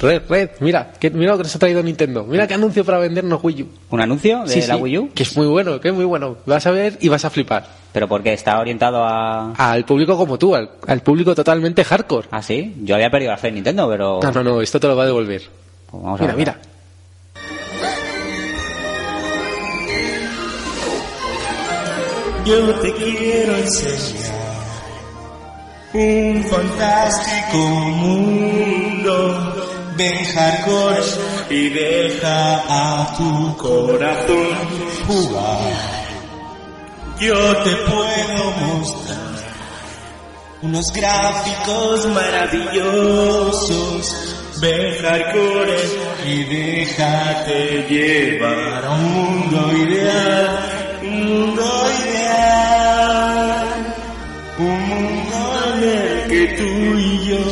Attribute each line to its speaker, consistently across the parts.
Speaker 1: Red, red, mira, que, mira lo que nos ha traído Nintendo. Mira qué anuncio para vendernos Wii U.
Speaker 2: ¿Un anuncio de
Speaker 1: Sí,
Speaker 2: la
Speaker 1: sí,
Speaker 2: Wii U?
Speaker 1: Que es muy bueno, que es muy bueno. Vas a ver y vas a flipar.
Speaker 2: ¿Pero por qué? ¿Está orientado a...?
Speaker 1: Al público como tú, al, al público totalmente hardcore.
Speaker 2: Ah, sí. Yo había perdido la fe en Nintendo, pero...
Speaker 1: No, no, no, esto te lo va a devolver.
Speaker 2: Pues vamos a
Speaker 1: Mira,
Speaker 2: ver.
Speaker 1: mira.
Speaker 3: Yo te quiero enseñar un fantástico mundo. Ven hardcore y deja a tu corazón jugar. Yo te puedo mostrar unos gráficos maravillosos. Ven hardcore y déjate llevar a un mundo ideal, un mundo ideal, un mundo en el que tú y yo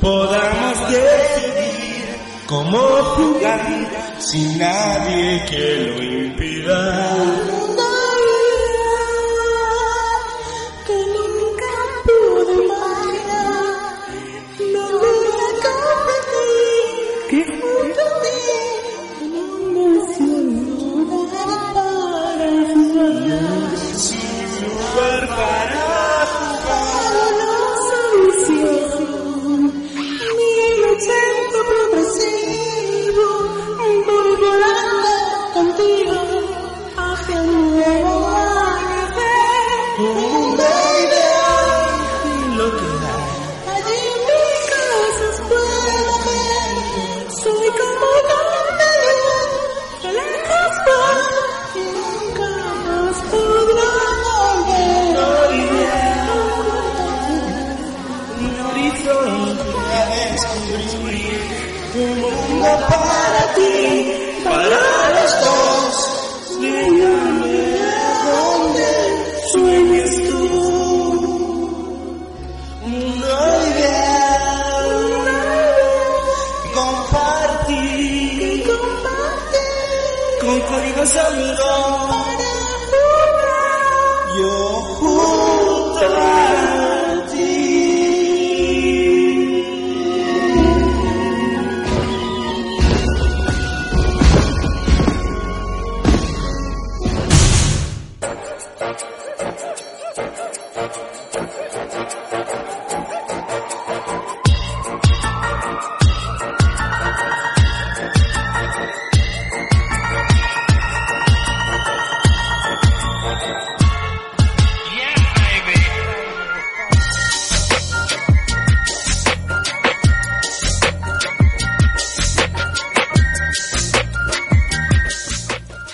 Speaker 3: podamos decidir cómo jugar sin nadie que lo impida.
Speaker 4: que nunca pude imaginar. No voy a competir junto a ti en un desierto para jugar.
Speaker 3: Jugar para
Speaker 4: Para la solución, mil ochenta progresivo, voy volando contigo hacia un nuevo amanecer.
Speaker 3: un mundo ideal y lo que da.
Speaker 4: Allí mis cosas puedo ver, soy como una luz que lejos va y nunca más podrá volver.
Speaker 3: mundo ideal compartir con códigos amigos yo junto a ti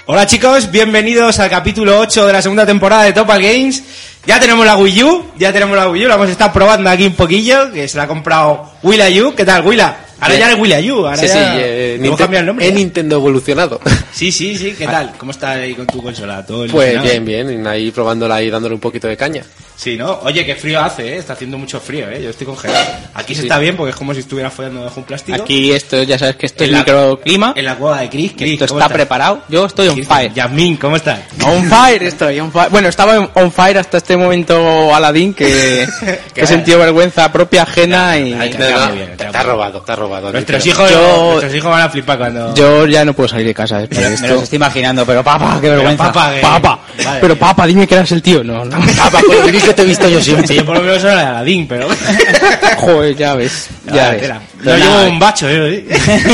Speaker 5: Hola chicos, bienvenidos al capítulo 8 de la segunda temporada de Topal Games. Ya tenemos la Wii U, ya tenemos la Wii U, la hemos estado probando aquí un poquillo, que se la ha comprado Willayu. ¿Qué tal, Willa? Ahora
Speaker 1: Sí.
Speaker 5: ya eres Willayu, ahora
Speaker 1: Sí, sí,
Speaker 5: ya...
Speaker 1: eh,
Speaker 5: Te hemos
Speaker 1: Ninte-
Speaker 5: cambiado el nombre.
Speaker 1: he Nintendo evolucionado.
Speaker 5: Sí, sí, sí, ¿qué tal? ¿Cómo está ahí con tu consola? ¿Todo
Speaker 1: Pues
Speaker 5: ilusionado?
Speaker 1: bien, bien, ahí probándola y dándole un poquito de caña.
Speaker 5: Sí, ¿no? Oye, qué frío hace, ¿eh? Está haciendo mucho frío, ¿eh? Yo estoy congelado. Aquí se
Speaker 1: sí.
Speaker 5: está bien porque es como si estuviera follando bajo un plástico.
Speaker 6: Aquí esto, ya sabes que esto es
Speaker 5: En la-
Speaker 6: microclima.
Speaker 5: En la cueva de Chris, Chris,
Speaker 6: esto está
Speaker 5: ¿cómo estás?
Speaker 6: preparado. Yo estoy on
Speaker 5: Chris,
Speaker 6: fire.
Speaker 5: Yasmín, ¿cómo estás?
Speaker 6: On fire estoy, on fire. Bueno, estaba on- on fire hasta este momento Aladdin que, que he sentido vergüenza propia ajena y
Speaker 5: Ay, que
Speaker 1: No,
Speaker 5: está
Speaker 1: no,
Speaker 5: muy bien,
Speaker 1: te
Speaker 5: está
Speaker 1: te ha
Speaker 5: muy bien.
Speaker 1: robado, te ha robado.
Speaker 5: Nuestros
Speaker 1: Pero-
Speaker 5: hijos,
Speaker 6: yo-
Speaker 5: nuestros hijos van a flipar cuando...
Speaker 6: yo ya no puedo salir de casa después de
Speaker 2: Me los
Speaker 6: esto.
Speaker 2: estoy imaginando, pero papá, qué
Speaker 5: Pero
Speaker 2: vergüenza.
Speaker 5: papa, que-
Speaker 6: Papa,
Speaker 5: Madre
Speaker 6: pero
Speaker 5: mía.
Speaker 6: papa, dime que eras el tío, no, no.
Speaker 1: Papá, con el gris que te he visto yo
Speaker 5: Sí,
Speaker 1: siempre.
Speaker 5: yo por lo menos era de Aladín, pero...
Speaker 6: Joder, ya ves, ya
Speaker 5: Ah,
Speaker 6: ves.
Speaker 5: tela. No llevo un bacho, eh.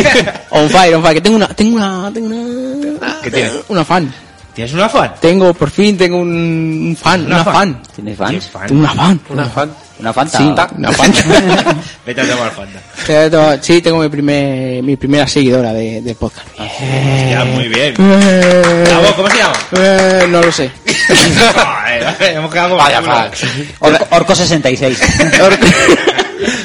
Speaker 6: On fire, on fire, que tengo una, tengo una, tengo una,
Speaker 5: ¿Qué tienes?
Speaker 6: una fan.
Speaker 5: ¿Tienes una fan?
Speaker 6: Tengo, por fin tengo un un fan, una,
Speaker 5: Una fan.
Speaker 6: fan.
Speaker 2: ¿Tienes
Speaker 5: ¿Tienes
Speaker 2: fans?
Speaker 6: Tengo
Speaker 5: fan?
Speaker 6: una fan.
Speaker 1: Una fan.
Speaker 2: ¿Una fanta?
Speaker 6: Sí, una fan.
Speaker 5: Vete a tomar fanta.
Speaker 6: Eh, no, Sí, tengo mi, primer, mi primera seguidora de, del podcast.
Speaker 5: Ya, Ah, muy bien.
Speaker 6: Eh,
Speaker 5: La voz, ¿Cómo se llama?
Speaker 6: eh, no lo sé.
Speaker 5: Joder, eh, Hemos quedado como...
Speaker 1: Vaya
Speaker 5: culo.
Speaker 1: fan.
Speaker 2: Orco, Orco 66.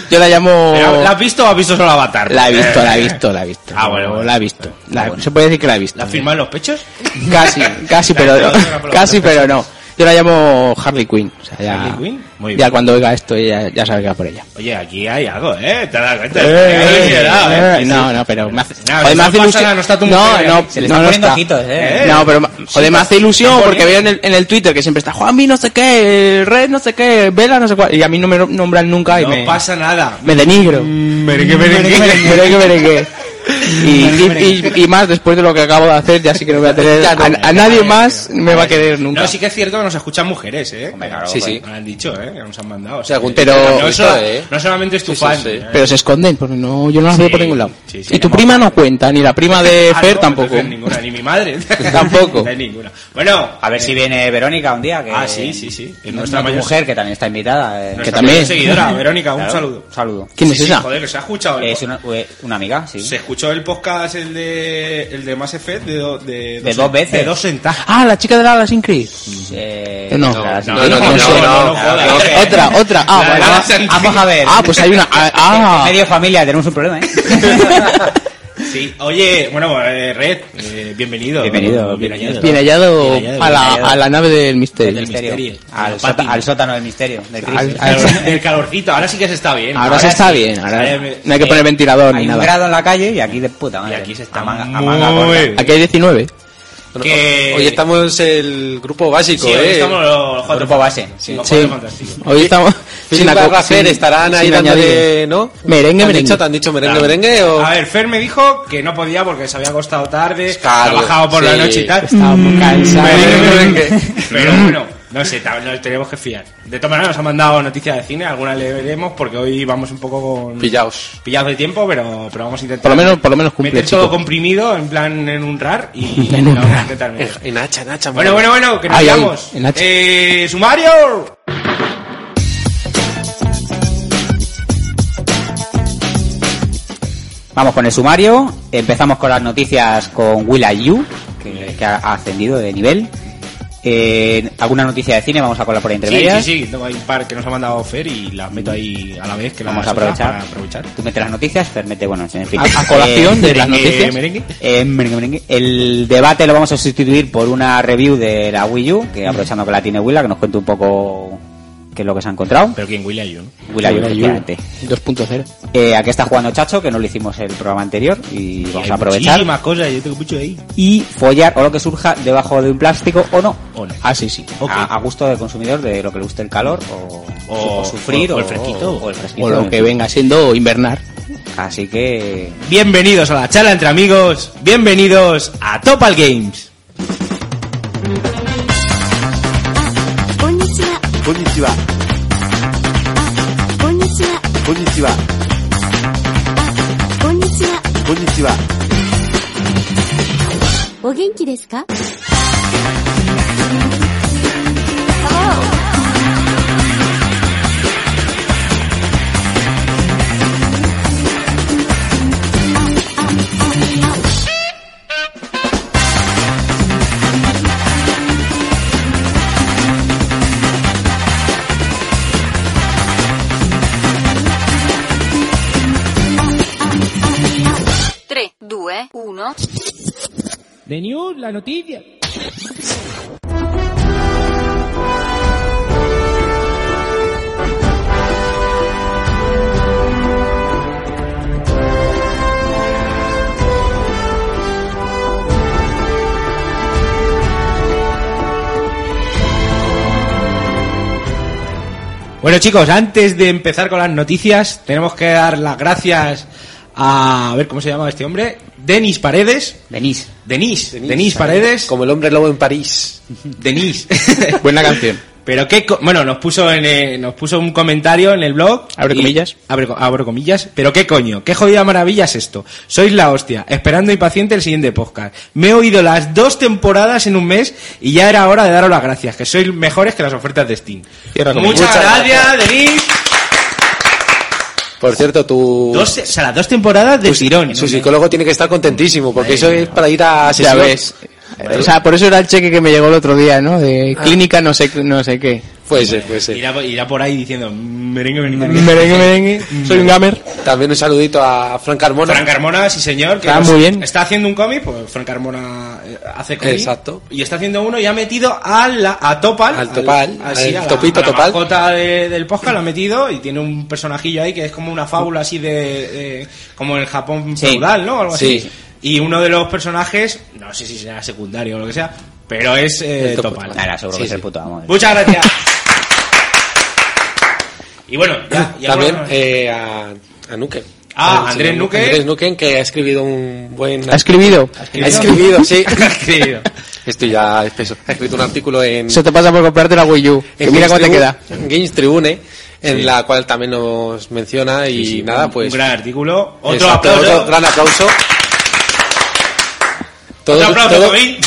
Speaker 6: Yo la llamo...
Speaker 5: Pero, ¿La has visto o has visto solo Avatar?
Speaker 6: Oh. La he visto, la he visto, la he visto.
Speaker 5: Ah, bueno, bueno.
Speaker 6: La he visto. La- Se puede decir que la he visto.
Speaker 5: ¿La firma en los pechos?
Speaker 6: Casi, casi, pero
Speaker 5: La- la- la- la-
Speaker 6: casi, pero no. Yo la llamo Harley Quinn. O sea, ya,
Speaker 5: ¿Harley Quinn? Muy
Speaker 6: ya
Speaker 5: bien.
Speaker 6: cuando oiga esto, ya, ya sabe que va por ella.
Speaker 5: Oye, aquí hay algo, ¿eh? Te das cuenta.
Speaker 6: Eh,
Speaker 5: Estoy liberado, ¿eh?
Speaker 6: eh, no, no, pero me hace,
Speaker 5: No,
Speaker 6: joder,
Speaker 5: si
Speaker 6: me
Speaker 5: no
Speaker 6: hace
Speaker 5: pasa
Speaker 6: ilusión.
Speaker 5: nada, no está tu
Speaker 6: no,
Speaker 5: mujer
Speaker 6: no,
Speaker 5: ahí.
Speaker 2: Se le
Speaker 6: no,
Speaker 2: están
Speaker 6: no
Speaker 2: poniendo
Speaker 6: está.
Speaker 2: ojitos, ¿eh?
Speaker 5: ¿Eh?
Speaker 6: No, pero ma- joder, me hace ilusión
Speaker 5: están
Speaker 6: porque veo en el, en el Twitter que siempre está Juanmi no sé qué, Red no sé qué, Vela no sé cuál, y a mí no me nombran nunca y
Speaker 5: No
Speaker 6: me,
Speaker 5: pasa nada.
Speaker 6: me denigro.
Speaker 5: Merengue,
Speaker 6: Merengue, merengue, merengue. Y, y- y más después de lo que acabo de hacer, ya sí que no voy a tener. A, a nadie más me va a querer nunca.
Speaker 5: No, sí que es cierto que nos escuchan mujeres, ¿eh?
Speaker 2: claro,
Speaker 5: sí, sí.
Speaker 2: joder.
Speaker 5: Nos han dicho, ¿eh? Que nos han mandado. O
Speaker 7: sea, algún
Speaker 6: Pero-
Speaker 7: Twitter lo han
Speaker 5: no,
Speaker 7: visto,
Speaker 5: solo-
Speaker 7: ¿eh?
Speaker 5: no solamente es tu
Speaker 7: Sí, sí,
Speaker 5: fan.
Speaker 7: sí.
Speaker 5: ¿eh?
Speaker 6: Pero se esconden, porque no, yo no las veo por ningún lado.
Speaker 5: sí, sí,
Speaker 6: y tu
Speaker 5: no,
Speaker 6: prima no cuenta, ni la prima de
Speaker 5: Ah,
Speaker 6: Fer
Speaker 5: no,
Speaker 6: tampoco.
Speaker 5: entonces ninguna, ni mi madre.
Speaker 6: Tampoco.
Speaker 5: No hay ninguna. Bueno, eh,
Speaker 2: A ver si viene Verónica un día. Que
Speaker 5: Ah, sí, sí, sí. Es nuestra
Speaker 2: nuestra
Speaker 5: mayor-
Speaker 2: mujer, que también está invitada. eh,
Speaker 5: nuestra
Speaker 2: que
Speaker 6: también.
Speaker 5: mayor seguidora, Verónica, un
Speaker 2: Claro,
Speaker 5: saludo.
Speaker 2: un saludo.
Speaker 6: ¿Quién es
Speaker 5: Sí, sí,
Speaker 6: esa?
Speaker 5: joder, que se ha escuchado. el
Speaker 2: Es
Speaker 5: po-
Speaker 2: una, eh, una amiga, sí.
Speaker 5: Se escuchó el podcast, el de, el de Mass Effect, de, do- de,
Speaker 2: De dos veces.
Speaker 5: De dos sentadas.
Speaker 6: Ah, la chica de la Assassin's Creed.
Speaker 2: Eh,
Speaker 6: No,
Speaker 2: claro, sí.
Speaker 7: no, no, no,
Speaker 6: sé.
Speaker 7: no, no,
Speaker 5: jodas.
Speaker 7: no,
Speaker 2: no.
Speaker 6: Otra, otra. Ah,
Speaker 5: La-
Speaker 6: bueno,
Speaker 5: la
Speaker 6: va.
Speaker 5: Assassin's
Speaker 2: Vamos a ver.
Speaker 6: Ah, pues hay una. Ah,
Speaker 2: En
Speaker 6: ah.
Speaker 2: medio familia tenemos un problema, ¿eh?
Speaker 5: Sí. Oye, bueno, eh, Red, eh, bienvenido.
Speaker 2: Bienvenido,
Speaker 5: Bien hallado.
Speaker 6: bien hallado
Speaker 5: Bien hallado,
Speaker 6: a la,
Speaker 2: hallado.
Speaker 6: a la nave del
Speaker 2: Del
Speaker 6: misterio.
Speaker 2: misterio.
Speaker 5: misterio.
Speaker 2: Al,
Speaker 5: Al
Speaker 2: sota-
Speaker 5: patio.
Speaker 2: al sótano del misterio. de crisis.
Speaker 6: Al- al-
Speaker 5: El, el calorcito, ahora Eh, sí que se está bien.
Speaker 6: Ahora, se está bien, ahora
Speaker 5: Ahora
Speaker 6: no hay que poner ventilador
Speaker 2: Hay
Speaker 6: ni
Speaker 2: un
Speaker 6: nada.
Speaker 2: grado en la calle y aquí de puta madre.
Speaker 5: Y aquí se está
Speaker 2: A manga- a
Speaker 5: muy
Speaker 2: manga corta.
Speaker 5: bien.
Speaker 6: Aquí hay 19.
Speaker 5: Que-
Speaker 7: Hoy estamos el grupo básico,
Speaker 5: Sí, hoy
Speaker 7: ¿eh?
Speaker 5: estamos los cuatro
Speaker 2: Grupo base.
Speaker 5: Sí, los
Speaker 6: Sí.
Speaker 5: cuatro fantásticos.
Speaker 6: Hoy estamos.
Speaker 7: Philip
Speaker 6: aco-
Speaker 7: Barra, Fer,
Speaker 6: sin-
Speaker 7: estarán ahí
Speaker 6: sin añadir.
Speaker 7: dándole, ¿no?
Speaker 6: Merengue,
Speaker 7: ¿Te han
Speaker 6: merengue.
Speaker 7: dicho- ¿Te han dicho merengue,
Speaker 5: Claro.
Speaker 7: merengue o...?
Speaker 5: A ver, Fer me dijo que no podía porque se había acostado tarde,
Speaker 7: Claro,
Speaker 5: trabajado por la
Speaker 7: sí.
Speaker 5: noche y tal.
Speaker 6: Estaba muy cansado.
Speaker 5: Pero bueno, no sé, ta- nos tenemos que fiar. De todas maneras, nos han mandado noticias de cine, alguna le veremos porque hoy vamos un poco con...
Speaker 7: Pillaos.
Speaker 5: pillados de tiempo, pero, pero vamos a intentar.
Speaker 6: Por lo menos- por lo menos cumple,
Speaker 5: Meter
Speaker 6: chico.
Speaker 5: todo comprimido, en plan en un RAR y
Speaker 6: En un
Speaker 5: vamos a
Speaker 6: rar.
Speaker 5: intentar meter.
Speaker 7: En hacha, en hacha.
Speaker 5: Bueno, bueno, bueno, que nos
Speaker 6: Ay, ay,
Speaker 5: vamos.
Speaker 6: en H.
Speaker 5: Eh, sumario.
Speaker 2: Vamos con el sumario. Empezamos con las noticias con Willa Yu, que, que ha ha ascendido de nivel. Eh, alguna noticia de cine, vamos a colar por entre
Speaker 5: Sí, sí,
Speaker 2: medias.
Speaker 5: sí, tengo ahí un par que nos ha mandado Fer y las meto ahí a la vez que las
Speaker 2: Vamos a
Speaker 5: otras
Speaker 2: aprovechar.
Speaker 5: para aprovechar.
Speaker 2: Tú metes las noticias, Fer mete, bueno, en fin.
Speaker 6: A, a colación de las
Speaker 5: merengue,
Speaker 6: noticias.
Speaker 5: merengue.
Speaker 2: Eh, merengue, merengue. El debate lo vamos a sustituir por una review de la Wii U, que aprovechando que la tiene Willa, que nos cuente un poco qué es lo que se ha encontrado.
Speaker 5: Pero quien William yo, ¿no?
Speaker 2: Willa Yu, efectivamente.
Speaker 6: 2.0.
Speaker 2: Eh, aquí está jugando Chacho, que no lo hicimos el programa anterior, y vamos
Speaker 5: Hay
Speaker 2: a aprovechar.
Speaker 5: Muchísimas cosas, yo tengo mucho ahí.
Speaker 2: Y follar o lo que surja debajo de un plástico o no.
Speaker 5: O no.
Speaker 6: Ah, sí, sí.
Speaker 5: Ok.
Speaker 2: A, a gusto del consumidor de lo que le guste el calor o,
Speaker 5: O-
Speaker 2: o sufrir
Speaker 5: o- o el fresquito.
Speaker 2: o el fresquito.
Speaker 6: O lo que venga siendo invernar.
Speaker 2: Así que
Speaker 5: Bienvenidos a la charla entre amigos. Bienvenidos a Topal Games. De News, la noticia. Bueno chicos, antes de empezar con las noticias, tenemos que dar las gracias a, a ver cómo se llama este hombre, Denis Paredes,
Speaker 2: venís.
Speaker 5: Denis, Denis, Paredes,
Speaker 7: Como el hombre lobo en París.
Speaker 5: Denis.
Speaker 6: Buena canción.
Speaker 5: Pero qué, co- bueno, nos puso en, eh, nos puso un comentario en el blog.
Speaker 6: Abre
Speaker 5: y-
Speaker 6: comillas.
Speaker 5: Abre, co- abro comillas. Pero qué coño, qué jodida maravilla es esto. Sois la hostia, esperando impaciente el siguiente podcast. Me he oído las dos temporadas en un mes y ya era hora de daros las gracias, que sois mejores que las ofertas de Steam.
Speaker 6: Cierra
Speaker 5: Muchas,
Speaker 6: comillas.
Speaker 5: gracias, Denis.
Speaker 7: Por cierto, tu...
Speaker 5: Dos, o sea, las dos temporadas de
Speaker 7: tu-
Speaker 5: tirón.
Speaker 7: Su psicólogo tiene que estar contentísimo, porque eso es para ir a
Speaker 6: Ya
Speaker 7: sesión.
Speaker 6: ves. O sea, por eso era el cheque que me llegó el otro día, ¿no? De clínica no sé, no sé qué.
Speaker 7: Puede ser, puede ser.
Speaker 5: Irá, irá por ahí diciendo "Mm, merengue, merengue, merengue.
Speaker 6: Merengue, merengue. Soy un gamer.
Speaker 7: También un saludito a Fran Carmona.
Speaker 5: Fran Carmona, sí señor.
Speaker 7: Ah,
Speaker 6: Fran,
Speaker 5: nos-
Speaker 6: muy bien.
Speaker 5: Está haciendo un cómic, pues Fran Carmona eh, hace cómic.
Speaker 7: Exacto.
Speaker 5: Y está haciendo uno y ha metido a, la, a Topal.
Speaker 7: Al Topal,
Speaker 5: así,
Speaker 7: al
Speaker 5: a la-
Speaker 7: Topito
Speaker 5: a la
Speaker 7: Topal.
Speaker 5: mascota de- del podcast lo ha metido y tiene un personajillo ahí que es como una fábula así de... de- como el Japón
Speaker 2: Sí.
Speaker 5: feudal, ¿no? Algo así.
Speaker 7: Sí.
Speaker 5: Y uno de los personajes, no sé si será secundario o lo que sea, pero es eh,
Speaker 7: El Topal.
Speaker 5: Topal.
Speaker 2: Nada, seguro
Speaker 7: Sí,
Speaker 2: que es
Speaker 7: sí.
Speaker 2: el puto amo.
Speaker 6: Pues,
Speaker 5: Muchas gracias. y bueno, ya, ya
Speaker 7: También
Speaker 5: bueno,
Speaker 7: eh, a, a Nuken.
Speaker 5: Ah,
Speaker 7: Al
Speaker 5: Andrés
Speaker 7: señor
Speaker 5: Nuken.
Speaker 7: Andrés Nuken, que ha escrito un buen...
Speaker 6: Ha escribido.
Speaker 7: Ha escrito, sí.
Speaker 5: Ha escrito.
Speaker 7: Estoy ya espeso. Ha escrito un artículo en...
Speaker 6: Eso te pasa por comprarte la Wii U. Que
Speaker 7: en Games
Speaker 6: mira cómo te
Speaker 7: Tribune-
Speaker 6: queda.
Speaker 7: en Games Tribune, en la cual también nos menciona y nada, pues...
Speaker 5: Un gran artículo. Otro
Speaker 7: exacto,
Speaker 5: aplauso.
Speaker 7: otro gran aplauso. Todos,
Speaker 5: Otro aplauso,
Speaker 7: todos-
Speaker 5: Tobin.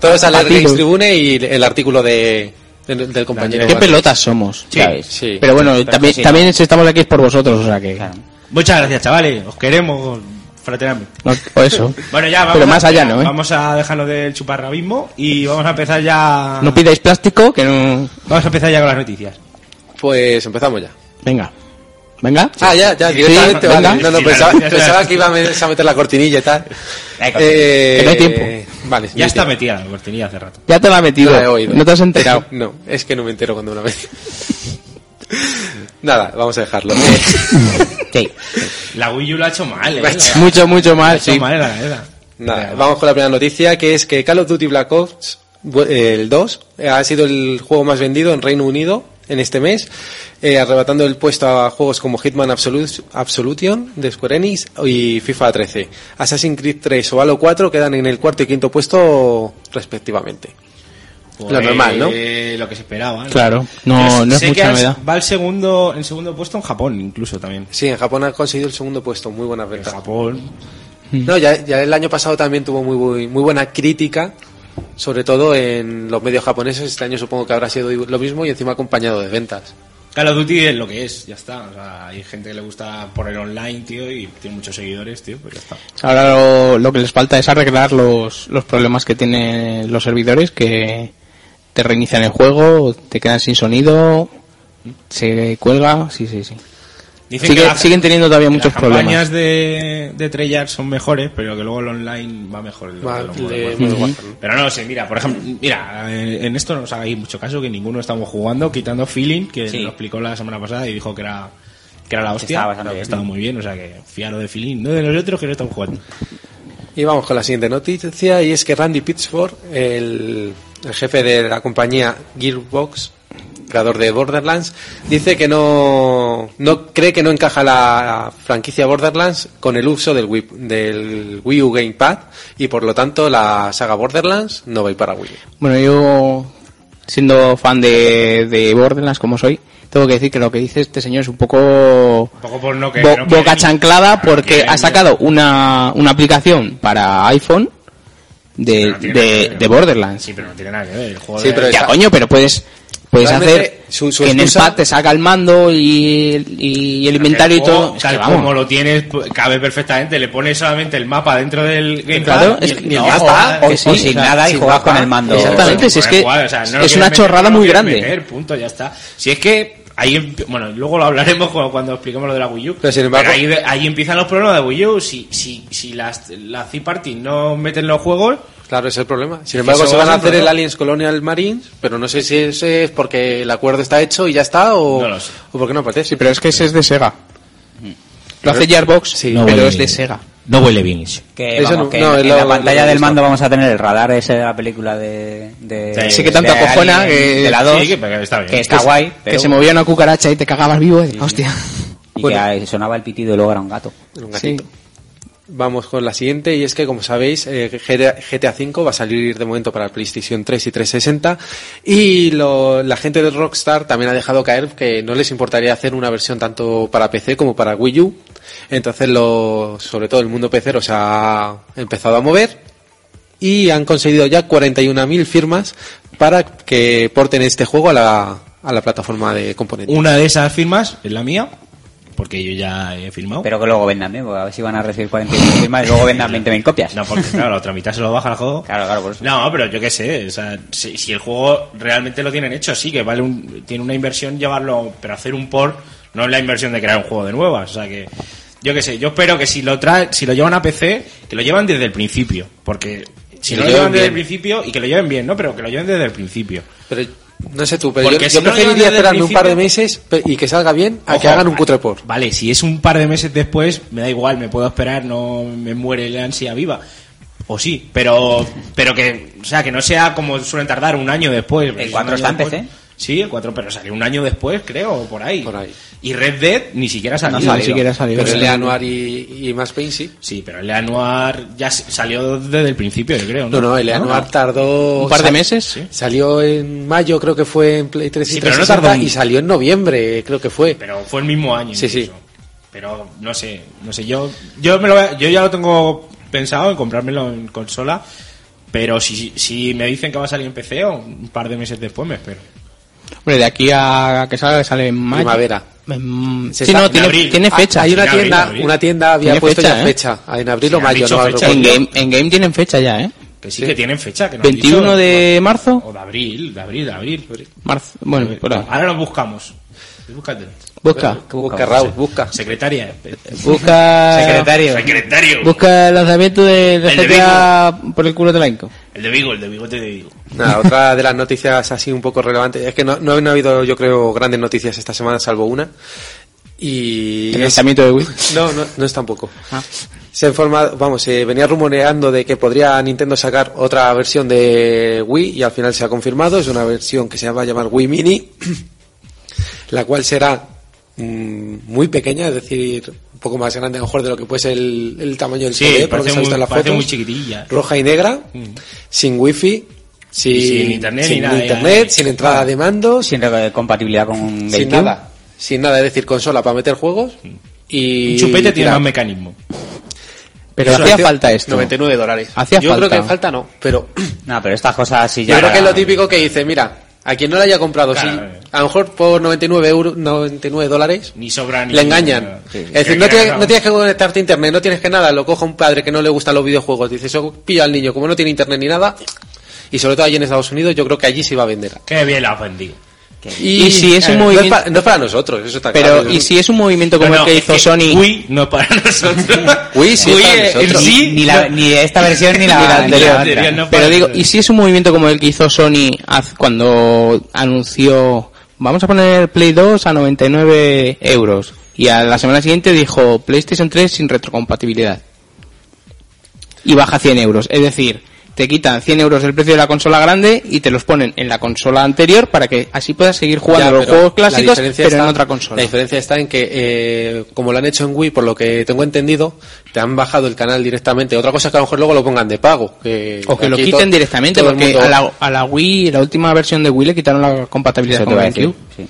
Speaker 7: todos a leer
Speaker 6: Batido.
Speaker 7: Games Tribune y el artículo de, del, del compañero.
Speaker 6: Qué
Speaker 7: Vale.
Speaker 6: pelotas somos.
Speaker 5: Sí.
Speaker 2: ¿sabes?
Speaker 7: Sí.
Speaker 6: Pero bueno, también,
Speaker 2: sí,
Speaker 6: también si estamos aquí es por vosotros, o sea que...
Speaker 2: Claro.
Speaker 5: Muchas gracias, chavales. Os queremos fraternamente.
Speaker 6: No, o eso.
Speaker 5: Bueno, ya vamos.
Speaker 6: Pero más
Speaker 5: a-
Speaker 6: allá no, ¿eh?
Speaker 5: Vamos a dejarlo del chuparrabismo y vamos a empezar ya.
Speaker 6: No pidáis plástico, que no...
Speaker 5: Vamos a empezar ya con las noticias.
Speaker 7: Pues empezamos ya.
Speaker 6: Venga. Venga.
Speaker 7: Ah, ya, ya, directamente,
Speaker 6: venga.
Speaker 7: vale. No, no,
Speaker 5: Sí,
Speaker 7: pensaba,
Speaker 5: claro.
Speaker 7: pensaba que iba a met- a meter la cortinilla y tal.
Speaker 2: Venga,
Speaker 7: Eh,
Speaker 6: que no hay tiempo.
Speaker 7: Vale,
Speaker 5: Ya está
Speaker 7: metido.
Speaker 5: metida la cortinilla hace rato.
Speaker 6: Ya te la he metido.
Speaker 7: No la he oído.
Speaker 6: No te has enterado.
Speaker 7: No, es que no me entero cuando me la meto. Nada, vamos a dejarlo.
Speaker 2: Sí.
Speaker 5: La Wii U lo ha hecho mal, ¿eh? La- la
Speaker 6: Mucho, mucho
Speaker 5: ha
Speaker 6: más.
Speaker 5: hecho
Speaker 6: Pues, Sí.
Speaker 5: mal, la verdad.
Speaker 7: Nada, vamos con la primera noticia, que es que Call of Duty Black Ops, bu- eh, el 2, eh, ha sido el juego más vendido en Reino Unido en este mes, eh, arrebatando el puesto a juegos como Hitman Absolut- Absolution de Square Enix y FIFA 13. Assassin's Creed 3 o Halo 4 quedan en el cuarto y quinto puesto respectivamente. Lo normal, ¿no?
Speaker 5: Eh, Lo que se esperaba. ¿no?
Speaker 6: Claro. No,
Speaker 5: Pero
Speaker 6: no es
Speaker 5: sé que
Speaker 6: mucha
Speaker 5: al-
Speaker 6: novedad.
Speaker 5: Va el segundo, el segundo puesto en Japón, incluso también.
Speaker 7: Sí, en Japón ha conseguido el segundo puesto, muy buena
Speaker 5: En
Speaker 7: ventaja.
Speaker 5: Japón.
Speaker 7: No, ya, ya el año pasado también tuvo muy, muy, muy buena crítica, sobre todo en los medios japoneses. Este año supongo que habrá sido lo mismo y encima acompañado de ventas.
Speaker 5: Call of Duty es lo que es, ya está. O sea, hay gente que le gusta por el online, tío, y tiene muchos seguidores, tío, pues ya está.
Speaker 6: Ahora lo, lo que les falta es arreglar los, los problemas que tienen los servidores que te reinician el juego, te quedan sin sonido, se cuelga, sí, sí, sí. Sigue-
Speaker 5: las-
Speaker 6: siguen teniendo todavía
Speaker 5: que
Speaker 6: muchos
Speaker 5: las
Speaker 6: problemas.
Speaker 5: campañas de, de Treyarch son mejores, pero que luego el online va mejor. de lo
Speaker 7: Va,
Speaker 5: que lo
Speaker 7: le-
Speaker 5: juego.
Speaker 7: muy guapo, ¿no?
Speaker 5: Pero no lo sé, mira, por ejemplo, mira, eh, en esto no os hagáis mucho caso, que ninguno estamos jugando, quitando Feeling, que
Speaker 2: Sí.
Speaker 5: lo explicó la semana pasada y dijo que era que era la hostia,
Speaker 2: estaba bastante
Speaker 5: que
Speaker 2: bien.
Speaker 5: estaba muy bien, o sea que fiaro de Feeling, no de nosotros que no estamos jugando.
Speaker 7: Y vamos con la siguiente noticia, y es que Randy Pitchford, el, el jefe de la compañía Gearbox, creador de Borderlands, dice que no, no cree que no encaja la franquicia Borderlands con el uso del Wii, del Wii U Gamepad, y por lo tanto la saga Borderlands no va a ir para Wii. U.
Speaker 6: Bueno, yo, siendo fan de, de Borderlands como soy, tengo que decir que lo que dice este señor es un poco
Speaker 5: Un poco por no que-
Speaker 6: bo-
Speaker 5: no quiere
Speaker 6: boca
Speaker 5: ni-
Speaker 6: chanclada
Speaker 5: Claro,
Speaker 6: porque
Speaker 5: quiere
Speaker 6: ha
Speaker 5: ni-
Speaker 6: sacado una, una aplicación para iPhone de,
Speaker 5: No Ah, tiene nada que
Speaker 6: de,
Speaker 5: ver.
Speaker 6: de Borderlands.
Speaker 5: Sí, pero no tiene nada que ver. El juego
Speaker 7: Sí,
Speaker 5: de-
Speaker 7: pero
Speaker 6: Ya,
Speaker 7: Está-
Speaker 6: coño, pero puedes, puedes
Speaker 7: Realmente,
Speaker 6: hacer
Speaker 7: su- su
Speaker 6: que en el
Speaker 7: excusa-
Speaker 6: pad te saca el mando y, y el
Speaker 5: Pero que
Speaker 6: inventario y
Speaker 5: el juego,
Speaker 6: todo. Es que
Speaker 5: tal
Speaker 6: vamos.
Speaker 5: como lo tienes, pu- cabe perfectamente. Le pones solamente el mapa dentro del gamepad.
Speaker 6: Claro,
Speaker 5: y
Speaker 6: es
Speaker 5: el-
Speaker 6: que-
Speaker 5: no,
Speaker 6: ya está,
Speaker 5: o-
Speaker 2: O,
Speaker 6: que sí,
Speaker 2: o sin
Speaker 6: o sea,
Speaker 2: nada y
Speaker 6: sin
Speaker 2: jugar
Speaker 6: bajar.
Speaker 2: con el mando.
Speaker 6: Exactamente, si es que
Speaker 5: Joder, o sea, no lo
Speaker 6: es
Speaker 5: quieres
Speaker 6: una
Speaker 5: meter,
Speaker 6: chorrada
Speaker 5: no lo
Speaker 6: muy
Speaker 5: quieres
Speaker 6: grande.
Speaker 5: meter, punto, ya está. Si es que ahí, emp- bueno, luego lo hablaremos cu- cuando expliquemos lo de la Wii U.
Speaker 7: Pero sin embargo-
Speaker 5: ahí, de- ahí empiezan los problemas de Wii U. Si, si, si las, las third party no meten los juegos,
Speaker 7: Claro, ese es el problema. Sin embargo,
Speaker 5: eso
Speaker 7: se
Speaker 5: va
Speaker 7: van a
Speaker 5: siempre,
Speaker 7: hacer el
Speaker 5: ¿no?
Speaker 7: Aliens Colonial Marines, pero no sé si ese es porque el acuerdo está hecho y ya está, o,
Speaker 5: No lo sé.
Speaker 7: o porque no apetece.
Speaker 6: Sí, pero es que ese es de Sega. Mm. Lo hace Gearbox, pero es de Sega.
Speaker 5: No eh. huele bien eso.
Speaker 2: Que,
Speaker 7: Eso
Speaker 2: vamos,
Speaker 7: no-
Speaker 2: que
Speaker 7: no,
Speaker 2: en
Speaker 7: lo-
Speaker 2: la
Speaker 7: lo-
Speaker 2: pantalla
Speaker 7: lo-
Speaker 2: del
Speaker 7: lo-
Speaker 2: mando vamos a tener el radar ese de la película de... de
Speaker 5: Sí, que
Speaker 2: de
Speaker 6: tanto
Speaker 2: Alien,
Speaker 6: acojona que-
Speaker 7: eh,
Speaker 2: De la 2.
Speaker 5: Sí, que- pero que está bien.
Speaker 2: Que está
Speaker 5: Que-
Speaker 2: guay,
Speaker 6: que
Speaker 2: pero...
Speaker 6: se movía una cucaracha y te cagabas vivo. y- Hostia.
Speaker 2: Y que sonaba el pitido y luego era un gato.
Speaker 7: Un
Speaker 6: Sí.
Speaker 7: gatito. Vamos con la siguiente y es que como sabéis eh, GTA V va a salir de momento para PlayStation 3 y 360 y lo- la gente de Rockstar también ha dejado caer que no les importaría hacer una versión tanto para PC como para Wii U entonces lo- sobre todo el mundo PC se ha empezado a mover y han conseguido ya 41.000 firmas para que porten este juego a la, a la plataforma de componentes
Speaker 5: Una de esas firmas es la mía. porque yo ya he firmado.
Speaker 2: Pero que luego vendan bien, porque a ver si van a recibir 40.000 firmas y luego vendan 20.000 copias.
Speaker 5: No, porque claro, la otra mitad se lo baja el juego.
Speaker 2: Claro, claro, por eso.
Speaker 5: No, pero yo qué sé, o sea, si, si el juego realmente lo tienen hecho, sí, que vale un- tiene una inversión llevarlo, pero hacer un port no es la inversión de crear un juego de nuevas, o sea que yo qué sé, yo espero que si lo trae, si lo llevan a PC, que lo llevan desde el principio, porque si
Speaker 7: Que
Speaker 5: no
Speaker 7: lo
Speaker 5: lo
Speaker 7: lleven
Speaker 5: llevan desde el
Speaker 7: bien.
Speaker 5: principio y que lo lleven bien, ¿no? Pero que lo lleven desde el principio.
Speaker 7: Pero no sé tú, pero yo,
Speaker 5: Porque si
Speaker 7: yo
Speaker 5: no lo
Speaker 7: preferiría
Speaker 5: llevan desde el
Speaker 7: esperarme un par de
Speaker 5: principio-
Speaker 7: meses pe- y que salga bien a que
Speaker 5: Ojo,
Speaker 7: hagan un cutre por.
Speaker 5: Vale, si es un par de meses después, me da igual, me puedo esperar, no me muere la ansia viva. O sí, pero pero que o sea que no sea como suelen tardar un año después.
Speaker 2: El 4
Speaker 5: Un año
Speaker 2: está en
Speaker 5: después.
Speaker 2: PC.
Speaker 5: Sí, el 4, pero salió un año después, creo, o por ahí.
Speaker 7: Por ahí.
Speaker 5: Y Red Dead ni siquiera salió.
Speaker 6: salido. Ni siquiera salió.
Speaker 7: Pero el de Anuar y, y Max Payne sí.
Speaker 5: Sí, pero el Anuar ya s- salió desde el principio, yo creo. No,
Speaker 7: No, no, el de Anuar tardó...
Speaker 6: Un par de
Speaker 7: sal-
Speaker 6: meses.
Speaker 7: Salió en mayo, creo que fue en Play 3 y
Speaker 5: Sí, pero no
Speaker 7: 360,
Speaker 5: tardó un-
Speaker 7: y salió en noviembre, creo que fue.
Speaker 5: pero fue el mismo año.
Speaker 7: Sí, sí.
Speaker 5: Pero no sé, no sé. Yo, yo, me lo, voy a- yo ya lo tengo pensado en comprármelo en consola. Pero si, si me dicen que va a salir en PC o un par de meses después, me espero.
Speaker 6: Hombre, de aquí a que salga, que sale en mayo.
Speaker 7: Primavera.
Speaker 6: En-
Speaker 7: Se
Speaker 6: sí,
Speaker 7: está-
Speaker 6: no,
Speaker 7: en
Speaker 6: tiene,
Speaker 5: abril.
Speaker 6: tiene
Speaker 5: Ah,
Speaker 6: fecha.
Speaker 7: Hay una
Speaker 5: En abril,
Speaker 7: tienda,
Speaker 5: en abril.
Speaker 7: una tienda había
Speaker 6: Tiene
Speaker 7: puesto
Speaker 6: fecha,
Speaker 7: ya
Speaker 6: ¿eh?
Speaker 7: fecha, ah, en abril
Speaker 5: Sí,
Speaker 7: o
Speaker 5: han
Speaker 7: mayo,
Speaker 5: dicho
Speaker 7: no
Speaker 5: fecha.
Speaker 7: recuerdo.
Speaker 6: En game, en game tienen fecha ya, ¿eh?
Speaker 5: Que sí, que tienen fecha. Que no han
Speaker 6: 21
Speaker 5: dicho.
Speaker 6: de marzo.
Speaker 5: O de abril, de abril, de abril.
Speaker 6: Marzo. Bueno, por ahí.
Speaker 5: Ahora lo buscamos. Búscate.
Speaker 6: Busca.
Speaker 7: Busca, Raúl, busca.
Speaker 5: Secretaria. eh,
Speaker 7: Ah.
Speaker 6: Busca.
Speaker 2: Secretario.
Speaker 5: Secretario.
Speaker 6: Busca el lanzamiento de, de
Speaker 5: El de
Speaker 6: GTA por el culo de la Inco.
Speaker 5: El de Vigo, el de bigote de Vigo.
Speaker 7: Nada, otra de las noticias así un poco relevantes es que no, no han habido, yo creo, grandes noticias esta semana, salvo una. Y
Speaker 6: El
Speaker 7: es-
Speaker 6: lanzamiento de Wii.
Speaker 7: no, no, no es tampoco.
Speaker 5: Ah.
Speaker 7: Se ha informado, vamos, se venía rumoreando de que podría Nintendo sacar otra versión de Wii y al final se ha confirmado. Es una versión que se va a llamar Wii Mini, la cual será mm, muy pequeña, es decir, un poco más grande a lo mejor de lo que puede ser el, el tamaño del
Speaker 5: Sí,
Speaker 7: CD, por lo
Speaker 5: parece
Speaker 7: que se ha visto
Speaker 5: muy-
Speaker 7: en las
Speaker 5: parece
Speaker 7: fotos.
Speaker 5: muy chiquitilla.
Speaker 7: Roja y negra, sin wifi, sin,
Speaker 5: Y sin internet
Speaker 7: sin,
Speaker 5: ni nada,
Speaker 7: internet,
Speaker 5: ya. Ah.
Speaker 7: sin entrada de mandos,
Speaker 2: Pues Sin re- compatibilidad con
Speaker 7: sin
Speaker 2: GameCube.
Speaker 7: nada. Sin nada, es decir, consola para meter juegos y...
Speaker 5: Mm. Un chupete tiene
Speaker 7: tirar.
Speaker 5: más mecanismo.
Speaker 6: Pero
Speaker 7: Eso,
Speaker 6: hacía
Speaker 7: noventa-
Speaker 6: falta esto.
Speaker 7: 99 dólares.
Speaker 6: Hacía
Speaker 7: Yo
Speaker 6: falta.
Speaker 7: creo que falta no, pero
Speaker 2: No, pero estas cosas sí ya...
Speaker 7: yo creo que es lo típico que dice, mira, a quien no la haya comprado,
Speaker 5: Claro,
Speaker 7: sí,
Speaker 5: eh.
Speaker 7: a lo mejor por 99 euros, 99 dólares,
Speaker 5: Ni sobra ni.
Speaker 7: le engañan.
Speaker 5: Sí.
Speaker 7: Es decir, no tienes, no tienes que conectarte a internet, no tienes que nada, lo coja un padre que no le gustan los videojuegos, dice, eso pilla al niño, como no tiene internet ni nada, y sobre todo allí en Estados Unidos, yo creo que allí se iba a vender. Eh,
Speaker 5: Qué bien la has vendido.
Speaker 6: Y si es un
Speaker 7: no
Speaker 6: movimiento-
Speaker 7: para- No es para nosotros, eso está claro.
Speaker 6: Pero, ¿y si es un movimiento como
Speaker 5: No, no,
Speaker 6: el que
Speaker 5: es
Speaker 6: hizo
Speaker 5: que
Speaker 6: Sony?
Speaker 5: Wii no es para nosotros.
Speaker 7: Wii sí es para
Speaker 5: eh,
Speaker 7: nosotros.
Speaker 5: en
Speaker 2: Ni-
Speaker 5: sí,
Speaker 2: ni, la,
Speaker 5: no.
Speaker 2: ni esta versión ni la,
Speaker 6: Ni la
Speaker 2: ni
Speaker 6: anterior.
Speaker 2: otra.
Speaker 5: no
Speaker 6: Pero
Speaker 5: para-
Speaker 6: digo, ¿y si es un movimiento como el que hizo Sony haz- cuando anunció vamos a poner Play 2 a 99 euros? Y a la semana siguiente dijo PlayStation 3 sin retrocompatibilidad. Y baja 100 euros. Es decir, te quitan 100 euros el precio de la consola grande y te los ponen en la consola anterior para que así puedas seguir jugando
Speaker 7: Ya,
Speaker 6: los
Speaker 7: pero
Speaker 6: juegos
Speaker 7: la
Speaker 6: clásicos, pero
Speaker 7: diferencia está-
Speaker 6: en otra consola.
Speaker 7: La diferencia está en que, eh, como lo han hecho en Wii, por lo que tengo entendido, te han bajado el canal directamente. Otra cosa es que a lo mejor luego lo pongan de pago. Que
Speaker 6: O que lo
Speaker 7: aquí
Speaker 6: quiten
Speaker 7: to-
Speaker 6: directamente,
Speaker 7: todo el
Speaker 6: porque
Speaker 7: mundo-
Speaker 6: a, la, a la Wii, la última versión de Wii le quitaron la compatibilidad
Speaker 2: Eso
Speaker 6: con
Speaker 2: te voy a decir.
Speaker 6: GameCube.
Speaker 2: Sí.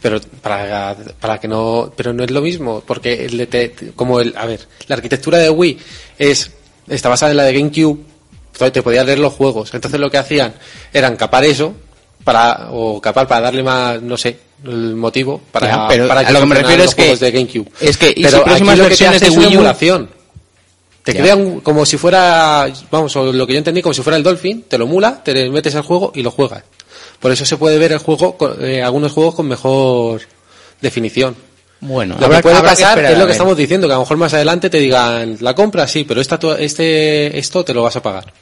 Speaker 7: Pero para, para que no... Pero no es lo mismo, porque el de te- como el... A ver, la arquitectura de Wii es está basada en la de GameCube, entonces te podías leer los juegos. Entonces lo que hacían era encapar eso, para o capar para darle más, no sé, el motivo para,
Speaker 6: Ya, pero
Speaker 7: para
Speaker 6: a lo que me
Speaker 7: funcionaran
Speaker 6: refiero
Speaker 7: los
Speaker 6: es que-
Speaker 7: juegos de GameCube.
Speaker 6: es que, ¿y si
Speaker 7: pero aquí
Speaker 6: próximas
Speaker 7: lo que te
Speaker 6: versiones
Speaker 7: hace
Speaker 6: de
Speaker 7: es una
Speaker 6: Wii U?
Speaker 7: emulación. Te
Speaker 6: Ya.
Speaker 7: crean como si fuera, vamos, o lo que yo entendí, como si fuera el Dolphin, te lo mula, te metes al juego y lo juegas. Por eso se puede ver el juego, con- eh, algunos juegos con mejor definición.
Speaker 6: Bueno,
Speaker 7: Lo que puede
Speaker 6: habrá
Speaker 7: pasar
Speaker 6: esperar
Speaker 7: es lo que
Speaker 6: a ver.
Speaker 7: estamos diciendo, que a lo mejor más adelante te digan, la compra sí, pero esta, tu- este, esto te lo vas a pagar.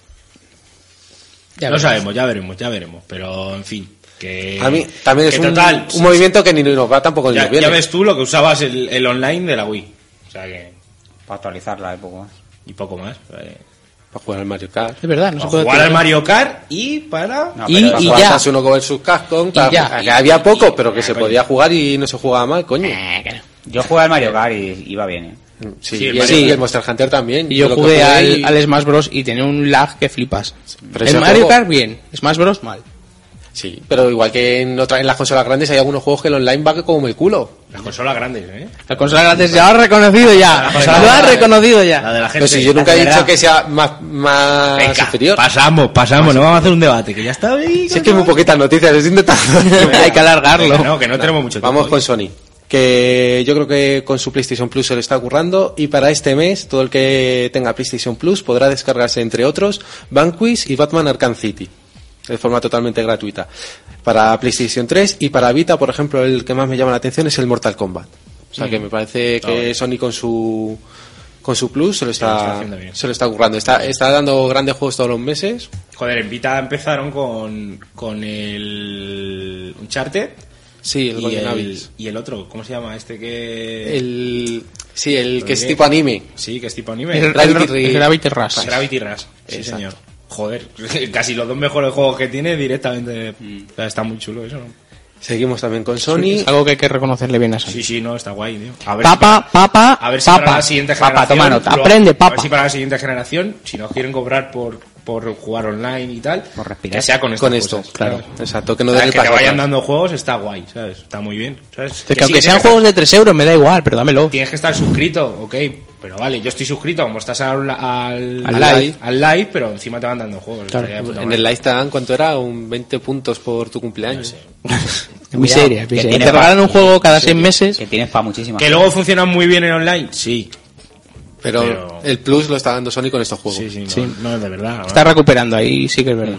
Speaker 5: no sabemos, ya veremos, ya veremos. Pero, en fin. Que,
Speaker 7: A mí también es
Speaker 5: Eh, que
Speaker 7: un,
Speaker 5: total,
Speaker 7: un movimiento que ni nos va tampoco ni
Speaker 5: ya,
Speaker 7: nos viene.
Speaker 5: ya ves tú lo que usabas el, el online de la Wii. O sea que.
Speaker 2: Para actualizarla un poco más.
Speaker 5: Y poco más. eh.
Speaker 7: Para jugar al Mario Kart.
Speaker 6: Es verdad, no
Speaker 5: Para
Speaker 6: se puede
Speaker 5: jugar al
Speaker 6: tirar.
Speaker 5: Mario Kart y para.
Speaker 2: No,
Speaker 6: Y-
Speaker 2: pero-
Speaker 7: Para
Speaker 6: y-
Speaker 7: jugar
Speaker 6: ya.
Speaker 7: Sasu no versus Capcom, para-
Speaker 6: ya.
Speaker 7: que había poco, pero que se podía jugar y no se jugaba mal, coño.
Speaker 2: Yo jugué al Mario Kart y iba bien. ¿eh?
Speaker 7: Sí,
Speaker 5: Eh. Sí, el
Speaker 7: y, el,
Speaker 5: Mario
Speaker 7: y
Speaker 5: Kart.
Speaker 7: el Monster Hunter también.
Speaker 6: Y yo
Speaker 7: lo
Speaker 6: jugué
Speaker 7: compré
Speaker 6: al,
Speaker 7: y-
Speaker 6: al Smash Bros. y tenía un lag que flipas.
Speaker 7: Pero
Speaker 6: el
Speaker 7: ese
Speaker 6: Mario
Speaker 7: juego-
Speaker 6: Kart bien, Smash Bros. mal.
Speaker 7: Sí, pero igual que en, otra, en las consolas grandes hay algunos juegos que el online va como el culo.
Speaker 5: Las consolas grandes, ¿eh?
Speaker 6: La consola gratis ya lo ha reconocido ya.
Speaker 5: consola
Speaker 6: Lo ha
Speaker 5: grande.
Speaker 6: reconocido
Speaker 5: La
Speaker 6: ya.
Speaker 5: de la gente.
Speaker 7: Pero si yo nunca he
Speaker 2: ¿verdad?
Speaker 7: dicho que sea más, más
Speaker 5: Venga,
Speaker 7: superior.
Speaker 5: Pasamos, pasamos, no vamos a hacer un debate, que ya está. ahí,
Speaker 7: Si es que muy poquitas noticias, es intentando.
Speaker 6: Hay que
Speaker 5: Venga,
Speaker 6: alargarlo.
Speaker 5: no, que no tenemos mucho tiempo.
Speaker 7: Vamos con Sony. que yo creo que con su PlayStation Plus se lo está currando y para este mes todo el que tenga PlayStation Plus podrá descargarse entre otros Vanquish y Batman Arkham City de forma totalmente gratuita para PlayStation 3 y para Vita, por ejemplo, el que más me llama la atención es el Mortal Kombat. O sea que me parece que Sony con su con su Plus se lo está,
Speaker 5: haciendo bien.
Speaker 7: se lo está currando, está está dando grandes juegos todos los meses.
Speaker 5: Joder, en Vita empezaron con, con el Uncharted
Speaker 7: Sí, el
Speaker 5: y
Speaker 7: Golden
Speaker 5: el,
Speaker 7: Abyss.
Speaker 5: y el otro, ¿cómo se llama este que...?
Speaker 7: El sí, el que es
Speaker 5: Porque-
Speaker 7: tipo anime.
Speaker 5: Sí, que es tipo anime.
Speaker 6: El
Speaker 7: Gravity
Speaker 6: el- el
Speaker 7: Rush.
Speaker 6: Gravity Rush.
Speaker 5: Gravity Rush, sí
Speaker 7: Exacto.
Speaker 5: señor. Joder, casi los dos mejores juegos que tiene directamente... O sea, está muy chulo eso, ¿no?
Speaker 7: Seguimos también con Sony.
Speaker 6: Es algo que hay que reconocerle bien a Sony.
Speaker 5: Sí, Pues sí, no, está guay, tío. A ver
Speaker 6: Papa, papa,
Speaker 5: A ver si para
Speaker 6: papa.
Speaker 5: la siguiente
Speaker 6: papa,
Speaker 5: generación.
Speaker 6: toma nota.
Speaker 5: lo-
Speaker 6: Aprende,
Speaker 5: A
Speaker 6: papa.
Speaker 5: ver si para la siguiente generación, si nos quieren cobrar por, por jugar online y tal,
Speaker 2: Por respirar.
Speaker 5: que sea con,
Speaker 7: con
Speaker 5: estas
Speaker 7: esto,
Speaker 5: cosas,
Speaker 7: claro.
Speaker 5: ¿sabes?
Speaker 7: Exacto, que no
Speaker 5: O sea,
Speaker 7: den el
Speaker 5: que te
Speaker 7: paso
Speaker 5: vayan
Speaker 7: atrás.
Speaker 5: dando juegos está guay, ¿sabes? Está muy bien. ¿sabes? Que
Speaker 6: Que
Speaker 5: sí,
Speaker 6: aunque sean
Speaker 5: tienes
Speaker 6: juegos de 3 euros, me da igual, pero dámelo.
Speaker 5: Tienes que estar suscrito, ok. Pero vale, yo estoy suscrito, como estás al, al,
Speaker 7: Al live.
Speaker 5: al live, pero encima te van dando juegos. estaría de puta
Speaker 7: En
Speaker 5: madre.
Speaker 7: el live te dan, ¿cuánto era? Un 20 puntos por tu cumpleaños.
Speaker 6: Miseria,
Speaker 2: que
Speaker 6: miseria.
Speaker 2: tiene
Speaker 6: Te regalan
Speaker 2: pa-
Speaker 6: un juego cada 6 meses.
Speaker 2: Que tienes para muchísimas.
Speaker 5: Que luego funcionan muy bien en online, sí.
Speaker 7: Pero,
Speaker 5: Pero-
Speaker 7: el plus lo está dando Sony con este estos juegos.
Speaker 5: Sí, sí, no, no, de verdad.
Speaker 6: Está recuperando ahí, sí que es verdad.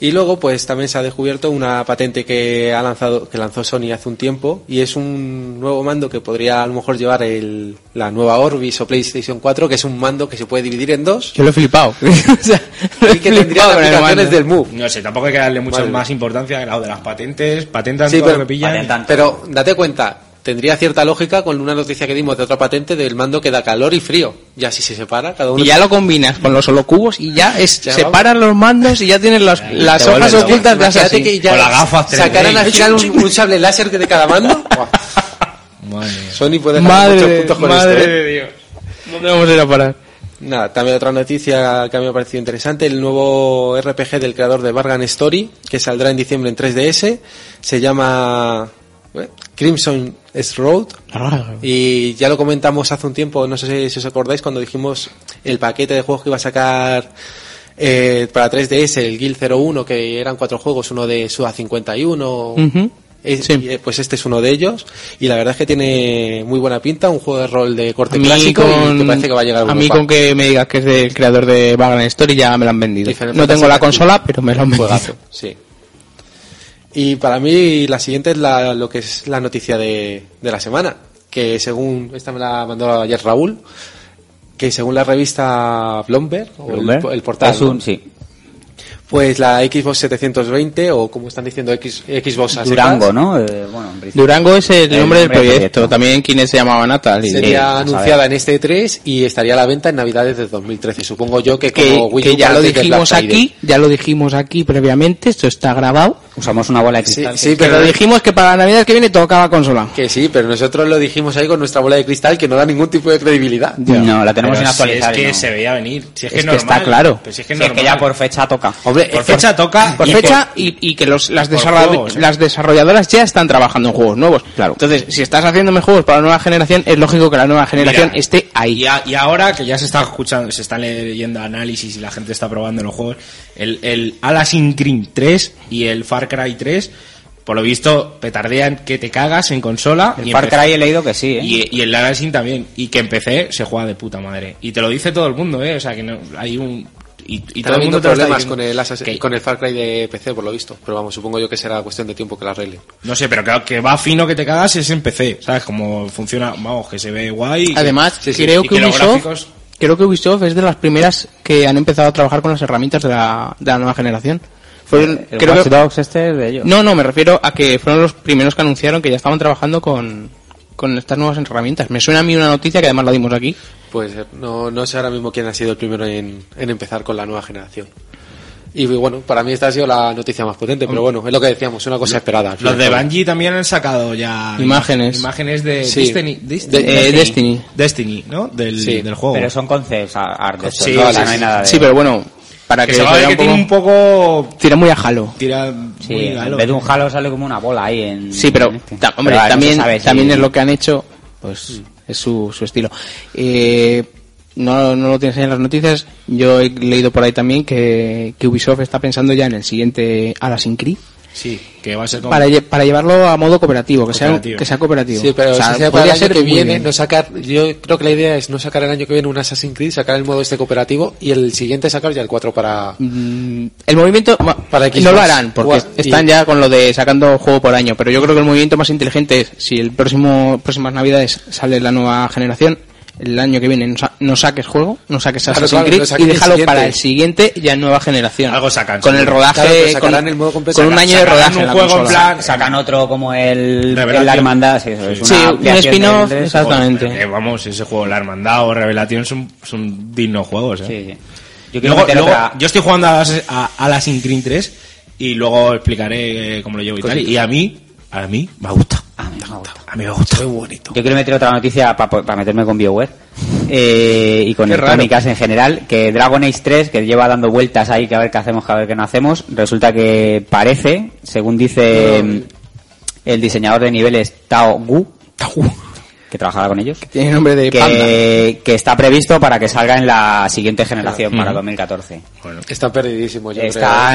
Speaker 7: Y luego, pues también se ha descubierto una patente que ha lanzado, que lanzó Sony hace un tiempo, y es un nuevo mando que podría a lo mejor llevar el, la nueva Orbis o PlayStation 4, que es un mando que se puede dividir en dos
Speaker 6: Yo lo he flipado. O sea, lo he
Speaker 7: y que tendría
Speaker 6: flipado con el
Speaker 7: aplicaciones
Speaker 6: mando.
Speaker 7: del Move.
Speaker 5: No sé, tampoco hay que darle mucha
Speaker 7: Vale.
Speaker 5: más importancia que lado de las patentes, patentan
Speaker 7: Sí,
Speaker 5: todo
Speaker 7: pero-
Speaker 5: lo que pillan.
Speaker 2: Patentan
Speaker 7: Pero date cuenta, tendría cierta lógica con una noticia que dimos de otra patente del mando que da calor y frío. Y así se separa, cada uno.
Speaker 6: Y ya lo combinas con los holocubos y ya, es,
Speaker 7: Ya
Speaker 6: separan los mandos y ya tienes las, las
Speaker 2: te
Speaker 6: hojas
Speaker 2: vuelves loco.
Speaker 6: ocultas de
Speaker 7: Imagínate
Speaker 6: así.
Speaker 7: que ya
Speaker 5: Con las gafas 3D.
Speaker 7: sacaran al final un, un sable láser que de cada mando. Buah,
Speaker 5: Madre mía.
Speaker 7: Sony puede ganar muchos
Speaker 6: Madre,
Speaker 7: puntos con
Speaker 6: madre
Speaker 7: esto, ¿eh?
Speaker 6: de Dios. ¿Dónde vamos a ir a parar?
Speaker 7: Nada, también otra noticia que a mí me ha parecido interesante, el nuevo RPG del creador de Bargain Story, que saldrá en diciembre en 3DS, se llama ¿eh? Crimson Road y ya lo comentamos hace un tiempo, no sé si os acordáis, cuando dijimos el paquete de juegos que iba a sacar eh, para 3DS, el Guild 01, que eran cuatro juegos, uno de Suda 51,
Speaker 6: Ujú.
Speaker 7: es-
Speaker 6: Sí.
Speaker 7: y, eh, pues este es uno de ellos y la verdad es que tiene muy buena pinta, un juego de rol de
Speaker 6: A
Speaker 7: corte
Speaker 6: mí,
Speaker 7: clásico y que
Speaker 6: con,
Speaker 7: parece que va a llegar a
Speaker 6: a mí
Speaker 7: Europa.
Speaker 6: con que me digas que es del creador de Vagrant Story ya me lo han vendido.
Speaker 7: Y Final
Speaker 6: No tengo la
Speaker 7: Fantasy
Speaker 6: consola, pero me lo han vendido.
Speaker 7: Juegazo, sí. Y para mí la siguiente es la, lo que es la noticia de, de la semana, que según, esta me la mandó ayer Raúl, que según la revista Bloomberg, o el-
Speaker 2: Bloomberg.
Speaker 7: El, portal,
Speaker 2: Es un,
Speaker 7: ¿no?
Speaker 2: sí.
Speaker 7: pues la Xbox 720 o como están diciendo X, Xbox a secas,
Speaker 2: Durango, ¿no? Eh, bueno, en principio.
Speaker 6: Durango es el,
Speaker 2: El
Speaker 6: nombre del
Speaker 2: nombre del
Speaker 6: proyecto.
Speaker 2: proyecto.
Speaker 6: También quienes se llamaba Natal. y-
Speaker 2: Sí,
Speaker 7: Sería
Speaker 2: a
Speaker 7: anunciada en este 3 y estaría a la venta en Navidades de 2013. Supongo yo que,
Speaker 6: que,
Speaker 7: como Wii
Speaker 6: que
Speaker 7: U
Speaker 6: ya lo
Speaker 7: antes del Black
Speaker 6: dijimos
Speaker 7: Friday.
Speaker 6: aquí, ya lo dijimos aquí previamente, esto está grabado.
Speaker 2: Usamos una bola de
Speaker 7: Sí,
Speaker 2: cristal.
Speaker 7: sí,
Speaker 6: Pero
Speaker 7: pero
Speaker 6: dijimos que para la Navidad que viene tocaba consola.
Speaker 7: que sí, pero nosotros lo dijimos ahí con nuestra bola de cristal que no da ningún tipo de credibilidad.
Speaker 2: No, la tenemos
Speaker 5: Pero
Speaker 2: sin actualizar.
Speaker 5: Si es que
Speaker 2: no.
Speaker 5: se veía venir. Si es,
Speaker 6: Es
Speaker 5: que,
Speaker 6: que
Speaker 5: normal.
Speaker 6: está claro.
Speaker 5: Pero si es
Speaker 2: Si
Speaker 5: que,
Speaker 2: es
Speaker 5: normal.
Speaker 2: que ya por fecha toca.
Speaker 7: Hombre,
Speaker 5: Por
Speaker 7: es-
Speaker 5: fecha toca.
Speaker 6: Por
Speaker 5: y
Speaker 6: fecha y, y que los, las,
Speaker 5: por
Speaker 6: desarrolla-
Speaker 5: juegos, ¿eh?
Speaker 6: las desarrolladoras ya están trabajando en juegos nuevos.
Speaker 2: Claro.
Speaker 6: Entonces, si estás haciéndome juegos para la nueva generación, es lógico que la nueva generación
Speaker 5: Mira.
Speaker 6: esté ahí.
Speaker 5: Y, a- y ahora que ya se está escuchando, se están leyendo análisis y la gente está probando los juegos, el, el Assassin's Creed 3 y el Far Cry 3, por lo visto, petardean que te cagas en consola.
Speaker 2: El
Speaker 5: y
Speaker 2: Far
Speaker 5: empecé-
Speaker 2: Cry he leído que sí, ¿eh?
Speaker 5: Y, y el Assassin también. Y que empecé, se juega de puta madre. Y te lo dice todo el mundo, ¿eh? O sea, que no, hay un... Y, y
Speaker 7: Están
Speaker 5: todo el mundo
Speaker 7: habiendo
Speaker 5: te lo está
Speaker 7: problemas
Speaker 5: diciendo.
Speaker 7: con el, Assassin-
Speaker 5: Que-
Speaker 7: con el Far Cry de PC, por lo visto. Pero vamos, supongo yo que será cuestión de tiempo que la arreglen.
Speaker 5: No sé, pero que, que va fino que te cagas es en PC, ¿sabes? Como funciona, vamos, que se ve guay. y que-
Speaker 6: Además,
Speaker 5: Sí, sí.
Speaker 6: creo
Speaker 5: Y
Speaker 6: que,
Speaker 5: los
Speaker 6: Ubisoft,
Speaker 5: gráficos-
Speaker 6: creo que Ubisoft es de las primeras que han empezado a trabajar con las herramientas de la, de la nueva generación. Fueron,
Speaker 2: El
Speaker 6: creo
Speaker 2: Watch
Speaker 6: que-
Speaker 2: Dogs este es de ellos.
Speaker 6: No, no, me refiero a que fueron los primeros que anunciaron que ya estaban trabajando con, con estas nuevas herramientas. Me suena a mí una noticia que además la dimos aquí.
Speaker 7: Pues eh, no, no sé ahora mismo quién ha sido el primero en, en empezar con la nueva generación. Y bueno, para mí esta ha sido la noticia más potente, pero bueno, es lo que decíamos, una cosa esperada. al fin y
Speaker 5: Los
Speaker 7: al
Speaker 5: de
Speaker 7: cabo.
Speaker 5: Bungie también han sacado ya
Speaker 6: Imágenes.
Speaker 5: Imágenes de
Speaker 7: Sí.
Speaker 5: Destiny, Destiny,
Speaker 6: De- eh, Destiny.
Speaker 5: Destiny, ¿no? Del,
Speaker 7: Sí,
Speaker 5: del juego.
Speaker 2: Pero son concepts a- art de
Speaker 7: Sí,
Speaker 2: estos, ¿no? O sea,
Speaker 7: sí,
Speaker 2: no hay
Speaker 7: sí.
Speaker 2: nada de...
Speaker 6: Sí, pero bueno, para
Speaker 5: que
Speaker 6: que,
Speaker 5: se
Speaker 6: se
Speaker 5: va a ver
Speaker 6: vea
Speaker 5: que
Speaker 6: un
Speaker 5: tiene
Speaker 6: poco...
Speaker 5: un poco
Speaker 6: Tira muy a jalo.
Speaker 5: tira
Speaker 2: Sí,
Speaker 5: muy
Speaker 2: en
Speaker 5: galo.
Speaker 2: vez de un halo sale como una bola ahí en...
Speaker 6: Sí, pero,
Speaker 2: en este.
Speaker 6: ta- hombre,
Speaker 2: Pero, a ver, no se
Speaker 6: también,
Speaker 2: sabe si- Mm.
Speaker 6: también es lo que han hecho, pues es su, su estilo. Eh, no, no lo tienes ahí en las noticias. Yo he leído por ahí también que, que Ubisoft está pensando ya en el siguiente Assassin's Creed.
Speaker 5: Sí, que va a ser como...
Speaker 6: Para, lle- para llevarlo a modo cooperativo, que,
Speaker 5: Cooperativo.
Speaker 6: Sea, que sea cooperativo.
Speaker 7: Sí, pero
Speaker 6: O sea,
Speaker 7: si sea para el
Speaker 6: podría
Speaker 7: año
Speaker 6: ser
Speaker 7: que
Speaker 6: muy
Speaker 7: viene,
Speaker 6: bien.
Speaker 7: no sacar. Yo creo que la idea es no sacar el año que viene un Assassin's Creed, sacar el modo este cooperativo y el siguiente sacar ya el 4 para.
Speaker 6: Mm, El movimiento ma-
Speaker 7: Para Xbox
Speaker 6: no lo harán porque
Speaker 7: One
Speaker 6: están
Speaker 7: y-
Speaker 6: ya con lo de sacando juego por año, pero yo creo que el movimiento más inteligente es si el próximo próximas Navidades sale la nueva generación, el año que viene no, sa- no saques juego, no saques
Speaker 7: Claro,
Speaker 6: Assassin's
Speaker 7: claro,
Speaker 6: Creed
Speaker 7: no saques
Speaker 6: y
Speaker 7: el
Speaker 6: déjalo
Speaker 7: siguiente.
Speaker 6: para el siguiente ya nueva generación.
Speaker 5: Algo sacan,
Speaker 6: con el
Speaker 5: seguro.
Speaker 7: Claro, pero
Speaker 6: rodaje
Speaker 7: sacarán
Speaker 6: con,
Speaker 7: el modo completo,
Speaker 6: con un
Speaker 7: sacarán-
Speaker 6: año de
Speaker 5: sacarán
Speaker 6: rodaje
Speaker 5: un
Speaker 6: en la
Speaker 5: juego en
Speaker 6: consola.
Speaker 5: plan-
Speaker 2: Sacan otro como el,
Speaker 5: Revelación.
Speaker 2: el La Hermandad, sí, eso es
Speaker 5: Sí.
Speaker 2: una
Speaker 6: Sí, un
Speaker 2: ampliación del
Speaker 6: spin-off,
Speaker 2: tres.
Speaker 6: exacto. Exactamente.
Speaker 5: Joder, eh, vamos, ese juego, La Hermandad o Revelación son, son dignos juegos, ¿eh?
Speaker 2: Sí, sí. Yo quiero
Speaker 5: Luego,
Speaker 2: meter
Speaker 5: luego,
Speaker 2: otra-
Speaker 5: yo estoy jugando a, las- a, a las In Creed 3 y luego explicaré eh, cómo lo llevo y tal. Y a mí, a mí me gusta.
Speaker 2: Ah, me ha gustado.
Speaker 5: A mí me gusta. Muy bonito.
Speaker 2: Yo quiero meter otra noticia para meterme con BioWare eh, y con
Speaker 6: Qué raro.
Speaker 2: Electronic Arts en general, que Dragon Age 3, que lleva dando vueltas ahí, que a ver qué hacemos, que a ver qué no hacemos, resulta que parece, según dice mm, el diseñador de niveles Tao Gu, que trabajaba con ellos,
Speaker 6: Tiene nombre de panda.
Speaker 2: que, que está previsto para que salga en la siguiente generación, para 2014.
Speaker 7: Está perdidísimo, Pues yo
Speaker 2: Está,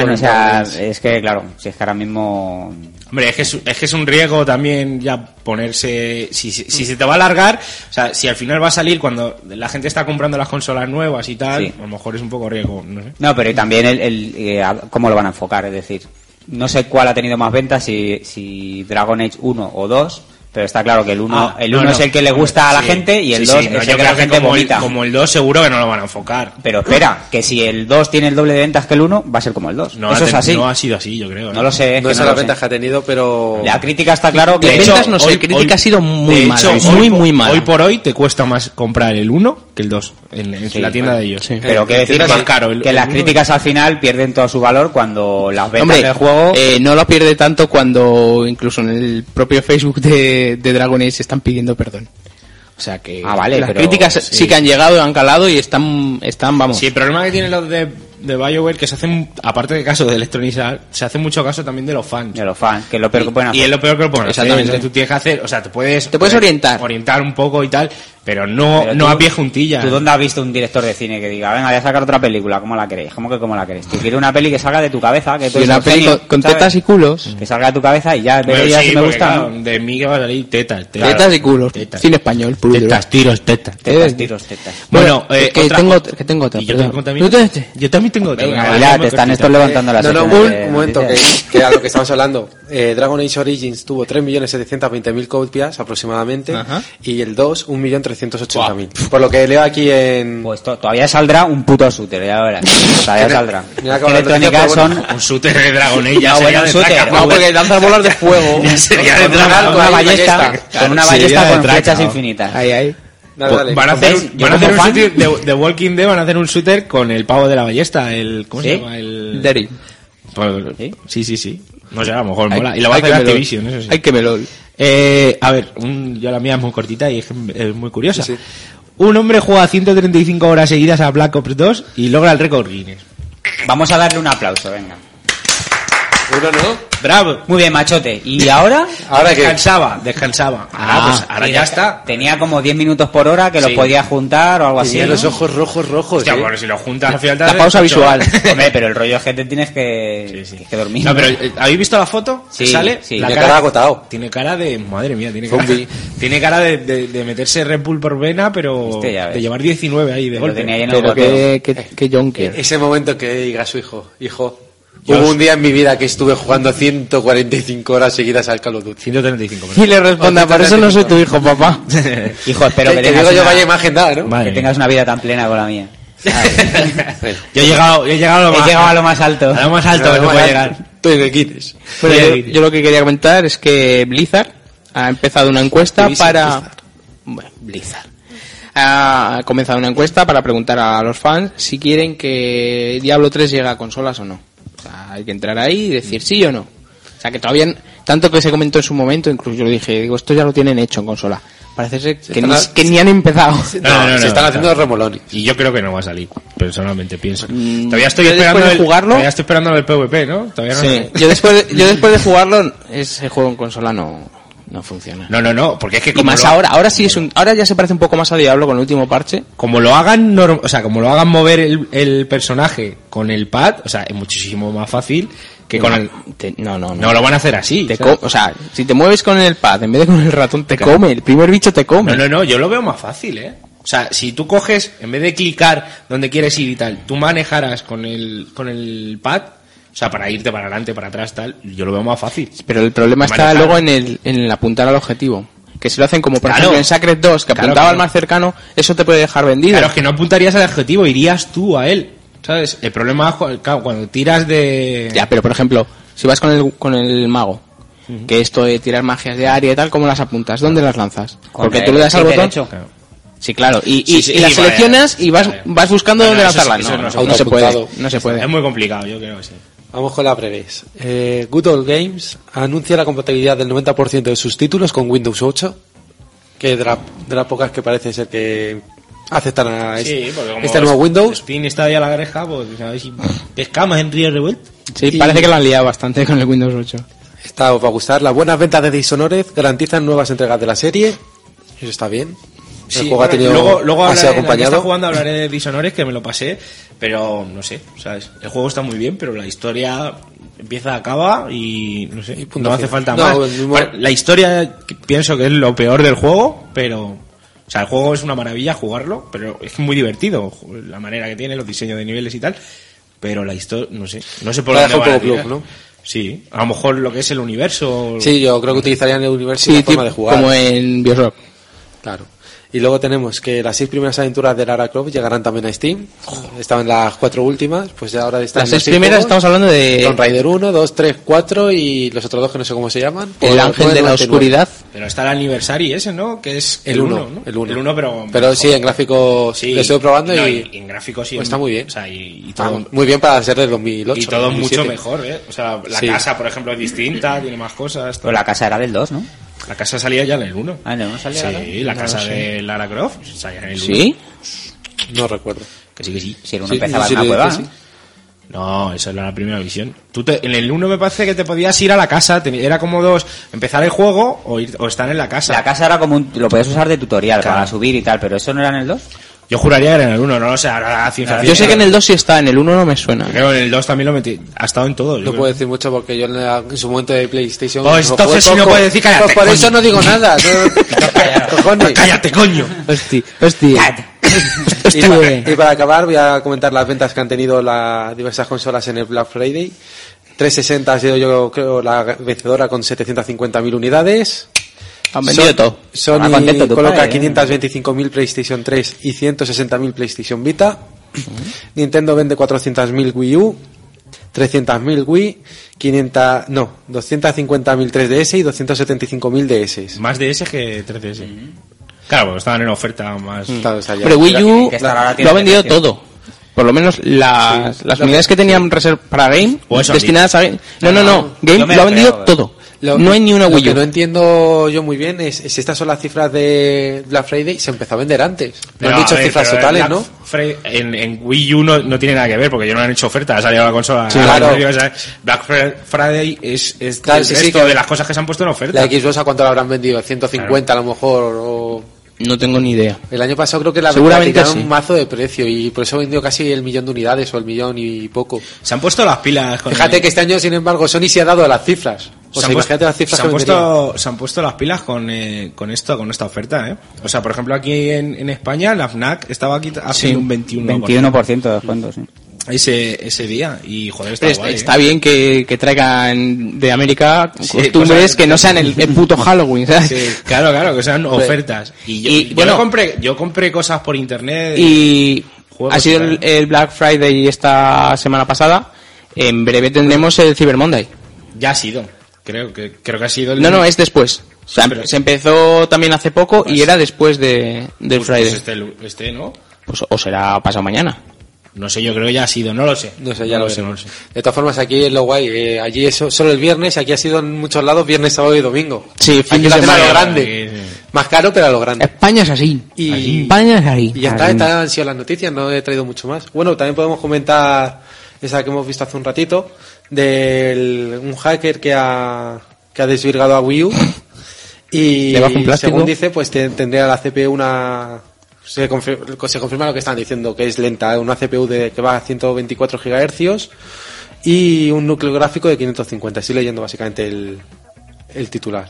Speaker 7: creo, con
Speaker 2: o
Speaker 7: el
Speaker 2: sea,
Speaker 7: Borderlands.
Speaker 2: es que claro, si es que ahora mismo...
Speaker 5: Hombre, es que es, es que es un riesgo también ya ponerse... Si, si- si se te va a alargar, o sea, si al final va a salir cuando la gente está comprando las consolas nuevas y tal,
Speaker 2: Sí.
Speaker 5: a lo mejor es un poco riesgo, no sé.
Speaker 2: No, pero y también el, el, eh, a- cómo lo van a enfocar, es decir, no sé cuál ha tenido más ventas, si, si Dragon Age 1 o 2, pero está claro que el 1,
Speaker 5: Ah,
Speaker 2: el
Speaker 5: no,
Speaker 2: 1 es
Speaker 5: no.
Speaker 2: el que le gusta a la
Speaker 5: Sí.
Speaker 2: gente y el
Speaker 5: Sí,
Speaker 2: 2
Speaker 5: sí, no,
Speaker 2: es
Speaker 5: yo
Speaker 2: el que la
Speaker 5: creo
Speaker 2: gente
Speaker 5: como
Speaker 2: vomita.
Speaker 5: El, como el 2 seguro que no lo van a enfocar.
Speaker 2: Pero espera, que si el 2 tiene el doble de ventas que el 1, va a ser como el 2.
Speaker 5: No,
Speaker 2: Eso
Speaker 5: ha,
Speaker 2: es
Speaker 5: ten-
Speaker 2: así.
Speaker 5: no ha
Speaker 2: No,
Speaker 5: sido así, yo creo. ¿eh?
Speaker 2: lo sé, es
Speaker 7: no
Speaker 2: que
Speaker 7: es
Speaker 2: no
Speaker 7: la
Speaker 2: lo sé.
Speaker 7: ventaja que ha tenido, pero.
Speaker 2: La crítica está claro que...
Speaker 6: De
Speaker 2: hecho,
Speaker 6: ventas no sé,
Speaker 5: hoy-
Speaker 6: crítica
Speaker 5: hoy-
Speaker 6: ha sido muy
Speaker 5: de
Speaker 6: mala,
Speaker 5: hecho,
Speaker 2: ¿eh?
Speaker 6: es
Speaker 5: hoy
Speaker 6: muy,
Speaker 5: po-
Speaker 6: muy mala.
Speaker 5: Hoy por hoy te cuesta más comprar el 1 que el 2 en, en
Speaker 2: Sí,
Speaker 5: la tienda
Speaker 2: vale.
Speaker 5: de ellos.
Speaker 6: Sí.
Speaker 2: Pero que
Speaker 5: El-
Speaker 2: decir
Speaker 5: el-
Speaker 2: que,
Speaker 5: más caro, el-
Speaker 2: que
Speaker 5: el
Speaker 2: las
Speaker 5: uno.
Speaker 2: críticas al final pierden todo su valor cuando las ventas
Speaker 6: Hombre,
Speaker 2: del juego...
Speaker 6: eh, no lo pierde tanto cuando incluso en el propio Facebook de, de Dragon Age están pidiendo perdón. O sea que
Speaker 2: Ah, vale,
Speaker 6: las
Speaker 2: pero
Speaker 6: críticas sí.
Speaker 5: sí
Speaker 6: que han llegado, han calado y están, están vamos.
Speaker 5: Sí, el problema que tienen los de, de BioWare que se hacen, aparte de caso de Electronic Arts, se hace mucho caso también de los fans.
Speaker 2: De los fans, que es lo peor que pueden
Speaker 5: y es
Speaker 2: hacer.
Speaker 5: lo peor que lo pones.
Speaker 6: Exactamente.
Speaker 5: Tú tienes que hacer, o sea, te puedes, eh,
Speaker 6: Te puedes orientar.
Speaker 5: orientar un poco y tal, pero no,
Speaker 2: Pero
Speaker 5: no
Speaker 2: tú-
Speaker 5: a pie juntillas.
Speaker 2: ¿Tú dónde has visto un director de cine que diga, venga, voy a sacar otra película, ¿cómo la queréis? ¿Cómo que cómo la queréis? Tú quieres una peli que salga de tu cabeza, que tú
Speaker 5: pues
Speaker 6: y
Speaker 2: eres
Speaker 6: una
Speaker 2: un
Speaker 6: peli con,
Speaker 2: genio,
Speaker 6: con
Speaker 2: ¿sabes?
Speaker 6: tetas y Eh, culos.
Speaker 2: Que salga de tu cabeza y ya,
Speaker 5: Bueno,
Speaker 2: veré ya si
Speaker 5: sí,
Speaker 2: me
Speaker 5: porque,
Speaker 2: gusta
Speaker 5: claro,
Speaker 2: o no.
Speaker 5: de mí que va a salir tetas. tetas.
Speaker 6: Tetas y culos.
Speaker 5: Tetas.
Speaker 6: Cine español, puro.
Speaker 5: Tetas, tiros, tetas.
Speaker 2: Tetas, tiros, tetas.
Speaker 5: Bueno, eh,
Speaker 6: que
Speaker 5: otra-
Speaker 6: tengo, ot- que tengo otra.
Speaker 5: Y yo
Speaker 6: perdón.
Speaker 5: tengo también,
Speaker 6: ¿Tú tienes este?
Speaker 5: yo también tengo otra.
Speaker 2: Venga,
Speaker 5: Ahora
Speaker 2: Pilar,
Speaker 5: mismo
Speaker 2: te están
Speaker 5: cortita.
Speaker 2: estos levantando la
Speaker 7: No, no,
Speaker 2: sección
Speaker 7: un,
Speaker 2: de
Speaker 7: un momento, que,
Speaker 2: noticias.
Speaker 7: Eh, que a lo que estamos hablando. Eh, Dragon Age Origins tuvo 3.720.000 copias aproximadamente
Speaker 6: Ajá.
Speaker 7: y el 2, 1.380.000. Por lo que leo aquí en...
Speaker 2: Pues to- todavía saldrá un puto shooter, ya verás. Todavía saldrá.
Speaker 7: Mira que ahora
Speaker 2: Electronic
Speaker 7: lo decía,
Speaker 2: Arts
Speaker 7: pero
Speaker 2: son...
Speaker 7: bueno.
Speaker 5: Un shooter de Dragon Age ya
Speaker 2: No,
Speaker 5: sería
Speaker 2: Ah, bueno,
Speaker 5: de
Speaker 2: shooter,
Speaker 5: traca,
Speaker 2: no,
Speaker 5: porque-
Speaker 6: lanzar bolas de fuego.
Speaker 5: ya sería de
Speaker 2: Con
Speaker 5: traca,
Speaker 2: una,
Speaker 5: ¿no?
Speaker 2: ballesta, con una
Speaker 5: Sí, sería
Speaker 2: ballesta
Speaker 5: de
Speaker 2: con
Speaker 5: traca,
Speaker 2: flechas
Speaker 5: ¿no?
Speaker 2: infinitas.
Speaker 6: Ahí, ahí.
Speaker 7: Dale, dale.
Speaker 5: Pues Van a hacer,
Speaker 2: ¿Ves? Yo
Speaker 5: van a hacer un
Speaker 2: como fan-
Speaker 5: shooter de, de Walking Dead, van a hacer un shooter con el pavo de la ballesta, el ¿cómo
Speaker 2: ¿Sí?
Speaker 5: se llama? El
Speaker 6: Derry.
Speaker 5: Pues,
Speaker 2: ¿Sí?
Speaker 5: sí, sí, sí. No sé, a lo mejor
Speaker 6: Hay-
Speaker 5: mola. Y lo va a
Speaker 6: hay
Speaker 5: hacer
Speaker 6: que verlo.
Speaker 5: Activision, eso sí.
Speaker 6: Hay que verlo.
Speaker 5: Eh, a ver, un- yo la mía es muy cortita y es, que es muy curiosa. Un hombre juega 135 horas seguidas a Black Ops 2 y logra el récord Guinness.
Speaker 2: Vamos a darle un aplauso, venga.
Speaker 7: Uno no.
Speaker 5: ¡Bravo!
Speaker 2: Muy bien, machote. ¿Y ahora?
Speaker 7: Ahora que...
Speaker 5: Descansaba, descansaba.
Speaker 2: Ah,
Speaker 5: Ahora, pues, ahora
Speaker 2: y
Speaker 5: ya
Speaker 2: de-
Speaker 5: está.
Speaker 2: Tenía como 10 minutos por hora que los
Speaker 5: Sí.
Speaker 2: podía juntar o algo así.
Speaker 7: Tenía
Speaker 2: ¿no?
Speaker 7: los ojos rojos, rojos.
Speaker 5: Hostia,
Speaker 7: eh.
Speaker 5: bueno, si lo juntas al final... te
Speaker 6: La
Speaker 5: haces
Speaker 6: pausa
Speaker 5: ocho
Speaker 6: visual.
Speaker 5: horas.
Speaker 2: Hombre, pero el rollo es que te tienes que,
Speaker 5: Sí, sí.
Speaker 2: que dormir.
Speaker 5: No, pero eh, ¿habéis visto la foto? que
Speaker 2: Sí,
Speaker 5: sale?
Speaker 2: sí.
Speaker 5: La
Speaker 7: Tiene cara de agotado.
Speaker 5: Tiene cara de... Madre mía, tiene
Speaker 7: Zombie.
Speaker 5: cara, tiene cara de, de- de meterse Red Bull por vena, pero
Speaker 2: Este ya ves.
Speaker 5: de llevar 19 ahí de
Speaker 2: Lo tenía
Speaker 5: golpe.
Speaker 2: lleno de
Speaker 6: Pero
Speaker 2: goteo.
Speaker 6: que, que,
Speaker 5: Eh,
Speaker 6: que Jonker.
Speaker 7: Ese momento que diga su hijo, hijo,
Speaker 5: Yo
Speaker 7: hubo
Speaker 5: os-
Speaker 7: un día en mi vida que estuve jugando 145 horas seguidas al Call of Duty.
Speaker 5: 135.
Speaker 6: Y le responda, por eso no soy tu hijo, papá.
Speaker 2: Hijo, espero
Speaker 7: Eh,
Speaker 2: que,
Speaker 7: que
Speaker 2: tengas,
Speaker 7: digo yo
Speaker 2: una,
Speaker 7: vaya imagen dada, ¿no?
Speaker 5: Madre
Speaker 2: que
Speaker 5: mía.
Speaker 2: tengas una vida tan plena como la mía.
Speaker 5: Yo he llegado, yo he llegado a lo
Speaker 2: He
Speaker 5: más
Speaker 2: llegado a lo más alto.
Speaker 5: a lo más alto que se puede llegar.
Speaker 7: Tú me quites.
Speaker 6: Bueno,
Speaker 5: Sí,
Speaker 6: yo,
Speaker 5: el-
Speaker 6: yo lo que quería comentar es que Blizzard ha empezado una encuesta
Speaker 7: Activision
Speaker 6: para... Bueno, Blizzard. Ha comenzado una encuesta para preguntar a los fans si quieren que Diablo 3 llegue a consolas o no. O sea, hay que entrar ahí y decir sí o no. O sea, que todavía, n- tanto que se comentó en su momento, incluso yo lo dije, digo, esto ya lo tienen hecho en consola. Parece ser que,
Speaker 7: están
Speaker 6: ni,
Speaker 7: a-
Speaker 6: que ni han empezado.
Speaker 5: No, no, no,
Speaker 7: se están
Speaker 5: no,
Speaker 7: haciendo
Speaker 5: no.
Speaker 7: remolones.
Speaker 5: Y yo creo que no va a salir, personalmente pienso.
Speaker 6: Mm,
Speaker 5: Todavía estoy
Speaker 6: yo después
Speaker 5: esperando
Speaker 6: de
Speaker 5: el,
Speaker 6: jugarlo-
Speaker 5: todavía estoy esperando el PvP, ¿no? Todavía no,
Speaker 6: Sí. Yo después, de- yo después de jugarlo, ese juego en consola no, no funciona.
Speaker 5: no, no, no, porque es que
Speaker 6: Y
Speaker 5: como
Speaker 6: más
Speaker 5: lo-
Speaker 6: ahora, ahora sí es un, ahora ya se parece un poco más a Diablo con el último parche.
Speaker 5: como lo hagan norm- o sea como lo hagan mover el, el personaje con el pad o sea es muchísimo más fácil que con el...
Speaker 6: Te- no, no, no.
Speaker 5: No lo van a hacer así.
Speaker 6: Te
Speaker 5: ¿sabes?
Speaker 6: co- o sea, si te mueves con el pad en vez de con el ratón, te come. El primer bicho te come.
Speaker 5: No, no, no, yo lo veo más fácil, ¿eh? O sea, si tú coges, en vez de clicar donde quieres ir y tal, tú manejaras con el, con el pad, o sea, para irte para adelante, para atrás, tal, yo lo veo más fácil.
Speaker 6: Pero el problema está
Speaker 5: Manejar.
Speaker 6: luego en el, en el apuntar al objetivo. Que si lo hacen como por
Speaker 5: Claro.
Speaker 6: ejemplo en Sacred 2, que
Speaker 5: Claro,
Speaker 6: apuntaba
Speaker 5: claro.
Speaker 6: al más cercano, eso te puede dejar vendido.
Speaker 5: Claro, es que no apuntarías al objetivo, irías tú a él, ¿sabes? El problema es cu- claro, cuando tiras de...
Speaker 6: Ya, pero por ejemplo, si vas con el, con el mago, que esto de tirar magias de área y tal, ¿cómo las apuntas? ¿Dónde las lanzas? Porque
Speaker 2: el
Speaker 6: tú le das al
Speaker 2: clic
Speaker 6: botón.
Speaker 2: derecho.
Speaker 5: Claro.
Speaker 6: Sí, claro. Y,
Speaker 5: Sí,
Speaker 6: y-
Speaker 5: sí,
Speaker 6: y las
Speaker 5: y vaya,
Speaker 6: seleccionas y vas,
Speaker 5: vaya.
Speaker 6: vas buscando
Speaker 5: No, no,
Speaker 6: dónde
Speaker 5: eso
Speaker 6: lanzarlas.
Speaker 5: sí, eso no se
Speaker 6: no, no se
Speaker 7: puede.
Speaker 6: puede. No se puede.
Speaker 5: Es muy complicado, yo creo que sí.
Speaker 7: Vamos con la breves. Eh, Good Old Games anuncia la compatibilidad del 90% de sus títulos con Windows 8, que de, la- de las pocas que parece ser que aceptan a este, este nuevo Windows.
Speaker 5: Spin está ya la greja, pues, ¿sabes? Y Pescamos en Río Revuelto.
Speaker 6: Sí,
Speaker 7: Y-
Speaker 6: parece que lo han liado bastante con el Windows 8.
Speaker 7: Esta os va a gustar. Las buenas ventas de Dishonored garantizan nuevas entregas de la serie. Eso está bien. El
Speaker 5: Sí,
Speaker 7: juego ha
Speaker 5: bueno,
Speaker 7: tenido
Speaker 5: luego, luego
Speaker 7: ha sido
Speaker 5: hablaré, la que está
Speaker 7: acompañado.
Speaker 5: jugando hablaré de Dishonored, que me lo pasé, pero no sé, ¿sabes? El juego está muy bien, pero la historia empieza, acaba y no sé,
Speaker 7: Y punto
Speaker 5: no hace
Speaker 7: final.
Speaker 5: falta
Speaker 7: No,
Speaker 5: más.
Speaker 7: el mismo-
Speaker 5: Bueno, La historia que pienso que es lo peor del juego, pero... O sea, el juego es una maravilla jugarlo, pero es muy divertido ju- la manera que tiene, los diseños de niveles y tal, pero la historia, no sé, no sé por
Speaker 7: Lo ha
Speaker 5: dónde
Speaker 7: dejado
Speaker 5: van a
Speaker 7: un poco
Speaker 5: tirar.
Speaker 7: club, ¿no?
Speaker 5: Sí, a lo mejor lo que es el universo...
Speaker 7: Sí, yo creo que utilizarían el universo y
Speaker 6: Sí,
Speaker 7: la forma
Speaker 6: tipo-
Speaker 7: de jugar.
Speaker 6: como en Bioshock.
Speaker 7: Claro. Y luego tenemos que las seis primeras aventuras de Lara Croft llegarán también a Steam. Estaban las cuatro últimas, pues ya ahora están
Speaker 6: Las
Speaker 7: los
Speaker 6: seis
Speaker 7: juegos.
Speaker 6: primeras estamos hablando de
Speaker 7: Tomb Raider 1, 2, 3, 4 y los otros dos que no sé cómo se llaman.
Speaker 6: El
Speaker 7: Pues,
Speaker 6: Ángel de la
Speaker 7: 99.
Speaker 6: Oscuridad.
Speaker 5: Pero está el aniversario ese, ¿no? Que es
Speaker 7: El 1,
Speaker 5: uno, ¿no?
Speaker 7: el 1.
Speaker 5: El 1, pero...
Speaker 7: sí, en gráfico
Speaker 5: Sí.
Speaker 7: lo estoy probando
Speaker 5: No,
Speaker 7: y,
Speaker 5: en gráficos sí.
Speaker 7: Pues
Speaker 5: en-
Speaker 7: está muy bien.
Speaker 5: O sea, y, y
Speaker 7: ah,
Speaker 5: todo,
Speaker 7: muy bien para ser del 2008.
Speaker 5: y todo mucho
Speaker 7: 2007.
Speaker 5: mejor, ¿eh? O sea, la
Speaker 7: Sí.
Speaker 5: casa, por ejemplo, es distinta, tiene más cosas.
Speaker 2: Pero Pues la casa era del 2, ¿no?
Speaker 5: La casa salía ya en el 1.
Speaker 2: Ah, no, no salía ahora.
Speaker 5: Sí, la
Speaker 2: No
Speaker 5: casa
Speaker 2: lo sé.
Speaker 5: de Lara Croft salía en el 1.
Speaker 6: ¿Sí?
Speaker 7: No recuerdo.
Speaker 5: Que sí, que sí.
Speaker 2: Si el uno
Speaker 7: Sí,
Speaker 2: empezaba
Speaker 7: sí,
Speaker 2: en una
Speaker 7: sí,
Speaker 2: cueva,
Speaker 7: sí.
Speaker 2: ¿no?
Speaker 5: No, esa era la primera visión. Tú te- en el 1 me parece que te podías ir a la casa. teni- era como dos, empezar el juego o, ir- o estar en la casa.
Speaker 2: La casa era como un... Lo podías usar de tutorial
Speaker 5: Claro.
Speaker 2: para subir y tal, pero eso no era en el 2.
Speaker 5: Yo juraría que era en el 1, no lo sé, ahora ciencia
Speaker 6: Yo sé
Speaker 5: cierta.
Speaker 6: que en el 2 sí está, en el 1 no me suena.
Speaker 5: Creo que en el 2 también lo metí. Ha estado en todo. yo
Speaker 7: No
Speaker 5: creo.
Speaker 7: puedo decir mucho porque yo en, la- en su momento de PlayStation.
Speaker 5: Pues
Speaker 7: lo jugué
Speaker 5: entonces si no
Speaker 7: poco.
Speaker 5: puedes decir, cállate,
Speaker 7: Pues por
Speaker 5: coño.
Speaker 7: eso no digo nada. no- Cojones.
Speaker 5: ¡Cállate, coño!
Speaker 6: Hostia, hostia.
Speaker 7: Y
Speaker 6: Hostia.
Speaker 7: para, y para acabar voy a comentar las ventas que han tenido las diversas consolas en el Black Friday. 360 ha sido yo creo la vencedora con 750.000 unidades.
Speaker 6: Han vendido
Speaker 7: Son-
Speaker 6: todo.
Speaker 2: Ah,
Speaker 7: Sony
Speaker 2: contento tu
Speaker 7: coloca
Speaker 2: padre, ¿eh?
Speaker 7: 525.000 PlayStation 3 y 160.000 PlayStation Vita. Nintendo vende 400.000 Wii U, 300.000 Wii, 500, no, 250.000 3DS y 275.000
Speaker 6: Mm.
Speaker 7: DS.
Speaker 5: Más DS que 3DS. Claro, porque estaban en oferta más.
Speaker 7: Mm. Claro, o sea, ya-
Speaker 6: Pero Wii U
Speaker 2: que estar ahora
Speaker 6: lo
Speaker 2: tiene
Speaker 6: ha vendido
Speaker 2: precio.
Speaker 6: todo. Por lo menos las, las
Speaker 7: Lo
Speaker 6: unidades
Speaker 7: que-
Speaker 6: que tenían reserv- para Game,
Speaker 5: O eso han
Speaker 6: destinadas a Game. No, no, no.
Speaker 2: yo
Speaker 6: Game
Speaker 2: me
Speaker 6: lo ha
Speaker 2: la
Speaker 6: vendido
Speaker 2: creo, eh.
Speaker 6: todo.
Speaker 7: Lo-
Speaker 6: no hay ni una
Speaker 7: lo
Speaker 6: Wii
Speaker 7: que no
Speaker 6: U.
Speaker 7: entiendo yo muy bien es si estas son las cifras de Black Friday, se empezó a vender antes. No
Speaker 5: Pero,
Speaker 7: han dicho
Speaker 5: a ver,
Speaker 7: cifras
Speaker 5: pero
Speaker 7: totales,
Speaker 5: en la
Speaker 7: ¿no?
Speaker 5: Fre- En, en Wii U no, no tiene nada que ver porque ya no han hecho oferta, ha salido la consola.
Speaker 7: Sí,
Speaker 5: ahora
Speaker 7: claro.
Speaker 5: mismo, o sea, Black Fr- Friday es, es
Speaker 7: Claro,
Speaker 5: el
Speaker 7: sí, sí,
Speaker 5: resto
Speaker 7: que-
Speaker 5: de las cosas que se han puesto en oferta.
Speaker 7: La Xbox a cuánto la habrán vendido, 150 a lo mejor o
Speaker 6: No tengo ni idea.
Speaker 7: el año pasado creo que la
Speaker 6: Seguramente
Speaker 7: la tiraron
Speaker 6: sí.
Speaker 7: un mazo de precio y por eso vendió casi el millón de unidades o el millón y poco.
Speaker 5: Se han puesto las pilas con
Speaker 7: Fíjate
Speaker 5: el-
Speaker 7: que este año, sin embargo, Sony se ha dado a las cifras. O
Speaker 5: se
Speaker 7: sea,
Speaker 5: han
Speaker 7: imagínate
Speaker 5: puesto-
Speaker 7: las cifras
Speaker 5: se
Speaker 7: que
Speaker 5: han
Speaker 7: venderían.
Speaker 5: puesto, se han puesto las pilas con, eh, con esto, con esta oferta, ¿eh? O sea, por ejemplo, aquí en, en España, la FNAC estaba aquí haciendo un 21%.
Speaker 2: 21% de descuento, sí.
Speaker 5: Ese, ese día. Y joder, está,
Speaker 6: Pero es-
Speaker 5: guay, ¿eh?
Speaker 6: está bien que, que traigan de América
Speaker 5: Sí,
Speaker 6: costumbres
Speaker 5: cosas-
Speaker 6: que no sean el, el puto Halloween, ¿sabes?
Speaker 5: Sí, claro, claro, que sean ofertas. Y yo,
Speaker 6: Y,
Speaker 5: yo
Speaker 6: bueno-
Speaker 5: no compré, yo compré cosas por internet.
Speaker 6: Y
Speaker 5: Juegos
Speaker 6: ha
Speaker 5: y
Speaker 6: sido el,
Speaker 5: tal.
Speaker 6: el Black Friday esta semana pasada. En breve tendremos el Cyber Monday.
Speaker 5: Ya ha sido. Creo que, creo que ha sido el. Pues,
Speaker 6: No, no, es después. O sea,
Speaker 5: Sí, pero-
Speaker 6: se empezó también hace poco y
Speaker 5: Pues-
Speaker 6: era después de, del
Speaker 5: pues- pues
Speaker 6: Friday.
Speaker 5: este, lu- este, ¿no?
Speaker 6: Pues, o será pasado mañana.
Speaker 5: No sé, yo creo que ya ha sido, no lo sé.
Speaker 7: No sé, ya lo,
Speaker 5: sé, no lo
Speaker 7: veremos.
Speaker 5: sé.
Speaker 7: De todas formas, aquí es lo guay. eh, allí es so- solo el viernes, aquí ha sido en muchos lados viernes, sábado y domingo.
Speaker 6: Sí, fin
Speaker 7: aquí
Speaker 6: de
Speaker 7: lo hacen a
Speaker 6: semana.
Speaker 7: lo grande.
Speaker 5: Sí, sí.
Speaker 7: Más caro, pero a lo grande.
Speaker 6: España es así.
Speaker 7: Y- Así.
Speaker 6: España es así.
Speaker 7: Y ya está, estas han sido las noticias, no he traído mucho más. Bueno, también podemos comentar esa que hemos visto hace un ratito, de un hacker que ha, que ha desvirgado a Wii U. Y
Speaker 6: Le baja un plástico.
Speaker 7: según dice, pues te- tendría la CPU una... Se, ¿eh? confir- se confirma lo que están diciendo, que es lenta, una CPU de, que va a 124 gigahercios y un núcleo gráfico de 550. Estoy leyendo básicamente el, el titular.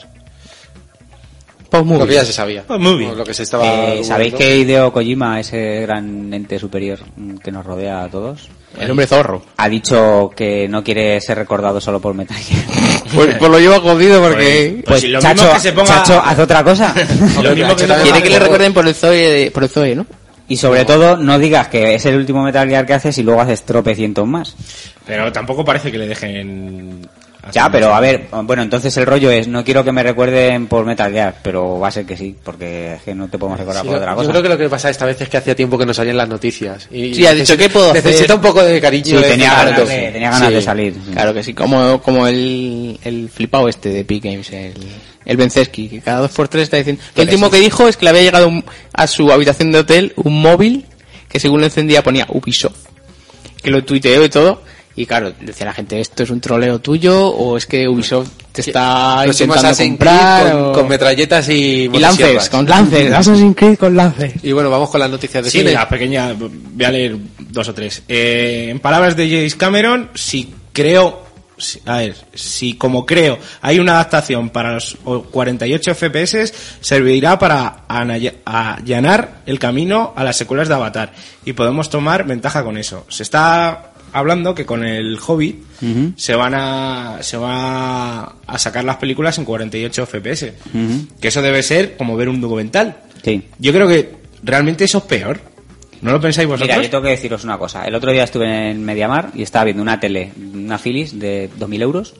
Speaker 6: Pues muy
Speaker 7: lo que
Speaker 6: bien.
Speaker 7: ya se sabía.
Speaker 5: Pues muy bien.
Speaker 7: Lo que se estaba.
Speaker 2: Eh, ¿Sabéis
Speaker 7: rumorando.
Speaker 2: que Hideo Kojima, ese gran ente superior mm, que nos rodea a todos,
Speaker 6: El hombre zorro.
Speaker 2: ha dicho que no quiere ser recordado solo por Metal Gear?
Speaker 6: Pues, pues lo llevo jodido porque...
Speaker 5: Pues si lo mismo
Speaker 2: Chacho,
Speaker 5: que se ponga-
Speaker 2: Chacho, haz otra cosa.
Speaker 5: Lo mismo que
Speaker 7: Chacho,
Speaker 6: Quiere que le recuerden por el Zoe, de- por el Zoe ¿no?
Speaker 2: y sobre todo, no digas que es el último Metal Gear que haces y luego haces tropecientos más.
Speaker 5: Pero tampoco parece que le dejen. hacer
Speaker 2: Ya, pero
Speaker 5: mucho.
Speaker 2: a ver, bueno, entonces el rollo es, no quiero que me recuerden por Metal Gear, pero va a ser que sí, porque es que no te podemos recordar
Speaker 7: Sí,
Speaker 2: por
Speaker 7: yo,
Speaker 2: otra
Speaker 7: yo
Speaker 2: cosa.
Speaker 7: creo que lo que pasa esta vez es que hacía tiempo que no salían las noticias. Y
Speaker 6: Sí, ha dicho,
Speaker 7: necesita-
Speaker 6: ¿qué puedo hacer?
Speaker 7: Necesita un poco de cariño.
Speaker 2: Sí,
Speaker 7: de final,
Speaker 2: tenía ganas, de,
Speaker 7: entonces.
Speaker 2: tenía ganas
Speaker 7: Sí.
Speaker 2: de salir.
Speaker 6: Claro que sí, como, como el, el flipado este de Epic Games, el, el Benzeski, que cada dos por tres está diciendo... Lo último que dijo es que le había llegado un- a su habitación de hotel un móvil que según lo encendía ponía Ubisoft, que lo tuiteó y todo... Y claro, decía la gente, ¿esto es un troleo tuyo o es que Ubisoft te está
Speaker 7: Los hemos
Speaker 6: intentando
Speaker 7: Assassin's
Speaker 6: comprar?
Speaker 7: Creed con,
Speaker 6: o-
Speaker 7: con metralletas y,
Speaker 6: y Lancers,
Speaker 7: motosierras.
Speaker 6: con Lancers, Assassin's Creed con Lancers.
Speaker 7: Y bueno, vamos con las noticias de
Speaker 5: Sí,
Speaker 7: cine.
Speaker 5: la pequeña, voy a leer dos o tres. Eh, en palabras de James Cameron, si creo, si- a ver, si como creo hay una adaptación para los 48 FPS, servirá para anaya- allanar el camino a las secuelas de Avatar y podemos tomar ventaja con eso. Se está hablando que con el Hobbit se van a se va a sacar las películas en 48 FPS, que eso debe ser como ver un documental.
Speaker 2: Sí.
Speaker 5: Yo creo que realmente eso es peor. ¿No lo pensáis vosotros?
Speaker 2: Mira, yo tengo que deciros una cosa. El otro día estuve en Mediamar y estaba viendo una tele, una Philips de 2.000 euros.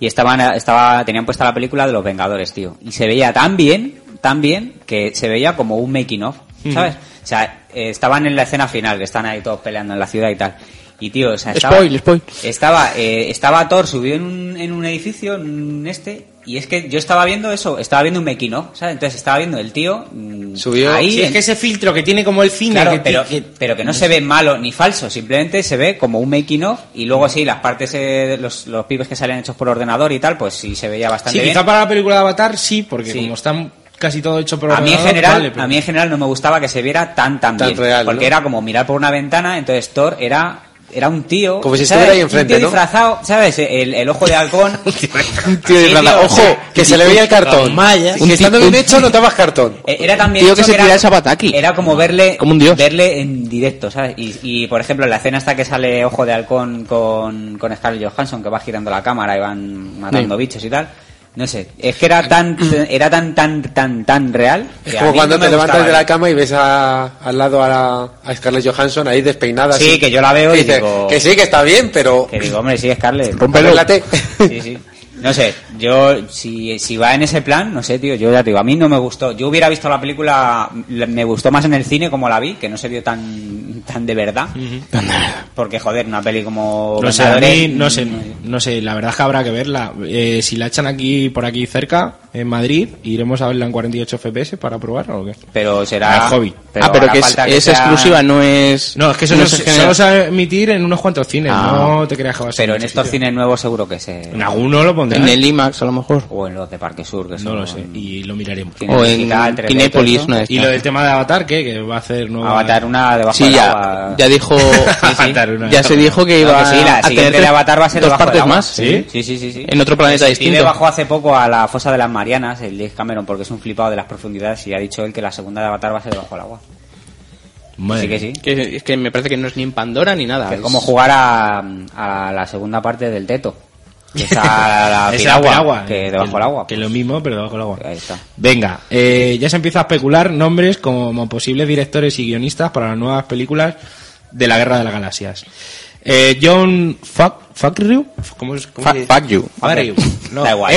Speaker 2: Y estaban, estaba, tenían puesta la película de Los Vengadores, tío. Y se veía tan bien, tan bien, que se veía como un making of, ¿sabes? O sea, eh, estaban en la escena final, que están ahí todos peleando en la ciudad y tal. Y tío, o sea, estaba,
Speaker 6: Spoil, spoil.
Speaker 2: estaba, eh, estaba Thor subido en un, en un edificio, en un este, y es que yo estaba viendo eso, estaba viendo un making of, ¿sabes? Entonces estaba viendo el tío mm,
Speaker 7: Subió-
Speaker 2: ahí
Speaker 5: Sí, es
Speaker 2: en-
Speaker 5: que ese filtro que tiene como el cine.
Speaker 2: Claro,
Speaker 5: que ti-
Speaker 2: pero,
Speaker 5: que-
Speaker 2: pero que no se ve malo ni falso, simplemente se ve como un making of y
Speaker 7: Mm.
Speaker 2: luego sí, las partes, eh, los, los pibes que salen hechos por ordenador y tal, pues sí se veía bastante
Speaker 5: Sí,
Speaker 2: bien.
Speaker 5: quizá para la película de Avatar sí, porque
Speaker 2: Sí.
Speaker 5: como están casi todo hecho por
Speaker 2: A mí, en
Speaker 5: ordenador,
Speaker 2: general,
Speaker 5: vale, pero-
Speaker 2: a mí en general no me gustaba que se viera tan tan,
Speaker 7: Tan
Speaker 2: bien,
Speaker 7: real,
Speaker 2: porque
Speaker 7: ¿no?
Speaker 2: era como mirar por una ventana, entonces Thor era era un tío
Speaker 7: Como si
Speaker 2: ¿sabes?
Speaker 7: estuviera ahí
Speaker 2: un
Speaker 7: enfrente,
Speaker 2: tío
Speaker 7: ¿no?
Speaker 2: disfrazado, ¿sabes? El, el ojo de halcón.
Speaker 6: Un tío de
Speaker 2: Sí,
Speaker 6: plata.
Speaker 2: tío,
Speaker 6: Ojo,
Speaker 2: o sea,
Speaker 7: Que se le veía el cartón.
Speaker 6: Maya.
Speaker 7: Si estando bien hecho, notabas cartón.
Speaker 2: Eh, Era también
Speaker 6: Tío que se tira el zapataki.
Speaker 2: Era como verle,
Speaker 6: Como un dios.
Speaker 2: verle en directo, ¿sabes? Y, y, por ejemplo, la escena hasta que sale Ojo de Halcón con, con Scarlett Johansson, que va girando la cámara y van matando bichos y tal. No sé, es que era tan, era tan, tan, tan, tan real.
Speaker 7: Es
Speaker 2: que a
Speaker 7: como
Speaker 2: mí
Speaker 7: cuando
Speaker 2: no me
Speaker 7: te levantas
Speaker 2: gustaba. eh.
Speaker 7: de la cama y ves a- al lado a, la- a Scarlett Johansson ahí despeinada.
Speaker 2: Sí,
Speaker 7: así.
Speaker 2: que yo la veo y
Speaker 7: dices,
Speaker 2: digo-
Speaker 7: Que sí, que está bien, pero...
Speaker 2: Que digo, hombre, sí, Scarlett.
Speaker 7: Arréglate.
Speaker 2: Sí, sí. No sé, yo, si, si va en ese plan, no sé, tío, yo ya te digo, a mí no me gustó. Yo hubiera visto la película, le- me gustó más en el cine como la vi, que no se vio tan, tan de verdad. Porque, joder, una peli como.
Speaker 5: No sé, a
Speaker 2: Vengadores,
Speaker 5: mí, no sé,
Speaker 2: mm,
Speaker 5: no sé, la verdad es que habrá que verla. Eh, si la echan aquí, por aquí cerca, en Madrid, iremos a verla en 48 FPS para probarla o qué.
Speaker 2: Pero será.
Speaker 5: Al hobby.
Speaker 6: ah, pero
Speaker 2: hará
Speaker 6: que es,
Speaker 2: falta
Speaker 6: es
Speaker 2: sea-
Speaker 6: exclusiva, no es.
Speaker 5: No, es que eso
Speaker 6: no
Speaker 5: no
Speaker 6: es
Speaker 5: se-
Speaker 6: general.
Speaker 5: solo se va a emitir en unos cuantos cines,
Speaker 2: Ah.
Speaker 5: no te creas que va a ser
Speaker 2: Pero en
Speaker 5: mucho
Speaker 2: estos
Speaker 5: sitio.
Speaker 2: cines nuevos seguro que se.
Speaker 5: En alguno lo pondrán.
Speaker 6: En el IMAX, a lo mejor.
Speaker 2: O en los de Parque Sur, que
Speaker 5: No
Speaker 2: son-
Speaker 5: lo sé, y lo miraremos.
Speaker 2: tienen
Speaker 6: O en
Speaker 2: digital, 3D y todo
Speaker 6: Kinépolis,
Speaker 2: eso.
Speaker 6: no es.
Speaker 5: Y lo del tema de Avatar, ¿qué? Que va a hacer nueva...
Speaker 2: Avatar una debajo
Speaker 6: Sí,
Speaker 2: del
Speaker 6: ya,
Speaker 2: agua.
Speaker 6: ya dijo.
Speaker 5: Avatar, una-
Speaker 6: ya se dijo que
Speaker 2: Claro
Speaker 6: iba
Speaker 2: que pues sí, la
Speaker 6: a
Speaker 2: siguiente
Speaker 6: tener
Speaker 2: de Avatar va a ser
Speaker 6: dos
Speaker 2: debajo del
Speaker 6: partes
Speaker 2: agua.
Speaker 6: más.
Speaker 5: ¿Sí?
Speaker 2: Sí, sí, sí, sí.
Speaker 6: En otro planeta
Speaker 2: Y
Speaker 6: distinto.
Speaker 2: le bajó hace poco a la fosa de las Marianas, el James Cameron, porque es un flipado de las profundidades y ha dicho él que la segunda de Avatar va a ser debajo del agua.
Speaker 5: Madre
Speaker 2: Así que
Speaker 5: mía.
Speaker 2: sí.
Speaker 6: Que, es que me parece que no es ni en Pandora ni nada.
Speaker 2: Que es
Speaker 6: es-
Speaker 2: como jugar a, a la segunda parte del Teto. Que está la, la
Speaker 5: Esa
Speaker 2: piragua,
Speaker 5: piragua, eh,
Speaker 2: que debajo del agua. pues.
Speaker 5: Que lo mismo, pero debajo del agua.
Speaker 2: Ahí está.
Speaker 5: Venga, eh, ya se empieza a especular nombres como posibles directores y guionistas para las nuevas películas de la Guerra de las Galaxias. Eh, John Fa- Favreau, ¿cómo es? ¿Cómo
Speaker 6: Fa-
Speaker 5: se dice?
Speaker 6: fuck you.
Speaker 5: Favreau, no,
Speaker 2: Da igual.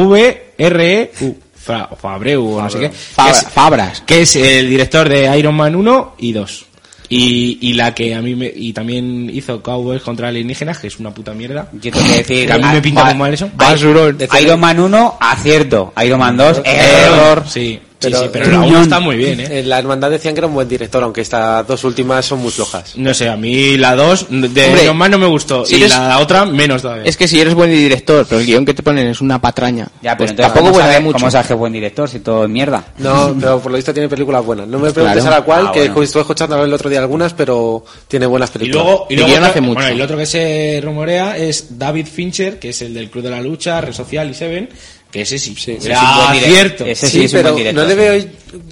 Speaker 5: F-A-V-R-E-U. E Fra- o Fabreu, o no sé qué. Que
Speaker 6: Fabra-
Speaker 5: es-
Speaker 6: Fabras.
Speaker 5: que es el director de Iron Man 1 y 2. Y, y la que a mí me, y también hizo Cowboys contra alienígenas, que es una puta mierda.
Speaker 2: Yo tengo que decir...
Speaker 5: Que a mí me pinta
Speaker 2: ah,
Speaker 5: muy mal eso.
Speaker 2: Ay-
Speaker 6: Basurón.
Speaker 2: Iron Man 1, acierto. Iron Man 2, error.
Speaker 5: Sí. Sí,
Speaker 7: Pero-
Speaker 5: sí, pero la 1 está muy bien, ¿eh?
Speaker 7: En la hermandad decían que era un buen director, aunque estas dos últimas son muy flojas.
Speaker 5: No sé, a mí la 2 de
Speaker 6: Hombre,
Speaker 5: Iron Man no me gustó
Speaker 6: si
Speaker 5: y
Speaker 6: eres-
Speaker 5: la otra menos todavía.
Speaker 6: Es que si eres buen director, pero el guión que te ponen es una patraña.
Speaker 2: Ya, pero
Speaker 6: pues
Speaker 2: entonces,
Speaker 6: tampoco
Speaker 2: ¿cómo
Speaker 6: puede
Speaker 2: sabes,
Speaker 6: mucho.
Speaker 2: ¿cómo sabes que es buen director si todo es mierda?
Speaker 7: No, pero por lo visto tiene películas buenas. No me preguntes
Speaker 6: Claro.
Speaker 7: a la cual,
Speaker 2: Ah,
Speaker 7: que
Speaker 2: bueno.
Speaker 7: estuve escuchando el otro día algunas, pero tiene buenas
Speaker 5: Y
Speaker 7: películas.
Speaker 5: luego, y
Speaker 6: El
Speaker 5: luego
Speaker 6: guion
Speaker 5: otro-
Speaker 6: hace mucho.
Speaker 5: bueno, el otro que se rumorea es David Fincher, que es el del Club de la Lucha, Red Social y Seven, que ese sí,
Speaker 7: Sí,
Speaker 5: era
Speaker 2: es un buen director.
Speaker 5: cierto.
Speaker 2: Ese
Speaker 7: sí,
Speaker 2: sí es un
Speaker 7: pero
Speaker 2: buen director,
Speaker 7: no le veo...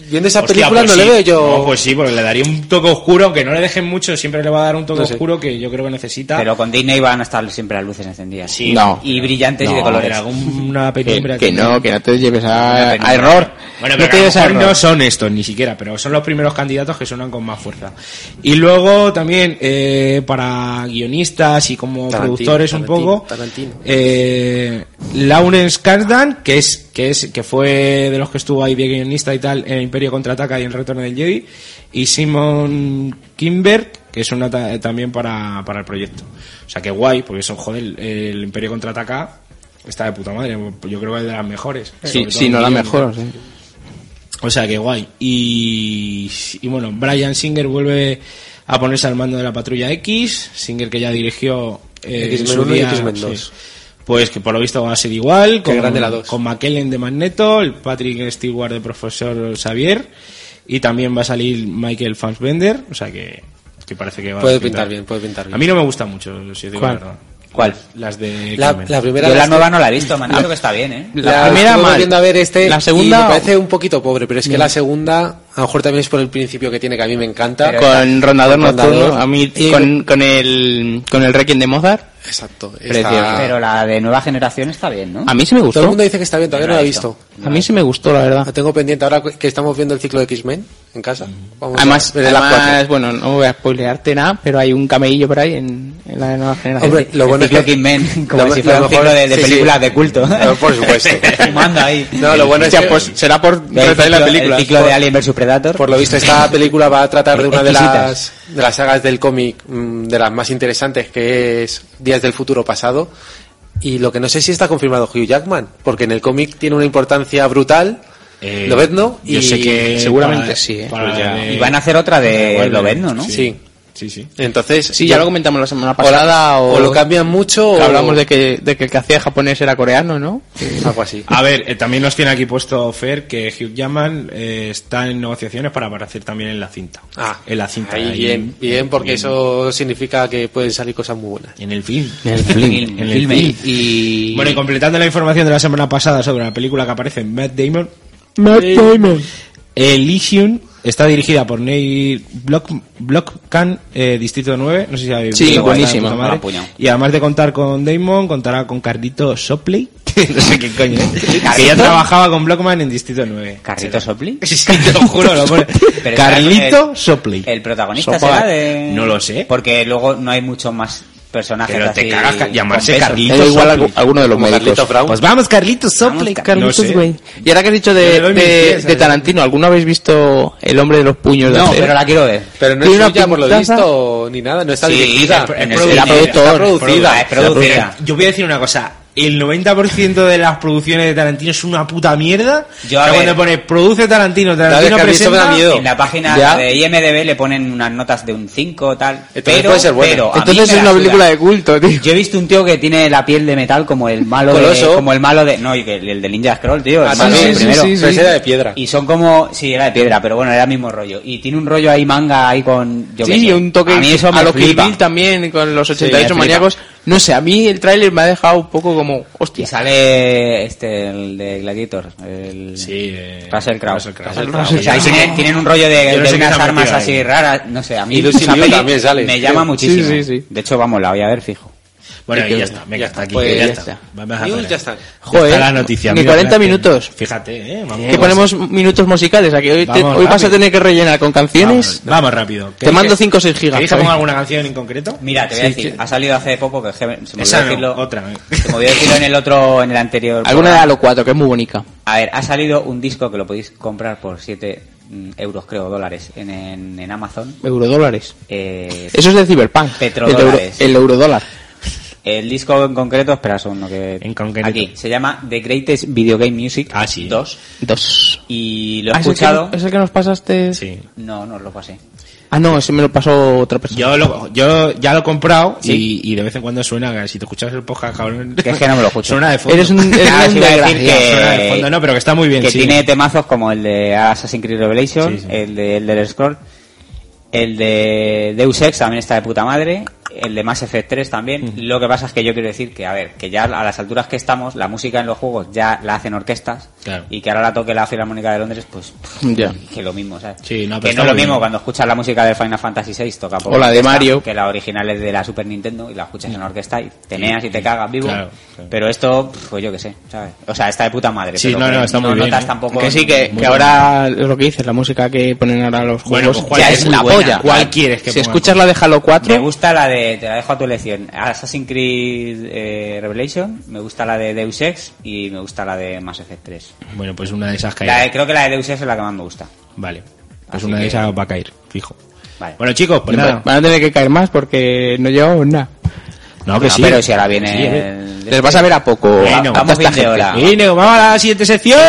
Speaker 7: Viendo esa
Speaker 5: Hostia,
Speaker 7: película
Speaker 5: pues
Speaker 7: no
Speaker 5: sí.
Speaker 7: le veo yo...
Speaker 5: No, pues sí, porque le daría un toque oscuro, aunque no le dejen mucho, siempre le va a dar un toque
Speaker 7: No sé.
Speaker 5: oscuro que yo creo que necesita.
Speaker 2: Pero con Disney van a estar siempre las luces encendidas.
Speaker 5: Sí.
Speaker 6: No.
Speaker 2: Y brillantes
Speaker 5: No,
Speaker 2: y de colores.
Speaker 5: era alguna
Speaker 6: Que,
Speaker 5: penumbra.
Speaker 6: que no, que no te lleves a,
Speaker 2: penumbra.
Speaker 6: a error.
Speaker 5: Bueno, pero
Speaker 6: no te
Speaker 5: que a lo
Speaker 6: lleves a
Speaker 5: mejor
Speaker 6: error.
Speaker 5: no son estos ni siquiera, pero son los primeros candidatos que suenan con más fuerza. Y luego también eh, para guionistas y como
Speaker 7: Tarantino,
Speaker 5: productores un
Speaker 7: Tarantino,
Speaker 5: poco,
Speaker 7: Tarantino.
Speaker 5: eh, Lawrence Kasdan, que es que es que fue de los que estuvo ahí de guionista y tal en Imperio contraataca y en Retorno del Jedi, y Simon Kimber que es una ta- eh, también para, para el proyecto. O sea que guay, porque son joder, el, el Imperio contraataca está de puta madre. Yo creo que es de las mejores.
Speaker 6: Sí,
Speaker 5: Sobre todo
Speaker 6: sí,
Speaker 5: en
Speaker 6: no la
Speaker 5: guion.
Speaker 6: mejor. sí.
Speaker 5: O sea que guay. Y, y bueno, Brian Singer vuelve a ponerse al mando de la patrulla X. Singer que ya dirigió eh, en
Speaker 7: X-Men
Speaker 5: su
Speaker 7: uno y
Speaker 5: día,
Speaker 7: X-Men
Speaker 5: sí.
Speaker 7: dos.
Speaker 5: Pues que por lo visto va a ser igual. Con,
Speaker 7: grande la dos.
Speaker 5: con McKellen de Magneto, el Patrick Stewart de Profesor Xavier. Y también va a salir Michael Fassbender. O sea que, que parece que va
Speaker 7: Puede
Speaker 5: a
Speaker 7: pintar bien, puede pintar bien.
Speaker 5: A mí no me gusta mucho, si os digo la
Speaker 6: ¿Cuál?
Speaker 5: verdad.
Speaker 2: ¿Cuál?
Speaker 5: Las de.
Speaker 7: la,
Speaker 5: X-Men.
Speaker 7: la primera...
Speaker 2: Yo la
Speaker 7: es-
Speaker 2: nueva no la he visto, me han dicho que está bien, ¿eh?
Speaker 7: La,
Speaker 6: La primera
Speaker 7: estuve
Speaker 6: mal.
Speaker 7: volviendo a ver este
Speaker 6: La
Speaker 7: y
Speaker 6: segunda-
Speaker 7: me parece un poquito pobre, pero es que la segunda, a lo mejor también es por el principio que tiene que a mí me encanta.
Speaker 2: Pero-
Speaker 6: Con Rondador
Speaker 7: Con Rondador.
Speaker 6: Nocturno, a mí,
Speaker 7: Y-
Speaker 6: con, con el, con el Requiem de Mozart,
Speaker 7: Exacto. está-
Speaker 6: Preciosa.
Speaker 2: Pero la de nueva generación está bien, ¿no?
Speaker 6: a mí sí me
Speaker 7: Todo el
Speaker 6: gustó.
Speaker 7: mundo Ah, dice que está bien, todavía no la he visto.
Speaker 6: A mí sí me gustó, la verdad.
Speaker 7: La tengo pendiente ahora que estamos viendo el ciclo de X-Men en casa. Vamos a
Speaker 6: Además,
Speaker 7: ver las
Speaker 6: además
Speaker 7: cuatro.
Speaker 6: bueno, no voy a spoilearte nada, pero hay un camello por ahí en, en la nueva generación.
Speaker 7: Hombre, lo
Speaker 2: El
Speaker 7: bueno es
Speaker 2: ciclo
Speaker 7: que-
Speaker 2: Kidman, como
Speaker 7: lo-
Speaker 2: si fuera
Speaker 7: lo
Speaker 2: un ciclo
Speaker 7: mejor-
Speaker 2: de, de
Speaker 7: sí, sí.
Speaker 2: películas de culto.
Speaker 7: No, por supuesto.
Speaker 2: Fumando ahí.
Speaker 7: No, lo bueno es
Speaker 6: Hostia,
Speaker 7: que,
Speaker 6: pues será por
Speaker 2: El ciclo,
Speaker 6: retraer la película.
Speaker 2: el ciclo de Alien vs Predator.
Speaker 7: por lo visto, esta película va a tratar de una de
Speaker 2: Exquisitas.
Speaker 7: las, de las sagas del cómic, mm, de las más interesantes, que es Días del Futuro Pasado. Y lo que no sé si está confirmado Hugh Jackman, porque en el cómic tiene una importancia brutal.
Speaker 5: Eh,
Speaker 7: ¿Lo ves, no?
Speaker 5: Yo
Speaker 7: Y
Speaker 5: sé que.
Speaker 6: seguramente sí, ¿eh?
Speaker 5: para
Speaker 6: Pues ya.
Speaker 5: de-
Speaker 2: Y van a hacer otra de
Speaker 5: Wolverine.
Speaker 2: Lobezno, ¿no?
Speaker 7: Sí.
Speaker 5: Sí, sí.
Speaker 7: Entonces.
Speaker 6: Sí, ya
Speaker 7: yo-
Speaker 6: lo comentamos la semana
Speaker 7: o la-
Speaker 6: pasada. O,
Speaker 7: o lo cambian mucho
Speaker 6: que
Speaker 7: o
Speaker 6: hablamos de que, de que el que hacía japonés era coreano, ¿no?
Speaker 7: algo así.
Speaker 5: A ver, eh, también nos tiene aquí puesto Fer que Hugh Jackman eh, está en negociaciones para aparecer también en la cinta.
Speaker 7: Ah,
Speaker 5: en la cinta.
Speaker 7: Ahí
Speaker 5: ahí
Speaker 7: bien,
Speaker 5: en-
Speaker 7: bien, porque
Speaker 5: en-
Speaker 7: eso significa que pueden salir cosas muy buenas.
Speaker 5: En el film.
Speaker 2: El film.
Speaker 5: En el
Speaker 2: filme.
Speaker 5: film.
Speaker 2: Y...
Speaker 5: Bueno, y completando la información de la semana pasada sobre la película que aparece en Matt Damon, eh,
Speaker 6: Matt Damon.
Speaker 5: Elysium está dirigida por Neil Block, Blockcan, eh, Distrito 9. No sé si habéis
Speaker 6: Sí,
Speaker 5: visto, está de
Speaker 6: buenísima.
Speaker 5: puta madre.
Speaker 2: Ah, puño.
Speaker 5: Y además de contar con Damon, contará con Carlito Sopley. no sé qué coño es. que ya
Speaker 2: ¿Carlito?
Speaker 5: trabajaba con Blockman en Distrito 9.
Speaker 2: ¿Carlito Sopley?
Speaker 5: Sí, sí, te lo juro, lo pone.
Speaker 2: Pero
Speaker 5: Carlito
Speaker 2: el-
Speaker 5: Sopley.
Speaker 2: El protagonista
Speaker 5: Sopa-
Speaker 2: será de...
Speaker 5: No lo sé.
Speaker 2: Porque luego no hay mucho más personajes
Speaker 5: Pero te
Speaker 2: así...
Speaker 5: cagas ca- llamarse
Speaker 2: con peso.
Speaker 5: Carlito.
Speaker 6: Era igual algu-
Speaker 5: Sopley.
Speaker 6: alguno de los
Speaker 7: Como
Speaker 6: médicos.
Speaker 7: Carlito Brown.
Speaker 5: Pues vamos, Carlito Sopley.
Speaker 2: Vamos, Car-
Speaker 5: Carlitos,
Speaker 6: Carlitos,
Speaker 5: sé.
Speaker 6: güey. Y ahora que has dicho
Speaker 5: Yo
Speaker 6: de,
Speaker 5: le doy mis
Speaker 6: de-
Speaker 5: pies,
Speaker 6: de Tarantino, ¿alguno habéis visto El hombre de los puños de
Speaker 2: No,
Speaker 6: acero?
Speaker 2: pero la quiero ver.
Speaker 7: Pero no
Speaker 6: Tiene
Speaker 7: es
Speaker 6: una
Speaker 7: suya, por lo
Speaker 6: pintaza.
Speaker 7: visto, ni nada, no está
Speaker 2: Sí,
Speaker 7: dirigida.
Speaker 2: es- en
Speaker 7: Es
Speaker 2: el- será
Speaker 7: producida, está
Speaker 2: productor,
Speaker 7: producida.
Speaker 2: es producida.
Speaker 5: Mira, yo voy a decir una cosa. El 90% de las producciones de Tarantino es una puta mierda.
Speaker 2: Yo,
Speaker 5: o
Speaker 2: a
Speaker 5: sea,
Speaker 2: ver.
Speaker 5: cuando pone produce Tarantino,
Speaker 7: Claro,
Speaker 5: Tarantino
Speaker 7: es que a mí eso me da
Speaker 5: presenta...
Speaker 7: miedo.
Speaker 2: En la página
Speaker 6: Ya.
Speaker 2: de IMDB le ponen unas notas de un 5 tal.
Speaker 7: Entonces
Speaker 2: pero,
Speaker 7: puede ser buena.
Speaker 2: pero a mí
Speaker 6: Entonces
Speaker 2: me
Speaker 6: es
Speaker 2: la
Speaker 6: una película
Speaker 2: suda.
Speaker 6: de culto, tío.
Speaker 2: Yo he visto un tío que tiene la piel de metal como el malo
Speaker 7: Coloso.
Speaker 2: de, como el malo de no y que el, el de Ninja Scroll tío el
Speaker 7: Ah,
Speaker 2: malo
Speaker 7: sí,
Speaker 2: del
Speaker 7: sí,
Speaker 2: primero
Speaker 6: sí, sí.
Speaker 7: Pero es era de piedra.
Speaker 2: y son como sí era de piedra pero bueno era el mismo rollo y tiene un rollo ahí manga ahí con yo qué
Speaker 6: sí,
Speaker 2: sé.
Speaker 6: un toque
Speaker 2: a mí eso me
Speaker 6: los Kill
Speaker 2: flipa.
Speaker 6: Bill también con los
Speaker 2: me
Speaker 6: 88
Speaker 2: flipa.
Speaker 6: maníacos. No sé, a mí el tráiler me ha dejado un poco como,
Speaker 2: y
Speaker 6: hostia.
Speaker 2: sale este el de Gladiator el
Speaker 5: Sí, eh,
Speaker 2: Russell Crowe.
Speaker 5: Russell Crowe.
Speaker 2: Russell Crowe. O sea, ahí tienen, tienen un rollo
Speaker 5: Yo
Speaker 2: de,
Speaker 5: no
Speaker 2: de
Speaker 5: sé qué
Speaker 2: unas
Speaker 5: se ha
Speaker 2: armas
Speaker 5: metido ahí.
Speaker 2: así raras, no sé, a mí
Speaker 7: Y Lucy
Speaker 2: esa
Speaker 7: Liu
Speaker 2: peli
Speaker 7: también sale.
Speaker 2: me llama
Speaker 7: Sí,
Speaker 2: muchísimo.
Speaker 6: sí, sí.
Speaker 2: De hecho, vamos, la voy a ver fijo.
Speaker 5: Bueno, y ya está. Venga, hasta aquí.
Speaker 6: pues
Speaker 5: ya,
Speaker 6: ya
Speaker 5: está.
Speaker 6: está.
Speaker 5: Vamos a
Speaker 7: News,
Speaker 5: parar.
Speaker 7: ya está.
Speaker 6: Joder,
Speaker 5: está la noticia.
Speaker 6: ni
Speaker 5: amigo,
Speaker 6: 40
Speaker 5: gracias.
Speaker 6: minutos.
Speaker 5: Fíjate, eh. Vamos,
Speaker 6: Que ponemos minutos musicales aquí. Hoy, te-
Speaker 5: Vamos,
Speaker 6: hoy vas a
Speaker 5: rápido.
Speaker 6: tener que rellenar con
Speaker 5: Vamos,
Speaker 6: canciones.
Speaker 5: vamos rápido.
Speaker 6: Te mando
Speaker 5: ¿Queréis
Speaker 6: 5 o 6
Speaker 5: que-
Speaker 6: gigas.
Speaker 5: ¿Queréis que ponga alguna canción en concreto?
Speaker 2: Mira, te voy a decir, ha salido hace poco que je- se me olvidó
Speaker 5: Esa no,
Speaker 2: decirlo.
Speaker 5: otra. ¿eh?
Speaker 2: Se me olvidó decirlo en el otro, en el anterior.
Speaker 6: Alguna de
Speaker 2: programa.
Speaker 6: Halo 4, que es muy bonita.
Speaker 2: A ver, ha salido un disco que lo podéis comprar por 7 euros, creo, dólares, en, en, en Amazon.
Speaker 6: Eurodólares.
Speaker 2: Eh,
Speaker 6: Eso es de Cyberpunk. El,
Speaker 2: Petrodólares.
Speaker 6: euro- el eurodólar.
Speaker 2: El disco en concreto, espera un segundo que...
Speaker 5: En concreto.
Speaker 2: Aquí, se llama The Greatest Video Game Music
Speaker 5: Ah, sí.
Speaker 2: 2
Speaker 6: Dos.
Speaker 2: y lo he
Speaker 6: Ah, ¿es el que-
Speaker 2: escuchado...
Speaker 6: ¿Es el, que, nos pasaste?
Speaker 5: Sí.
Speaker 2: No, no lo pasé.
Speaker 6: Ah, no, ese me lo pasó otra persona.
Speaker 5: Yo, lo, yo ya lo he comprado
Speaker 2: Sí.
Speaker 5: y, y de vez en cuando suena. que Si te escuchas el podcast, cabrón.
Speaker 2: Que es que no me lo escucho.
Speaker 5: Suena de fondo.
Speaker 6: Eres un- eres
Speaker 2: Ah,
Speaker 6: un
Speaker 2: sí iba a decir
Speaker 6: desgraciado.
Speaker 2: que-
Speaker 5: Suena de fondo, no, pero que está muy bien.
Speaker 2: que
Speaker 5: sí.
Speaker 2: tiene temazos como el de Assassin's Creed Revelation,
Speaker 5: Sí, sí.
Speaker 2: el de el del Scroll, el de Deus Ex también está de puta madre, el de Mass Effect 3 también. Lo que pasa es que yo quiero decir que a ver, que ya a las alturas que estamos, la música en los juegos ya la hacen orquestas
Speaker 5: Claro.
Speaker 2: y que ahora la toque la Filarmónica de Londres, pues pff,
Speaker 6: Ya.
Speaker 2: que lo mismo, ¿sabes?
Speaker 5: Sí, no, pero
Speaker 2: que
Speaker 5: está
Speaker 2: no es lo
Speaker 5: muy
Speaker 2: mismo
Speaker 5: bien.
Speaker 2: cuando escuchas la música de Final Fantasy VI toca por
Speaker 6: O la de
Speaker 2: orquesta,
Speaker 6: Mario.
Speaker 2: que la original es de la Super Nintendo y la escuchas en orquesta y te meas y te cagas vivo.
Speaker 5: Claro, claro.
Speaker 2: Pero esto, pff, pues yo qué sé, ¿sabes? O sea, está de puta madre.
Speaker 5: Sí,
Speaker 2: pero
Speaker 5: no,
Speaker 2: que
Speaker 5: no, está muy bien,
Speaker 2: notas
Speaker 5: ¿eh?
Speaker 2: tampoco
Speaker 6: que sí, que, que ahora es lo que dices, la música que ponen ahora los
Speaker 5: Bueno,
Speaker 6: juegos
Speaker 5: pues, ¿cuál
Speaker 6: ya
Speaker 5: es
Speaker 6: es,
Speaker 5: muy
Speaker 6: la
Speaker 5: buena?
Speaker 6: polla.
Speaker 5: ¿Cuál quieres que
Speaker 6: Si
Speaker 5: pongan?
Speaker 6: escuchas la de Halo
Speaker 2: Me
Speaker 6: 4,
Speaker 2: gusta la de, te la dejo a tu elección, Assassin's Creed eh, Revelation, me gusta la de Deus Ex y me gusta la de Mass Effect 3.
Speaker 5: Bueno, pues una de esas
Speaker 2: La de-
Speaker 5: caerá.
Speaker 2: creo que la de Deus Ex es la que más me gusta.
Speaker 5: Vale. Pues
Speaker 2: Así
Speaker 5: una de
Speaker 2: que-
Speaker 5: esas va a caer, fijo.
Speaker 2: Vale.
Speaker 5: Bueno, chicos, pues nada.
Speaker 6: van a tener que caer más porque no llevamos nada.
Speaker 5: No, que
Speaker 2: No,
Speaker 5: sí.
Speaker 2: Pero si ahora viene...
Speaker 5: Sí, eh.
Speaker 2: el- este.
Speaker 6: Les vas a ver a poco.
Speaker 5: Bueno,
Speaker 6: a- a
Speaker 2: vamos
Speaker 6: toda esta
Speaker 2: bien de
Speaker 6: gente.
Speaker 2: hora.
Speaker 5: Y Neo, vamos a la siguiente sección.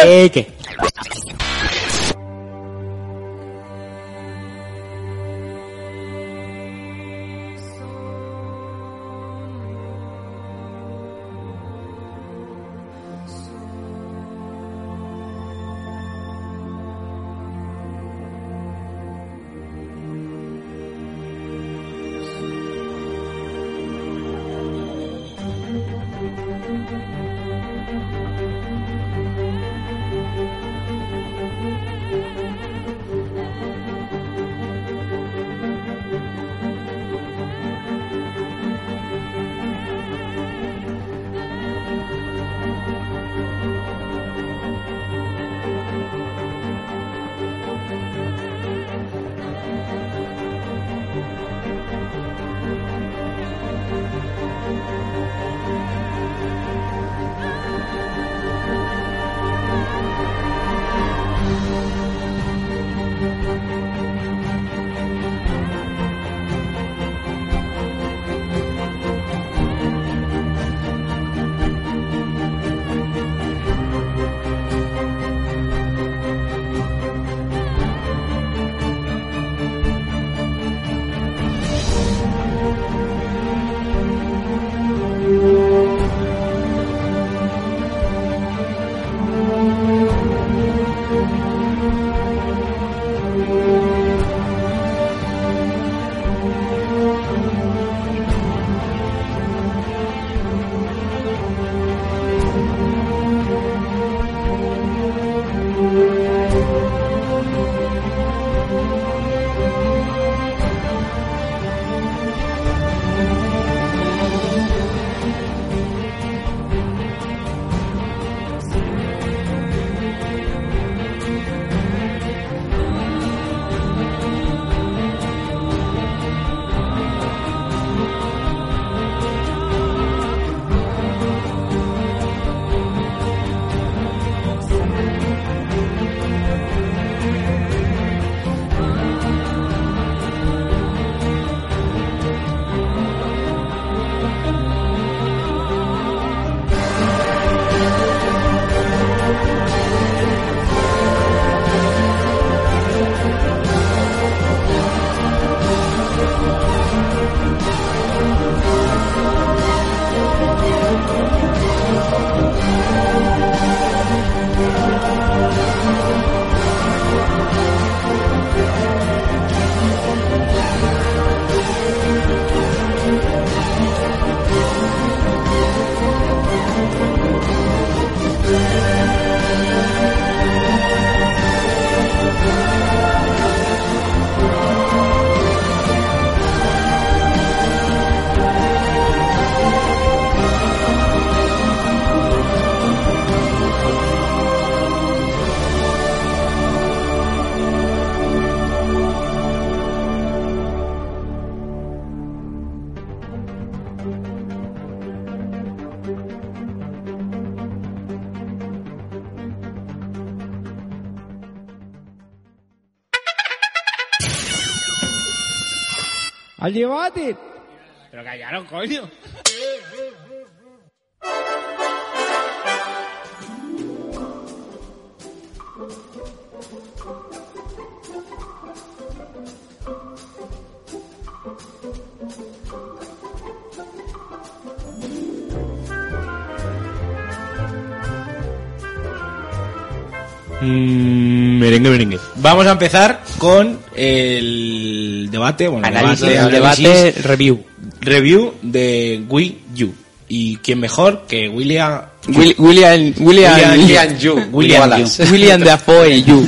Speaker 5: Mm, merengue, merengue. Vamos a empezar con el debate, bueno,
Speaker 2: Análisis,
Speaker 5: debate,
Speaker 2: debate,
Speaker 5: análisis,
Speaker 6: review.
Speaker 5: review de Wii U. Y quién mejor que William
Speaker 6: Will- William, William,
Speaker 7: William Yu.
Speaker 5: William
Speaker 7: Wallace.
Speaker 6: William Dafoe y you.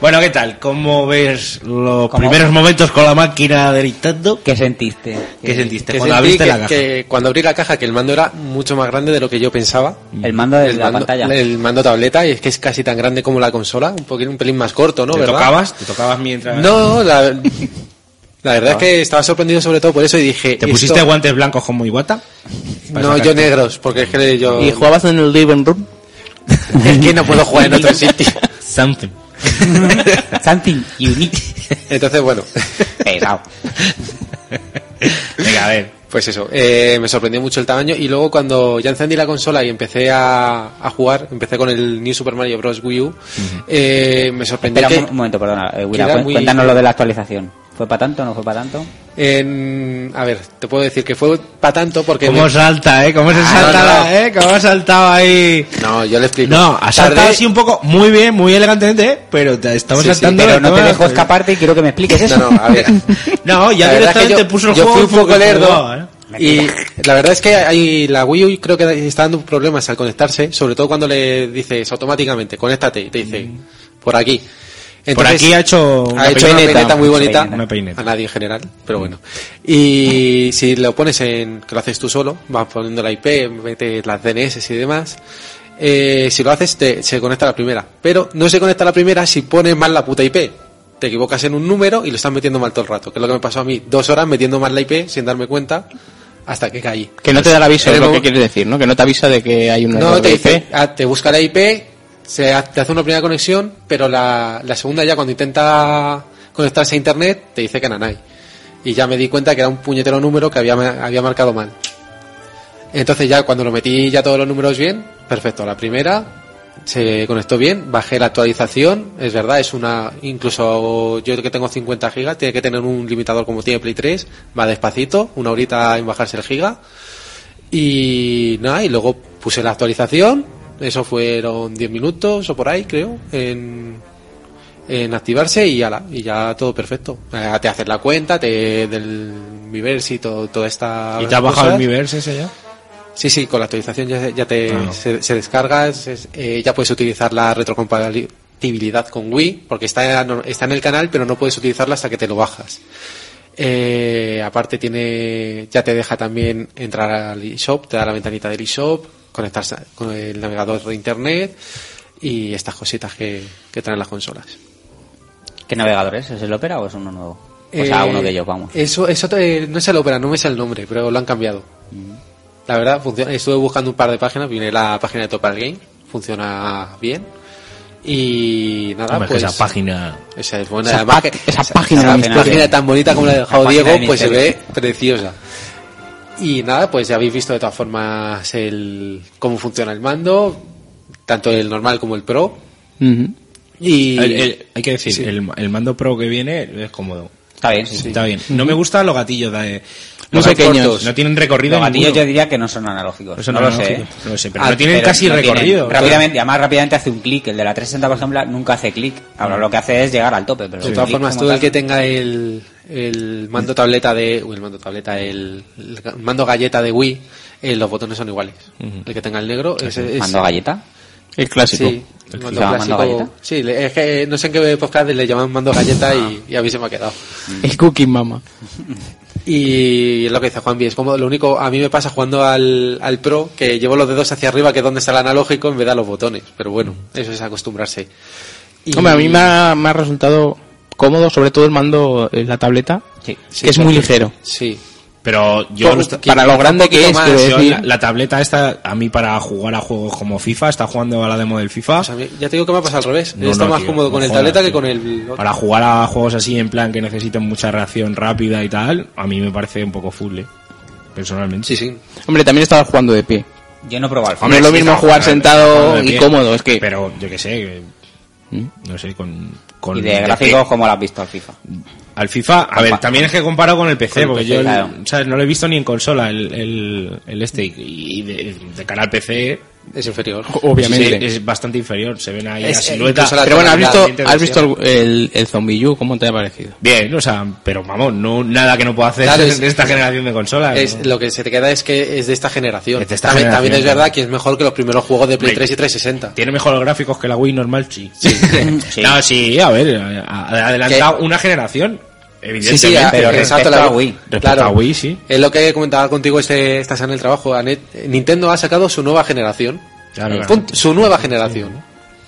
Speaker 5: Bueno, ¿qué tal? ¿Cómo ves los
Speaker 2: ¿Cómo?
Speaker 5: primeros momentos con la máquina de Nintendo?
Speaker 2: ¿Qué sentiste?
Speaker 5: ¿Qué sentiste
Speaker 7: Que
Speaker 5: cuando
Speaker 7: sentí
Speaker 5: abriste
Speaker 7: que-
Speaker 5: la caja?
Speaker 7: que cuando abrí la caja, que el mando era mucho más grande de lo que yo pensaba.
Speaker 2: El mando de
Speaker 7: el
Speaker 2: la
Speaker 7: mando,
Speaker 2: pantalla.
Speaker 7: el mando tableta y es que es casi tan grande como la consola, un poquito un pelín más corto, ¿no?
Speaker 5: ¿Te
Speaker 7: ¿Verdad?
Speaker 5: tocabas? ¿Te tocabas mientras...?
Speaker 7: No, la, la verdad es que estaba sorprendido sobre todo por eso y dije.
Speaker 5: Ah. ¿Te pusiste
Speaker 7: esto-
Speaker 5: guantes blancos como Iwata? para
Speaker 7: No,
Speaker 5: sacar
Speaker 7: yo
Speaker 5: esto?
Speaker 7: negros, porque es que yo.
Speaker 6: ¿Y jugabas en el living room?
Speaker 7: es que no puedo jugar en otro sitio.
Speaker 5: Something.
Speaker 2: Something unique.
Speaker 7: Entonces, bueno.
Speaker 2: Pesado.
Speaker 5: Venga, a ver.
Speaker 7: Pues eso, eh, me sorprendió mucho el tamaño y luego cuando ya encendí la consola y empecé a, a jugar, empecé con el New Super Mario Bros. Wii U, eh, me sorprendió
Speaker 2: Espera
Speaker 7: que
Speaker 2: un, un momento, perdona. eh, Willa,
Speaker 7: que era
Speaker 2: cuen-
Speaker 7: muy-
Speaker 2: Cuéntanos lo de la actualización. ¿Fue para tanto o no fue para tanto?
Speaker 7: en- a ver, te puedo decir que fue para tanto porque...
Speaker 5: ¿Cómo
Speaker 7: me-
Speaker 5: salta, eh? ¿Cómo se
Speaker 7: Ah,
Speaker 5: salta,
Speaker 7: no,
Speaker 5: la-
Speaker 7: no.
Speaker 5: eh? ¿Cómo ha saltado ahí...?
Speaker 7: No, yo le explico.
Speaker 5: No, ha saltado
Speaker 7: Tardé-
Speaker 5: así un poco muy bien, muy elegantemente, ¿eh? pero te estamos
Speaker 7: Sí, sí,
Speaker 5: saltando...
Speaker 2: Pero no te
Speaker 5: ¿no?
Speaker 2: dejo escaparte y quiero que me expliques eso.
Speaker 7: No, no, a ver.
Speaker 5: No, ya
Speaker 7: La verdad es que
Speaker 5: directamente
Speaker 7: yo-
Speaker 5: puso el
Speaker 7: yo
Speaker 5: juego...
Speaker 7: fui un poco
Speaker 5: fútbol
Speaker 7: lerdo.
Speaker 5: jugado, ¿eh?
Speaker 7: Y la verdad es que hay, la Wii U creo que está dando problemas al conectarse, sobre todo cuando le dices automáticamente, conéctate, y te dice, por aquí.
Speaker 5: Mm. Por aquí ha hecho una
Speaker 7: ha hecho una
Speaker 5: peineta,
Speaker 7: peineta muy
Speaker 5: una
Speaker 7: bonita
Speaker 5: peineta, una peineta.
Speaker 7: a nadie en general, pero bueno. Y si lo pones en que lo haces tú solo, vas poniendo la IP, metes las DNS y demás. eh, si lo haces, te- se conecta a la primera. Pero no se conecta a la primera si pones mal la puta IP. Te equivocas en un número y lo estás metiendo mal todo el rato. Que es lo que me pasó a mí. Dos horas metiendo mal la IP sin darme cuenta hasta que caí.
Speaker 6: Que no te da el aviso, es
Speaker 7: Pero-
Speaker 6: lo que quieres decir, ¿no? Que no te avisa de que hay una
Speaker 7: No, te dice, ah, te busca la IP, se ha- te hace una primera conexión, pero la, la segunda ya cuando intenta conectarse a internet te dice que nanay. Y ya me di cuenta que era un puñetero número que había, ma- había marcado mal. Entonces ya cuando lo metí ya todos los números bien, perfecto, la primera se conectó bien, bajé la actualización, es verdad, es una, incluso yo que tengo 50 gigas, tiene que tener un limitador como tiene Play 3, va despacito, una horita en bajarse el giga, y nada, y luego puse la actualización. Eso fueron 10 minutos o por ahí, creo, en, en activarse y, ala, y ya todo perfecto. Eh, te haces la cuenta te, del Miiverse y todo, toda esta.
Speaker 5: ¿Y te ha bajado el
Speaker 7: cosas.
Speaker 5: universo ese ya?
Speaker 7: Sí, sí, con la actualización ya, ya te,
Speaker 5: Ah.
Speaker 7: se, se descarga, se- eh, ya puedes utilizar la retrocompatibilidad con Wii, porque está, en- está en el canal, pero no puedes utilizarla hasta que te lo bajas. Eh, aparte tiene, ya te deja también entrar al eShop, te da la ventanita del eShop, conectarse a- con el navegador de internet y estas cositas que, que traen las consolas.
Speaker 2: ¿Qué navegador es? ¿Es el Opera o es uno nuevo? O sea,
Speaker 7: Eh,
Speaker 2: uno de ellos, vamos.
Speaker 7: Eso, eso te- no es el Opera, no me sé el nombre, pero lo han cambiado. La verdad, funciona, estuve buscando un par de páginas, viene la página de Total Game, funciona bien. Y nada,
Speaker 5: Hombre,
Speaker 7: pues.
Speaker 5: que esa página...
Speaker 7: esa es buena,
Speaker 6: esa
Speaker 7: además
Speaker 6: pa-
Speaker 7: que-
Speaker 6: esa página
Speaker 7: esa
Speaker 2: misteriosa.
Speaker 7: página tan bonita como la ha dejado
Speaker 2: La página
Speaker 7: Diego,
Speaker 2: de
Speaker 7: pues se ve
Speaker 2: misterio.
Speaker 7: preciosa. Y nada, pues ya habéis visto de todas formas el, cómo funciona el mando, tanto el normal como el pro. Y
Speaker 5: El- el- hay que decir,
Speaker 7: Sí.
Speaker 5: el, el mando pro que viene es cómodo.
Speaker 2: Está bien, sí.
Speaker 5: Está bien. No me gustan los gatillos de...
Speaker 6: Muy
Speaker 5: los
Speaker 6: pequeños.
Speaker 5: cortos, No tienen recorrido
Speaker 2: Los gatillos
Speaker 5: ninguno.
Speaker 2: yo diría que no son analógicos.
Speaker 5: Eso
Speaker 2: no, lo sé. ¿eh?
Speaker 5: lógico, No lo sé, pero
Speaker 7: Ah,
Speaker 5: no tienen
Speaker 2: Pero
Speaker 5: casi
Speaker 2: no tienen.
Speaker 5: recorrido.
Speaker 2: Rápidamente, además rápidamente hace un clic. El de la 360, por ejemplo, nunca hace clic. Ahora lo que hace es llegar al tope. Pero
Speaker 7: De
Speaker 2: el
Speaker 7: todas
Speaker 2: clic
Speaker 7: formas,
Speaker 2: como
Speaker 7: todo el
Speaker 2: tal-
Speaker 7: que tenga el, el mando tableta de. Uy, el mando tableta, el, el ga- mando galleta de Wii, eh, los botones son iguales. El que tenga el negro es. es-
Speaker 2: ¿Mando galleta?
Speaker 6: El clásico.
Speaker 7: Sí, el mando
Speaker 2: ¿Llama
Speaker 7: clásico.
Speaker 2: mando galleta? Ah.
Speaker 7: Sí, le- es que no sé en qué podcast le llaman mando galleta y, y a mí se me ha quedado.
Speaker 6: El cooking mama.
Speaker 7: Y es lo que dice Juanvi, es como lo único. A mí me pasa jugando al, al Pro que llevo los dedos hacia arriba, que es donde está el analógico, en vez de a los botones. Pero bueno,
Speaker 2: Mm.
Speaker 7: eso es acostumbrarse. Y-
Speaker 6: Hombre, a mí me ha, me ha resultado cómodo, sobre todo el mando, eh, la tableta,
Speaker 2: Sí.
Speaker 7: Sí,
Speaker 6: que es muy
Speaker 7: porque-
Speaker 6: ligero.
Speaker 7: Sí,
Speaker 5: Pero yo...
Speaker 6: Por- para lo grande que es,
Speaker 7: más,
Speaker 6: quiero
Speaker 5: Yo,
Speaker 6: decir.
Speaker 5: la, la tableta esta, a mí para jugar a juegos como FIFA, está jugando a la demo del FIFA.
Speaker 7: O sea, me- ya te digo que me ha pasado al revés.
Speaker 5: No,
Speaker 7: Está
Speaker 5: no,
Speaker 7: más
Speaker 5: tío,
Speaker 7: cómodo
Speaker 5: no
Speaker 7: con el
Speaker 5: jodas,
Speaker 7: tableta que
Speaker 5: tío.
Speaker 7: con el.
Speaker 5: Para jugar a juegos así en plan que necesitan mucha reacción rápida y tal, a mí me parece un poco full, eh, personalmente.
Speaker 7: Sí, sí.
Speaker 6: Hombre, también estaba jugando de pie.
Speaker 2: Yo no he probado el
Speaker 6: Hombre,
Speaker 2: FIFA.
Speaker 6: lo mismo
Speaker 5: no,
Speaker 6: jugar
Speaker 5: claro,
Speaker 6: sentado
Speaker 5: de
Speaker 6: y
Speaker 5: pie.
Speaker 6: cómodo, es que- ¿Mm?
Speaker 5: Pero yo que sé, que- no sé, con... con
Speaker 2: Y
Speaker 5: de
Speaker 2: de
Speaker 5: pie.
Speaker 2: gráficos, como lo has visto al FIFA?
Speaker 5: Al FIFA, a ver, también es que comparo con el PC,
Speaker 2: Con el
Speaker 5: porque
Speaker 2: PC,
Speaker 5: yo el-
Speaker 2: claro.
Speaker 5: ¿sabes? no lo he visto ni en consola el, el, el este. Y y de, de cara al PC,
Speaker 7: Es inferior.
Speaker 6: Obviamente.
Speaker 5: Sí, es bastante inferior, se ven ahí
Speaker 7: Es-
Speaker 5: la silueta.
Speaker 7: incluso la-
Speaker 6: Pero bueno, ¿has
Speaker 7: la
Speaker 6: visto,
Speaker 5: siguiente
Speaker 6: has visto el, el, el Zombie U? ¿Cómo te ha parecido?
Speaker 5: Bien, o sea, pero vamos, no, nada que no pueda hacer
Speaker 7: Claro, es-
Speaker 5: en esta generación de consolas.
Speaker 7: Es-
Speaker 5: ¿no?
Speaker 7: lo que se te queda es que es de esta generación.
Speaker 5: Es de esta
Speaker 7: también,
Speaker 5: generación,
Speaker 7: también es
Speaker 5: claro.
Speaker 7: verdad que es mejor que los primeros juegos de Play
Speaker 5: Hombre.
Speaker 7: 3 y 360.
Speaker 5: ¿Tiene mejores gráficos que la Wii normal? Sí. No, sí, a ver, a- a- adelantado una generación, evidentemente.
Speaker 7: Sí, sí, a-
Speaker 2: pero
Speaker 7: exacto,
Speaker 2: respecto
Speaker 7: la-
Speaker 2: a Wii.
Speaker 5: Respecto a Wii, sí.
Speaker 7: Es lo que comentaba contigo este, esta semana en el trabajo. Anet. Nintendo ha sacado su nueva generación.
Speaker 5: Claro, claro.
Speaker 7: Punto. Su nueva generación.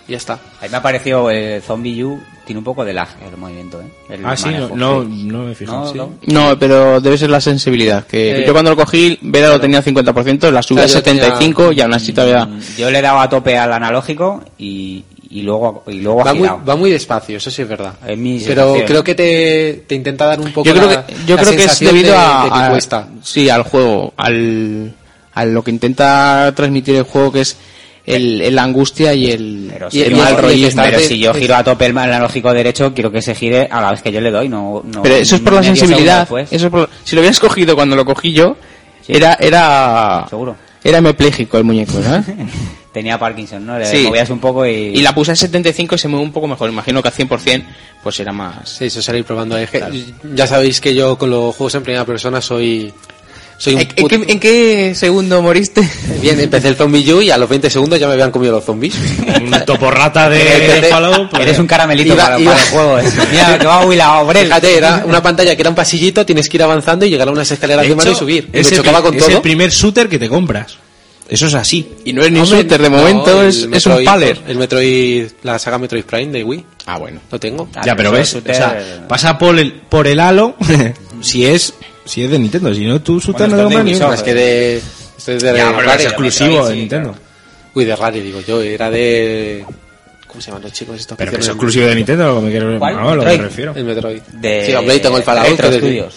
Speaker 7: Ya está.
Speaker 2: A mí me ha parecido el Zombie U, tiene un poco de lag el movimiento, ¿eh? El
Speaker 5: Ah, sí, no,
Speaker 2: manejo,
Speaker 5: no,
Speaker 2: sí.
Speaker 5: no me he fijado.
Speaker 2: No,
Speaker 5: sí.
Speaker 2: no.
Speaker 6: No, pero debe ser la sensibilidad. Que
Speaker 7: Eh,
Speaker 6: yo cuando lo cogí, Vera lo tenía al 50%, la subí
Speaker 7: Claro,
Speaker 6: al
Speaker 7: yo tenía-
Speaker 6: 75% y aún así todavía...
Speaker 2: Mm, Yo le he dado a tope al analógico y, y luego, y luego ha
Speaker 7: Va muy,
Speaker 2: girado.
Speaker 7: va muy despacio, eso sí es verdad.
Speaker 2: Es mi
Speaker 7: Pero
Speaker 2: sensación.
Speaker 7: creo que te, te intenta dar un poco
Speaker 6: Yo creo
Speaker 7: la-
Speaker 6: que, yo
Speaker 7: la
Speaker 6: creo que es
Speaker 7: sensación
Speaker 6: debido
Speaker 7: de-
Speaker 6: a,
Speaker 7: de que
Speaker 6: a-
Speaker 7: cuesta.
Speaker 6: Sí, al juego, al, a lo que intenta transmitir el juego, que es el, el angustia y el,
Speaker 2: Pero,
Speaker 6: y este
Speaker 2: si,
Speaker 6: el
Speaker 2: yo-
Speaker 6: mal
Speaker 7: pero
Speaker 6: rollismo.
Speaker 7: está-
Speaker 2: pero si yo giro a tope el analógico derecho, quiero que se gire a la vez que yo le doy. No, no
Speaker 6: Pero eso es por la
Speaker 2: medio segundo
Speaker 6: sensibilidad.
Speaker 2: después.
Speaker 6: Eso es por- si lo hubieras cogido cuando lo cogí yo,
Speaker 2: Sí.
Speaker 6: era, era,
Speaker 2: Seguro.
Speaker 6: era hemipléjico el muñeco, ¿no?
Speaker 2: Tenía Parkinson, ¿no? Le
Speaker 6: Sí.
Speaker 2: movías un poco y...
Speaker 6: y la puse a 75 y se mueve un poco mejor. Imagino que a 100% pues era más.
Speaker 7: Sí, eso será ir probando. Es que Ya sabéis que yo con los juegos en primera persona soy. soy un
Speaker 6: ¿En, en
Speaker 7: puto-
Speaker 6: qué, en qué segundo moriste?
Speaker 7: Bien, empecé el Zombie U y a los 20 segundos ya me habían comido los zombies.
Speaker 5: Un toporrata de,
Speaker 7: Fíjate,
Speaker 5: de Fallout, pues-
Speaker 2: Eres un caramelito
Speaker 7: Iba-
Speaker 2: para,
Speaker 7: iba-
Speaker 2: para el juego. ¿eh? Mira, que va a huila, hombre.
Speaker 7: Fíjate, era una pantalla que era un pasillito, tienes que ir avanzando y llegar a unas escaleras de,
Speaker 5: De
Speaker 7: mano y
Speaker 5: hecho,
Speaker 7: subir. Y
Speaker 5: Es,
Speaker 7: me
Speaker 5: el,
Speaker 7: chocaba
Speaker 5: pri-
Speaker 7: con
Speaker 5: es el
Speaker 7: todo.
Speaker 5: primer shooter que te compras. Eso es así.
Speaker 6: Y no es ni
Speaker 7: Hombre,
Speaker 6: shooter de
Speaker 7: no,
Speaker 6: momento,
Speaker 7: el
Speaker 6: es, es un
Speaker 7: Metroid-
Speaker 6: paler.
Speaker 7: El Metroid, la saga Metroid Prime de Wii,
Speaker 6: Ah, bueno.
Speaker 7: lo tengo.
Speaker 2: Ah,
Speaker 5: ya, pero
Speaker 2: eso
Speaker 5: ves,
Speaker 2: de shooter-
Speaker 5: o sea, pasa por el, por el halo si es si es de Nintendo, si no tú shooter
Speaker 2: Bueno,
Speaker 5: no lo
Speaker 2: esto es de
Speaker 5: manio.
Speaker 2: Ubisoft.
Speaker 7: Más que de. Esto es de
Speaker 5: Ya, pero
Speaker 7: Rare.
Speaker 5: es exclusivo de
Speaker 2: sí,
Speaker 5: Nintendo.
Speaker 7: Uy, de Rare, digo yo, era de. ¿Cómo se llaman los chicos estos?
Speaker 5: Pero que
Speaker 7: hicieron
Speaker 5: es
Speaker 7: el-
Speaker 5: exclusivo de Nintendo, lo que me quiero
Speaker 2: ¿Cuál?
Speaker 5: no, a lo que
Speaker 2: Metroid.
Speaker 5: me refiero.
Speaker 7: El Metroid.
Speaker 2: De...
Speaker 7: Sí, hombre, y tengo el Fallout.
Speaker 2: Retro
Speaker 7: que de-
Speaker 2: Studios.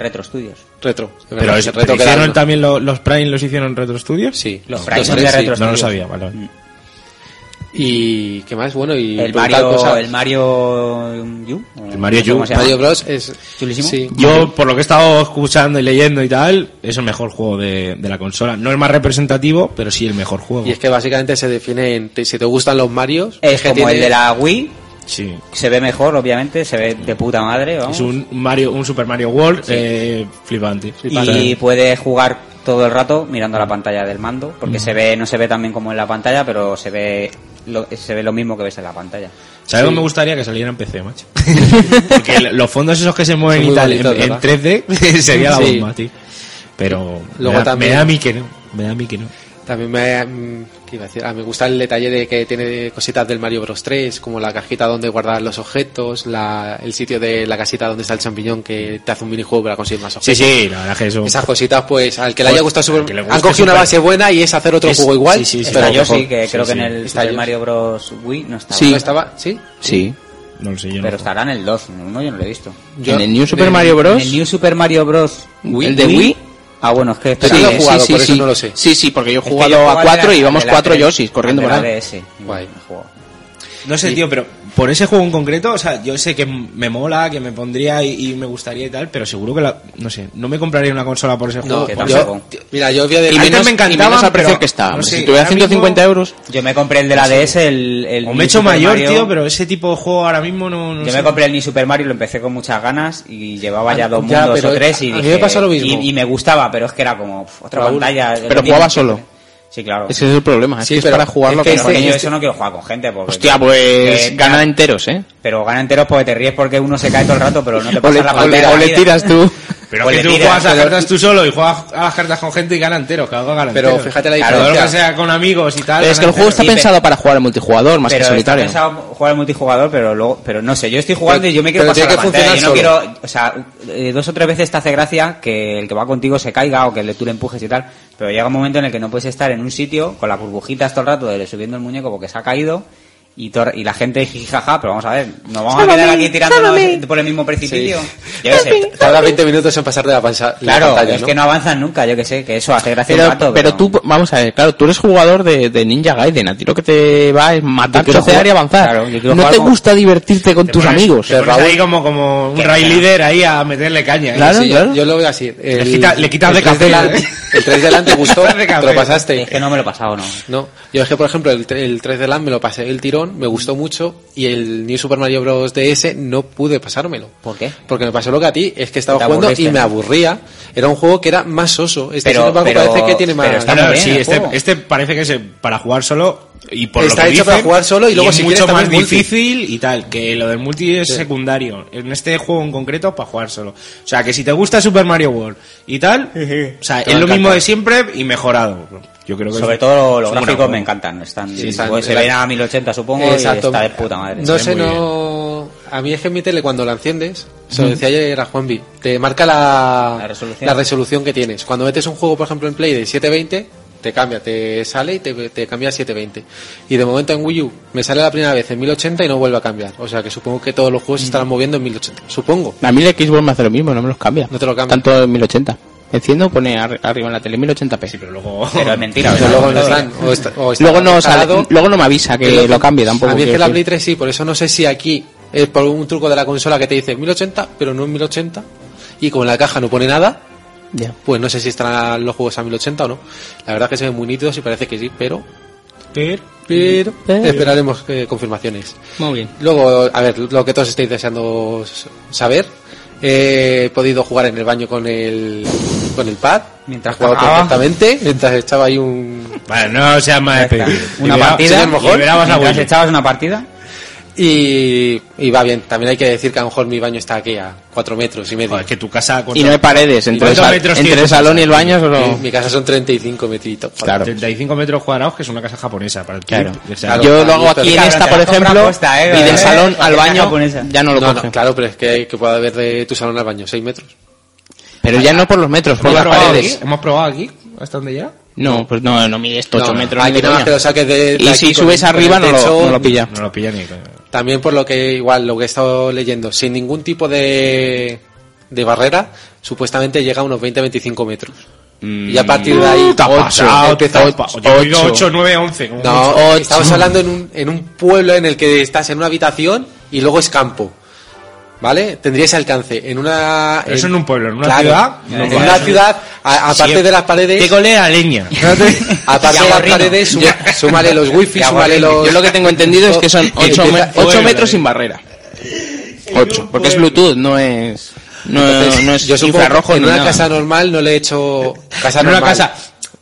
Speaker 2: Retro Studios.
Speaker 7: Retro.
Speaker 5: Pero, es-
Speaker 7: el
Speaker 5: pero
Speaker 7: que
Speaker 5: hicieron
Speaker 7: dan-
Speaker 5: también lo- los Prime los hicieron en Retro Studios?
Speaker 7: Sí.
Speaker 2: Los
Speaker 7: No,
Speaker 2: Prime
Speaker 7: los
Speaker 2: son
Speaker 7: Prime,
Speaker 2: de
Speaker 7: sí.
Speaker 2: Retro
Speaker 5: No lo
Speaker 2: Studios.
Speaker 5: sabía, vale. vale.
Speaker 7: Y. ¿Qué más? Bueno, y.
Speaker 2: El
Speaker 7: preguntar
Speaker 2: Mario,
Speaker 7: cosas.
Speaker 2: el Mario um, U.
Speaker 5: El Mario U.
Speaker 2: ¿Cómo se llama?
Speaker 7: Mario Bros. es.
Speaker 2: Chulísimo.
Speaker 7: Sí.
Speaker 5: Yo, por lo que he estado escuchando y leyendo y tal, es el mejor juego de, de la consola. No el más representativo, pero sí el mejor juego.
Speaker 7: Y es que básicamente se define en. te- si te gustan los Marios.
Speaker 2: Es
Speaker 7: que
Speaker 2: como
Speaker 7: tiene-
Speaker 2: el de la Wii.
Speaker 5: Sí.
Speaker 2: Se ve mejor, obviamente. Se ve de puta madre, vamos.
Speaker 5: Es un Mario, un Super Mario World eh, flipante.
Speaker 2: y puede jugar todo el rato mirando la pantalla del mando porque se ve no se ve tan bien como en la pantalla pero se ve lo, se ve lo mismo que ves en la pantalla
Speaker 5: ¿Sabes lo que me gustaría que saliera en PC, macho? Porque el- los fondos esos que se mueven
Speaker 7: Son
Speaker 5: y
Speaker 7: muy
Speaker 5: tal
Speaker 7: bonitos,
Speaker 5: en, en
Speaker 7: ¿verdad?
Speaker 5: 3D sería la
Speaker 7: Sí.
Speaker 5: bomba, tío. Pero
Speaker 7: Luego
Speaker 5: me, da,
Speaker 7: también-
Speaker 5: me da a mí que no. Me da a mí que no.
Speaker 7: También me, mm, ¿qué iba a decir? Ah, me gusta el detalle de que tiene cositas del Mario Bros 3, como la cajita donde guardar los objetos, la, el sitio de la casita donde está el champiñón que te hace un minijuego para conseguir más
Speaker 5: Sí,
Speaker 7: objetos.
Speaker 5: sí, la verdad que eso.
Speaker 7: Esas cositas, pues, al que le
Speaker 5: Pues,
Speaker 7: haya gustado
Speaker 5: al que le
Speaker 7: Super
Speaker 5: guste
Speaker 7: Han cogido una
Speaker 5: Super-
Speaker 7: base buena y es hacer otro
Speaker 5: Es-
Speaker 7: juego igual.
Speaker 5: sí, sí, sí,
Speaker 2: está
Speaker 7: pero
Speaker 2: yo
Speaker 7: mejor.
Speaker 2: sí que creo
Speaker 5: Sí,
Speaker 2: que en
Speaker 5: sí.
Speaker 2: el
Speaker 7: Está
Speaker 2: Super
Speaker 7: yo.
Speaker 2: Mario Bros Wii no estaba
Speaker 6: Sí.
Speaker 7: ¿No estaba? ¿Sí?
Speaker 6: Sí.
Speaker 5: No lo sé, yo no
Speaker 2: pero
Speaker 5: lo-
Speaker 2: estará en el 2 en el 1 yo no lo he visto
Speaker 7: Yo-
Speaker 6: en el New Super
Speaker 7: en-
Speaker 6: Mario Bros.
Speaker 2: en el New Super Mario Bros
Speaker 6: Wii, el de Wii.
Speaker 2: ah bueno es que
Speaker 7: Pero
Speaker 2: espera.
Speaker 7: no lo he
Speaker 2: Es
Speaker 7: jugado, por eso
Speaker 6: sí.
Speaker 7: no lo sé.
Speaker 6: Sí, sí, porque yo he
Speaker 2: que
Speaker 6: jugado
Speaker 2: yo
Speaker 6: a
Speaker 2: al
Speaker 6: cuatro
Speaker 2: de
Speaker 6: y
Speaker 2: la-
Speaker 6: íbamos
Speaker 2: al de la
Speaker 6: cuatro
Speaker 2: tres-
Speaker 6: Yoshis corriendo
Speaker 2: al
Speaker 6: por
Speaker 2: de la
Speaker 6: ahí.
Speaker 2: DS. Y
Speaker 7: Guay.
Speaker 2: me juego.
Speaker 5: No sé, tío, pero por ese juego en concreto, o sea, yo sé que m- me mola, que me pondría y, y me gustaría y tal, pero seguro que la. No sé, no me compraría una consola por ese
Speaker 7: No,
Speaker 5: juego.
Speaker 2: que
Speaker 5: por-
Speaker 2: tampoco.
Speaker 7: yo, mira, yo vi de
Speaker 6: Y
Speaker 5: Antes
Speaker 6: menos,
Speaker 5: me
Speaker 6: y
Speaker 5: encantaban,
Speaker 6: menos al precio
Speaker 5: pero-
Speaker 6: que está.
Speaker 5: no sé,
Speaker 6: si tuviera
Speaker 5: ahora mismo-
Speaker 6: 150 euros,
Speaker 2: yo me compré el de la DS el, el
Speaker 5: o
Speaker 2: New
Speaker 5: me he hecho
Speaker 2: Super
Speaker 5: mayor,
Speaker 2: Mario.
Speaker 5: tío, pero ese tipo de juego ahora mismo no. no
Speaker 2: Yo
Speaker 5: sé.
Speaker 2: me compré el New Super Mario, lo empecé con muchas ganas y
Speaker 6: Ah,
Speaker 2: llevaba ya dos
Speaker 7: Ya,
Speaker 2: mundos
Speaker 7: pero
Speaker 2: o tres y
Speaker 7: a mí me
Speaker 2: dije-
Speaker 7: pasó lo mismo.
Speaker 2: Y, y me gustaba, pero es que era como pf, otra
Speaker 7: Raúl,
Speaker 2: pantalla.
Speaker 6: pero jugaba solo.
Speaker 2: Sí, claro.
Speaker 6: Ese es el problema. Es
Speaker 7: Sí,
Speaker 6: que es
Speaker 7: pero
Speaker 6: para jugarlo
Speaker 7: es que
Speaker 6: con
Speaker 2: pero
Speaker 7: este-
Speaker 2: coño,
Speaker 6: gente.
Speaker 2: yo eso no quiero jugar con gente. Porque,
Speaker 6: Hostia, pues
Speaker 2: Eh,
Speaker 6: gana enteros, ¿eh?
Speaker 2: Pero gana enteros porque te ríes porque uno se cae todo el rato, pero no te
Speaker 6: O le,
Speaker 2: pasas la
Speaker 6: o le-
Speaker 2: pantalla.
Speaker 6: o le
Speaker 2: vida.
Speaker 6: tiras tú.
Speaker 5: Pero
Speaker 2: O
Speaker 5: que
Speaker 2: Pues le
Speaker 5: tú
Speaker 2: tiras,
Speaker 5: juegas a
Speaker 2: pero-
Speaker 5: cartas tú solo y juegas a las cartas con gente y gana enteros, cada uno gana
Speaker 7: Pero
Speaker 5: enteros.
Speaker 7: fíjate la
Speaker 5: Claro,
Speaker 7: diferencia.
Speaker 5: lo que sea con amigos y tal.
Speaker 6: Pero es que
Speaker 5: gana
Speaker 6: el juego
Speaker 5: enteros.
Speaker 6: está
Speaker 2: Sí, pero-
Speaker 6: pensado para jugar en multijugador más que
Speaker 2: Pero está
Speaker 6: solitario.
Speaker 2: pensado jugar al multijugador, pero luego, pero no sé, yo estoy jugando
Speaker 7: Pero-
Speaker 2: y yo me quiero
Speaker 7: pero
Speaker 2: pasar
Speaker 7: tiene
Speaker 2: la
Speaker 7: que
Speaker 2: pantalla, yo no
Speaker 7: funcionar
Speaker 2: quiero, o sea, eh, dos o tres veces te hace gracia que el que va contigo se caiga o que le, tú le empujes y tal, pero llega un momento en el que no puedes estar en un sitio con las burbujitas todo el rato de subiendo el muñeco porque se ha caído y, tor- y la gente jijaja, pero vamos a ver, nos vamos a quedar aquí tirándonos por el mismo precipicio. Yo qué sé.
Speaker 7: Tarda 20 minutos en pasar de la, panza- la
Speaker 2: Claro,
Speaker 7: pantalla,
Speaker 2: es que no avanzan nunca, yo que sé, que eso hace gracia
Speaker 6: Pero,
Speaker 2: un rato.
Speaker 6: pero tú, vamos a ver, claro, tú eres jugador de, de Ninja Gaiden. A ti lo que te va es matar,
Speaker 2: quiero
Speaker 6: trocear
Speaker 2: jugar-
Speaker 6: y avanzar.
Speaker 2: claro, yo quiero
Speaker 6: no
Speaker 2: jugar
Speaker 6: te
Speaker 2: con-
Speaker 6: gusta divertirte con
Speaker 5: Te
Speaker 6: tus
Speaker 5: pones-
Speaker 6: amigos.
Speaker 5: Te pones ahí como, como un
Speaker 2: Qué
Speaker 5: rail
Speaker 2: pena.
Speaker 5: leader ahí a meterle caña. ¿eh?
Speaker 6: Claro,
Speaker 5: Sí.
Speaker 7: yo,
Speaker 6: claro.
Speaker 7: yo lo veo así. El-
Speaker 5: Le, quita- le quitas
Speaker 7: el
Speaker 5: de
Speaker 7: tres
Speaker 5: café.
Speaker 7: la-
Speaker 5: ¿eh?
Speaker 7: El 3 de LAN te gustó,
Speaker 5: Tarde
Speaker 7: te
Speaker 5: café.
Speaker 7: lo pasaste.
Speaker 2: Es que no me lo he pasado, no.
Speaker 7: No, yo es que por ejemplo el, tre- el 3 de LAN me lo pasé el tirón, me gustó mucho y el New Super Mario Bros. DS no pude pasármelo.
Speaker 2: ¿Por qué?
Speaker 7: Porque me pasó lo que a ti, es que estaba
Speaker 2: Te
Speaker 7: jugando y
Speaker 2: aburriste,
Speaker 7: me
Speaker 2: ¿no?
Speaker 7: aburría. Era un juego que era más oso. Este
Speaker 2: Pero-
Speaker 7: sin embargo
Speaker 2: pero-
Speaker 7: parece que tiene más...
Speaker 2: pero está
Speaker 5: Claro,
Speaker 2: muy bien
Speaker 5: sí,
Speaker 2: el
Speaker 5: este,
Speaker 2: juego.
Speaker 5: este parece que es eh, para jugar solo y por
Speaker 7: Está
Speaker 5: lo que
Speaker 7: hecho para
Speaker 5: dicen,
Speaker 7: jugar solo y luego
Speaker 5: es
Speaker 7: si quieres
Speaker 5: mucho más
Speaker 7: también multi.
Speaker 5: difícil y tal, que lo del multi es secundario. En este juego en concreto para jugar solo. O sea, que si te gusta Super Mario World y tal, o sea,
Speaker 2: Te va a
Speaker 5: es lo mismo
Speaker 2: encantar.
Speaker 5: de siempre y mejorado. Yo creo
Speaker 7: Pues
Speaker 5: que
Speaker 2: Sobre
Speaker 5: es-
Speaker 2: todo
Speaker 5: es
Speaker 2: los
Speaker 5: un gran
Speaker 2: gráficos
Speaker 5: juego.
Speaker 2: me encantan. Están,
Speaker 7: Sí, están-
Speaker 2: pues se
Speaker 7: era-
Speaker 2: ven a 1080 supongo y
Speaker 7: Exacto.
Speaker 2: está de puta madre.
Speaker 7: No
Speaker 5: Se ve
Speaker 7: sé,
Speaker 5: muy
Speaker 7: no. A mí es que mi tele cuando la enciendes, se lo decía ayer a Juanvi, te marca la,
Speaker 2: La resolución.
Speaker 7: la resolución que tienes. Cuando metes un juego, por ejemplo, en Play de 720, te cambia, te sale y te, te cambia a 720. Y de momento en Wii U me sale la primera vez en 1080 y no vuelve a cambiar. O sea que supongo que todos los juegos se estarán moviendo en 1080. Supongo.
Speaker 6: A mí el Xbox me hace lo mismo, no me los cambia.
Speaker 7: No te lo cambia.
Speaker 6: Tanto en 1080. Enciendo, pone ar- arriba en la tele 1080p.
Speaker 5: Sí, pero luego...
Speaker 2: Pero es mentira,
Speaker 7: Pero
Speaker 2: ¿verdad?
Speaker 7: luego no
Speaker 2: Pero-
Speaker 7: están. O está- o está
Speaker 6: luego, no sale-
Speaker 7: preparado.
Speaker 6: luego no me avisa que lo cambie tampoco.
Speaker 7: A mí es que
Speaker 6: quiero
Speaker 7: pues, la Play
Speaker 6: decir.
Speaker 7: 3 sí, por eso no sé si aquí es por un truco de la consola que te dice 1080, pero no en 1080. Y como en la caja no pone nada,
Speaker 6: Ya.
Speaker 7: pues no sé si estarán los juegos a 1080 o no. La verdad que se ven muy nítidos y parece que sí, pero,
Speaker 5: Pero-
Speaker 7: pero, esperaremos eh, confirmaciones.
Speaker 6: Muy bien.
Speaker 7: Luego, a ver, lo que todos estáis deseando s- saber. eh, he podido jugar en el baño con el con el pad he
Speaker 2: Mientras
Speaker 7: jugado
Speaker 6: Ah.
Speaker 2: jugaba.
Speaker 7: perfectamente mientras estaba ahí un
Speaker 5: Vale, no seas más
Speaker 2: Una
Speaker 5: despedido. Libera-
Speaker 2: partida,
Speaker 5: señor Mojón, liberabas a
Speaker 2: mientras
Speaker 5: Willy.
Speaker 2: echabas una partida,
Speaker 7: y, y va bien también hay que decir que a lo mejor mi baño está aquí a cuatro metros y medio
Speaker 5: Joder, que tu casa...
Speaker 6: Y no hay paredes. Entre, el,
Speaker 5: cuántos
Speaker 6: sal-
Speaker 5: metros
Speaker 6: entre
Speaker 5: tienes?
Speaker 6: el salón y el baño solo...
Speaker 7: Mi- mi casa son 35 metritos
Speaker 6: Claro.
Speaker 5: 35 metros cuadrados, que es una casa japonesa. Para el
Speaker 6: Claro.
Speaker 5: tío. O sea,
Speaker 7: Claro.
Speaker 6: Yo lo hago aquí en
Speaker 2: Claro,
Speaker 6: esta,
Speaker 2: te la
Speaker 6: por
Speaker 2: compra
Speaker 6: ejemplo,
Speaker 2: puesta, ¿eh?
Speaker 6: y del
Speaker 2: Eh,
Speaker 6: salón al
Speaker 2: eh,
Speaker 6: baño
Speaker 2: japonesa.
Speaker 6: ya no lo
Speaker 7: No,
Speaker 6: coge.
Speaker 7: no, claro, pero es que, que puede haber de tu salón al baño 6 metros.
Speaker 6: Pero ya no por los metros, por
Speaker 5: ¿Hemos
Speaker 6: las
Speaker 5: probado
Speaker 6: paredes.
Speaker 5: aquí? ¿Hemos probado aquí? ¿Hasta dónde llega?
Speaker 6: No, pues no, no mide esto 8
Speaker 7: No, no,
Speaker 6: metros.
Speaker 7: Aquí
Speaker 6: ni de
Speaker 7: nada más
Speaker 6: coña.
Speaker 7: que lo saques de, de
Speaker 6: Y
Speaker 7: aquí
Speaker 6: si
Speaker 7: con-
Speaker 6: subes
Speaker 7: con el
Speaker 6: arriba no
Speaker 7: techo,
Speaker 6: lo, no lo pilla.
Speaker 5: No lo pilla ni...
Speaker 7: También por lo que igual, lo que he estado leyendo, sin ningún tipo de, de barrera, supuestamente llega a unos 20-25 metros. Y a partir
Speaker 6: Mm.
Speaker 7: de ahí...
Speaker 5: Te ha
Speaker 7: ocho,
Speaker 5: pasado, te
Speaker 7: empieza-
Speaker 5: ha pasado. Yo he oído 8, 9, 11. como
Speaker 7: No,
Speaker 5: mucho.
Speaker 7: estamos hablando en un, en un pueblo en el que estás en una habitación y luego es campo. ¿Vale? Tendría ese alcance. En una.
Speaker 5: Pero eso en un pueblo, en una ciudad, no
Speaker 7: eh, En
Speaker 5: vale.
Speaker 7: una ciudad, a- aparte
Speaker 5: Sí,
Speaker 7: de las paredes.
Speaker 5: Te colea leña.
Speaker 7: Aparte de las
Speaker 2: aburrido.
Speaker 7: paredes, suma- súmale los wifi, súmale los.
Speaker 6: Yo lo que tengo entendido es que son 8,
Speaker 7: Empieza- Bueno,
Speaker 6: metros sin barrera. 8, porque es Bluetooth, no es, no, no es
Speaker 7: yo supongo
Speaker 6: infrarrojo
Speaker 7: que en
Speaker 6: ni
Speaker 7: una
Speaker 6: nada.
Speaker 7: casa normal no le he hecho casa
Speaker 5: En una
Speaker 7: normal.
Speaker 5: casa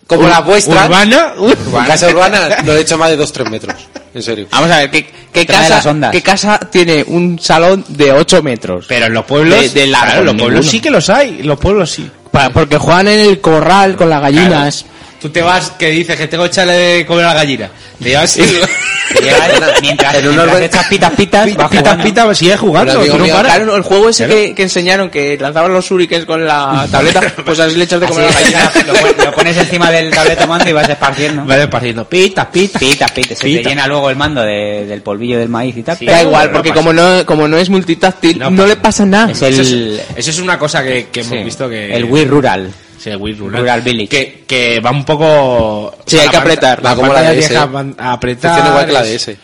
Speaker 7: como la vuestra
Speaker 5: Urbana.
Speaker 7: en casa urbana no le he hecho más de 2-3 metros en serio
Speaker 2: Ah,
Speaker 6: Vamos a ver, ¿qué, qué
Speaker 2: Trae las
Speaker 6: casa,
Speaker 2: ondas.
Speaker 6: ¿qué casa tiene un salón de 8 metros?
Speaker 5: Pero en los pueblos...
Speaker 6: De- de largo,
Speaker 5: claro, los pueblos
Speaker 6: ninguno.
Speaker 5: sí que los hay. Los pueblos sí.
Speaker 6: Pa- porque juegan en el corral con las gallinas.
Speaker 5: Tú te vas que dices que tengo que echarle de comer a la gallina. Te llevas...
Speaker 2: te llevas, mientras,
Speaker 7: En un
Speaker 2: mientras
Speaker 7: orden-
Speaker 2: echas pitas, pitas, vas
Speaker 5: Pita,
Speaker 2: jugando.
Speaker 5: pita, sigue jugando.
Speaker 7: Un amigo
Speaker 5: tú no
Speaker 7: mío,
Speaker 5: paras.
Speaker 6: Claro, el juego ese
Speaker 5: Claro.
Speaker 6: que, que enseñaron, que lanzaban los shurikens con la tableta, pues así le echas de comer a la
Speaker 2: Así, lo,
Speaker 6: gallina.
Speaker 2: pon- lo pones encima del tableta mando y vas esparciendo.
Speaker 5: Vas esparciendo pitas, pitas.
Speaker 2: Pita, pita, se
Speaker 5: Pita.
Speaker 2: te llena luego el mando de- del polvillo del maíz y tal.
Speaker 5: Sí.
Speaker 6: Da igual,
Speaker 5: No
Speaker 6: porque
Speaker 5: pasa
Speaker 6: como no, como no es multitáctil,
Speaker 5: No
Speaker 6: no,
Speaker 5: pasa
Speaker 6: le pasa nada.
Speaker 2: Es el,
Speaker 5: Eso, es, eso es una cosa que, que hemos
Speaker 2: sí,
Speaker 5: visto que...
Speaker 2: el Wii Rural.
Speaker 5: Sí, el Wii Rural.
Speaker 2: Rural Village.
Speaker 5: Que, que va un poco...
Speaker 6: Sí, hay que apretar.
Speaker 5: La
Speaker 7: Va como la
Speaker 5: pantalla
Speaker 7: de
Speaker 5: deja
Speaker 7: ese.
Speaker 5: van- a apretar.
Speaker 7: funciona igual que la de
Speaker 5: es-
Speaker 7: ese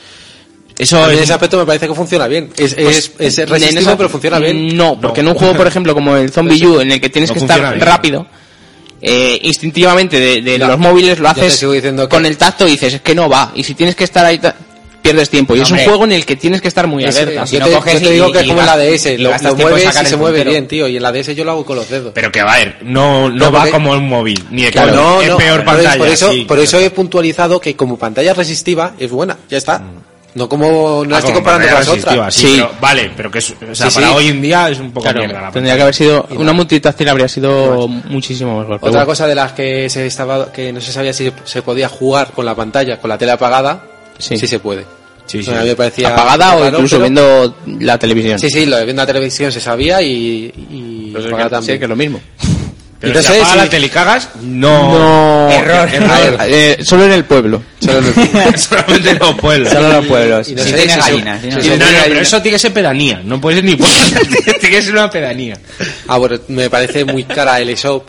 Speaker 5: Eso
Speaker 7: A mí en
Speaker 5: es...
Speaker 7: ese aspecto me parece que funciona bien es,
Speaker 6: Pues,
Speaker 7: es, es
Speaker 6: En
Speaker 7: resistivo
Speaker 6: esa-
Speaker 7: pero funciona bien
Speaker 6: No, porque en un juego, por ejemplo, como el Zombie U, en el que tienes
Speaker 5: No
Speaker 6: que
Speaker 5: funciona
Speaker 6: estar
Speaker 5: bien.
Speaker 6: rápido, eh, instintivamente de, de
Speaker 7: No,
Speaker 6: los móviles lo
Speaker 7: yo te
Speaker 6: haces
Speaker 7: sigo diciendo que-
Speaker 6: con el tacto y dices, es que no va. Y si tienes que estar ahí, ta- pierdes tiempo. Y es un
Speaker 2: Hombre.
Speaker 6: juego en el que tienes que estar muy
Speaker 7: Es-
Speaker 6: alerta.
Speaker 2: si
Speaker 7: yo,
Speaker 2: no
Speaker 7: te,
Speaker 2: coges
Speaker 7: yo te
Speaker 2: y-
Speaker 7: digo que
Speaker 2: y
Speaker 7: es como en la
Speaker 2: gastas-
Speaker 7: de ese
Speaker 2: y
Speaker 7: lo,
Speaker 2: gastas
Speaker 7: lo
Speaker 2: tiempo en
Speaker 7: mueves
Speaker 2: sacar
Speaker 7: y
Speaker 2: el
Speaker 7: se mueve
Speaker 2: puntero.
Speaker 7: bien tío y en la de ese yo lo hago con los dedos
Speaker 5: Pero que va a ver, no, no,
Speaker 7: No,
Speaker 5: va
Speaker 7: porque-
Speaker 5: como un móvil, ni de
Speaker 7: Claro,
Speaker 5: coña.
Speaker 7: no,
Speaker 5: es
Speaker 7: no,
Speaker 5: peor
Speaker 7: por eso-
Speaker 5: pantalla.
Speaker 7: Por eso,
Speaker 5: sí. Ah,
Speaker 7: por eso he puntualizado que como pantalla resistiva es buena, ya está. No como no la
Speaker 5: Ah,
Speaker 7: estoy
Speaker 5: como
Speaker 7: comparando con las
Speaker 5: pantalla resistiva,
Speaker 7: otras.
Speaker 5: Sí,
Speaker 6: Sí.
Speaker 5: pero- vale, pero que es, o sea,
Speaker 7: Sí,
Speaker 5: para
Speaker 7: sí.
Speaker 5: hoy en día es un poco
Speaker 6: Claro,
Speaker 5: mierda la
Speaker 6: tendría que haber sido una multitáctil habría sido muchísimo más golpe.
Speaker 7: Otra cosa de las que se estaba que no se sabía si se podía jugar con la pantalla, con la tele apagada, sí,
Speaker 6: Sí.
Speaker 7: se puede.
Speaker 5: Sí, sí.
Speaker 7: A mí me parecía
Speaker 6: apagada o
Speaker 7: raro,
Speaker 6: incluso
Speaker 7: pero-
Speaker 6: viendo la televisión.
Speaker 7: Sí, sí, lo de viendo la televisión se sabía y, y
Speaker 6: Pues es que-
Speaker 7: apagada también.
Speaker 6: sí, que es lo mismo.
Speaker 5: Pero
Speaker 7: Entonces,
Speaker 5: si apaga
Speaker 7: sí.
Speaker 5: la tele y cagas, no...
Speaker 6: No,
Speaker 2: Error.
Speaker 6: error. Eh, solo en el pueblo.
Speaker 7: Solo en el-
Speaker 5: Solamente los pueblos.
Speaker 2: Solo los pueblos.
Speaker 7: y no
Speaker 2: si
Speaker 7: sé
Speaker 2: tiene
Speaker 7: si se-
Speaker 2: gallinas. si no-
Speaker 5: No, no, pero eso tiene que ser pedanía. No puede ser ni pueblo. tiene que ser una pedanía.
Speaker 7: Ah, bueno, me parece muy cara el eShop.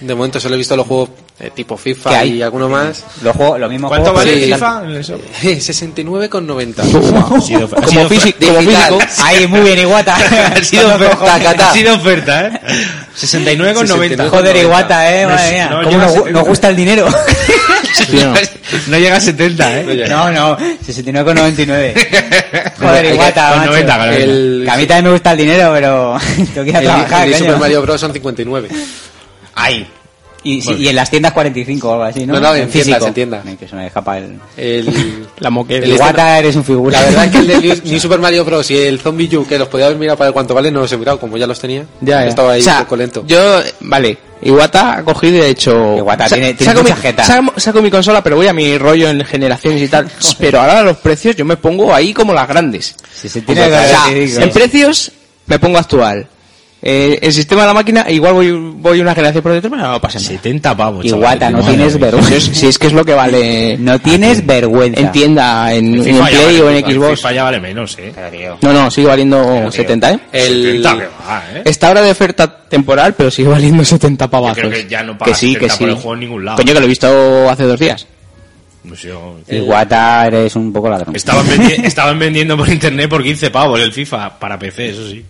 Speaker 7: De momento solo he visto los juegos eh, tipo
Speaker 2: ¿Qué
Speaker 7: FIFA
Speaker 2: hay?
Speaker 7: y alguno más.
Speaker 2: Los juegos, los mismos
Speaker 5: ¿Cuánto
Speaker 2: juegos,
Speaker 5: vale
Speaker 2: pero
Speaker 5: el
Speaker 7: sí.
Speaker 5: FIFA? en el shop?
Speaker 7: 69,90.
Speaker 5: Ha sido- ha sido-
Speaker 2: Como físico. Ahí, muy bien, Iguata.
Speaker 5: Ha sido
Speaker 2: Taca,
Speaker 5: oferta,
Speaker 2: taca.
Speaker 5: ha sido oferta, ¿eh? 69,90.
Speaker 2: Joder, Iguata, eh,
Speaker 5: No,
Speaker 2: madre mía.
Speaker 5: no
Speaker 2: ¿Cómo
Speaker 5: llega a
Speaker 2: nos, gu-
Speaker 5: 70.
Speaker 2: nos gusta el dinero?
Speaker 6: Tío,
Speaker 5: No llega a 70, ¿eh?
Speaker 2: no, no, 69,99. Joder, Iguata,
Speaker 5: Con
Speaker 2: macho.
Speaker 5: 90, con 90.
Speaker 2: El- Que a mí también me gusta el dinero, pero tengo que ir a
Speaker 7: El,
Speaker 2: trabajar,
Speaker 7: el de
Speaker 2: coño.
Speaker 7: Super Mario Bros. son 59.
Speaker 2: Ahí. Y, sí, y en las tiendas 45 o algo así, ¿no?
Speaker 7: No, no, en tiendas, en tiendas.
Speaker 2: Ay, Que se me escapa el...
Speaker 7: El,
Speaker 6: la moquera.
Speaker 7: El-
Speaker 2: Iguata eres un figura.
Speaker 7: la verdad es que el de New- New Super Mario Bros. y el Zombie U, que los podía haber mirado para ver cuánto vale, no los he mirado, como ya los tenía.
Speaker 6: Ya, ya.
Speaker 7: Estaba ahí
Speaker 6: O sea,
Speaker 7: un poco lento.
Speaker 6: Yo, vale, Iwata ha cogido y ha hecho...
Speaker 2: Iwata tiene- tiene
Speaker 6: saco
Speaker 2: mucha
Speaker 6: mi,
Speaker 2: jeta.
Speaker 6: Saco, saco mi consola, pero voy a mi rollo en generaciones y tal. pero ahora los precios yo me pongo ahí como las grandes.
Speaker 2: Si se tiene
Speaker 6: O sea,
Speaker 2: que
Speaker 6: en precios me pongo actual. Eh, el sistema de la máquina, igual voy, voy una generación por detrás, pero no pasa nada.
Speaker 5: 70 pavos. chaval.
Speaker 2: Iguata, no
Speaker 5: Madre
Speaker 2: tienes
Speaker 5: mía.
Speaker 2: vergüenza.
Speaker 6: Si es que es lo que vale
Speaker 2: No
Speaker 7: Ah,
Speaker 2: tienes vergüenza.
Speaker 6: en tienda, en, en
Speaker 5: FIFA ya
Speaker 6: Play
Speaker 5: vale-
Speaker 6: o en
Speaker 5: el
Speaker 6: Xbox.
Speaker 5: FIFA ya vale menos, ¿eh?
Speaker 6: No, no, sigue valiendo
Speaker 5: tío.
Speaker 6: 70, ¿eh?
Speaker 7: El,
Speaker 5: 70 que va, ¿eh?
Speaker 6: Está ahora de oferta temporal, pero sigue valiendo 70 pavazos.
Speaker 5: Yo creo que ya no pagas 70 por el juego en ningún lado.
Speaker 6: Coño, que lo he visto hace dos días.
Speaker 5: No sé, yo-
Speaker 2: Iguata eres un poco ladrón.
Speaker 5: Estaban, vendi- estaban vendiendo por internet por 15 pavos el FIFA para PC, eso sí.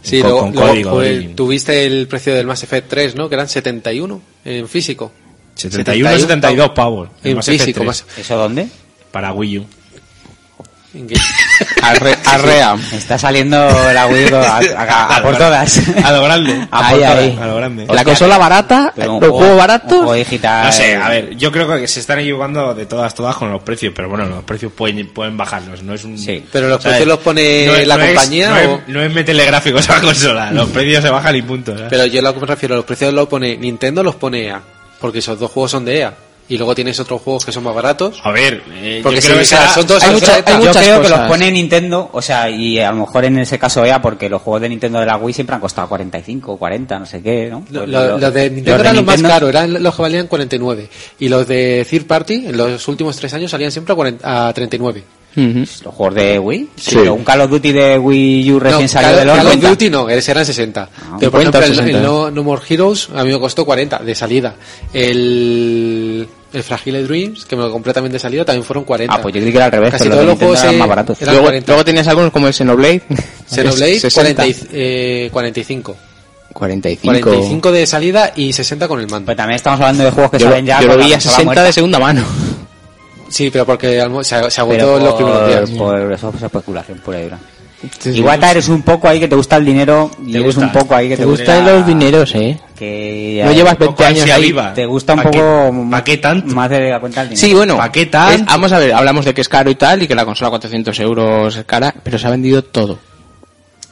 Speaker 7: sí,
Speaker 5: Con-
Speaker 7: luego,
Speaker 5: con
Speaker 7: luego
Speaker 5: código,
Speaker 7: el-
Speaker 5: Origin.
Speaker 7: tuviste el precio del Mass Effect 3, ¿no? Que eran 71 en físico.
Speaker 5: 71 o 72 pavos. el
Speaker 7: En
Speaker 5: Mass Effect
Speaker 7: físico,
Speaker 5: 3,
Speaker 7: más.
Speaker 2: ¿Eso dónde?
Speaker 5: Para Wii U.
Speaker 7: en game.
Speaker 6: Arre- arrea.
Speaker 2: Me está saliendo la Wii a, a- a por
Speaker 5: Al-
Speaker 2: todas.
Speaker 5: A lo grande.
Speaker 2: A por
Speaker 5: Ahí,
Speaker 2: todas.
Speaker 5: ahí. A lo grande.
Speaker 6: La consola barata,
Speaker 2: Pero
Speaker 6: los
Speaker 2: un
Speaker 6: juegos
Speaker 2: un juego
Speaker 6: baratos.
Speaker 2: digital.
Speaker 5: No sé, a ver, yo creo que se están equivocando de todas, todas con los precios, pero bueno, los precios pueden, pueden bajarlos, no es un...
Speaker 2: Sí.
Speaker 7: Pero los
Speaker 5: ¿sabes?
Speaker 7: precios los pone
Speaker 5: No es-
Speaker 7: la
Speaker 5: no es-
Speaker 7: compañía
Speaker 5: no es,
Speaker 7: o...
Speaker 5: no es meterle gráficos a la consola, los precios se bajan y punto. ¿eh? ¿sabes?
Speaker 7: Pero yo lo que me refiero, los precios los pone Nintendo, los pone EA. Porque esos dos juegos son de EA. Y luego tienes otros juegos que son más baratos.
Speaker 5: a ver, eh,
Speaker 7: Porque
Speaker 5: yo creo
Speaker 7: si
Speaker 5: que
Speaker 7: sea,
Speaker 5: será-
Speaker 7: son todos
Speaker 6: hay
Speaker 7: a la
Speaker 6: mucha-
Speaker 7: oferta.
Speaker 6: hay
Speaker 2: Yo
Speaker 6: muchas
Speaker 2: creo que
Speaker 6: cosas.
Speaker 2: los pone Nintendo, o sea, y a lo mejor en ese caso EA, porque los juegos de Nintendo de la Wii siempre han costado 45, 40, no sé qué, ¿no?
Speaker 7: Lo-
Speaker 2: Pues
Speaker 7: lo-
Speaker 2: los-
Speaker 7: los de Nintendo
Speaker 2: los de
Speaker 7: eran los más
Speaker 2: Nintendo-
Speaker 7: caros, eran los que valían 49. Y los de Third Party, en los últimos tres años, salían siempre a, 40 a 39.
Speaker 6: Ujú.
Speaker 2: Los juegos de Wii.
Speaker 7: Sí.
Speaker 2: Pero un Call of Duty de Wii U recién
Speaker 7: no,
Speaker 2: salió
Speaker 7: Call-
Speaker 2: del Ah, horno.
Speaker 7: Call of Duty no, ese eran 60. Pero por ejemplo,
Speaker 6: 50 o
Speaker 7: el-
Speaker 6: 60.
Speaker 7: el no, No More Heroes a mí me costó 40 de salida. El, el Fragile Dreams, que me lo compré también de salida, también fueron 40.
Speaker 2: Ah, pues yo creí que era al revés,
Speaker 7: Casi
Speaker 2: que los
Speaker 7: todos
Speaker 2: de
Speaker 7: los juegos
Speaker 2: Nintendo eran
Speaker 7: se-
Speaker 2: más baratos.
Speaker 7: eran
Speaker 6: luego,
Speaker 7: 40.
Speaker 6: luego tenías algunos como el Xenoblade.
Speaker 7: Xenoblade,
Speaker 6: 60.
Speaker 7: 40 y- eh, 45.
Speaker 6: 45.
Speaker 7: 45 de salida y 60 con el mando.
Speaker 2: Pues también estamos hablando de juegos que
Speaker 6: Yo,
Speaker 2: salen ya.
Speaker 6: yo lo
Speaker 2: con la
Speaker 6: vi a
Speaker 2: consola
Speaker 6: 60 de
Speaker 2: muerta.
Speaker 6: segunda mano.
Speaker 7: Sí, pero porque almo- se, se agotó
Speaker 2: Pero por,
Speaker 7: los primeros días.
Speaker 2: por eso es especulación pura y dura. Iguata eres un poco ahí que te gusta el dinero y eres
Speaker 5: gusta.
Speaker 2: un poco ahí que te,
Speaker 6: Te gustan los dineros, eh.
Speaker 2: Que
Speaker 6: No llevas
Speaker 5: Un poco
Speaker 6: 20 años
Speaker 5: ansia
Speaker 6: ahí.
Speaker 5: viva.
Speaker 2: Te gusta un
Speaker 5: ¿Pa' qué-
Speaker 2: poco
Speaker 5: pa' qué tanto?
Speaker 2: más de la cuenta el dinero.
Speaker 6: Sí, bueno.
Speaker 5: ¿Pa' qué tanto?
Speaker 6: es- vamos a ver, hablamos de que es caro y tal, y que la consola 400 euros es cara, pero se ha vendido todo.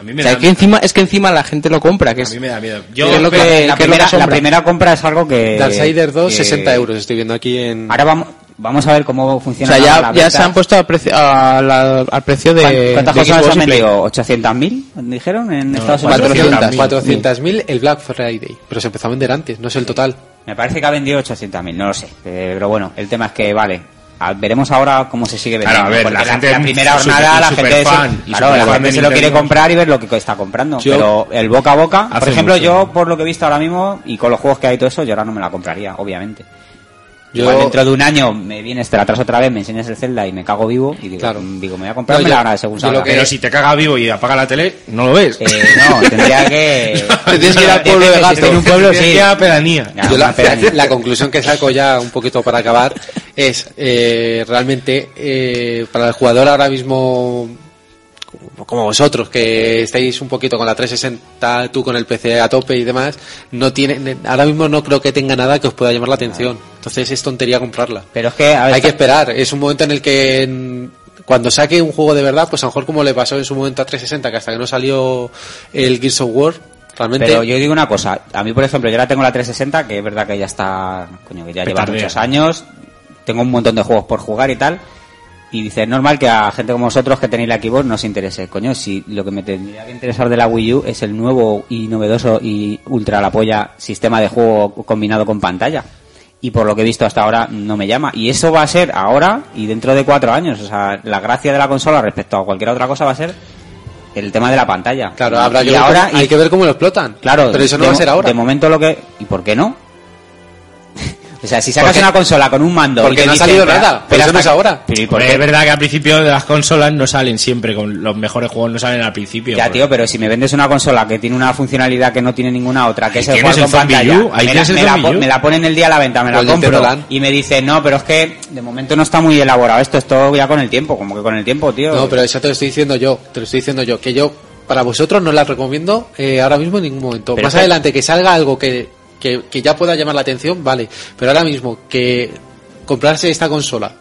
Speaker 5: A mí me
Speaker 6: o sea,
Speaker 5: da-
Speaker 6: que encima, es que encima la gente lo compra, que
Speaker 5: a
Speaker 6: es...
Speaker 5: mí me da miedo. Yo,
Speaker 6: que es lo que-
Speaker 2: Eh, la,
Speaker 6: que es lo
Speaker 2: primera,
Speaker 6: que asombra.
Speaker 2: la primera compra es algo que.
Speaker 7: Darksiders 2,
Speaker 2: que-
Speaker 7: 60 euros, estoy viendo aquí en...
Speaker 2: Ahora vamos, vamos a ver cómo
Speaker 6: O
Speaker 2: funciona.
Speaker 6: sea,
Speaker 2: la
Speaker 6: ya, ya
Speaker 2: venta.
Speaker 6: se han puesto al precio, a la- al precio de...
Speaker 2: ¿Cuántas
Speaker 6: de
Speaker 2: cosas
Speaker 6: Xbox
Speaker 2: han
Speaker 6: y Play.
Speaker 2: vendido? ¿800.000? ¿Dijeron en Estados Unidos?
Speaker 6: 400.000.
Speaker 7: 400.000 el Black Friday, pero se empezó a vender antes, no es el total.
Speaker 2: Me parece que ha vendido 800.000, no lo sé. Eh, pero bueno, el tema es que, vale, a- veremos ahora cómo se sigue vendiendo.
Speaker 5: Claro, a ver,
Speaker 2: porque
Speaker 5: la gente es
Speaker 2: primera
Speaker 5: súper-
Speaker 2: jornada, la
Speaker 5: súper
Speaker 2: gente, se-
Speaker 5: fan, y
Speaker 2: claro,
Speaker 5: súper
Speaker 2: la
Speaker 5: fan
Speaker 2: gente
Speaker 5: de
Speaker 2: se lo quiere
Speaker 5: Nintendo.
Speaker 2: comprar y ver lo que está comprando. pero el boca a boca, por
Speaker 5: Hace
Speaker 2: ejemplo,
Speaker 5: mucho.
Speaker 2: yo, por lo que he visto ahora mismo, y con los juegos que hay y todo eso, yo ahora no me la compraría, obviamente.
Speaker 7: Yo-
Speaker 2: Igual dentro de un año me vienes te la traes otra vez, me enseñas el Zelda y me cago vivo y digo,
Speaker 7: Claro.
Speaker 2: digo me voy a
Speaker 7: No,
Speaker 2: comprarme
Speaker 7: yo-
Speaker 2: ahora según
Speaker 7: yo lo
Speaker 2: salga.
Speaker 7: que-
Speaker 5: pero si te caga vivo y apaga la tele, no lo ves.
Speaker 2: Eh, no, tendría que...
Speaker 6: Tienes que ir al pueblo de
Speaker 2: Si estoy
Speaker 6: gato.
Speaker 2: en un pueblo, sí.
Speaker 5: Tienes que ir a pedanía.
Speaker 2: Ya,
Speaker 7: Yo la,
Speaker 2: una pedanía.
Speaker 7: la conclusión que saco ya un poquito para acabar es eh, realmente eh, para el jugador ahora mismo como- como vosotros que estáis un poquito con la 360 tú con el PC a tope y demás no tiene ahora mismo no creo que tenga nada que os pueda llamar la atención entonces es tontería comprarla
Speaker 2: Pero es que, a ver,
Speaker 7: hay que esperar es un momento en el que mm, cuando saque un juego de verdad pues a lo mejor como le pasó en su momento a 360 que hasta que no salió el Gears of War realmente
Speaker 2: Pero yo digo una cosa, a mí por ejemplo, yo ahora tengo la 360, que es verdad que ya está, coño, que ya lleva
Speaker 5: Petardea.
Speaker 2: muchos años, tengo un montón de juegos por jugar y tal, y dice, es normal que a gente como vosotros que tenéis la Xbox no os interese, coño, si lo que me tendría que interesar de la Wii U es el nuevo y novedoso y ultra la polla sistema de juego combinado con pantalla. Y por lo que he visto hasta ahora no me llama. Y eso va a ser ahora y dentro de cuatro años. O sea, la gracia de la consola respecto a cualquier otra cosa va a ser el tema de la pantalla.
Speaker 7: Claro, habrá
Speaker 2: y
Speaker 7: que ver
Speaker 2: ahora,
Speaker 7: cómo- hay que ver cómo lo explotan.
Speaker 2: Claro,
Speaker 7: pero eso no
Speaker 2: de
Speaker 7: va a
Speaker 2: mo-
Speaker 7: ser ahora.
Speaker 2: De momento lo que. ¿Y por qué no? O sea, si sacas
Speaker 7: Porque-
Speaker 2: una consola con un mando.
Speaker 7: porque
Speaker 2: y te
Speaker 7: no ha
Speaker 2: dicen,
Speaker 7: salido
Speaker 2: "Espera,
Speaker 7: nada,
Speaker 2: espera
Speaker 7: por eso
Speaker 2: hasta
Speaker 7: no es
Speaker 2: que-".
Speaker 7: ahora.
Speaker 2: Sí,
Speaker 5: Porque
Speaker 2: porque-
Speaker 5: es verdad que al principio de las consolas no salen siempre con los mejores juegos, no salen al principio. pues,
Speaker 2: Ya,
Speaker 5: porque-
Speaker 2: tío, pero si me vendes una consola que tiene una funcionalidad que no tiene ninguna otra, que es el
Speaker 5: tienes
Speaker 2: juego
Speaker 5: el
Speaker 2: con
Speaker 5: Zombie
Speaker 2: pantalla,
Speaker 5: U, ahí
Speaker 2: me, la,
Speaker 5: tienes el
Speaker 2: me la
Speaker 5: Zombie
Speaker 2: po-
Speaker 5: U.
Speaker 2: me la ponen el día a la venta, me la
Speaker 7: O el
Speaker 2: compro,
Speaker 7: Nintendo Land.
Speaker 2: y me dicen, no, pero es que de momento no está muy elaborado esto, esto ya con el tiempo, como que con el tiempo, tío.
Speaker 7: No, pero eso te lo estoy diciendo yo, te lo estoy diciendo yo, que yo para vosotros no la recomiendo eh, ahora mismo en ningún momento.
Speaker 2: Pero
Speaker 7: Más
Speaker 2: es que-
Speaker 7: adelante que salga algo que, que, que ya pueda llamar la atención, vale, pero ahora mismo que comprarse esta consola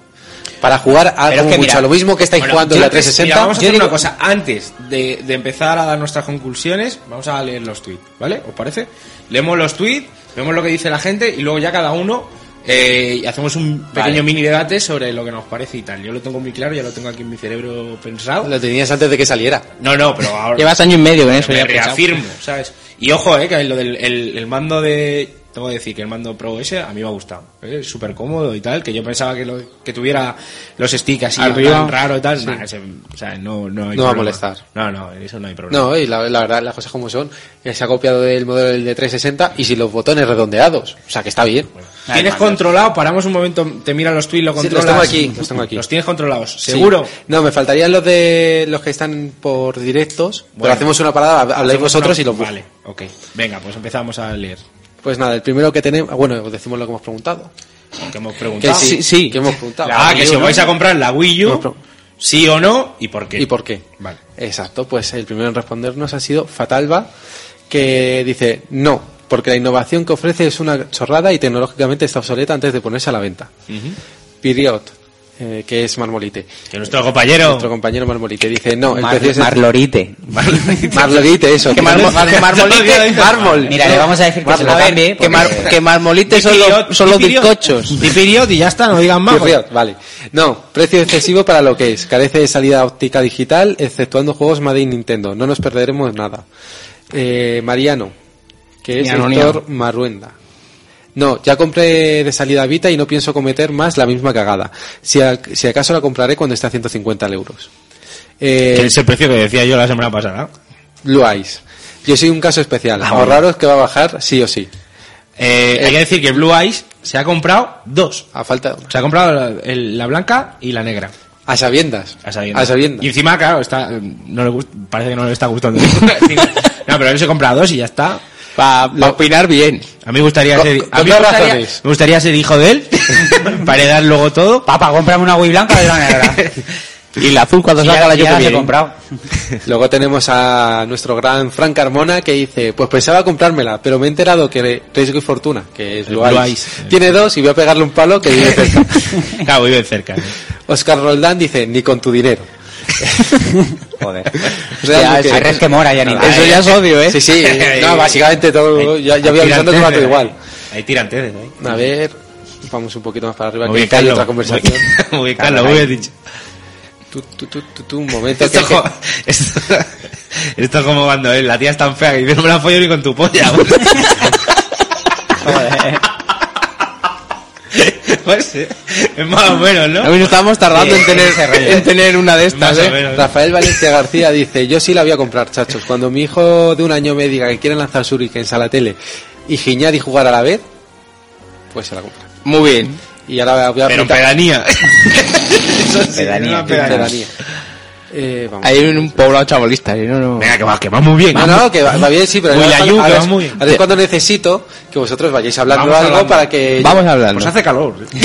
Speaker 7: para jugar a,
Speaker 2: Pero es
Speaker 7: como
Speaker 2: que
Speaker 7: mucho
Speaker 2: mira,
Speaker 7: a lo mismo que estáis
Speaker 5: Bueno,
Speaker 7: jugando en
Speaker 5: yo
Speaker 7: la
Speaker 5: antes-
Speaker 7: 360,
Speaker 5: mira, vamos a
Speaker 7: yo
Speaker 5: hacer una
Speaker 7: digo-
Speaker 5: cosa. Antes de, de empezar a dar nuestras conclusiones, vamos a leer los tweets, ¿vale? ¿Os parece? Leemos los tweets, vemos lo que dice la gente y luego ya cada uno eh, y hacemos un pequeño mini debate sobre lo que nos parece y tal. Yo lo tengo muy claro, ya lo tengo aquí en mi cerebro pensado.
Speaker 7: lo tenías antes de que saliera.
Speaker 5: No, no, pero ahora.
Speaker 6: Llevas año y medio con eso.
Speaker 5: Pero
Speaker 6: ya
Speaker 5: me
Speaker 6: pensado.
Speaker 5: reafirmo, ¿sabes? Y ojo, eh, que lo del el, el mando de. Tengo que decir que el mando Pro S a mí me ha gustado. ¿eh? Es súper cómodo y tal, que yo pensaba que, lo, que tuviera los sticks así
Speaker 6: Arriba.
Speaker 5: tan raro y tal. Nah, ese- o sea, no, no hay
Speaker 7: No va a
Speaker 5: problema.
Speaker 7: molestar.
Speaker 5: No, no, en eso no hay problema.
Speaker 7: No, y la, la verdad, las cosas como son, eh, se ha copiado del modelo del de 360 y sin los botones redondeados, o sea que está bien.
Speaker 5: ¿Tienes controlado? Paramos un momento, te mira los tweets, lo
Speaker 7: Sí, los
Speaker 5: controlas.
Speaker 7: tengo aquí, los tengo aquí.
Speaker 5: tienes controlados,
Speaker 7: Sí.
Speaker 5: seguro.
Speaker 7: No, me faltarían los de los que están por directos, pero
Speaker 5: Bueno.
Speaker 7: hacemos una parada, hab- habláis vosotros y los
Speaker 5: Vale, ok. Venga, pues empezamos a leer.
Speaker 7: Pues nada, el primero que tenemos, bueno, os decimos lo que hemos preguntado.
Speaker 5: Que hemos
Speaker 7: Que
Speaker 5: preguntado.
Speaker 7: sí,
Speaker 6: sí.
Speaker 7: que hemos preguntado.
Speaker 5: Ah, que si os
Speaker 7: ¿no?
Speaker 5: vais a comprar la Wii
Speaker 7: Hemos
Speaker 5: U,
Speaker 7: pro-
Speaker 5: sí o no, y por qué.
Speaker 7: ¿Y por qué?
Speaker 5: Vale.
Speaker 7: Exacto, pues el primero en respondernos ha sido Fatalba, que dice no, porque la innovación que ofrece es una chorrada y tecnológicamente está obsoleta antes de ponerse a la venta. Piriot, eh, que es Marmolite.
Speaker 5: Que nuestro compañero.
Speaker 7: Nuestro compañero Marmolite dice no, el
Speaker 2: Mar-
Speaker 7: precio es-
Speaker 2: Marlorite.
Speaker 7: Marmolite, eso.
Speaker 6: Que marmo- que marmolite-
Speaker 7: mármol.
Speaker 2: Mira, le vamos a decir que se lo
Speaker 6: A ver,
Speaker 2: cambie,
Speaker 6: que, mar-
Speaker 2: porque-
Speaker 6: que marmolites son los, son los bizcochos.
Speaker 5: Dipiriot y ya está, no digan más.
Speaker 7: Sí, Riot, vale. No, precio excesivo para lo que es. Carece de salida óptica digital, exceptuando juegos Made in Nintendo. No nos perderemos nada. Eh, Mariano, que es
Speaker 6: Niano,
Speaker 7: Héctor Marruenda. No, ya compré de salida Vita y no pienso cometer más la misma cagada. Si, a- si acaso la compraré cuando esté a 150 euros. Eh,
Speaker 5: Que es el precio que decía yo la semana pasada.
Speaker 7: Blue Eyes. Yo soy un caso especial.
Speaker 5: Ah,
Speaker 7: Ahorraros que va a bajar sí o sí.
Speaker 5: Eh, hay que decir que Blue Eyes se ha comprado dos.
Speaker 7: A falta de una.
Speaker 5: Se ha comprado la, el- la blanca y la negra.
Speaker 7: A sabiendas.
Speaker 5: A sabiendas.
Speaker 7: A sabiendas.
Speaker 5: Y encima, claro, está, eh, no le gust- parece que no le está gustando. no, pero él se compra dos y ya está.
Speaker 6: Para opinar bien.
Speaker 5: A mí me gustaría
Speaker 7: Con-
Speaker 5: ser,
Speaker 7: con
Speaker 5: a mí me
Speaker 7: dos
Speaker 5: gustaría,
Speaker 7: razones.
Speaker 5: me gustaría ser hijo de él para heredar luego todo.
Speaker 2: Papá, cómprame una Wii blanca de la negra.
Speaker 6: Y la azul cuando
Speaker 2: Y ya-
Speaker 6: salga la
Speaker 2: ya
Speaker 6: yo
Speaker 2: las
Speaker 6: que
Speaker 2: he
Speaker 6: viene.
Speaker 2: comprado.
Speaker 7: Luego tenemos a nuestro gran Frank Carmona que dice, pues pensaba comprármela, pero me he enterado que Riesgo y Fortuna, que es
Speaker 5: El
Speaker 7: Blue
Speaker 5: Blue
Speaker 7: Eyes,
Speaker 5: Eyes.
Speaker 7: tiene dos y voy a pegarle un palo que vive cerca.
Speaker 5: Claro, vive cerca. ¿eh? ¿no?
Speaker 7: Oscar Roldán dice, ni con tu dinero.
Speaker 2: Joder.
Speaker 7: Real
Speaker 2: Hay
Speaker 7: Duque.
Speaker 2: res que mora ya ni nada.
Speaker 6: Eso ya es odio, ¿eh?
Speaker 7: Sí, sí, no, básicamente todo,
Speaker 5: Ahí-
Speaker 7: ya, ya
Speaker 5: ahí
Speaker 7: voy avisando que va todo
Speaker 5: tiranteces,
Speaker 7: igual.
Speaker 5: Ahí tiranteces, ahí.
Speaker 7: A ver, vamos un poquito más para arriba,
Speaker 5: ¿eh?
Speaker 7: que
Speaker 5: Muy bien,
Speaker 7: hay
Speaker 5: Carlos.
Speaker 7: otra conversación.
Speaker 5: Muy bien, Carlos, muy bien dicho.
Speaker 7: Tú, tú, tú, tú, tú, un momento.
Speaker 5: Esto,
Speaker 7: que-
Speaker 5: es como- esto, esto es como cuando eh, la tía es tan fea que dice no me la follo ni con tu polla.
Speaker 2: Joder.
Speaker 5: Pues, eh, es más o menos,
Speaker 6: A
Speaker 5: ¿no?
Speaker 6: mí no estábamos tardando
Speaker 2: Sí,
Speaker 6: en, tener,
Speaker 2: ese rollo.
Speaker 6: en tener una de
Speaker 5: Más
Speaker 6: estas,
Speaker 5: o
Speaker 6: ¿eh?
Speaker 5: menos.
Speaker 7: Rafael Valencia García dice, yo sí la voy a comprar, chachos. Cuando mi hijo de un año me diga que quiere lanzar Shurikens a la tele y giñar y jugar a la vez, pues se la compra.
Speaker 6: Muy bien.
Speaker 7: Y ahora voy a
Speaker 5: Pero
Speaker 7: apuntar-
Speaker 5: pedanía. Eso sí,
Speaker 2: Pedanía,
Speaker 5: una
Speaker 7: pedanía. Eh, vamos.
Speaker 6: Hay un poblado chabolista, si no, no.
Speaker 5: Venga, que va, que va muy bien.
Speaker 7: No, no, que va, va bien, sí, pero
Speaker 5: Uy,
Speaker 7: ahora
Speaker 5: la
Speaker 7: cuando-
Speaker 5: yuca,
Speaker 7: ahora
Speaker 5: va
Speaker 7: es-
Speaker 5: muy bien.
Speaker 7: ahora es cuando necesito que vosotros vayáis hablando
Speaker 5: Vamos
Speaker 7: algo
Speaker 5: hablando.
Speaker 7: para que...
Speaker 6: Vamos hablando.
Speaker 5: Pues hace calor.
Speaker 7: ¿eh?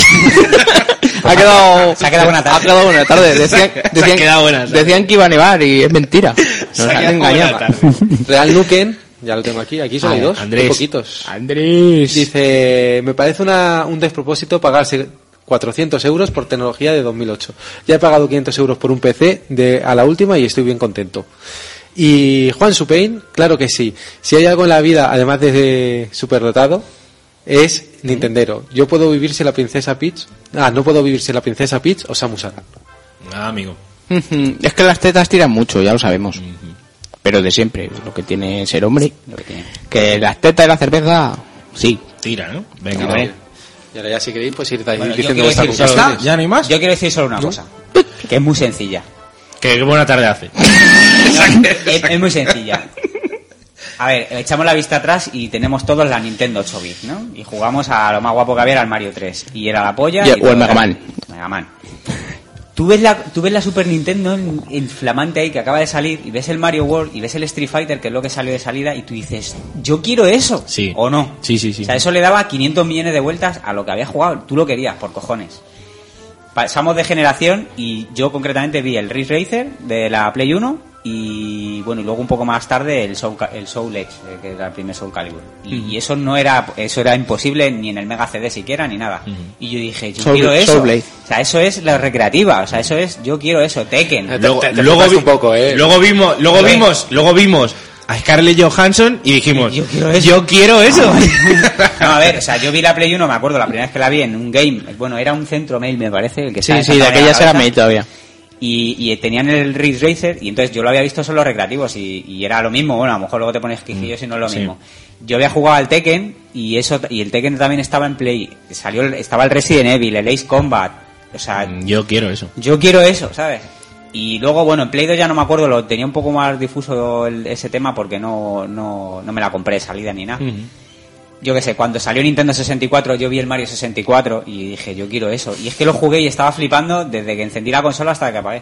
Speaker 6: ha quedado...
Speaker 2: Se ha quedado buena tarde.
Speaker 6: Ha quedado buena tarde. Decían,
Speaker 5: Se ha- se ha
Speaker 6: decían,
Speaker 5: quedado buena tarde.
Speaker 6: decían que iba a nevar y es mentira. Nos
Speaker 5: Se ha
Speaker 6: han
Speaker 5: quedado
Speaker 6: engañado.
Speaker 5: buena tarde.
Speaker 7: Real Nuken, ya lo tengo aquí, aquí solo hay
Speaker 5: Ah,
Speaker 7: dos, muy
Speaker 5: Andrés.
Speaker 7: poquitos.
Speaker 6: Andrés.
Speaker 7: Dice, me parece una, un despropósito pagarse 400 euros por tecnología de 2008. Ya he pagado 500 euros por un PC de, a la última y estoy bien contento. Y Juan Supain, claro que sí. Si hay algo en la vida, además de superdotado, es Nintendero. Yo puedo vivir sin la princesa Peach. Ah, no puedo vivir sin la princesa Peach o Samus Aran.
Speaker 5: Ah, amigo.
Speaker 6: Ujú. Es que las tetas tiran mucho, ya lo sabemos. Pero de siempre, lo que tiene ser hombre. Que las tetas y la cerveza, sí.
Speaker 5: Tira, ¿no? Venga,
Speaker 6: Venga,
Speaker 5: va.
Speaker 6: venga.
Speaker 7: Y ahora ya si queréis, pues ir
Speaker 2: Bueno, yo
Speaker 7: diciendo
Speaker 2: quiero
Speaker 7: vuestras
Speaker 2: decir solo-
Speaker 7: conclusiones.
Speaker 5: ¿Ya no hay más?
Speaker 2: Yo quiero decir solo una cosa. Que es muy sencilla.
Speaker 5: Que, que buena tarde hace.
Speaker 2: es, es muy sencilla. A ver, echamos la vista atrás y tenemos todos la Nintendo 8 bit, ¿no? Y jugamos a lo más guapo que había, era el Mario 3. Y era la polla.
Speaker 6: Y-
Speaker 2: y
Speaker 6: o el
Speaker 2: todo
Speaker 6: Mega
Speaker 2: era-
Speaker 6: Man.
Speaker 2: Mega Man. Tú ves, la, tú ves la Super Nintendo en, en flamante ahí que acaba de salir y ves el Mario World y ves el Street Fighter que es lo que salió de salida y tú dices, yo quiero eso.
Speaker 5: Sí.
Speaker 2: ¿O no?
Speaker 5: Sí, sí, sí.
Speaker 2: O sea, eso le daba 500 millones de vueltas a lo que había jugado. Tú lo querías, por cojones. Pasamos de generación y yo concretamente vi el Ridge Racer de la Play 1 y bueno, y luego un poco más tarde el Soul, Ca- el Soul Edge, eh, que era el primer Soul Calibur. Y, y eso no era eso era imposible ni en el Mega CD siquiera ni nada. Y yo dije, yo
Speaker 6: Soul-
Speaker 2: quiero eso.
Speaker 6: Soul Blade.
Speaker 2: O sea, eso es la recreativa, o sea, eso es yo quiero eso,
Speaker 7: Te-
Speaker 2: Tekken.
Speaker 7: te-
Speaker 5: Luego,
Speaker 7: te
Speaker 5: luego,
Speaker 7: flipas
Speaker 5: vi-
Speaker 7: un poco, ¿eh?
Speaker 5: luego vimos, luego
Speaker 2: Hombre.
Speaker 5: vimos, luego vimos a Scarlett Johansson y dijimos,
Speaker 2: Yo quiero eso.
Speaker 5: Yo quiero eso.
Speaker 2: No, a ver, o sea, yo vi la Play 1, me acuerdo, la primera vez que la vi en un game, bueno, era un centro mail, me parece, el que
Speaker 6: Sí,
Speaker 2: está
Speaker 6: sí, de aquellas
Speaker 2: aquella
Speaker 6: era mail todavía.
Speaker 2: y, y tenían el Ridge Racer y entonces yo lo había visto solo recreativos y, y era lo mismo, bueno, a lo mejor luego te pones quijillos y no es lo
Speaker 5: Sí.
Speaker 2: mismo. Yo había jugado al Tekken y eso y el Tekken también estaba en Play, salió el- estaba el Resident Evil, el Ace Combat, o sea,
Speaker 5: Ah, Yo quiero eso.
Speaker 2: yo quiero eso, ¿sabes? Y luego, bueno, en Play 2 ya no me acuerdo, lo tenía un poco más difuso el- ese tema porque no, no, no me la compré de salida ni nada. Yo qué sé, cuando salió Nintendo 64 yo vi el Mario 64 y dije, yo quiero eso. Y es que lo jugué y estaba flipando desde que encendí la consola hasta que apagué.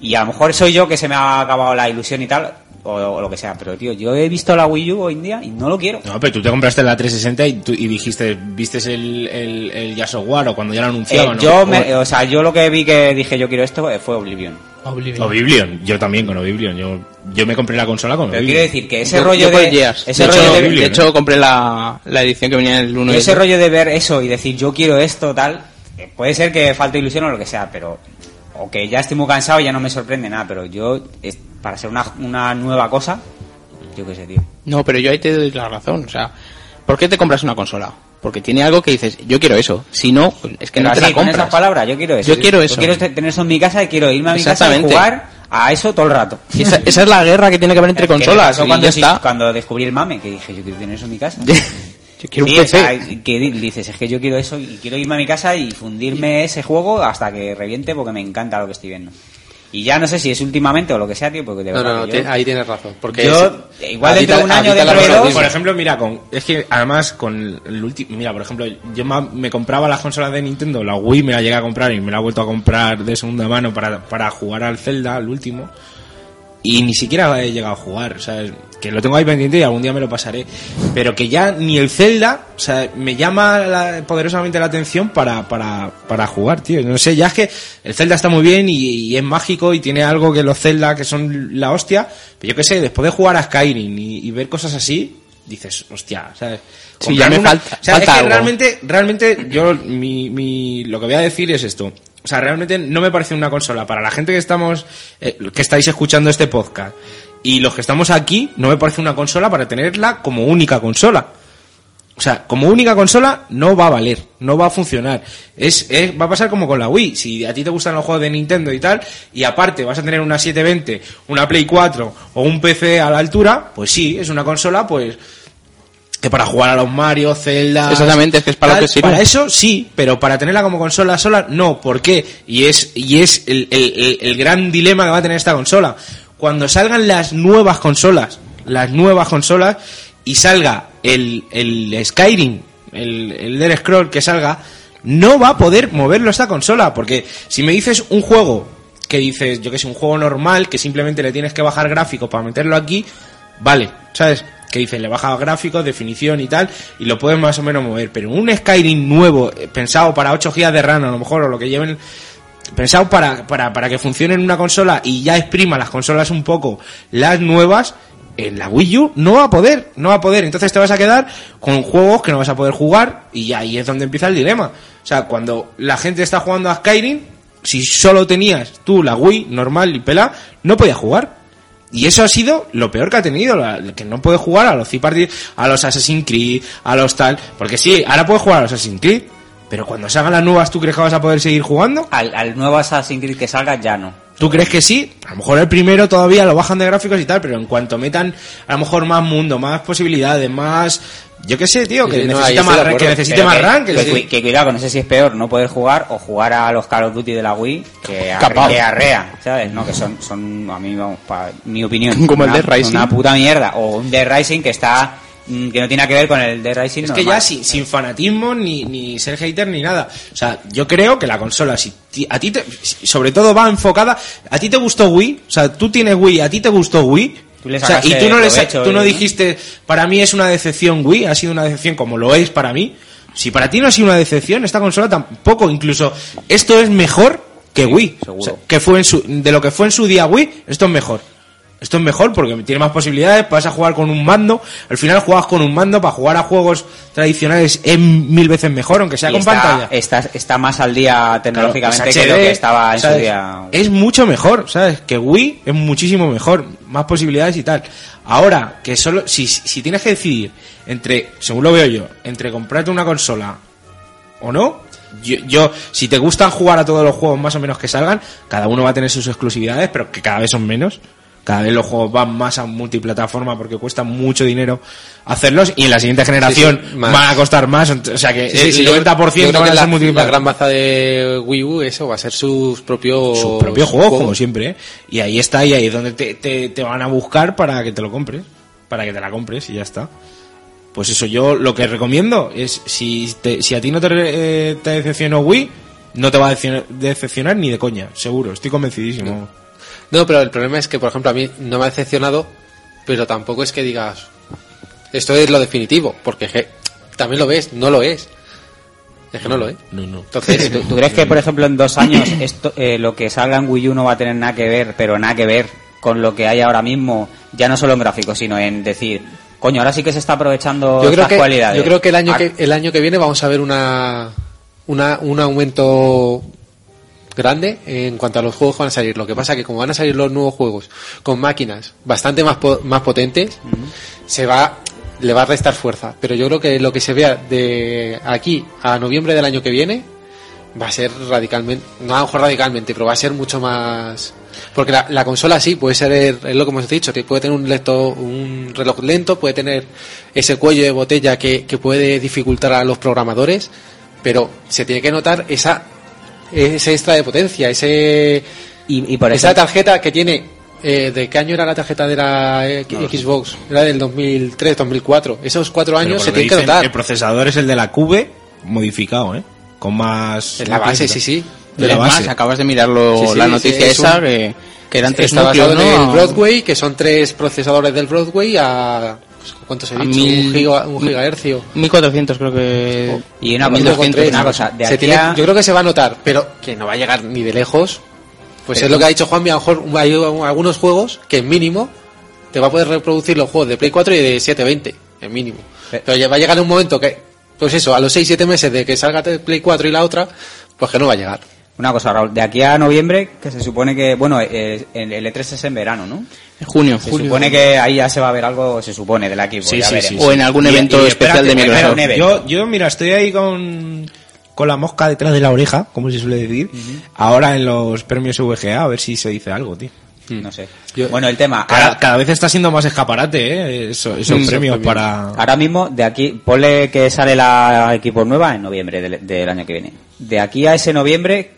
Speaker 2: Y a lo mejor soy yo que se me ha acabado la ilusión y tal, o, o lo que sea, pero tío, yo he visto la Wii U hoy en día y no lo quiero.
Speaker 5: No, pero tú te compraste la 360 y, tú- y dijiste, viste el, el, el Gears of War o cuando ya lo
Speaker 2: Eh,
Speaker 5: anunciaban. ¿no?
Speaker 2: yo me- o sea, yo lo que vi que dije yo quiero esto eh, fue Oblivion.
Speaker 5: O Oblivion, yo también con Oblivion. Yo, yo me compré la consola con
Speaker 2: Pero
Speaker 5: Oblivion.
Speaker 2: quiero decir que ese
Speaker 6: Yo-
Speaker 2: rollo
Speaker 6: yo por
Speaker 2: de...
Speaker 6: Gears.
Speaker 2: Ese
Speaker 6: de,
Speaker 2: rollo
Speaker 6: hecho,
Speaker 2: de-
Speaker 5: horrible,
Speaker 6: de
Speaker 5: ¿no?
Speaker 6: hecho, compré la, la edición que venía en el 1
Speaker 2: Y
Speaker 6: y el
Speaker 2: ese
Speaker 6: dos.
Speaker 2: rollo de ver eso y decir yo quiero esto, tal, eh, puede ser que falte ilusión o lo que sea, pero. O que ya estoy muy cansado y ya no me sorprende nada, pero yo, es- para ser una, una nueva cosa, yo qué sé, tío.
Speaker 6: No, pero yo ahí te doy la razón. O sea, ¿por qué te compras una consola? Porque tiene algo que dices, yo quiero eso. Si no, es que
Speaker 2: Pero
Speaker 6: no te
Speaker 2: así,
Speaker 6: la
Speaker 2: con
Speaker 6: compras.
Speaker 2: esas palabras, yo quiero eso.
Speaker 6: Yo
Speaker 2: tío.
Speaker 6: quiero eso.
Speaker 2: quiero te- tener eso en mi casa y quiero irme a mi casa y
Speaker 6: Exactamente.
Speaker 2: jugar a eso todo el rato.
Speaker 6: Y esa, esa es la guerra que tiene que haber entre
Speaker 2: Que me
Speaker 6: consolas.
Speaker 2: pasó
Speaker 6: Y
Speaker 2: cuando,
Speaker 6: ya
Speaker 2: sí-
Speaker 6: está.
Speaker 2: cuando descubrí el mame, que dije, yo quiero tener eso en mi casa.
Speaker 6: yo quiero un
Speaker 2: Sí, o
Speaker 6: PC.
Speaker 2: sea, que di- dices, es que yo quiero eso y quiero irme a mi casa y fundirme ese juego hasta que reviente porque me encanta lo que estoy viendo. Y ya no sé si es últimamente o lo que sea, tío, porque de
Speaker 7: No,
Speaker 2: verdad
Speaker 7: no,
Speaker 2: que
Speaker 7: ti-
Speaker 2: yo-
Speaker 7: ahí tienes razón. Porque
Speaker 2: Yo,
Speaker 7: es-
Speaker 2: igual
Speaker 7: a ti
Speaker 2: dentro
Speaker 7: te-
Speaker 2: de un
Speaker 7: a ti
Speaker 2: año,
Speaker 7: te
Speaker 2: dentro
Speaker 7: la
Speaker 2: de
Speaker 7: pasa lo
Speaker 2: dos,
Speaker 7: mismo.
Speaker 5: Por ejemplo, mira, con, es que además con el último. Mira, por ejemplo, yo ma- me compraba las consolas de Nintendo, la Wii me la llegué a comprar y me la he vuelto a comprar de segunda mano para, para jugar al Zelda, al último. Y ni siquiera he llegado a jugar, o sea, que lo tengo ahí pendiente y algún día me lo pasaré. Pero que ya ni el Zelda, o sea, me llama la- poderosamente la atención para, para, para jugar, tío. No sé, ya es que el Zelda está muy bien y, y es mágico y tiene algo que los Zelda, que son la hostia. Pero yo qué sé, después de jugar a Skyrim y, y ver cosas así, dices, hostia, ¿sabes?
Speaker 6: Sí, ya
Speaker 5: Comprarme
Speaker 6: me
Speaker 5: una-
Speaker 6: falta-
Speaker 5: o sea,
Speaker 6: falta
Speaker 5: es que
Speaker 6: algo.
Speaker 5: realmente, realmente, yo, mi, mi, lo que voy a decir es esto. O sea, realmente no me parece una consola. Para la gente que estamos, eh, que estáis escuchando este podcast y los que estamos aquí, no me parece una consola para tenerla como única consola. O sea, como única consola no va a valer, no va a funcionar. Es, es- va a pasar como con la Wii. Si a ti te gustan los juegos de Nintendo y tal, y aparte vas a tener una 720, una Play 4 o un PC a la altura, pues sí, es una consola, pues que para jugar a los Mario, Zelda.
Speaker 6: Exactamente, es que es para lo que sirve.
Speaker 5: Para eso sí, pero para tenerla como consola sola, no. ¿Por qué? Y es, y es el, el- el- el gran dilema que va a tener esta consola. Cuando salgan las nuevas consolas, las nuevas consolas, y salga el, el Skyrim, el, el Elder Scroll que salga, no va a poder moverlo esta consola. Porque si me dices un juego que dices, yo que sé, un juego normal, que simplemente le tienes que bajar gráficos para meterlo aquí, vale, ¿sabes? Que dicen, le baja gráficos, definición y tal, y lo puedes más o menos mover. Pero un Skyrim nuevo, eh, pensado para 8 GB de RAM a lo mejor, o lo que lleven, pensado para, para, para que funcione en una consola y ya exprima las consolas un poco, las nuevas, en la Wii U no va a poder, no va a poder. Entonces te vas a quedar con juegos que no vas a poder jugar y ahí es donde empieza el dilema. O sea, cuando la gente está jugando a Skyrim, si solo tenías tú la Wii normal y pela, no podías jugar. Y eso ha sido lo peor que ha tenido, la- que no puede jugar a los Sea Party, a los Assassin's Creed, a los tal, porque sí, ahora puedes jugar a los Assassin's Creed, pero cuando salgan las nuevas, ¿tú crees que vas a poder seguir jugando?
Speaker 2: al, al nuevo Assassin's Creed que salga ya no.
Speaker 5: ¿Tú crees que sí? A lo mejor el primero todavía lo bajan de gráficos y tal, pero en cuanto metan a lo mejor más mundo, más posibilidades, más Yo qué sé, tío, que
Speaker 7: Sí, no, ahí
Speaker 5: necesita
Speaker 7: estoy
Speaker 5: más,
Speaker 7: de
Speaker 5: ra- que
Speaker 7: acuerdo.
Speaker 5: necesite
Speaker 2: Pero
Speaker 5: más
Speaker 2: que-
Speaker 5: rank. que
Speaker 2: Eh, que,
Speaker 5: sí.
Speaker 2: cui- que cuidado, que no sé si es peor no poder jugar o jugar a los Call of Duty de la Wii que, arre-
Speaker 6: Capao.
Speaker 2: que arrea, ¿sabes? No, que son, son a mí, vamos, para mi opinión.
Speaker 6: Como el
Speaker 2: una-
Speaker 6: Dead Rising.
Speaker 2: Una puta mierda. O un Dead Rising que está, mm, que no tiene nada que ver con el Dead Rising
Speaker 5: Es que ya sin, sin fanatismo, ni, ni ser hater, ni nada. O sea, yo creo que la consola, si ti- a ti te- si- sobre todo va enfocada. ¿A ti te gustó Wii? O sea, tú tienes Wii, ¿a ti te gustó Wii?
Speaker 2: Tú le
Speaker 5: O sea, y
Speaker 2: sacaste
Speaker 5: tú no, le sa-
Speaker 2: provecho ¿eh?
Speaker 5: tú no
Speaker 2: y-
Speaker 5: dijiste, para mí es una decepción Wii, ha sido una decepción como lo es para mí. Si para ti no ha sido una decepción, esta consola tampoco. Incluso esto es mejor que Wii.
Speaker 2: seguro.
Speaker 5: que fue en su- de lo que fue en su día Wii, esto es mejor. Esto es mejor porque tiene más posibilidades, vas a jugar con un mando. Al final juegas con un mando para jugar a juegos tradicionales es mil veces mejor, aunque sea
Speaker 2: Y
Speaker 5: con
Speaker 2: está,
Speaker 5: pantalla.
Speaker 2: Está, está más al día
Speaker 5: Claro,
Speaker 2: tecnológicamente
Speaker 5: es
Speaker 2: que lo
Speaker 5: HD,
Speaker 2: que estaba en su
Speaker 5: ¿sabes?
Speaker 2: día.
Speaker 5: Es mucho mejor, ¿sabes? Que Wii es muchísimo mejor, más posibilidades y tal. Ahora, que solo si, si tienes que decidir entre, según lo veo yo, entre comprarte una consola o no, yo, yo, si te gustan jugar a todos los juegos más o menos que salgan, cada uno va a tener sus exclusividades, pero que cada vez son menos. Cada vez los juegos van más a multiplataforma porque cuesta mucho dinero hacerlos y en la siguiente generación
Speaker 7: sí, más.
Speaker 5: van a costar más. O sea que el 90%
Speaker 7: yo creo
Speaker 5: van
Speaker 7: que
Speaker 5: a
Speaker 7: la,
Speaker 5: ser multiplataforma
Speaker 7: la gran baza de Wii U, eso, va a ser sus propios...
Speaker 5: su propio juego, como siempre. ¿eh? Y ahí está, y ahí es donde te, te- te van a buscar para que te lo compres. Para que te la compres y ya está. Pues eso, yo lo que recomiendo es, si, te- si a ti no te, re- eh, te decepcionó Wii, no te va a decepcionar, decepcionar ni de coña, seguro, estoy convencidísimo.
Speaker 7: No, pero el problema es que, por ejemplo, a mí no me ha decepcionado, pero tampoco es que digas, esto es lo definitivo, porque je, también lo ves, no lo es. Es que no lo es.
Speaker 5: No, no.
Speaker 7: Entonces,
Speaker 2: ¿Tú, tú crees que, por ejemplo, en dos años esto, eh, lo que salga en Wii U no va a tener nada que ver, pero nada que ver con lo que hay ahora mismo, ya no solo en gráficos, sino en decir, coño, ahora sí que se está aprovechando
Speaker 7: yo creo
Speaker 2: estas
Speaker 7: que,
Speaker 2: cualidades?
Speaker 7: yo creo que el año
Speaker 2: Ah,
Speaker 7: que el año que viene vamos a ver una, una un aumento grande en cuanto a los juegos que van a salir. Lo que pasa que como van a salir los nuevos juegos con máquinas bastante más po- más potentes, se va le va a restar fuerza, pero yo creo que lo que se vea de aquí a noviembre del año que viene va a ser radicalmente, no a lo mejor radicalmente, pero va a ser mucho más. Porque la, la consola sí, puede ser, es lo que hemos dicho, que puede tener un, lento, un reloj lento, puede tener ese cuello de botella que, que puede dificultar a los programadores, pero se tiene que notar esa ese extra de potencia, ese
Speaker 2: Y, y por
Speaker 7: esa
Speaker 2: ejemplo,
Speaker 7: tarjeta que tiene, eh, ¿de qué año era la tarjeta de la eh, Xbox? Era del 2003, 2004. Esos cuatro
Speaker 5: Pero por
Speaker 7: años se
Speaker 5: lo que
Speaker 7: tienen que
Speaker 5: dicen,
Speaker 7: notar.
Speaker 5: El procesador es el de la Cube, modificado, ¿eh? Con más...
Speaker 7: Es la base, sí, sí.
Speaker 5: De la
Speaker 6: Es más,
Speaker 5: base.
Speaker 6: acabas de mirarlo
Speaker 7: Sí, sí,
Speaker 6: la
Speaker 7: sí,
Speaker 6: noticia
Speaker 7: es
Speaker 6: esa
Speaker 7: un-
Speaker 6: que, que eran tres
Speaker 7: Está
Speaker 6: núcleos,
Speaker 7: basado
Speaker 6: ¿no?
Speaker 7: en el Broadway, que son tres procesadores del Broadway a... pues, ¿Cuántos he
Speaker 6: A
Speaker 7: dicho?
Speaker 6: mil-
Speaker 7: un, giga- un gigahercio.
Speaker 6: 1400 creo que...
Speaker 2: Y una cosa,
Speaker 6: 1200,
Speaker 2: una
Speaker 6: ¿no?
Speaker 2: cosa, de
Speaker 7: Se
Speaker 2: aquí
Speaker 7: tiene-
Speaker 2: a-
Speaker 7: Yo creo que se va a notar, pero que no va a llegar ni de lejos. Pues es lo que ha dicho Juan, a lo mejor hay algunos juegos que mínimo te va a poder reproducir los juegos de Play 4 y de 720, en mínimo.
Speaker 2: Pe-
Speaker 7: Pero ya va a llegar un momento que, pues eso, a los 6-7 meses de que salga de Play 4 y la otra, pues que no va a llegar.
Speaker 2: una cosa, Raúl, de aquí a noviembre, que se supone que, bueno, eh, el el E3 es en verano, ¿no?
Speaker 6: En junio.
Speaker 2: Se supone que ahí ya se va a ver algo, se supone, del equipo.
Speaker 5: Sí,
Speaker 2: ya
Speaker 5: sí,
Speaker 2: veremos.
Speaker 5: sí,
Speaker 6: O en algún evento especial de
Speaker 2: espérate,
Speaker 6: Microsoft.
Speaker 2: un evento.
Speaker 5: Yo, yo, mira, estoy ahí con, con la mosca detrás de la oreja, como se suele decir, ahora en los premios VGA, a ver si se dice algo, tío.
Speaker 7: Mm.
Speaker 2: No sé. bueno, el tema.
Speaker 5: Cada,
Speaker 2: ahora-
Speaker 5: cada vez está siendo más escaparate, ¿eh? Eso- esos premios para...
Speaker 2: Ah. Ahora mismo, de aquí, ponle que sale la equipo nueva en noviembre del, del año que viene. De aquí a ese noviembre,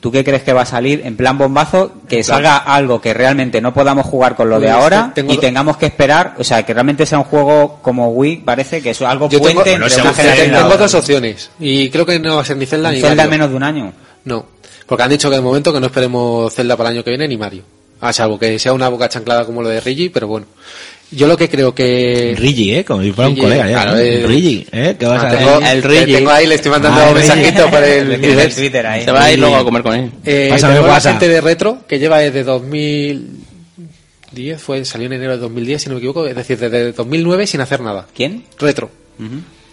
Speaker 2: ¿tú qué crees que va a salir en plan bombazo? Que salga algo que realmente no podamos jugar con lo de
Speaker 7: Pues,
Speaker 2: ahora
Speaker 7: te- tengo-
Speaker 2: y tengamos que esperar, o sea, que realmente sea un juego como Wii, parece que es algo
Speaker 7: Yo tengo,
Speaker 2: puente
Speaker 7: Bueno,
Speaker 2: entre
Speaker 7: se
Speaker 2: una
Speaker 7: gusta,
Speaker 2: generación y la
Speaker 7: tengo
Speaker 2: otra.
Speaker 7: dos opciones. Y creo que no va a ser ni Zelda ni
Speaker 2: Zelda
Speaker 7: Mario.
Speaker 2: en menos de un año.
Speaker 7: No, porque han dicho que de momento que no esperemos Zelda para el año que viene ni Mario. A salvo que sea una boca chanclada como lo de Rigi, pero bueno. Yo lo que creo que...
Speaker 5: Rigi, ¿eh? Como si fuera un
Speaker 7: Rigi,
Speaker 5: colega, ya.
Speaker 7: claro,
Speaker 5: ¿no?
Speaker 7: eh,
Speaker 5: Rigi, ¿eh? ¿Qué vas
Speaker 7: Ah,
Speaker 5: a
Speaker 7: tengo-
Speaker 5: hacer?
Speaker 6: el Rigi.
Speaker 7: Tengo ahí, le estoy mandando
Speaker 5: Ah,
Speaker 7: un mensajito
Speaker 5: Rigi.
Speaker 7: para
Speaker 2: Le
Speaker 7: el...
Speaker 2: tienes en Twitter ahí.
Speaker 6: Se va a ir luego a comer con él.
Speaker 7: Eh,
Speaker 5: Pásame
Speaker 7: tengo la
Speaker 5: WhatsApp.
Speaker 7: gente de Retro que lleva desde 2010, fue, salió en enero de 2010, si no me equivoco, es decir, desde 2009 sin hacer nada.
Speaker 2: ¿Quién?
Speaker 7: Retro.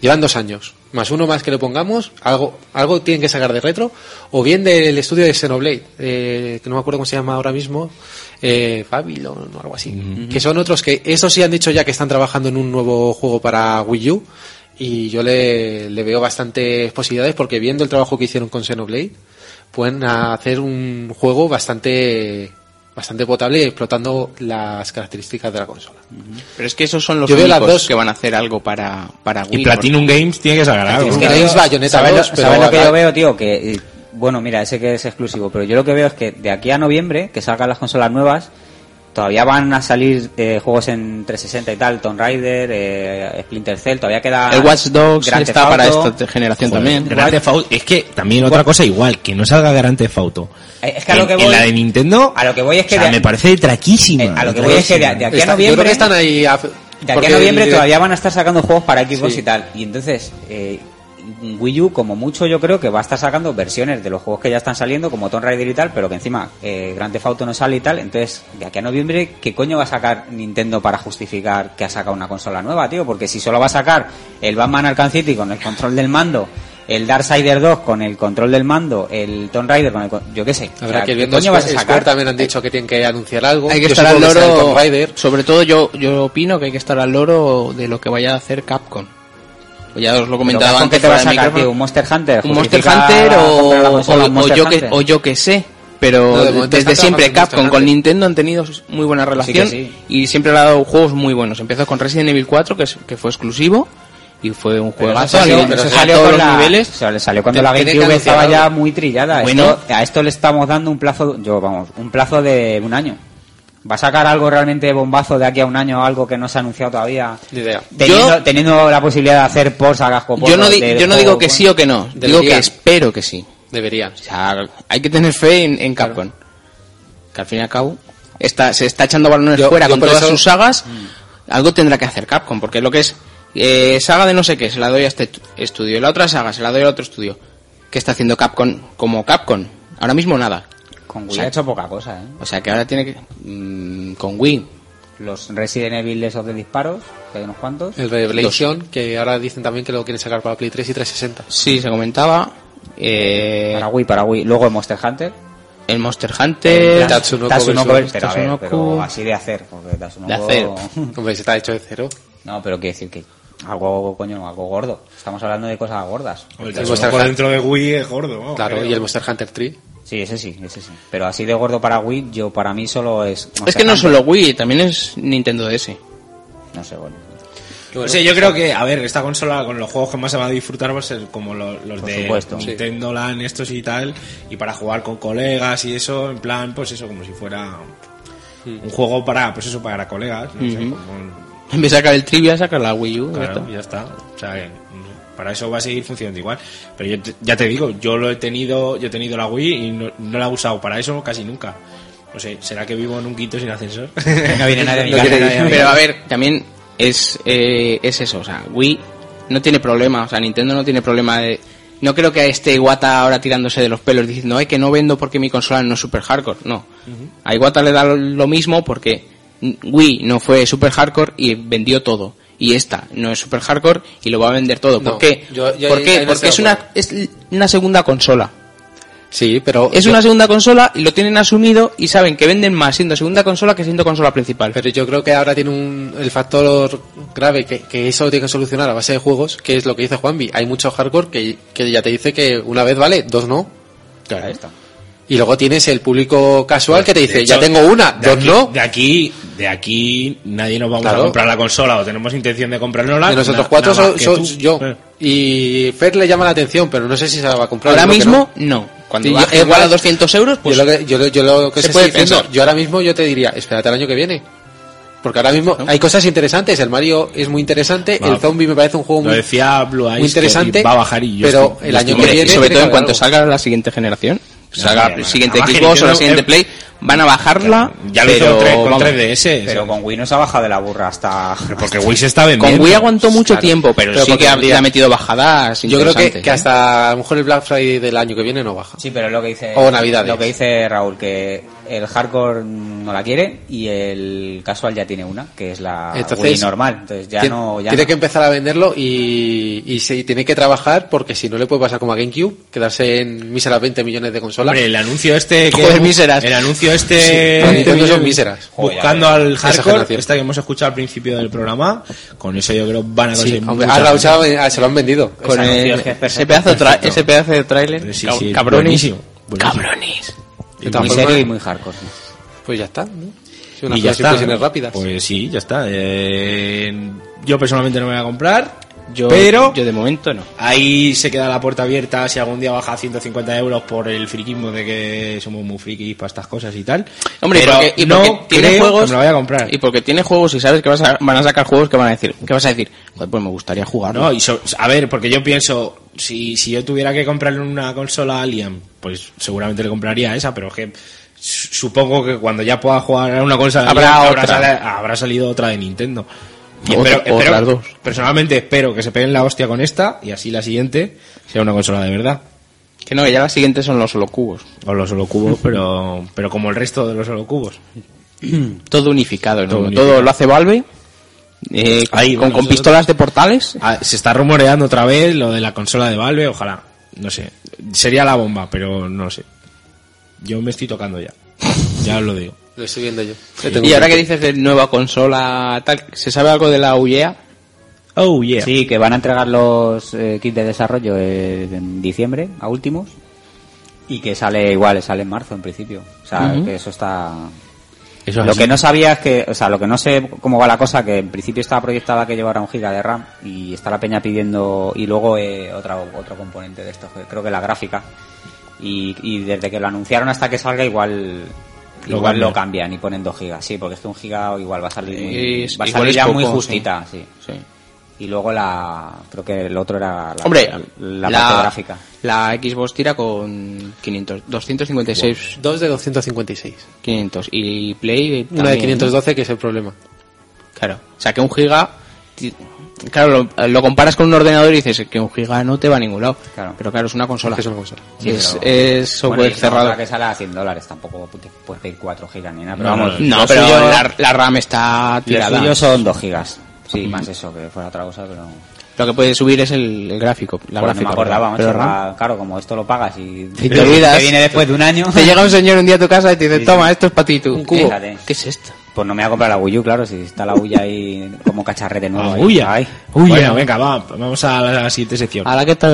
Speaker 7: Llevan dos años. Más uno más que le pongamos, algo, algo tienen que sacar de retro. O bien del estudio de Xenoblade, eh, que no me acuerdo cómo se llama ahora mismo, eh, Babylon o algo así. Que son otros que, esos sí han dicho ya que están trabajando en un nuevo juego para Wii U. Y yo le, le veo bastantes posibilidades porque viendo el trabajo que hicieron con Xenoblade, pueden hacer un juego bastante bastante potable y explotando las características de la consola.
Speaker 6: Pero es que esos son los
Speaker 7: Yo veo las
Speaker 6: únicos
Speaker 7: dos.
Speaker 6: que van a hacer algo para, para Wii.
Speaker 5: Y Platinum Games tiene que sacar algo.
Speaker 7: Es que
Speaker 2: Yo
Speaker 7: tenéis
Speaker 2: veo-
Speaker 7: Bayonetta
Speaker 2: ¿sabes,
Speaker 7: 2,
Speaker 2: lo,
Speaker 7: pero
Speaker 2: sabes lo que
Speaker 7: ahora-
Speaker 2: yo veo, tío? Que, eh, bueno, mira, ese que es exclusivo, pero yo lo que veo es que de aquí a noviembre, que salgan las consolas nuevas, todavía van a salir eh, juegos en 360 y tal, Tomb Raider, eh, Splinter Cell, todavía queda...
Speaker 6: El Watch Dogs
Speaker 2: Grand
Speaker 6: está
Speaker 2: Theft
Speaker 6: para
Speaker 2: Auto.
Speaker 6: esta generación
Speaker 5: Joder,
Speaker 6: también.
Speaker 5: Grand Theft Auto- es que también otra cosa igual, que no salga Grand Theft Auto.
Speaker 2: Eh, es que a lo
Speaker 5: En-
Speaker 2: que
Speaker 5: en
Speaker 2: voy-
Speaker 5: la de Nintendo,
Speaker 2: a lo que voy es que
Speaker 5: o sea,
Speaker 2: de-
Speaker 5: me parece traquísima.
Speaker 2: Eh, a lo que voy es que de, de aquí a
Speaker 7: Está- yo creo
Speaker 2: noviembre...
Speaker 7: que están ahí. a-
Speaker 2: De aquí
Speaker 7: porque
Speaker 2: a noviembre
Speaker 7: el-
Speaker 2: todavía van a estar sacando juegos para Xbox
Speaker 7: Sí.
Speaker 2: y tal. Y entonces, eh, Wii U, como mucho, yo creo que va a estar sacando versiones de los juegos que ya están saliendo, como Tomb Raider y tal, pero que encima eh, Grand Theft Auto no sale y tal. Entonces, de aquí a noviembre, ¿qué coño va a sacar Nintendo para justificar que ha sacado una consola nueva, tío? Porque si solo va a sacar el Batman Arkham City con el control del mando, el Darksider 2 con el control del mando, el Tomb Raider con el... con- Yo qué sé. O
Speaker 7: Habrá
Speaker 2: sea,
Speaker 7: que
Speaker 2: ¿qué
Speaker 7: ir viendo.
Speaker 2: coño vas a
Speaker 7: Square-
Speaker 2: sacar?
Speaker 7: Square también han dicho que tienen que anunciar algo.
Speaker 6: Hay que
Speaker 7: Yo
Speaker 6: estar al
Speaker 7: supongo será el
Speaker 6: loro.
Speaker 7: Tomb Raider.
Speaker 6: Sobre todo yo, yo opino que hay que estar al loro de lo que vaya a hacer Capcom. Pues ya os lo
Speaker 2: Pero
Speaker 6: comentaba
Speaker 2: ¿con qué
Speaker 6: antes
Speaker 2: te vas a
Speaker 6: fuera del
Speaker 2: sacar,
Speaker 6: micrófono.
Speaker 2: tío? ¿Un Monster Hunter?
Speaker 6: un Monster
Speaker 2: ¿Justifica
Speaker 6: Hunter
Speaker 2: comprar la
Speaker 6: o,
Speaker 2: consola
Speaker 6: o-
Speaker 2: un Monster
Speaker 6: o yo que,
Speaker 2: Hunter?
Speaker 6: o yo que sé. Pero
Speaker 7: No, de momento
Speaker 6: desde
Speaker 7: está trabajando
Speaker 6: siempre
Speaker 7: en
Speaker 6: Capcom
Speaker 7: Monster
Speaker 6: con
Speaker 7: Hunter.
Speaker 6: Nintendo han tenido muy buena relación
Speaker 2: sí.
Speaker 6: y siempre le ha dado juegos muy buenos. Empezó con Resident Evil 4, que, es- que fue exclusivo y fue un
Speaker 2: Pero eso
Speaker 6: juegazo
Speaker 2: salió-
Speaker 6: a-
Speaker 2: pero eso
Speaker 6: a
Speaker 2: salió
Speaker 6: todos
Speaker 2: con
Speaker 6: los
Speaker 2: la-
Speaker 6: niveles.
Speaker 2: o sea, le salió cuando
Speaker 7: Te-
Speaker 2: la
Speaker 7: tiene que
Speaker 2: GameCube estaba
Speaker 7: anunciar
Speaker 2: ya
Speaker 7: algo.
Speaker 2: muy trillada.
Speaker 6: Bueno.
Speaker 2: Esto- a esto le estamos dando un plazo, yo vamos, un plazo de un año. ¿Va a sacar algo realmente bombazo de aquí a un año, algo que no se ha anunciado todavía?
Speaker 7: Ni idea.
Speaker 2: Teniendo,
Speaker 6: Yo-
Speaker 2: teniendo la posibilidad de hacer por a casco
Speaker 6: Yo no, di- yo no digo que sí o que no, digo que
Speaker 7: Deberían.
Speaker 6: espero que sí.
Speaker 7: Deberían.
Speaker 6: O sea, hay que tener fe en, en Capcom. Que al fin y al cabo está, se está echando balones
Speaker 7: Yo-
Speaker 6: fuera
Speaker 7: yo
Speaker 6: con
Speaker 7: por
Speaker 6: todas
Speaker 7: eso-
Speaker 6: sus sagas. Algo tendrá que hacer Capcom, porque lo que es eh, saga de no sé qué, se la doy a este tu- estudio. La otra saga, se la doy al otro estudio. ¿Qué está haciendo Capcom como Capcom? Ahora mismo nada.
Speaker 2: Con Wii
Speaker 6: O sea,
Speaker 2: ha hecho poca cosa, ¿eh?
Speaker 6: O sea que ahora tiene que... mm, con Wii.
Speaker 2: Los Resident Evil esos de disparos, que hay unos cuantos.
Speaker 7: El Revelation, que ahora dicen también que lo quieren sacar para Play 3 y 360.
Speaker 6: Sí, se comentaba. eh,
Speaker 2: Para Wii, para Wii. Luego el Monster Hunter.
Speaker 6: el Monster
Speaker 7: El
Speaker 6: Hunter...
Speaker 7: Tats- Tatsunoko
Speaker 2: Tatsunoko,
Speaker 7: versus-
Speaker 2: pero, a ver,
Speaker 6: Tatsunoko.
Speaker 2: pero así de hacer. Porque Tatsunoko...
Speaker 6: De hacer.
Speaker 7: Hombre, se está hecho de cero.
Speaker 2: No, pero quiere decir que algo, coño, algo gordo. Estamos hablando de cosas gordas.
Speaker 5: El
Speaker 7: El
Speaker 5: Monster
Speaker 7: Monster
Speaker 5: por
Speaker 7: Hunter.
Speaker 5: dentro de Wii es gordo. vamos,
Speaker 7: Claro,
Speaker 5: creo.
Speaker 7: y el Monster Hunter 3.
Speaker 2: Sí, ese sí, ese sí. Pero así de gordo para Wii, yo para mí solo es...
Speaker 6: Es que no solo Wii, también es Nintendo DS.
Speaker 2: No sé, bueno.
Speaker 5: O sea, yo creo que, pues a ver, esta consola con los juegos que más se va a disfrutar va a ser como lo- los,
Speaker 2: Por
Speaker 5: de
Speaker 2: supuesto.
Speaker 5: Nintendo Land, estos y tal, y para jugar con colegas y eso, en plan, pues eso, como si fuera un juego para, pues eso, para colegas, no sé, como un-
Speaker 6: En vez de sacar el trivia, sacar la Wii U. ya
Speaker 5: Claro,
Speaker 6: está.
Speaker 5: ya está. O sea, que, mm, para eso va a seguir funcionando igual. Pero yo te- ya te digo, yo lo he tenido, yo he tenido la Wii y no, no la he usado para eso casi nunca. No sé, ¿será que vivo en un quinto sin ascensor?
Speaker 2: No viene nadie a mi
Speaker 7: Lo que
Speaker 2: casa,
Speaker 7: te
Speaker 2: nadie a mi
Speaker 6: Pero a
Speaker 2: casa.
Speaker 6: ver, también es, eh, es eso, o sea, Wii no tiene problema, o sea, Nintendo no tiene problema de... No creo que esté Iwata ahora tirándose de los pelos diciendo, ay, que no vendo porque mi consola no es super hardcore. No. A Iwata le da lo- lo mismo porque Wii no fue super hardcore y vendió todo. Y esta no es super hardcore y lo va a vender todo. ¿Por
Speaker 7: No,
Speaker 6: qué?
Speaker 7: yo- yo
Speaker 6: ¿Por
Speaker 7: ahí-
Speaker 6: qué?
Speaker 7: ahí no estoy
Speaker 6: Porque es
Speaker 7: de
Speaker 6: una,
Speaker 7: acuerdo.
Speaker 6: es una segunda consola.
Speaker 7: Sí, pero.
Speaker 6: Es
Speaker 7: yo-
Speaker 6: una segunda consola y lo tienen asumido y saben que venden más siendo segunda consola que siendo consola principal.
Speaker 7: Pero yo creo que ahora tiene un, el factor grave que, que eso lo tiene que solucionar a base de juegos, que es lo que dice Juanvi. Hay mucho hardcore que, que ya te dice que una vez vale, dos no.
Speaker 2: Ahí está.
Speaker 7: Y luego tienes el público casual que te
Speaker 5: De
Speaker 7: dice,
Speaker 5: hecho,
Speaker 7: ya tengo una,
Speaker 5: de
Speaker 7: dos
Speaker 5: aquí-
Speaker 7: no.
Speaker 5: De aquí, de aquí nadie nos vamos
Speaker 7: Claro.
Speaker 5: a comprar la consola o tenemos intención de comprárnosla.
Speaker 7: De nosotros
Speaker 5: na-
Speaker 7: cuatro
Speaker 5: nada
Speaker 7: so-
Speaker 5: más que
Speaker 7: so-
Speaker 5: tú.
Speaker 7: yo.
Speaker 5: Eh.
Speaker 7: Y Fer le llama la atención, pero no sé si se la va a comprar.
Speaker 6: Ahora
Speaker 7: yo creo que
Speaker 6: mismo,
Speaker 7: no.
Speaker 6: no. Cuando
Speaker 7: Sí,
Speaker 6: baje
Speaker 7: yo-
Speaker 6: igual a
Speaker 7: yo-
Speaker 6: 200 euros, pues
Speaker 7: yo lo que, yo, lo- yo lo que
Speaker 6: se
Speaker 7: os
Speaker 6: puede
Speaker 7: estoy diciendo,
Speaker 6: pensar.
Speaker 7: yo ahora mismo yo te diría, espérate al año que viene. Porque ahora mismo hay cosas interesantes. El Mario es muy interesante,
Speaker 5: Va.
Speaker 7: el Zombie me parece un juego
Speaker 5: Lo
Speaker 7: muy,
Speaker 5: decía Blue Eyes
Speaker 7: muy interesante.
Speaker 5: que va a bajar y yo
Speaker 7: pero
Speaker 5: estoy-
Speaker 7: el año
Speaker 5: yo estoy-
Speaker 7: que
Speaker 6: hombre,
Speaker 7: viene.
Speaker 6: y sobre
Speaker 7: tiene
Speaker 6: todo en
Speaker 7: que
Speaker 6: cuanto
Speaker 7: haber algo.
Speaker 6: salga la siguiente generación, salga
Speaker 5: hombre,
Speaker 6: la siguiente
Speaker 5: baja
Speaker 6: Xbox o
Speaker 5: Nintendo,
Speaker 6: la siguiente
Speaker 5: eh,
Speaker 6: Play, van a bajarla.
Speaker 5: Ya lo hizo
Speaker 6: pero
Speaker 5: tres- con
Speaker 6: vamos,
Speaker 5: 3DS.
Speaker 2: Pero
Speaker 5: ¿sabes?
Speaker 2: con Wii no se ha bajado de la burra hasta...
Speaker 5: Porque Wii se está
Speaker 6: Con
Speaker 5: vendiendo.
Speaker 6: Wii aguantó mucho
Speaker 7: Claro.
Speaker 6: tiempo, pero,
Speaker 7: Pero
Speaker 6: sí
Speaker 7: porque
Speaker 6: que ha,
Speaker 7: habría-
Speaker 6: le ha metido bajadas.
Speaker 7: Yo creo que,
Speaker 6: interesantes,
Speaker 7: que
Speaker 6: ¿eh?
Speaker 7: hasta a lo mejor el Black Friday del año que viene no baja.
Speaker 2: Sí, pero lo que dice...
Speaker 7: O Navidades.
Speaker 2: Lo que dice Raúl, que el hardcore no la quiere y el casual ya tiene una, que es la
Speaker 7: Entonces,
Speaker 2: Wii normal. Entonces ya
Speaker 7: Tien-
Speaker 2: no... Ya
Speaker 7: tiene
Speaker 2: no.
Speaker 7: que empezar a venderlo y, y se tiene que trabajar porque si no le puede pasar como a GameCube, quedarse en míseras 20 millones de consolas.
Speaker 5: Hombre, el anuncio este que
Speaker 6: Joder, míseras.
Speaker 5: el anuncio
Speaker 7: Sí,
Speaker 5: este
Speaker 7: las Nintendo son míseras.
Speaker 5: buscando al hardcore
Speaker 7: generación.
Speaker 5: esta que hemos escuchado al principio del programa con eso yo creo van a
Speaker 7: Sí,
Speaker 5: conseguir
Speaker 7: hombre,
Speaker 5: muchas
Speaker 7: a Raúl se,
Speaker 5: ventas.
Speaker 7: lo- ah, se lo han vendido. Pues,
Speaker 5: Pues
Speaker 6: Con
Speaker 2: anuncio
Speaker 6: el-
Speaker 2: es que es
Speaker 6: ese,
Speaker 2: perfecto.
Speaker 6: pedazo de tra-
Speaker 5: Perfecto.
Speaker 6: ese pedazo de trailer,
Speaker 5: Sí,
Speaker 6: cab-
Speaker 5: sí,
Speaker 6: cabrones.
Speaker 5: buenísimo, buenísimo.
Speaker 6: Cabrones.
Speaker 7: De todas
Speaker 2: Muy
Speaker 7: formas,
Speaker 2: serio y muy hardcore.
Speaker 7: Pues ya está. ¿no? Es una
Speaker 5: y ya
Speaker 7: de las
Speaker 5: está.
Speaker 7: impresiones rápidas.
Speaker 5: Pues sí, ya está. Eh, yo personalmente no me voy a comprar.
Speaker 6: Yo,
Speaker 5: pero
Speaker 6: yo de momento no.
Speaker 5: ahí se queda la puerta abierta si algún día baja a 150 euros por el friquismo de que somos muy frikis para estas cosas y tal.
Speaker 6: Hombre,
Speaker 5: pero
Speaker 6: y porque, y
Speaker 5: no
Speaker 6: porque tiene
Speaker 5: creo
Speaker 6: juegos
Speaker 5: que me lo voy a comprar.
Speaker 6: Y porque tiene juegos y sabes que vas a- van a sacar juegos que van a decir, ¿qué vas a decir? Joder, pues me gustaría jugarlo.
Speaker 5: No, y so- a ver, porque yo pienso, si, si yo tuviera que comprarle una consola a Alien, pues seguramente le compraría esa, pero es que su- supongo que cuando ya pueda jugar a una consola
Speaker 6: Habrá
Speaker 5: Alien,
Speaker 6: otra.
Speaker 5: sali- habrá salido otra de Nintendo. Y
Speaker 6: Otra-
Speaker 5: espero- espero-
Speaker 6: otras dos.
Speaker 5: Personalmente espero que se peguen la hostia con esta y así la siguiente sea una consola de verdad.
Speaker 6: Que no, que ya las siguientes son los solo cubos.
Speaker 5: O los holocubos, pero, pero como el resto de los holocubos.
Speaker 6: Todo unificado, ¿no?
Speaker 5: Todo
Speaker 6: Todo,
Speaker 5: unificado.
Speaker 6: lo hace Valve. eh,
Speaker 5: Ahí,
Speaker 6: con,
Speaker 5: bueno,
Speaker 6: con
Speaker 5: eso-
Speaker 6: pistolas de portales.
Speaker 5: Ah, se está rumoreando otra vez lo de la consola de Valve, ojalá. No sé. Sería la bomba, pero no sé. Yo me estoy tocando ya. Ya os lo digo.
Speaker 7: Lo estoy viendo yo.
Speaker 6: Y ahora que dices de nueva consola, tal, ¿se sabe algo de la E UEA?
Speaker 5: Oh, yeah.
Speaker 2: Sí, que van a entregar los eh, kits de desarrollo eh, en diciembre, a últimos. Y que sale igual, sale en marzo en principio. O sea, que eso está.
Speaker 5: Eso es
Speaker 2: lo
Speaker 5: así.
Speaker 2: que no sabía es que, o sea, lo que no sé cómo va la cosa, que en principio estaba proyectada que llevara un giga de RAM y está la peña pidiendo, y luego eh, otra, otro componente de esto, que creo que la gráfica. Y, y desde que lo anunciaron hasta que salga igual,
Speaker 5: Lo
Speaker 2: igual
Speaker 5: cambian.
Speaker 2: lo cambian y ponen dos gigas, sí, porque es que un giga igual va a salir, muy,
Speaker 6: Es-
Speaker 2: va a
Speaker 6: igual
Speaker 2: salir
Speaker 6: es
Speaker 2: ya
Speaker 6: poco,
Speaker 2: muy
Speaker 6: sí.
Speaker 2: justita, sí. Y luego la, creo que el otro era la,
Speaker 6: Hombre,
Speaker 2: la, parte gráfica.
Speaker 6: la Xbox tira con 500, 256,
Speaker 7: Dos de 256.
Speaker 6: 500 y Play también,
Speaker 7: Una de
Speaker 6: ¿no?
Speaker 7: 512 que es el problema.
Speaker 6: Claro, o sea que un giga, ti- claro, lo, lo comparas con un ordenador y dices que un giga no te va a ningún lado.
Speaker 2: Claro.
Speaker 6: Pero claro, es una consola.
Speaker 7: Que es una consola.
Speaker 2: Sí,
Speaker 6: es,
Speaker 2: pero-
Speaker 6: es software
Speaker 2: Bueno, y esa
Speaker 6: cerrado.
Speaker 2: otra que sale a 100 dólares, tampoco te puedes pedir 4 gigas ni nada, pero
Speaker 5: No,
Speaker 2: vamos,
Speaker 5: no,
Speaker 6: No,
Speaker 2: lo
Speaker 6: pero
Speaker 2: suyo-
Speaker 6: la, la RAM está
Speaker 2: Lo
Speaker 6: tirada.
Speaker 2: suyo son 2 gigas.
Speaker 6: Mm.
Speaker 2: Sí, más eso, que fuera otra cosa, pero...
Speaker 6: Lo que puede subir es el, el gráfico. La
Speaker 2: Bueno,
Speaker 6: gráfica,
Speaker 2: no me acordaba,
Speaker 6: pero
Speaker 2: macho,
Speaker 6: RAM.
Speaker 2: la- claro, como esto lo pagas y...
Speaker 6: Y te olvidas.
Speaker 2: Que viene después de un año...
Speaker 6: Te llega un señor un día a tu casa y te dice, toma, esto es para ti, tú.
Speaker 2: Un cubo.
Speaker 6: Eh, ¿Qué es esto?
Speaker 2: Pues no me voy a comprar la Wii U, claro, si está la Wii ahí como cacharrete nuevo.
Speaker 5: Ah,
Speaker 2: ahí.
Speaker 5: uy, ya.
Speaker 2: Ay.
Speaker 5: Uy, ya. Ah. Bueno, venga, va, vamos a la, la siguiente sección.
Speaker 6: Ahora que está...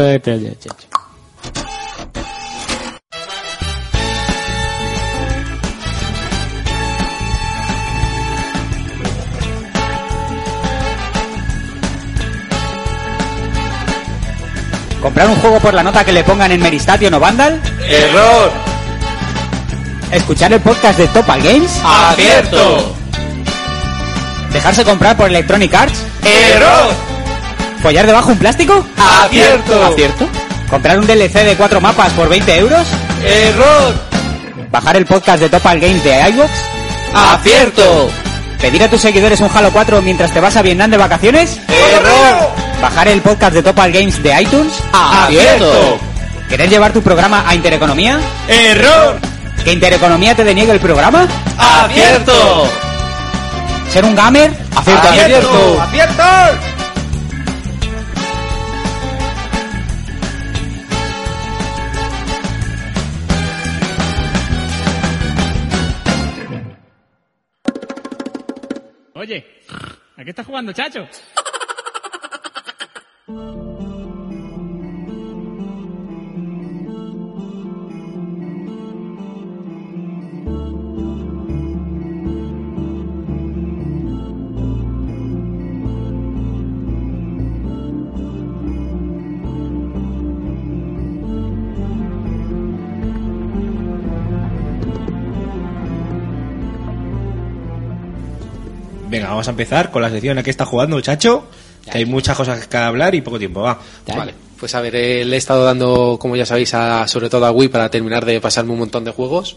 Speaker 2: ¿Comprar un juego por la nota que le pongan en Meristatio o Vandal?
Speaker 3: Error.
Speaker 2: ¿Escuchar el podcast de Topal Games?
Speaker 3: Acierto.
Speaker 2: ¿Dejarse comprar por Electronic Arts?
Speaker 3: Error.
Speaker 2: ¿Follar debajo un plástico?
Speaker 3: Acierto.
Speaker 2: ¿Acierto? ¿Comprar un DLC de 4 mapas por 20 euros?
Speaker 3: Error.
Speaker 2: ¿Bajar el podcast de Topal Games de iVoox?
Speaker 3: Acierto.
Speaker 2: ¿Pedir a tus seguidores un Halo 4 mientras te vas a Vietnam de vacaciones? ¡Error! ¿Bajar el podcast de Topal Games de iTunes?
Speaker 3: Acierto.
Speaker 2: ¿Querer llevar tu programa a Intereconomía?
Speaker 3: Error.
Speaker 2: ¿Que Intereconomía te deniegue el programa?
Speaker 3: Acierto.
Speaker 2: ¿Ser un gamer?
Speaker 3: Acierto. Acierto.
Speaker 8: Oye, ¿a qué estás jugando, chacho?
Speaker 5: Venga, vamos a empezar con la sección a que está jugando, chacho. Que hay muchas cosas que hablar y poco tiempo, va.
Speaker 7: Vale. Pues a ver, eh, le he estado dando, como ya sabéis, a- sobre todo a Wii para terminar de pasarme un montón de juegos.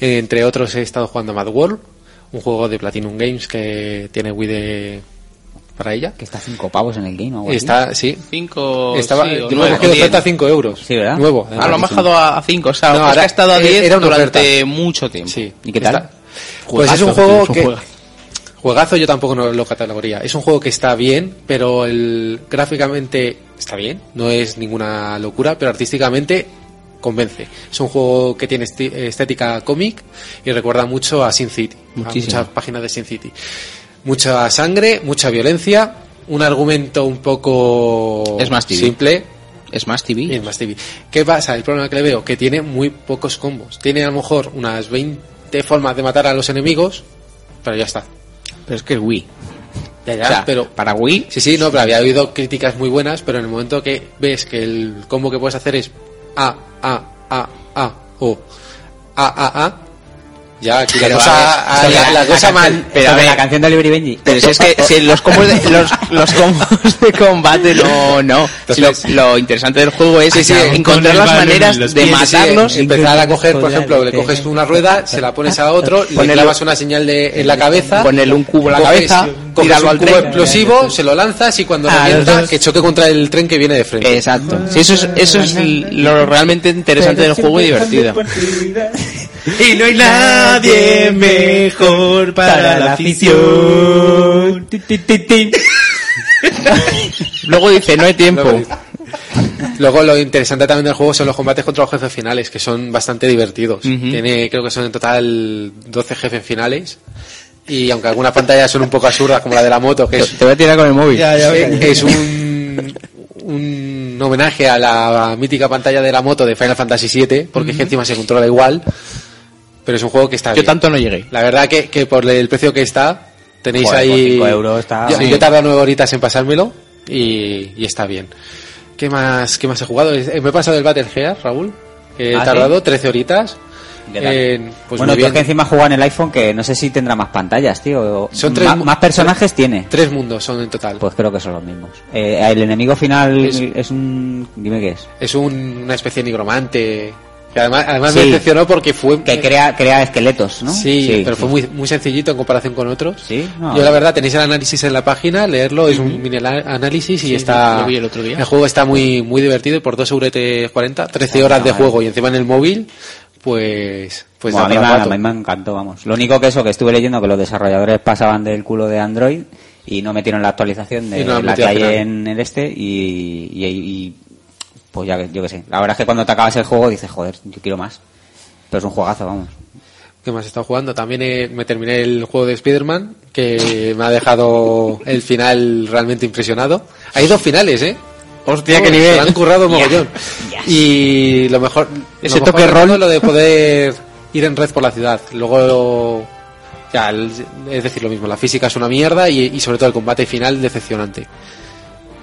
Speaker 7: Eh, Entre otros he estado jugando a Mad World, un juego de Platinum Games que tiene Wii de... para ella.
Speaker 2: Que está 5 pavos en el game o algo así.
Speaker 7: Está, sí.
Speaker 6: Cinco...
Speaker 7: Estaba,
Speaker 6: sí,
Speaker 7: yo
Speaker 6: o
Speaker 7: me
Speaker 6: nueve,
Speaker 7: he cogido
Speaker 6: o diez.
Speaker 7: oferta a 5 euros.
Speaker 2: Sí, ¿verdad?
Speaker 7: Nuevo.
Speaker 6: Ah, lo han bajado a 5, o sea,
Speaker 7: No,
Speaker 6: es que
Speaker 7: ahora-
Speaker 6: ha estado a
Speaker 7: era-
Speaker 6: 10
Speaker 7: era una
Speaker 6: durante
Speaker 7: oferta.
Speaker 6: mucho tiempo.
Speaker 7: Sí.
Speaker 2: ¿Y qué tal?
Speaker 7: Pues es un
Speaker 6: Juegazo,
Speaker 7: juego
Speaker 6: es un
Speaker 7: que...
Speaker 6: juegazo.
Speaker 7: Juegazo yo tampoco no lo categoría. Es un juego que está bien, pero el gráficamente está bien, no es ninguna locura, pero artísticamente convence. Es un juego que tiene esti- estética cómic y recuerda mucho a Sin City,
Speaker 6: Muchísimo.
Speaker 7: a muchas páginas de Sin City. Mucha sangre, mucha violencia, un argumento un poco
Speaker 6: Es más tibio.
Speaker 7: simple,
Speaker 6: Es más TV.
Speaker 7: y en Mass TV. ¿Qué pasa? El problema que le veo, que tiene muy pocos combos. Tiene a lo mejor unas 20, de formas de matar a los enemigos, pero ya está.
Speaker 6: Pero es que es Wii.
Speaker 7: Ya, ya,
Speaker 6: O sea,
Speaker 7: pero
Speaker 6: Para Wii,
Speaker 7: Sí, sí, no, pero había oído críticas muy buenas, pero en el momento que ves que el combo que puedes hacer es A, A, A, A, o A, A, A, ya, aquí la
Speaker 6: Pero
Speaker 7: cosa,
Speaker 6: a- a-
Speaker 7: la,
Speaker 6: a-
Speaker 7: la
Speaker 6: a-
Speaker 7: cosa
Speaker 6: a-
Speaker 7: mal.
Speaker 2: Pero
Speaker 6: a ver.
Speaker 2: la canción de Oliver y Benji.
Speaker 6: Pero si es que si los combos de, los, los combos de combate no, no. Si lo- lo, interesante del juego es
Speaker 7: sí,
Speaker 6: encontrar las maneras de
Speaker 7: Sí, sí, sí,
Speaker 6: matarlos.
Speaker 7: empezar a coger, por ejemplo, le coges una rueda, se la pones a otro, le
Speaker 6: Ponerle-
Speaker 7: clavas una señal de, en la cabeza,
Speaker 6: Ponerle un cubo a la
Speaker 7: coges-
Speaker 6: cabeza,
Speaker 7: coges
Speaker 6: tirarlo
Speaker 7: un
Speaker 6: al
Speaker 7: cubo
Speaker 6: tren.
Speaker 7: explosivo, se lo lanzas y cuando
Speaker 6: Ah, Eh,
Speaker 7: revienta,
Speaker 6: entonces-
Speaker 7: que choque contra el tren que viene de frente.
Speaker 6: Exacto. Sí, eso es, eso es lo realmente interesante del juego y divertido.
Speaker 5: Y no hay nadie mejor para la afición.
Speaker 6: Luego dice, no hay tiempo.
Speaker 7: Luego- Luego lo interesante también del juego son los combates contra los jefes finales, que son bastante divertidos. Tiene, creo que son en total 12 jefes finales. Y aunque algunas pantallas son un poco absurdas, como la de la moto, que
Speaker 6: Te
Speaker 7: es,
Speaker 6: te voy a tirar con el móvil.
Speaker 7: es un, un homenaje a la mítica pantalla de la moto de Final Fantasy VII, porque es que encima se controla igual. Pero es un juego que está
Speaker 6: Yo
Speaker 7: bien.
Speaker 6: tanto no llegué.
Speaker 7: La verdad que, que por el precio que está, tenéis
Speaker 2: Joder, por
Speaker 7: ahí...
Speaker 2: cinco euros está-
Speaker 7: Yo,
Speaker 2: Sí.
Speaker 7: yo tardé nueve horitas en pasármelo y, y está bien. ¿Qué más, ¿Qué más he jugado? Eh, Me he pasado el Battle Gear, Raúl. que He
Speaker 2: ¿Ah, sí?
Speaker 7: tardado 13 horitas.
Speaker 2: ¿Qué tal?
Speaker 7: en- pues
Speaker 2: bueno,
Speaker 7: muy
Speaker 2: tú es
Speaker 7: bien.
Speaker 2: que encima juega en el iPhone que no sé si tendrá más pantallas, tío. o-
Speaker 7: Son
Speaker 2: ma-
Speaker 7: tres-
Speaker 2: más, personajes tiene.
Speaker 7: Tres mundos son en total.
Speaker 2: Pues creo que son los mismos. Eh, el enemigo final
Speaker 7: Es-
Speaker 2: es, un... Dime qué es.
Speaker 7: Es un- una especie de nigromante. Que además además me
Speaker 2: Sí.
Speaker 7: decepcionó porque fue...
Speaker 2: Que crea, crea esqueletos, ¿no?
Speaker 7: Sí, pero
Speaker 2: sí.
Speaker 7: fue muy, muy sencillito en comparación con otros.
Speaker 2: Sí, no.
Speaker 6: eh.
Speaker 7: Yo la verdad tenéis el análisis en la página, leerlo, es un mini ala- análisis y está...
Speaker 6: lo vi el otro día.
Speaker 7: juego está muy muy divertido y por 2 euros 40,
Speaker 6: Ah,
Speaker 7: 13 horas de juego y encima en el móvil, pues... pues da
Speaker 2: Bueno, a, mí
Speaker 7: para
Speaker 2: me,
Speaker 7: rato.
Speaker 2: a mí me encantó, vamos. Lo único que eso que estuve leyendo que los desarrolladores pasaban del culo de Android y no metieron la actualización
Speaker 7: Y
Speaker 2: de
Speaker 7: no la han
Speaker 2: la que
Speaker 7: metido al
Speaker 2: hay
Speaker 7: final.
Speaker 2: en el este y, y- y- pues ya que- yo qué sé. La verdad es que cuando te acabas el juego dices, joder, yo quiero más. Pero es un juegazo, vamos.
Speaker 7: ¿Qué más he estado jugando? También eh, me terminé el juego de Spider-Man, que me ha dejado el final realmente impresionado. Hay dos finales, ¿eh?
Speaker 6: Hostia,
Speaker 7: Oh,
Speaker 6: qué
Speaker 7: se la han
Speaker 6: nivel.
Speaker 7: currado mogollón. Y lo mejor...
Speaker 6: Ese
Speaker 7: lo mejor
Speaker 6: toque
Speaker 7: de
Speaker 6: rol.
Speaker 7: todo es Lo de poder ir en red por la ciudad. Luego... Ya, el- es decir, lo mismo. La física es una mierda y, y sobre todo el combate final decepcionante.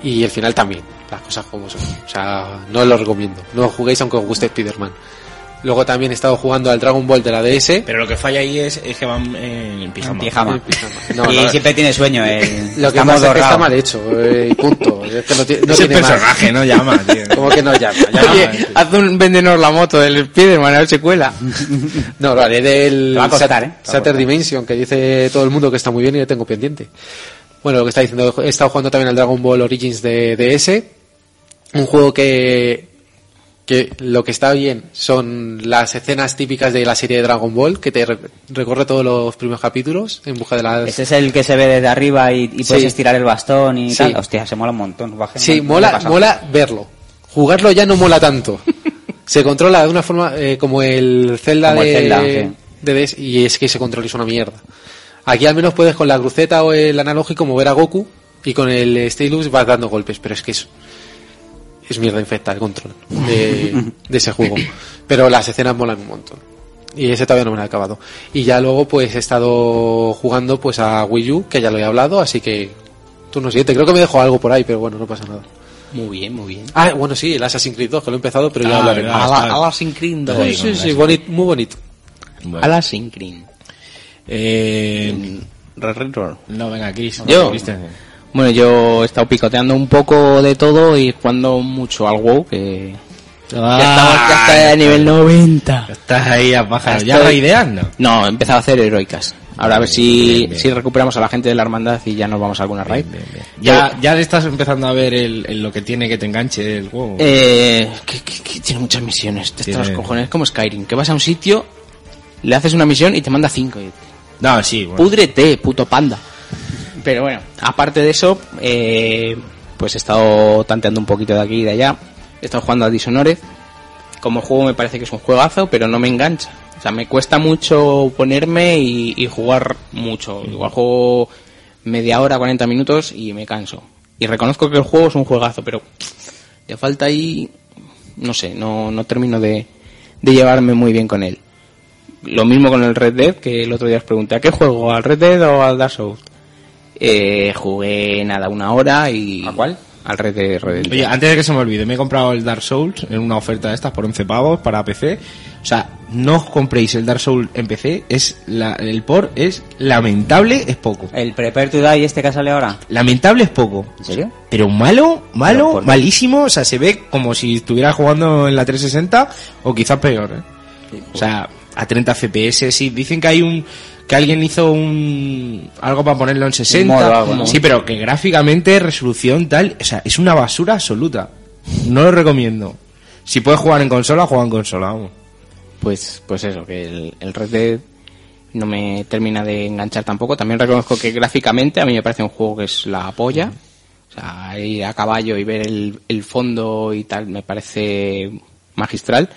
Speaker 7: Y el final también. Las cosas como son. O sea, no lo recomiendo. No juguéis aunque os guste Spider-Man. Luego también he estado jugando al Dragon Ball de la DS.
Speaker 5: Pero lo que falla ahí es, es que van eh, en pijama.
Speaker 2: Pijama.
Speaker 7: No,
Speaker 2: y
Speaker 7: no,
Speaker 2: siempre tiene sueño. El...
Speaker 7: Lo que pasa
Speaker 2: Estamos
Speaker 7: es que está
Speaker 2: dorrados.
Speaker 7: mal hecho. eh, y punto. Es que no, ti- no
Speaker 5: Es el
Speaker 7: tiene más.
Speaker 5: personaje, no llama, tío.
Speaker 7: Como que no llama. llama
Speaker 6: Oye, haz un vendenos la moto del Spiderman a ver si cuela.
Speaker 7: No, lo haré del
Speaker 2: Te va a costar,
Speaker 7: Sat-
Speaker 2: ¿eh? Te va a
Speaker 7: Saturn
Speaker 2: costar.
Speaker 7: Dimension, que dice todo el mundo que está muy bien y le tengo pendiente. Bueno, lo que está diciendo, he estado jugando también al Dragon Ball Origins de DS, un juego que, que lo que está bien son las escenas típicas de la serie de Dragon Ball, que te re- recorre todos los primeros capítulos en busca de las...
Speaker 2: Ese es el que se ve desde arriba y, y puedes
Speaker 7: Sí.
Speaker 2: estirar el bastón y
Speaker 7: Sí.
Speaker 2: tal. Hostia, se mola un montón. Bajen,
Speaker 7: Sí,
Speaker 2: no- no me
Speaker 7: mola,
Speaker 2: pasa.
Speaker 7: mola verlo. Jugarlo ya no mola tanto. se controla de una forma eh, como el Zelda
Speaker 2: Como el
Speaker 7: de,
Speaker 2: Zelda, sí.
Speaker 7: de DS, y es que ese control es una mierda. Aquí al menos puedes con la cruceta o el analógico mover a Goku y con el Stylus vas dando golpes, pero es que es es mierda infecta el control de, de ese juego. Pero las escenas molan un montón. Y ese todavía no me lo he acabado. Y ya luego pues he estado jugando pues a Wii U, que ya lo he hablado, así que tú no siete. Creo que me dejo algo por ahí, pero bueno, no pasa nada.
Speaker 6: Muy bien, muy bien.
Speaker 7: Ah, bueno, sí, el Assassin's Creed 2, que lo he empezado, pero ya
Speaker 5: Ah,
Speaker 7: hablaré.
Speaker 5: verdad.
Speaker 6: Ala- Alasin Creed dos.
Speaker 7: Sí, sí, sí, bonito, muy bonito.
Speaker 5: Bueno.
Speaker 6: Alasin Creed.
Speaker 5: Eh,
Speaker 6: Red Retro.
Speaker 5: no, venga, Chris.
Speaker 6: Yo.
Speaker 5: Christensen.
Speaker 6: Bueno, yo he estado picoteando un poco de todo y jugando mucho al WoW, que ya, estamos, Ah, ya está a nivel 90.
Speaker 5: Ya Estás ahí a pájaro. Ah. ¿Ya
Speaker 6: Estoy-
Speaker 5: raideas, no?
Speaker 6: No, he empezado a hacer heroicas. Ahora a ver si,
Speaker 5: Bien, bien.
Speaker 6: si recuperamos a la gente de la hermandad y ya nos vamos a alguna raid.
Speaker 5: Ya, ya le estás empezando a ver el, el lo que tiene que te enganche el juego.
Speaker 6: Eh, que, que- que tiene muchas misiones. Te está
Speaker 5: Tiene-
Speaker 6: los cojones. Es como Skyrim, que vas a un sitio, le haces una misión y te manda cinco. Y,
Speaker 5: no, sí, bueno.
Speaker 6: Púdrete, puto panda. Pero bueno, aparte de eso, eh, pues he estado tanteando un poquito de aquí y de allá. He estado jugando a Dishonored. Como juego me parece que es un juegazo, pero no me engancha. O sea, me cuesta mucho ponerme y, y jugar mucho. Igual juego media hora, 40 minutos y me canso. Y reconozco que el juego es un juegazo, pero le falta ahí... No sé, no, no termino de, de llevarme muy bien con él. Lo mismo con el Red Dead, que el otro día os pregunté, ¿a qué juego? ¿Al Red Dead o al Dark Souls? Eh, jugué nada, una hora y...
Speaker 2: ¿A cuál?
Speaker 6: Al Red Dead Redemption.
Speaker 5: Oye, antes de que se me olvide, me he comprado el Dark Souls en una oferta de estas por 11 pavos para PC. O sea, no os compréis el Dark Souls en PC, es la- el por es lamentable, es poco.
Speaker 2: El Prepare to Die este que sale ahora.
Speaker 5: Lamentable es poco.
Speaker 2: ¿En serio?
Speaker 5: Pero malo,
Speaker 2: Pero
Speaker 5: malo,
Speaker 2: por-
Speaker 5: malísimo. O sea, se ve como si estuviera jugando en la 360 o quizás peor. ¿eh? O sea, a 30 FPS. Sí, dicen que hay un. que alguien hizo un. algo para ponerlo en 60.
Speaker 2: Un modo, algo, ¿no?
Speaker 5: Sí, pero que gráficamente, resolución, tal. O sea, es una basura absoluta. No lo recomiendo. Si puedes jugar en consola, juega en consola, vamos.
Speaker 6: Pues, pues eso, que el, el Red Dead no me termina de enganchar tampoco. También reconozco que gráficamente a mí me parece un juego que es la polla. O sea, ir a caballo y ver el, el fondo y tal me parece magistral.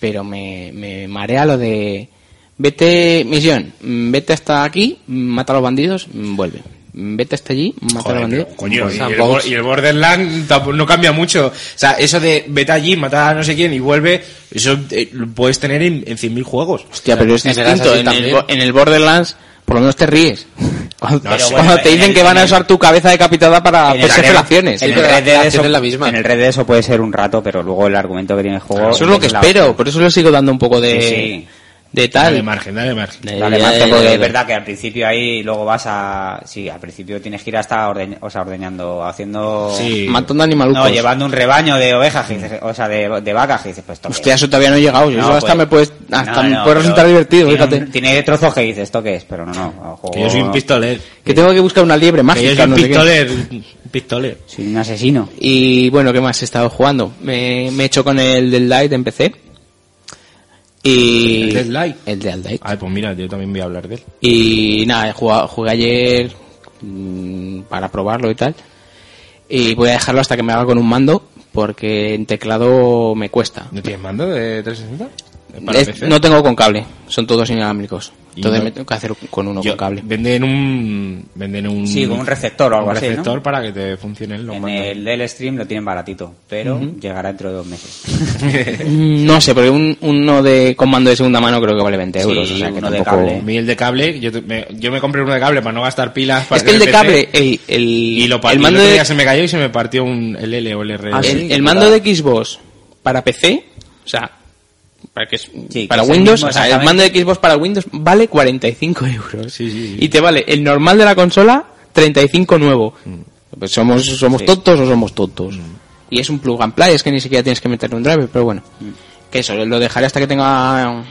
Speaker 6: Pero me, me marea lo de vete misión, mm, vete hasta aquí, mm, mata a los bandidos, mm, vuelve. Mm, Vete hasta allí, mata a los bandidos.
Speaker 5: Coño,
Speaker 6: vuelve.
Speaker 5: y el, bo- pues, y el Borderland tampo- no cambia mucho. O sea, eso de vete allí, matar a no sé quién y vuelve, eso eh, lo puedes tener en, en 100.000 juegos.
Speaker 6: Hostia, pero es
Speaker 7: En el
Speaker 6: distinto.
Speaker 7: Assassin
Speaker 6: En el,
Speaker 7: también.
Speaker 6: bo- en el Borderlands, por lo menos te ríes. Cuando,
Speaker 5: Pero
Speaker 6: cuando
Speaker 5: bueno,
Speaker 6: te dicen que van a usar tu cabeza decapitada para
Speaker 2: En el
Speaker 6: hacer
Speaker 2: Red-
Speaker 6: relaciones.
Speaker 2: en
Speaker 6: Es
Speaker 2: el
Speaker 6: verdad.
Speaker 2: Red Dead
Speaker 7: relación
Speaker 2: eso-
Speaker 7: es la misma.
Speaker 2: En el Red Dead eso puede ser un rato, pero luego el argumento que tiene el juego.
Speaker 6: Eso es lo que
Speaker 2: la-
Speaker 6: espero. Por eso le sigo dando un poco de,
Speaker 2: Sí, sí.
Speaker 6: de
Speaker 5: Dale
Speaker 6: tal.
Speaker 5: margen, dale margen.
Speaker 6: De-
Speaker 2: Dale,
Speaker 6: de-
Speaker 2: Marte,
Speaker 6: de-
Speaker 2: porque
Speaker 6: de-
Speaker 2: es verdad que al principio ahí luego vas a. Sí, al principio tienes que ir hasta orden, o sea, ordeñando, haciendo.
Speaker 5: Sí.
Speaker 6: Matando animalucos.
Speaker 2: No, llevando un rebaño de ovejas, que dices, o sea, de, de vacas, que dices, pues esto qué
Speaker 6: Hostia,
Speaker 2: es.
Speaker 6: eso todavía no he llegado. Yo
Speaker 2: No,
Speaker 6: eso hasta
Speaker 2: pues-
Speaker 6: me puedes, hasta
Speaker 2: No,
Speaker 6: me
Speaker 2: no,
Speaker 6: puede
Speaker 2: pero
Speaker 6: resultar divertido,
Speaker 2: tiene un-
Speaker 6: fíjate.
Speaker 2: Tiene trozos que dices, esto qué es, pero no, no. el juego-
Speaker 5: Que yo soy un pistoler.
Speaker 6: Que tengo que buscar una liebre
Speaker 5: Que yo
Speaker 6: Oh. mágica.
Speaker 5: soy un
Speaker 6: no sé qué.
Speaker 5: pistoler. un pistoler.
Speaker 2: Soy un asesino.
Speaker 6: Y bueno, ¿qué más he estado jugando? Me, me he hecho con el del Light en PC. Y...
Speaker 5: ¿El Dead Light?
Speaker 6: El Dead Light.
Speaker 5: Ay, pues mira, yo también voy a hablar de él.
Speaker 6: Y nada, he jugado- jugué ayer mm, para probarlo y tal. Y voy a dejarlo hasta que me haga con un mando, porque en teclado me cuesta.
Speaker 5: ¿No tienes mando de 360? Para
Speaker 6: Es-
Speaker 5: PC.
Speaker 6: no tengo con cable, son todos inalámbricos.
Speaker 5: Y
Speaker 6: Entonces
Speaker 5: no-
Speaker 6: me tengo que hacer con uno
Speaker 5: Yo-
Speaker 6: con cable.
Speaker 5: Venden un. Venden un.
Speaker 2: Sí, con un receptor o algo
Speaker 5: un
Speaker 2: así, ¿no?
Speaker 5: receptor para que te funcionen los
Speaker 2: En
Speaker 5: mandos.
Speaker 2: el del stream lo tienen baratito, pero llegará dentro de dos meses.
Speaker 6: Mm, No sé, pero un, uno de con mando de segunda mano creo que vale 20
Speaker 2: Sí,
Speaker 6: euros. o sea que
Speaker 2: uno de
Speaker 6: tampoco-
Speaker 2: cable.
Speaker 5: A mí el de cable, yo, te- me, yo me compré uno de cable para no gastar pilas. Para
Speaker 6: Es que el de
Speaker 5: PC,
Speaker 6: cable, el, el,
Speaker 5: Y lo pa-
Speaker 6: el
Speaker 5: y
Speaker 6: mando
Speaker 5: el otro
Speaker 6: de,
Speaker 5: día se me cayó y se me partió un, el L o el R.
Speaker 2: Ah, sí.
Speaker 6: el, el
Speaker 2: qué
Speaker 6: mando
Speaker 2: putada.
Speaker 6: de Xbox para PC, o sea, para, que es-
Speaker 2: que
Speaker 6: para
Speaker 2: es el
Speaker 6: Windows,
Speaker 2: mismo
Speaker 6: o sea, el
Speaker 2: exactamente.
Speaker 6: mando de Xbox para Windows vale 45 euros.
Speaker 5: Sí, sí, sí.
Speaker 6: Y te vale el normal de la consola 35 nuevo.
Speaker 5: Mm.
Speaker 6: Pues ¿Somos, somos tontos o somos tontos? Y es un plug and play, es que ni siquiera tienes que meterle un drive, pero bueno. Que eso, lo dejaré hasta que tenga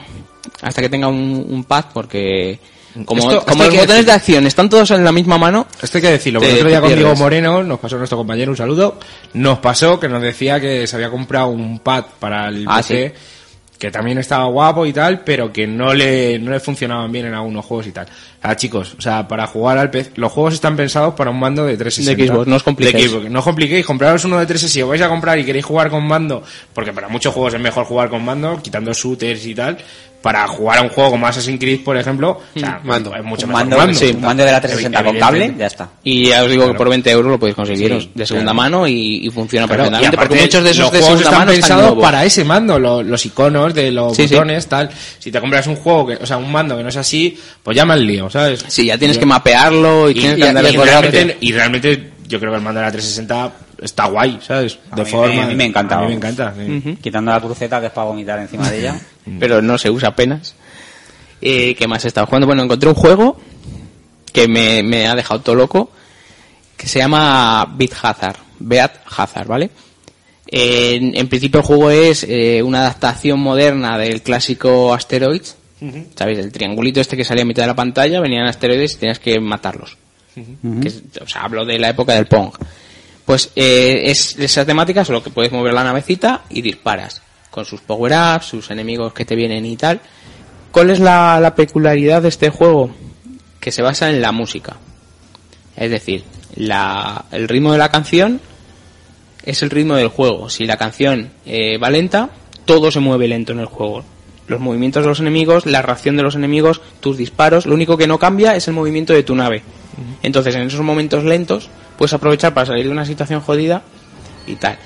Speaker 6: hasta que tenga un, un pad porque como,
Speaker 5: Mm. Esto- esto
Speaker 6: como
Speaker 5: hay
Speaker 6: los
Speaker 5: que
Speaker 6: botones de
Speaker 5: decirlo.
Speaker 6: acción están todos en la misma mano,
Speaker 5: Esto hay que decirlo, porque
Speaker 6: Te-
Speaker 5: el otro día
Speaker 6: te
Speaker 5: con Diego
Speaker 6: pierdes.
Speaker 5: Moreno nos pasó nuestro compañero, un saludo, nos pasó que nos decía que se había comprado un pad para el
Speaker 6: Ah,
Speaker 5: PC, que también estaba guapo y tal, pero que no le, no le funcionaban bien en algunos juegos y tal. O sea, chicos, o sea, para jugar al PC, los juegos están pensados para un mando de 360.
Speaker 6: De Xbox, no os compliquéis.
Speaker 5: De Xbox, no os compliquéis, compraros uno de 360, si os vais a comprar y queréis jugar con mando, porque para muchos juegos es mejor jugar con mando, quitando shooters y tal, para jugar a un juego como Assassin's Creed, por ejemplo, o sea,
Speaker 6: Mm,
Speaker 7: Mando.
Speaker 5: es mucho
Speaker 2: un,
Speaker 5: mejor
Speaker 2: mando,
Speaker 5: mando.
Speaker 2: un mando de la 360 con cable, ya está.
Speaker 6: Y ya os digo que por 20 euros lo podéis conseguir os- de segunda mano y, y funciona
Speaker 5: Claro,
Speaker 6: perfectamente.
Speaker 5: y aparte,
Speaker 6: porque muchos de esos
Speaker 5: los
Speaker 6: de
Speaker 5: juegos
Speaker 6: segunda
Speaker 5: están
Speaker 6: mano están
Speaker 5: pensados
Speaker 6: nuevos.
Speaker 5: para ese mando, lo- los iconos de los
Speaker 6: Sí, sí.
Speaker 5: botones, tal. Si te compras un juego, que, o sea, un mando que no es así, pues llama al lío, ¿sabes?
Speaker 6: Sí, ya tienes que mapearlo y,
Speaker 5: Y,
Speaker 6: tienes
Speaker 5: y-
Speaker 6: que andar
Speaker 5: y
Speaker 6: acordarte.
Speaker 5: realmente, y realmente yo creo que el mando de la 360 está guay, ¿sabes?
Speaker 2: A
Speaker 5: De
Speaker 2: mí
Speaker 5: forma.
Speaker 2: me- a mí me encanta,
Speaker 5: A mí me
Speaker 2: vamos.
Speaker 5: encanta. sí.
Speaker 2: Quitando la cruceta que es para vomitar encima de ella.
Speaker 6: Pero no se usa apenas. Eh, ¿Qué más he estado jugando? Bueno, encontré un juego que me, me ha dejado todo loco. Que se llama Beat Hazard. Beat Hazard, ¿vale? En, en principio el juego es eh, una adaptación moderna del clásico Asteroids. ¿Sabéis? El triangulito este que salía a mitad de la pantalla, venían asteroides y tenías que matarlos. Que es- o sea, hablo de la época del Pong. Pues eh, es esa temática, solo que puedes mover la navecita y disparas. Con sus power-ups, sus enemigos que te vienen y tal. ¿Cuál es la, la peculiaridad de este juego? Que se basa en la música. Es decir, la- el ritmo de la canción es el ritmo del juego. Si la canción eh, va lenta, todo se mueve lento en el juego. Los movimientos de los enemigos, la reacción de los enemigos, tus disparos, lo único que no cambia es el movimiento de tu nave. Entonces, en esos momentos lentos, puedes aprovechar para salir de una situación jodida y tal.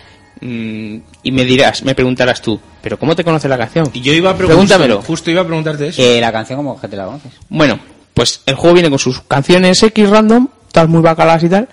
Speaker 6: Mm, y me dirás, me preguntarás tú, ¿Pero cómo te conoce la canción?
Speaker 5: Y yo iba a pregun-
Speaker 6: Pregúntamelo.
Speaker 5: Justo iba a preguntarte eso.
Speaker 2: Eh, la canción como que te la conoces.
Speaker 6: Bueno, pues el juego viene con sus canciones X random, todas muy bacalas y tal,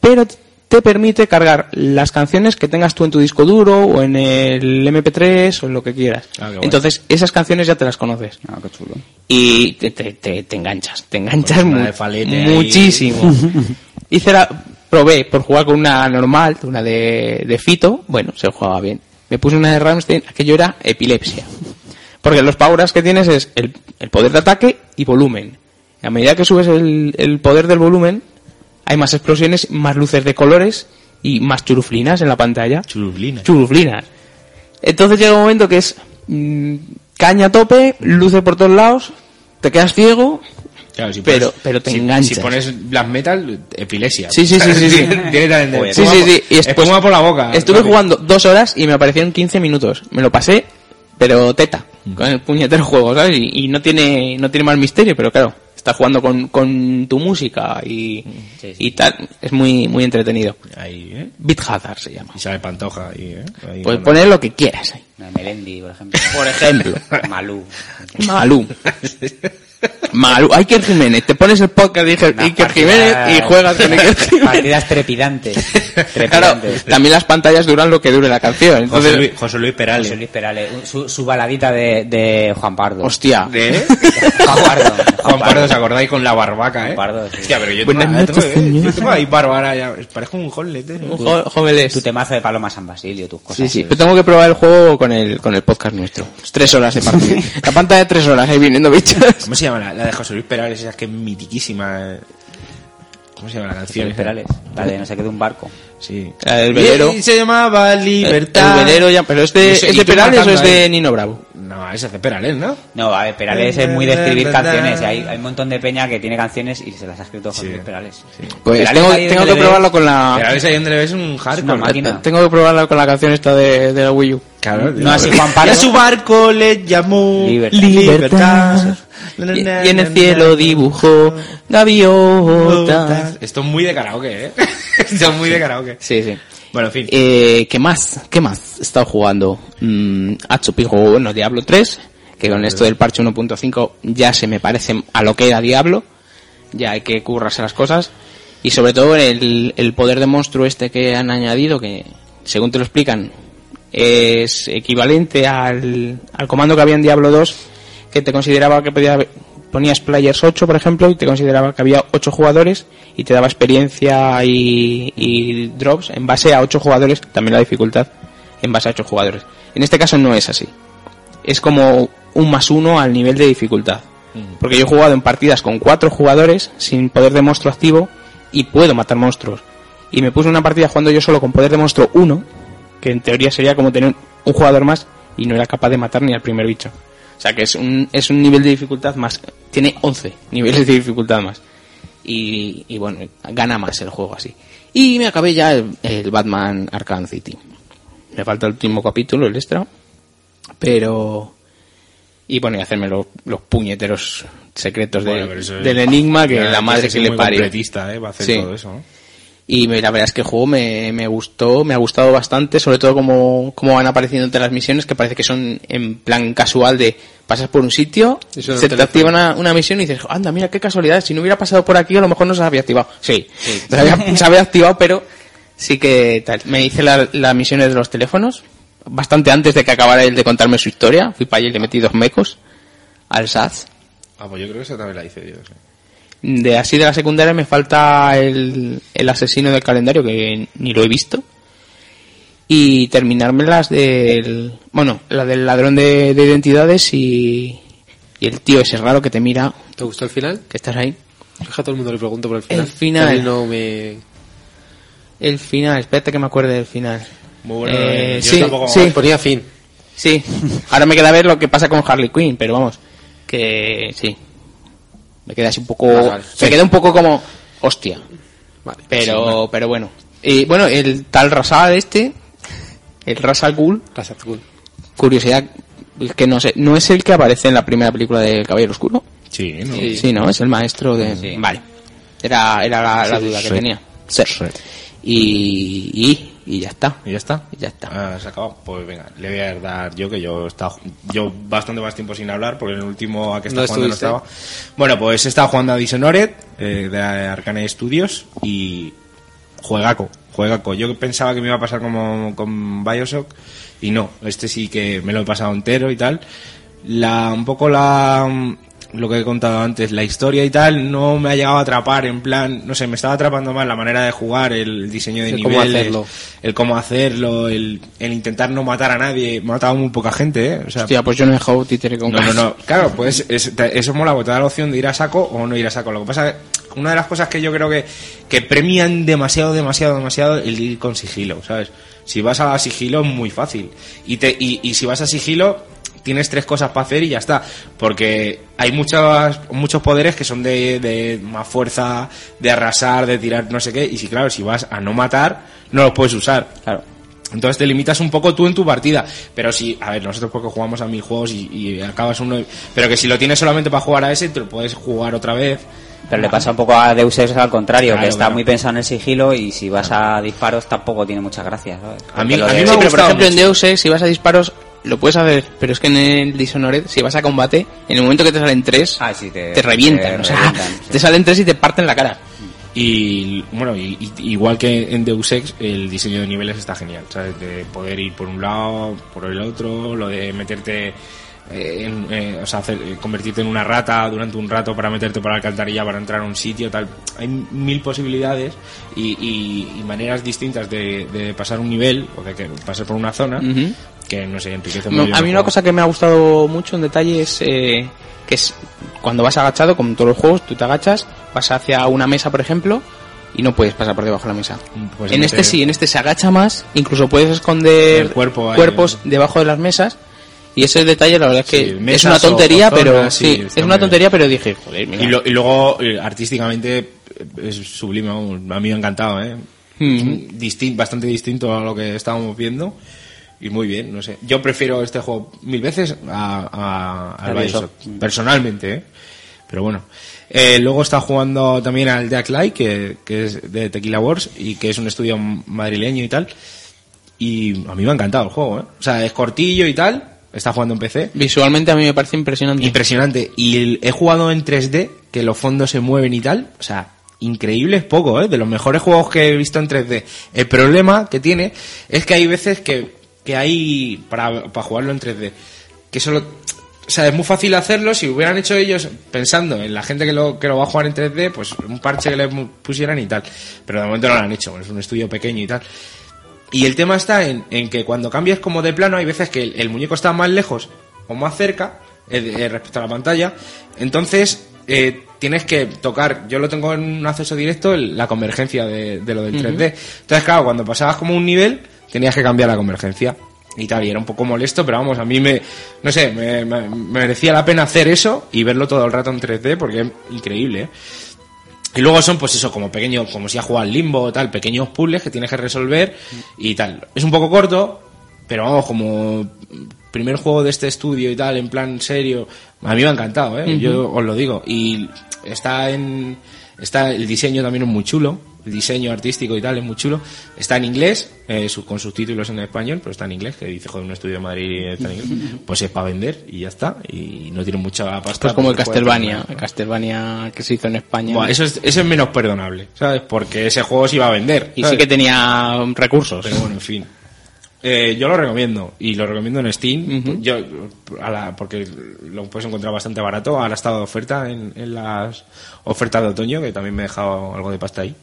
Speaker 6: pero te permite cargar las canciones que tengas tú en tu disco duro o en el MP3 o en lo que quieras.
Speaker 5: Ah, qué guay.
Speaker 6: Entonces, esas canciones ya te las conoces.
Speaker 2: Ah, qué chulo.
Speaker 6: Y te, te- te- te enganchas, te enganchas
Speaker 5: una
Speaker 6: mu-
Speaker 5: de Falete ahí.
Speaker 6: muchísimo. Hice la, probé por jugar con una normal, una de, de Fito, bueno, se jugaba bien. Me puse una de Ramstein, aquello era epilepsia. Porque los power-ups que tienes es el, el poder de ataque y volumen. Y a medida que subes el, el poder del volumen, hay más explosiones, más luces de colores y más churuflinas en la pantalla.
Speaker 5: Churuflinas.
Speaker 6: Churuflinas. Entonces llega un momento que es mm, caña a tope, luces por todos lados, te quedas ciego.
Speaker 5: Claro, si
Speaker 6: Pero- pero te
Speaker 5: si-
Speaker 6: enganchas.
Speaker 5: Si pones black metal, epilepsia.
Speaker 6: Sí, sí, sí, sí, sí.
Speaker 5: Directamente.
Speaker 2: Joder.
Speaker 6: Sí,
Speaker 5: Espuma
Speaker 6: sí,
Speaker 5: por-
Speaker 6: sí. Y es-
Speaker 5: espuma
Speaker 6: pues,
Speaker 5: por la boca.
Speaker 6: Estuve
Speaker 5: Rápido.
Speaker 6: jugando dos horas y me aparecieron 15 minutos. Me lo pasé, pero teta,
Speaker 5: Mm.
Speaker 6: con el puñetero juego, ¿sabes? Y, y no tiene no tiene más misterio, pero claro, estás jugando con, con tu música y,
Speaker 5: Mm,
Speaker 2: Sí, sí.
Speaker 6: y tal. Es muy muy entretenido.
Speaker 5: Ahí, ¿eh?
Speaker 6: Beat Hazard se llama.
Speaker 5: Y sale pantoja ahí, ¿eh? Ahí,
Speaker 2: Pues
Speaker 6: Puedes
Speaker 5: bueno.
Speaker 6: poner lo que quieras ahí.
Speaker 2: Una Melendi, por ejemplo. Por ejemplo. Malú.
Speaker 6: Malú. Malú. Iker Jiménez. Te pones el podcast de Iker,
Speaker 2: Una
Speaker 6: Iker
Speaker 2: partida-
Speaker 6: Jiménez y juegas con Iker Jiménez.
Speaker 2: Partidas trepidantes.
Speaker 6: Claro,
Speaker 2: Trepidantes.
Speaker 6: también las pantallas duran lo que dure la canción.
Speaker 5: José,
Speaker 6: Entonces,
Speaker 5: Luis, José Luis Perales.
Speaker 2: José Luis Perales, un- su, su baladita de, de Juan Pardo.
Speaker 6: hostia.
Speaker 5: ¿Eh?
Speaker 2: Juan Pardo.
Speaker 5: Juan Pardo, ¿os acordáis con la barbaca, eh?
Speaker 2: Juan Pardo, sí.
Speaker 5: Hostia, pero yo tengo,
Speaker 6: Buenas
Speaker 5: yo tengo,
Speaker 6: noches,
Speaker 5: eh,
Speaker 6: señor.
Speaker 5: yo tengo ahí bárbara ya. Parezco un hollet, eh.
Speaker 6: Un jo- Jóvenes.
Speaker 2: Tu temazo de Paloma San Basilio, tus
Speaker 6: Sí,
Speaker 2: cosas.
Speaker 6: sí.
Speaker 2: así.
Speaker 6: Yo tengo que probar el juego con el, con el podcast nuestro. Tres horas de partida. La pantalla de tres horas ahí viniendo bichos.
Speaker 5: ¿Cómo se llama la, la de José Luis Perales? Esa que es mitiquísima. eh. ¿Cómo se llama la
Speaker 2: José
Speaker 5: canción?
Speaker 2: Luis Perales. La de no sé qué de un barco.
Speaker 5: Sí.
Speaker 6: La del
Speaker 5: Y-
Speaker 6: velero.
Speaker 5: y se llamaba Libertad.
Speaker 6: El velero ya, pero este,
Speaker 5: No sé,
Speaker 6: ¿es
Speaker 5: y
Speaker 6: de
Speaker 5: tú
Speaker 6: Perales o
Speaker 5: matando
Speaker 6: es de
Speaker 5: ahí.
Speaker 6: Nino Bravo?
Speaker 5: No, esa es de Perales, ¿no?
Speaker 2: No, a ver, Perales es muy de escribir canciones. y Hay, hay un montón de peña que tiene canciones y se las ha escrito José
Speaker 5: Sí.
Speaker 2: Luis Perales.
Speaker 6: Pues
Speaker 2: Perales
Speaker 6: tengo,
Speaker 2: ahí
Speaker 6: tengo
Speaker 2: donde
Speaker 6: que
Speaker 2: le
Speaker 6: probarlo
Speaker 2: ves.
Speaker 6: con la,
Speaker 5: Perales ahí donde le ves un hardcore.
Speaker 2: Ah. una máquina.
Speaker 6: tengo que probarlo con la canción esta de, de la Wii U.
Speaker 5: Claro,
Speaker 2: No, así Juan Pardo.
Speaker 5: Y a su barco le llamó
Speaker 2: Libertad.
Speaker 5: Libertad.
Speaker 6: Y, y en el cielo dibujó gaviotas.
Speaker 5: Esto es muy de karaoke, ¿eh? Esto es muy de karaoke.
Speaker 6: Sí, sí.
Speaker 5: Bueno, en fin.
Speaker 6: Eh, ¿Qué más? ¿Qué más he estado jugando? Mm, Atsupi jugó, bueno, Diablo 3, que con esto del parche 1.5 ya se me parece a lo que era Diablo. Ya hay que currarse las cosas. Y sobre todo el, el poder de monstruo este que han añadido, que según te lo explican, es equivalente al, al comando que había en Diablo 2, que te consideraba que podía haber- ponías players 8, por ejemplo, y te consideraba que había 8 jugadores y te daba experiencia y, y drops en base a 8 jugadores, también la dificultad en base a 8 jugadores. En este caso no es así. Es como un más uno al nivel de dificultad. Porque yo he jugado en partidas con 4 jugadores sin poder de monstruo activo y puedo matar monstruos. Y me puse una partida jugando yo solo con poder de monstruo 1, que en teoría sería como tener un jugador más y no era capaz de matar ni al primer bicho. O sea que es un, es un nivel de dificultad más. Tiene 11 niveles de dificultad más. Y, y bueno, gana más el juego así. Y me acabé ya el, el Batman Arkham City. Me falta el último capítulo, el extra. Pero. Y bueno, y hacerme los, los puñeteros secretos de-
Speaker 5: Bueno, pero eso es-
Speaker 6: del enigma que
Speaker 5: Ya,
Speaker 6: la madre
Speaker 5: tienes
Speaker 6: que
Speaker 5: ser
Speaker 6: le
Speaker 5: muy
Speaker 6: parió.
Speaker 5: completista, ¿eh? Va a hacer
Speaker 6: Sí.
Speaker 5: todo eso, ¿no?
Speaker 6: Y me- la verdad es que el juego me, me gustó, me ha gustado bastante, sobre todo como, como van apareciendo entre las misiones, que parece que son en plan casual de pasas por un sitio,
Speaker 7: Y
Speaker 6: se
Speaker 7: suena
Speaker 6: te
Speaker 7: el teléfono.
Speaker 6: activa una, una misión y dices, anda, mira qué casualidad, si no hubiera pasado por aquí a lo mejor no se había activado. Sí, se, había, se había activado, pero sí que tal. Me hice la- las misiones de los teléfonos, bastante antes de que acabara el de contarme su historia, fui para allí y le metí dos mecos al SAZ.
Speaker 5: Ah, pues yo creo que esa también la hice yo. sí.
Speaker 6: De así de la secundaria me falta el, el asesino del calendario, que ni lo he visto. Y terminarme las del. Bueno, la del ladrón de, de identidades y. Y el tío ese raro que te mira,
Speaker 7: ¿Te gustó el final?
Speaker 6: que estás ahí.
Speaker 7: Yo a todo el mundo le pregunto por el final.
Speaker 6: El final.
Speaker 7: A mí no me...
Speaker 6: El final, espérate que me acuerde del final.
Speaker 5: Muy bueno,
Speaker 6: Eh,
Speaker 5: yo
Speaker 6: sí,
Speaker 5: tampoco-
Speaker 6: sí,
Speaker 7: Ponía fin.
Speaker 6: sí. Ahora me queda ver lo que pasa con Harley Quinn, pero vamos, que sí. Me queda así un poco.
Speaker 7: Ah, vale.
Speaker 6: Me queda un poco como. Hostia.
Speaker 7: Vale. pues
Speaker 6: Pero, pero bueno. Y bueno, el tal Rasal este, el Rasal Ghul,
Speaker 7: Razad Ghul.
Speaker 6: curiosidad, es que no sé, no es el que aparece en la primera película del Caballero Oscuro.
Speaker 5: Sí, ¿no?
Speaker 6: Sí, ¿no? Es el maestro de.
Speaker 2: Sí.
Speaker 6: Vale. Era, era la, la duda que tenía. Sí. Y, y, y ya está.
Speaker 5: Y ya está.
Speaker 6: Y ya está.
Speaker 5: Ah, se acabó. Pues venga, le voy a dar yo, que yo he estado, yo bastante más tiempo sin hablar, porque el último a que estaba
Speaker 7: No
Speaker 5: jugando no
Speaker 7: estuviste.
Speaker 5: estaba. Bueno, pues estaba jugando a Dishonored, eh, de Arcane Studios, y juegaco, juegaco. Yo pensaba que me iba a pasar como con Bioshock, y no, este sí que me lo he pasado entero y tal. La, un poco la, lo que he contado antes, la historia y tal, no me ha llegado a atrapar, en plan, no sé, me estaba atrapando más la manera de jugar, el diseño de
Speaker 7: El cómo
Speaker 5: niveles,
Speaker 7: hacerlo.
Speaker 5: el cómo hacerlo, el, el intentar no matar a nadie. He matado a muy poca gente, ¿eh? O sea,
Speaker 6: Hostia, pues yo no he dejado títere con
Speaker 5: no, no, no. Claro, pues es- te- eso mola, porque te da la opción de ir a saco o no ir a saco. Lo que pasa es que una de las cosas que yo creo que, que premian demasiado, demasiado, demasiado el ir con sigilo, ¿sabes? Si vas a sigilo es muy fácil. Y, te, y, y si vas a sigilo, tienes tres cosas para hacer y ya está. Porque hay muchas, muchos poderes que son de, de más fuerza, de arrasar, de tirar no sé qué. Y si, claro, si vas a no matar, no los puedes usar.
Speaker 2: Claro.
Speaker 5: Entonces te limitas un poco tú en tu partida. Pero si, a ver, nosotros porque jugamos a mil juegos y, y acabas uno. Pero que si lo tienes solamente para jugar a ese, te lo puedes jugar otra vez.
Speaker 2: Pero le pasa un poco a Deus Ex al contrario,
Speaker 5: Claro,
Speaker 2: que está
Speaker 5: claro.
Speaker 2: muy pensado en el sigilo y si vas a disparos tampoco tiene mucha gracia. ¿sabes?
Speaker 5: A
Speaker 2: Porque
Speaker 5: mí-
Speaker 2: lo
Speaker 5: a
Speaker 2: de-
Speaker 5: mí me ha
Speaker 6: Sí, pero por
Speaker 5: gustado
Speaker 6: ejemplo en
Speaker 5: mucho.
Speaker 6: Deus Ex, si vas a disparos, lo puedes hacer, pero es que en el Dishonored, si vas a combate, en el momento que te salen tres,
Speaker 2: Ah, sí, te-
Speaker 6: revientan.
Speaker 2: te
Speaker 6: o sea,
Speaker 2: revientan, sí.
Speaker 6: te salen tres y te parten la cara.
Speaker 5: Y bueno, y- y- igual que en Deus Ex, el diseño de niveles está genial, ¿sabes? De poder ir por un lado, por el otro, lo de meterte, eh, en, eh, o sea, hacer- eh, convertirte en una rata durante un rato para meterte por la alcantarilla, para entrar a un sitio, tal. Hay mil posibilidades y, y- y maneras distintas de, de pasar un nivel o de que pasar por una zona
Speaker 6: Ujú.
Speaker 5: que, no sé, enriquece
Speaker 6: No,
Speaker 5: muy bien
Speaker 6: a
Speaker 5: el
Speaker 6: mí una
Speaker 5: juego.
Speaker 6: cosa que me ha gustado mucho en detalle es eh, que es cuando vas agachado, como en todos los juegos, tú te agachas, vas hacia una mesa, por ejemplo, y no puedes pasar por debajo de la mesa.
Speaker 5: Pues
Speaker 6: en
Speaker 5: meter-
Speaker 6: este sí, en este se agacha más, incluso puedes esconder
Speaker 5: El cuerpo ahí,
Speaker 6: cuerpos
Speaker 5: ¿no?
Speaker 6: debajo de las mesas. Y ese detalle, la verdad es que
Speaker 5: Sí,
Speaker 6: es
Speaker 5: mesas
Speaker 6: una
Speaker 5: o-
Speaker 6: tontería,
Speaker 5: o zonas,
Speaker 6: pero
Speaker 5: sí,
Speaker 6: sí,
Speaker 5: está
Speaker 6: es una
Speaker 5: muy
Speaker 6: tontería, pero dije, joder, mira.
Speaker 5: Y, lo- y luego, eh, artísticamente, eh, es sublime, vamos, a mí me ha encantado, ¿eh? Distin- bastante distinto a lo que estábamos viendo. Y muy bien, no sé. Yo prefiero este juego mil veces a, a- al Bioshock, personalmente, ¿eh? Pero bueno. Eh, luego está jugando también al Jack Light, que, que es de Tequila Wars, y que es un estudio madrileño y tal. Y a mí me ha encantado el juego, ¿eh? O sea, es cortillo y tal. Está jugando en PC.
Speaker 6: Visualmente a mí me parece impresionante.
Speaker 5: Impresionante. Y el- he jugado en 3D, que los fondos se mueven y tal. O sea, increíble es poco, ¿eh? De los mejores juegos que he visto en 3D. El problema que tiene es que hay veces que, que hay para, para jugarlo en 3D. Que solo... O sea, es muy fácil hacerlo si hubieran hecho ellos pensando en la gente que lo, que lo va a jugar en 3D, pues un parche que le mu- pusieran y tal. Pero de momento no lo han hecho, es un estudio pequeño y tal. Y el tema está en, en que cuando cambias como de plano, hay veces que el, el muñeco está más lejos o más cerca eh, de- eh, respecto a la pantalla. Entonces, eh, tienes que tocar. Yo lo tengo en un acceso directo, el- la convergencia de, de lo del 3D. Entonces, claro, cuando pasabas como un nivel, tenías que cambiar la convergencia. Y tal, y era un poco molesto, pero vamos, a mí me, no sé, me, me- me merecía la pena hacer eso y verlo todo el rato en 3D porque es increíble, ¿eh? Y luego son, pues eso, como pequeños, como si ha jugado al limbo o tal, pequeños puzzles que tienes que resolver y tal. Es un poco corto, pero vamos, como primer juego de este estudio y tal, en plan serio, a mí me ha encantado, ¿eh? Yo os lo digo. Y está en. Está el diseño también es muy chulo, el diseño artístico y tal es muy chulo. Está en inglés, eh, su- con sus títulos en español, pero está en inglés, que dice, joder, un estudio de Madrid está en inglés. Pues es para vender y ya está. Y no tiene mucha pasta.
Speaker 6: Pues como el
Speaker 5: pues puede
Speaker 6: Castlevania,
Speaker 5: tener-
Speaker 6: el Castlevania que se hizo en España.
Speaker 5: Buah, eso, es, eso es menos perdonable, ¿sabes? Porque ese juego se iba a vender.
Speaker 6: Y sí
Speaker 5: ¿sabes?
Speaker 6: que tenía um, recursos.
Speaker 5: Pero bueno, en fin. Eh, yo lo recomiendo, y lo recomiendo en Steam,
Speaker 6: Ujú.
Speaker 5: yo, a la- porque lo puedes encontrar bastante barato, ahora ha estado de oferta en, en las ofertas de otoño, que también me he dejado algo de pasta ahí.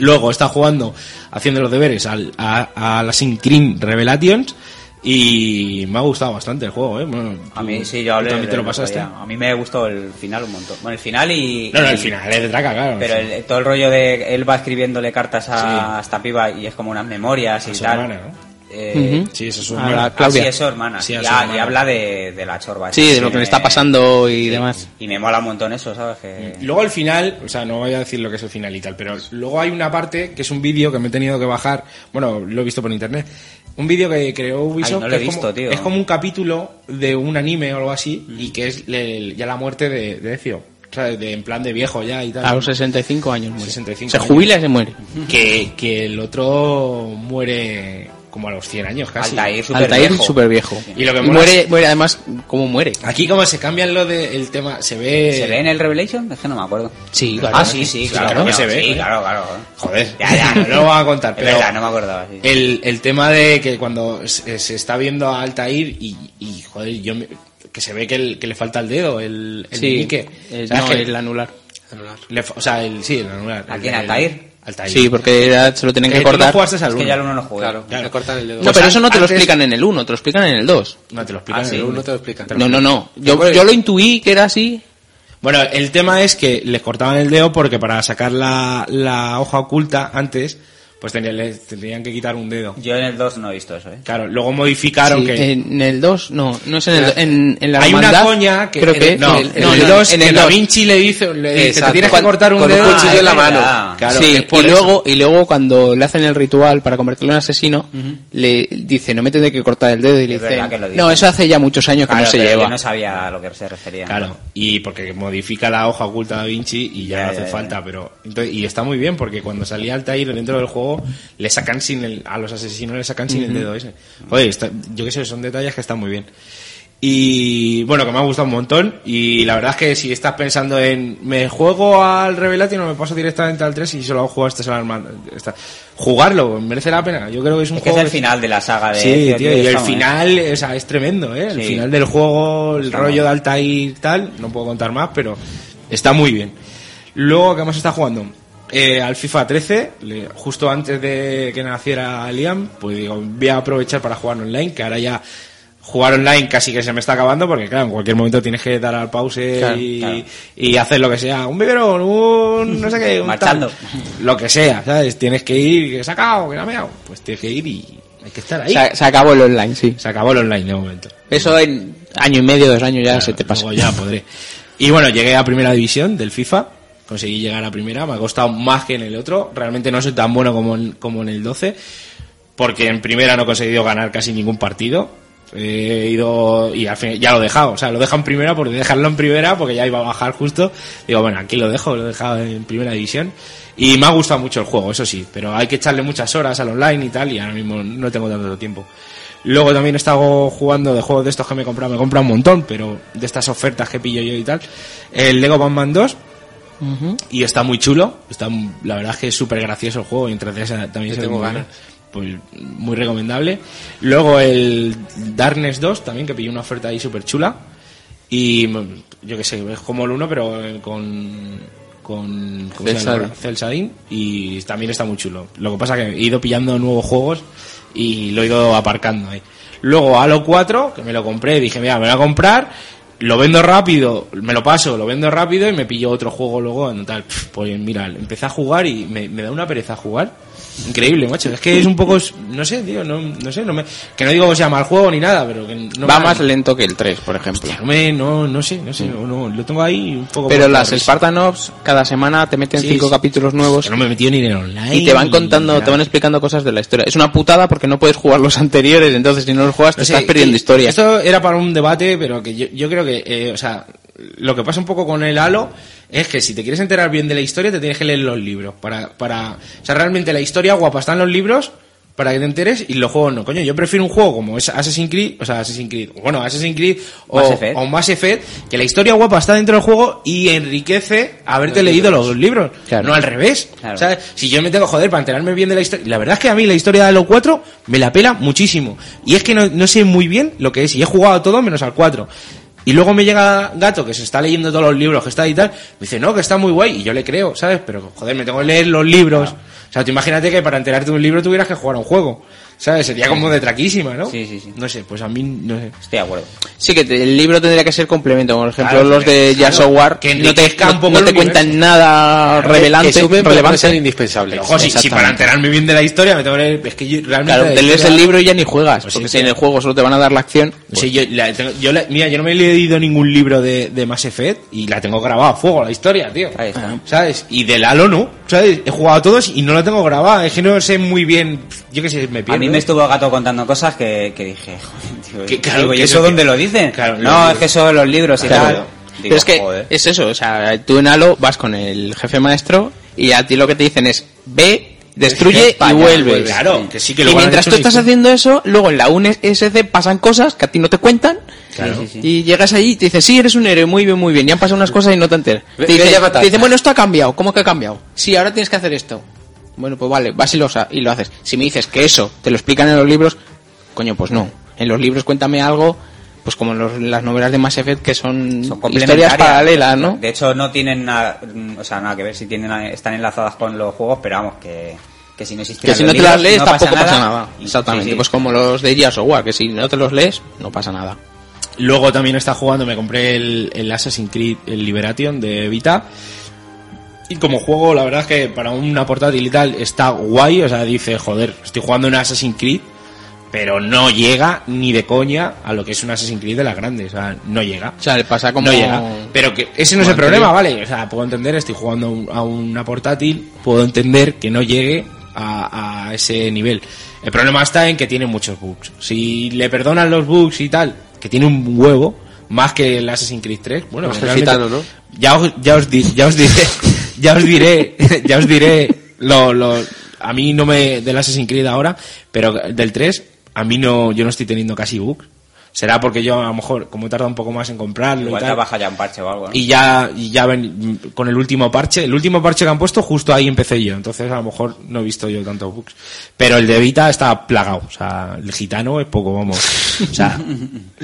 Speaker 5: Luego está jugando, haciendo los deberes, al, a, a Assassin's Creed Revelations, y me ha gustado bastante el juego, ¿eh? Bueno,
Speaker 2: A
Speaker 5: tú-
Speaker 2: mí sí, yo
Speaker 5: tú
Speaker 2: hablé.
Speaker 5: también te
Speaker 2: del
Speaker 5: lo
Speaker 2: otro
Speaker 5: pasaste.
Speaker 2: día. A mí me gustó el final un montón. Bueno, el final y.
Speaker 5: No, no, el
Speaker 2: y-
Speaker 5: final es de traca, claro.
Speaker 2: Pero
Speaker 5: sí.
Speaker 2: el- todo el rollo de él va escribiéndole cartas a,
Speaker 5: Sí.
Speaker 2: a esta piba y es como unas memorias y
Speaker 5: su
Speaker 2: tal.
Speaker 5: hermana, ¿no?
Speaker 2: Eh,
Speaker 6: Ujú.
Speaker 5: Sí, eso es
Speaker 6: A
Speaker 5: un...
Speaker 6: la
Speaker 5: bueno.
Speaker 6: Claudia.
Speaker 2: Sí, es su hermana.
Speaker 5: Sí,
Speaker 2: y,
Speaker 5: a su
Speaker 2: ha- y
Speaker 5: hermana.
Speaker 2: habla de, de la chorba.
Speaker 6: Sí,
Speaker 2: esa,
Speaker 6: de lo que le
Speaker 2: me-
Speaker 6: está pasando y
Speaker 2: sí.
Speaker 6: demás.
Speaker 2: Y me mola un montón eso, ¿sabes? Que...
Speaker 5: Luego al final, o sea, no voy a decir lo que es el final y tal, pero luego hay una parte que es un vídeo que me he tenido que bajar, bueno, lo he visto por internet, un vídeo que creó Ubisoft,
Speaker 2: no lo
Speaker 5: que
Speaker 2: he
Speaker 5: es, como,
Speaker 2: visto, tío. Mm.
Speaker 5: es como un capítulo de un anime o algo así, y que es le- ya la muerte de, de Ezio. O sea, de- en plan de viejo ya y tal.
Speaker 6: A los 65 años muere.
Speaker 5: 65
Speaker 6: se
Speaker 5: años.
Speaker 6: jubila y se muere.
Speaker 5: que, que el otro muere como a los 100 años casi.
Speaker 9: Altair,
Speaker 6: Altair
Speaker 9: superviejo.
Speaker 6: súper viejo.
Speaker 5: Y lo que mola
Speaker 6: muere, muere, además, ¿cómo muere?
Speaker 5: Aquí como se cambian lo del tema, se ve...
Speaker 2: ¿Se ve en el Revelation? Es que no me acuerdo.
Speaker 6: Sí,
Speaker 2: Ah, sí, sí,
Speaker 5: Claro
Speaker 2: claro.
Speaker 5: que
Speaker 2: coño,
Speaker 5: se ve,
Speaker 2: Sí,
Speaker 5: ¿eh?
Speaker 2: claro, claro.
Speaker 5: Joder,
Speaker 2: Ya, ya.
Speaker 5: no lo van a contar,
Speaker 2: Es
Speaker 5: pero... este
Speaker 2: verdad, no me acordaba. sí.
Speaker 5: El, el tema de que cuando se, eh, se está viendo a Altair y, y, joder, yo me- que se ve que, el- que le falta el dedo, el, el
Speaker 6: Sí,
Speaker 5: meñique.
Speaker 6: el-
Speaker 5: ¿Sabes
Speaker 6: no,
Speaker 5: que-
Speaker 6: el anular.
Speaker 5: le fa- o sea, el, sí, el anular.
Speaker 2: ¿A
Speaker 5: El-
Speaker 2: quién,
Speaker 5: el-
Speaker 2: Altair?
Speaker 5: Altair.
Speaker 6: Sí, porque era- se lo tienen
Speaker 5: Eh,
Speaker 6: que
Speaker 5: tú no
Speaker 6: cortar.
Speaker 5: jugaste al
Speaker 2: Es que
Speaker 5: uno.
Speaker 2: ya el uno no jugué.
Speaker 7: Claro,
Speaker 5: Claro.
Speaker 7: le cortan el dedo.
Speaker 6: No, pero eso no te lo
Speaker 5: Antes-
Speaker 6: explican en el 1, te lo explican en el 2.
Speaker 5: No te lo explican.
Speaker 7: Ah, sí,
Speaker 5: en el uno.
Speaker 7: no te lo explican.
Speaker 6: No, no, no. Yo, yo lo intuí que era así.
Speaker 5: Bueno, el tema es que les cortaban el dedo porque para sacar la, la hoja oculta antes, pues tenían, les tenían que quitar un dedo.
Speaker 2: Yo en el 2 no he visto eso, ¿eh?
Speaker 5: Claro, luego modificaron
Speaker 6: Sí,
Speaker 5: que...
Speaker 6: En el 2, no, no es en el do- en, en la
Speaker 5: Hay una
Speaker 6: hermandad,
Speaker 5: coña que...
Speaker 6: creo
Speaker 5: en-
Speaker 6: que
Speaker 5: no,
Speaker 6: el-
Speaker 5: en
Speaker 6: no,
Speaker 5: el
Speaker 6: no,
Speaker 5: 2,
Speaker 6: en
Speaker 5: que
Speaker 6: el
Speaker 5: Da
Speaker 6: dos.
Speaker 5: Vinci le dice, le dice,
Speaker 7: Exacto.
Speaker 5: te tienes que
Speaker 7: Con-
Speaker 5: cortar un
Speaker 7: con un
Speaker 5: dedo.
Speaker 7: cuchillo
Speaker 5: Ah,
Speaker 7: en la
Speaker 5: es
Speaker 7: mano.
Speaker 5: verdad. Claro,
Speaker 6: sí,
Speaker 5: es por
Speaker 6: y
Speaker 5: eso.
Speaker 6: luego, y luego cuando le hacen el ritual para convertirlo en asesino, le dice, no me tendré que cortar el dedo y le
Speaker 2: Es verdad
Speaker 6: dicen,
Speaker 2: que lo dice.
Speaker 6: no, eso hace ya muchos años que
Speaker 2: Claro,
Speaker 6: no se
Speaker 2: pero
Speaker 6: lleva.
Speaker 2: Yo no sabía a lo que se refería.
Speaker 5: Claro, y porque modifica la hoja oculta de Da Vinci y ya,
Speaker 2: Ya,
Speaker 5: no hace
Speaker 2: ya, ya.
Speaker 5: falta, pero entonces, y está muy bien porque cuando salía Altair dentro del juego le sacan sin el, a los asesinos le sacan sin el dedo ese. Joder, está- yo qué sé, son detalles que están muy bien. Y bueno, que me ha gustado un montón y la verdad es que si estás pensando en me juego al Revelation o me paso directamente al 3 y solo hago juego a estas alarmas, esta- jugarlo, merece la pena. Yo creo que es un
Speaker 2: Es que es
Speaker 5: juego
Speaker 2: el
Speaker 5: que-
Speaker 2: final de la saga de...
Speaker 5: Sí, tío, y el
Speaker 2: estamos, ¿eh?
Speaker 5: final, o sea, es tremendo, ¿eh? El
Speaker 2: Sí.
Speaker 5: final del juego, el
Speaker 2: Está
Speaker 5: rollo
Speaker 2: mal.
Speaker 5: de Altair y tal, no puedo contar más, pero está muy bien. Luego, ¿qué más está jugando? Eh, al FIFA 13, le- justo antes de que naciera Liam, pues digo, voy a aprovechar para jugar online, que ahora ya jugar online casi que se me está acabando, porque claro, en cualquier momento tienes que dar al pause
Speaker 2: Claro,
Speaker 5: y,
Speaker 2: claro.
Speaker 5: y hacer lo que sea, un biberón, un no sé qué, un tal.
Speaker 2: Marchando.
Speaker 5: lo que sea, ¿sabes? Tienes que ir, que se ha acabado, que no me ha meado. pues tienes que ir y hay que estar ahí.
Speaker 6: Se, se acabó el online, sí.
Speaker 5: Se acabó el online de momento.
Speaker 6: Eso en año y medio, dos años ya se te pasa.
Speaker 5: Luego ya podré. Y bueno, llegué a primera división del FIFA. Conseguí llegar a primera. Me ha costado más que en el otro. Realmente no soy tan bueno como en, como en el 12. Porque en primera no he conseguido ganar casi ningún partido. He ido y al fin ya lo he dejado. O sea, lo dejo en primera por dejarlo en primera porque ya iba a bajar justo. Digo, bueno, aquí lo dejo, lo he dejado en primera división. Y me ha gustado mucho el juego, eso sí. Pero hay que echarle muchas horas al online y tal. Y ahora mismo no tengo tanto tiempo. Luego también he estado jugando de juegos de estos que me he comprado, me he comprado un montón, pero de estas ofertas que pillo yo y tal. El Lego Batman 2. Y está muy chulo. Está, la verdad es que es súper gracioso el juego y entre también se ve
Speaker 7: tengo
Speaker 5: muy
Speaker 7: ganas.
Speaker 5: bien. Pues muy recomendable. Luego el Darkness 2 también, que pillé una oferta ahí súper chula. Y mm, yo qué sé, es como el 1, pero eh, con. con. ¿cómo se llama?
Speaker 6: Cell Shading.
Speaker 5: Cell Shading, Y también está muy chulo. Lo que pasa que he ido pillando nuevos juegos y lo he ido aparcando ahí. Luego Halo 4, que me lo compré, dije, mira, me lo voy a comprar. Lo vendo rápido, me lo paso, lo vendo rápido y me pillo otro juego luego en tal. Pf, Pues mira, empecé a jugar y me, me da una pereza jugar. Increíble, macho. Es que es un poco, no sé, tío, no, no sé, no me, que no digo que sea mal juego ni nada, pero que no
Speaker 6: Va
Speaker 5: me-
Speaker 6: más lento que el 3, por ejemplo.
Speaker 5: no, me- no, no sé, no sé, no, no, lo tengo ahí un poco.
Speaker 6: Mm. Pero
Speaker 5: por
Speaker 6: las
Speaker 5: la risa.
Speaker 6: Spartanovs cada semana te meten
Speaker 5: Sí,
Speaker 6: cinco
Speaker 5: sí.
Speaker 6: capítulos nuevos
Speaker 5: Que no me he metido ni en el online.
Speaker 6: y te van contando,
Speaker 5: ni
Speaker 6: te van
Speaker 5: nada.
Speaker 6: explicando cosas de la historia. Es una putada porque no puedes jugar los anteriores, entonces si no los juegas te
Speaker 5: No sé,
Speaker 6: estás perdiendo
Speaker 5: que-
Speaker 6: historia.
Speaker 5: Esto era para un debate, pero que yo, yo creo que, eh, o sea, lo que pasa un poco con el Halo es que si te quieres enterar bien de la historia, te tienes que leer los libros. Para, para, o sea, realmente la historia guapa está en los libros para que te enteres y los juegos no. Coño, yo prefiero un juego como es Assassin's Creed, o sea, Assassin's Creed, bueno, Assassin's Creed o
Speaker 2: Mass Effect.
Speaker 5: o Mass Effect, que la historia guapa está dentro del juego y enriquece haberte leído los libros,
Speaker 6: Claro.
Speaker 5: no al revés.
Speaker 2: Claro.
Speaker 5: O sea, si yo me tengo, joder, para enterarme bien de la historia. La verdad es que a mí la historia de Halo 4 me la pela muchísimo. Y es que no, no sé muy bien lo que es. Y he jugado todo menos al 4. Y luego me llega Gato, que se está leyendo todos los libros, que está ahí y tal. Me dice, no, que está muy guay. Y yo le creo, ¿sabes? Pero, joder, me tengo que leer los libros. O sea, tú imagínate que para enterarte de un libro tuvieras que jugar a un juego. ¿Sabes? Sería como de traquísima, ¿no?
Speaker 2: Sí, sí, sí.
Speaker 5: No sé, pues a mí no sé.
Speaker 2: Estoy de acuerdo.
Speaker 6: Sí, que te- el libro tendría que ser complemento. Por ejemplo,
Speaker 5: Claro,
Speaker 6: los de
Speaker 5: claro,
Speaker 6: Jazz Software
Speaker 5: que
Speaker 6: no te,
Speaker 5: enriquezca un
Speaker 6: no-
Speaker 5: poco
Speaker 6: no
Speaker 5: el
Speaker 6: te cuentan
Speaker 5: universo.
Speaker 6: nada revelante,
Speaker 7: Que suben, pero no
Speaker 6: relevante.
Speaker 7: sean indispensables.
Speaker 5: Pero, ojo, si, si para
Speaker 6: Exactamente.
Speaker 5: enterarme bien de la historia me tengo que leer... Es que yo realmente...
Speaker 6: Claro,
Speaker 5: la
Speaker 6: te lees
Speaker 5: historia-
Speaker 6: el libro y ya ni juegas,
Speaker 5: Pues sí,
Speaker 6: porque
Speaker 5: sí.
Speaker 6: si en el juego solo te van a dar la acción, pues
Speaker 5: Sí, yo, la tengo- yo la- mira, yo no me he leído ningún libro de, de Mass Effect y la tengo grabada a fuego, la historia, tío.
Speaker 2: Ahí está.
Speaker 5: ¿Sabes? Y del Halo no, ¿sabes? He jugado a todos y no la tengo grabada. Es que no sé muy bien, yo qué sé, me pierdo.
Speaker 2: A mí me estuvo gato contando cosas que, que dije, joder, tío,
Speaker 5: Que claro,
Speaker 2: digo,
Speaker 5: que
Speaker 2: ¿y
Speaker 5: eso
Speaker 2: eso
Speaker 5: que-
Speaker 2: dónde lo dicen?
Speaker 5: claro, los
Speaker 2: no, es
Speaker 5: libros.
Speaker 2: que eso en los libros y
Speaker 5: Claro.
Speaker 2: tal. Digo,
Speaker 6: Pero es que
Speaker 2: joder.
Speaker 6: es eso, o sea, tú en Halo vas con el jefe maestro y a ti lo que te dicen es ve, destruye
Speaker 2: para
Speaker 6: y
Speaker 2: allá,
Speaker 6: vuelves.
Speaker 2: vuelves.
Speaker 5: pues, Claro, que sí que lo
Speaker 6: y
Speaker 5: van a
Speaker 6: mientras
Speaker 5: hacer
Speaker 6: tú estás
Speaker 5: chorizo.
Speaker 6: haciendo eso, luego en la UNSC pasan cosas que a ti no te cuentan. Y llegas allí y te dicen, sí, eres un héroe, muy bien, muy bien. Ya han pasado unas cosas y no te enteras.
Speaker 7: Ve-
Speaker 6: Te dicen,
Speaker 7: ve ya matar.
Speaker 6: te dicen, bueno, esto ha cambiado. ¿Cómo que ha cambiado? Sí, ahora tienes que hacer esto. Bueno, pues vale, vas y lo, sa- y lo haces. Si me dices que eso te lo explican en los libros, coño, pues no. En los libros cuéntame algo, pues como en, los- en las novelas de Mass Effect, que son,
Speaker 2: Son complementarias.
Speaker 6: historias paralelas, ¿no?
Speaker 2: De hecho, no tienen nada, mm, o sea, nada que ver si tienen, están enlazadas con los juegos, pero vamos, que, que si no
Speaker 6: Que
Speaker 2: existieran
Speaker 6: si no
Speaker 2: los
Speaker 6: te las
Speaker 2: libros,
Speaker 6: lees
Speaker 2: no
Speaker 6: tampoco pasa nada.
Speaker 2: Y-
Speaker 6: Exactamente,
Speaker 2: sí, sí.
Speaker 6: pues como los de Gears of War, que si no te los lees, no pasa nada.
Speaker 5: Luego también está jugando, me compré el, el Assassin's Creed el Liberation de Vita. Y como juego, la verdad es que para una portátil y tal está guay. O sea, dice, joder, estoy jugando un Assassin's Creed, pero no llega ni de coña a lo que es un Assassin's Creed de las grandes. O sea, no llega.
Speaker 6: O sea, le pasa como...
Speaker 5: No llega. Pero que ese no es
Speaker 6: como
Speaker 5: el problema,
Speaker 6: anterior.
Speaker 5: ¿vale? O sea, puedo entender, estoy jugando a un- a una portátil, puedo entender que no llegue a, a ese nivel. El problema está en que tiene muchos bugs. Si le perdonan los bugs y tal, que tiene un huevo, más que el Assassin's Creed 3, bueno,
Speaker 7: Más que el
Speaker 5: realmente-
Speaker 7: gitano, ¿no?
Speaker 5: Ya os, ya os, di- ya os diré, ya os diré, ya os diré, lo, lo- a mí no me, del Assassin's Creed ahora, pero del 3, a mí no, yo no estoy teniendo casi bugs. Será porque yo a lo mejor, como tarda un poco más en comprarlo
Speaker 2: Igual
Speaker 5: y tal,
Speaker 2: trabaja ya un parche o algo. ¿no?
Speaker 5: y ya, y ya ven, con el último parche, el último parche que han puesto, justo ahí empecé yo. Entonces a lo mejor no he visto yo tantos bugs. Pero el de Vita está plagado. O sea, el gitano es poco, vamos. O sea,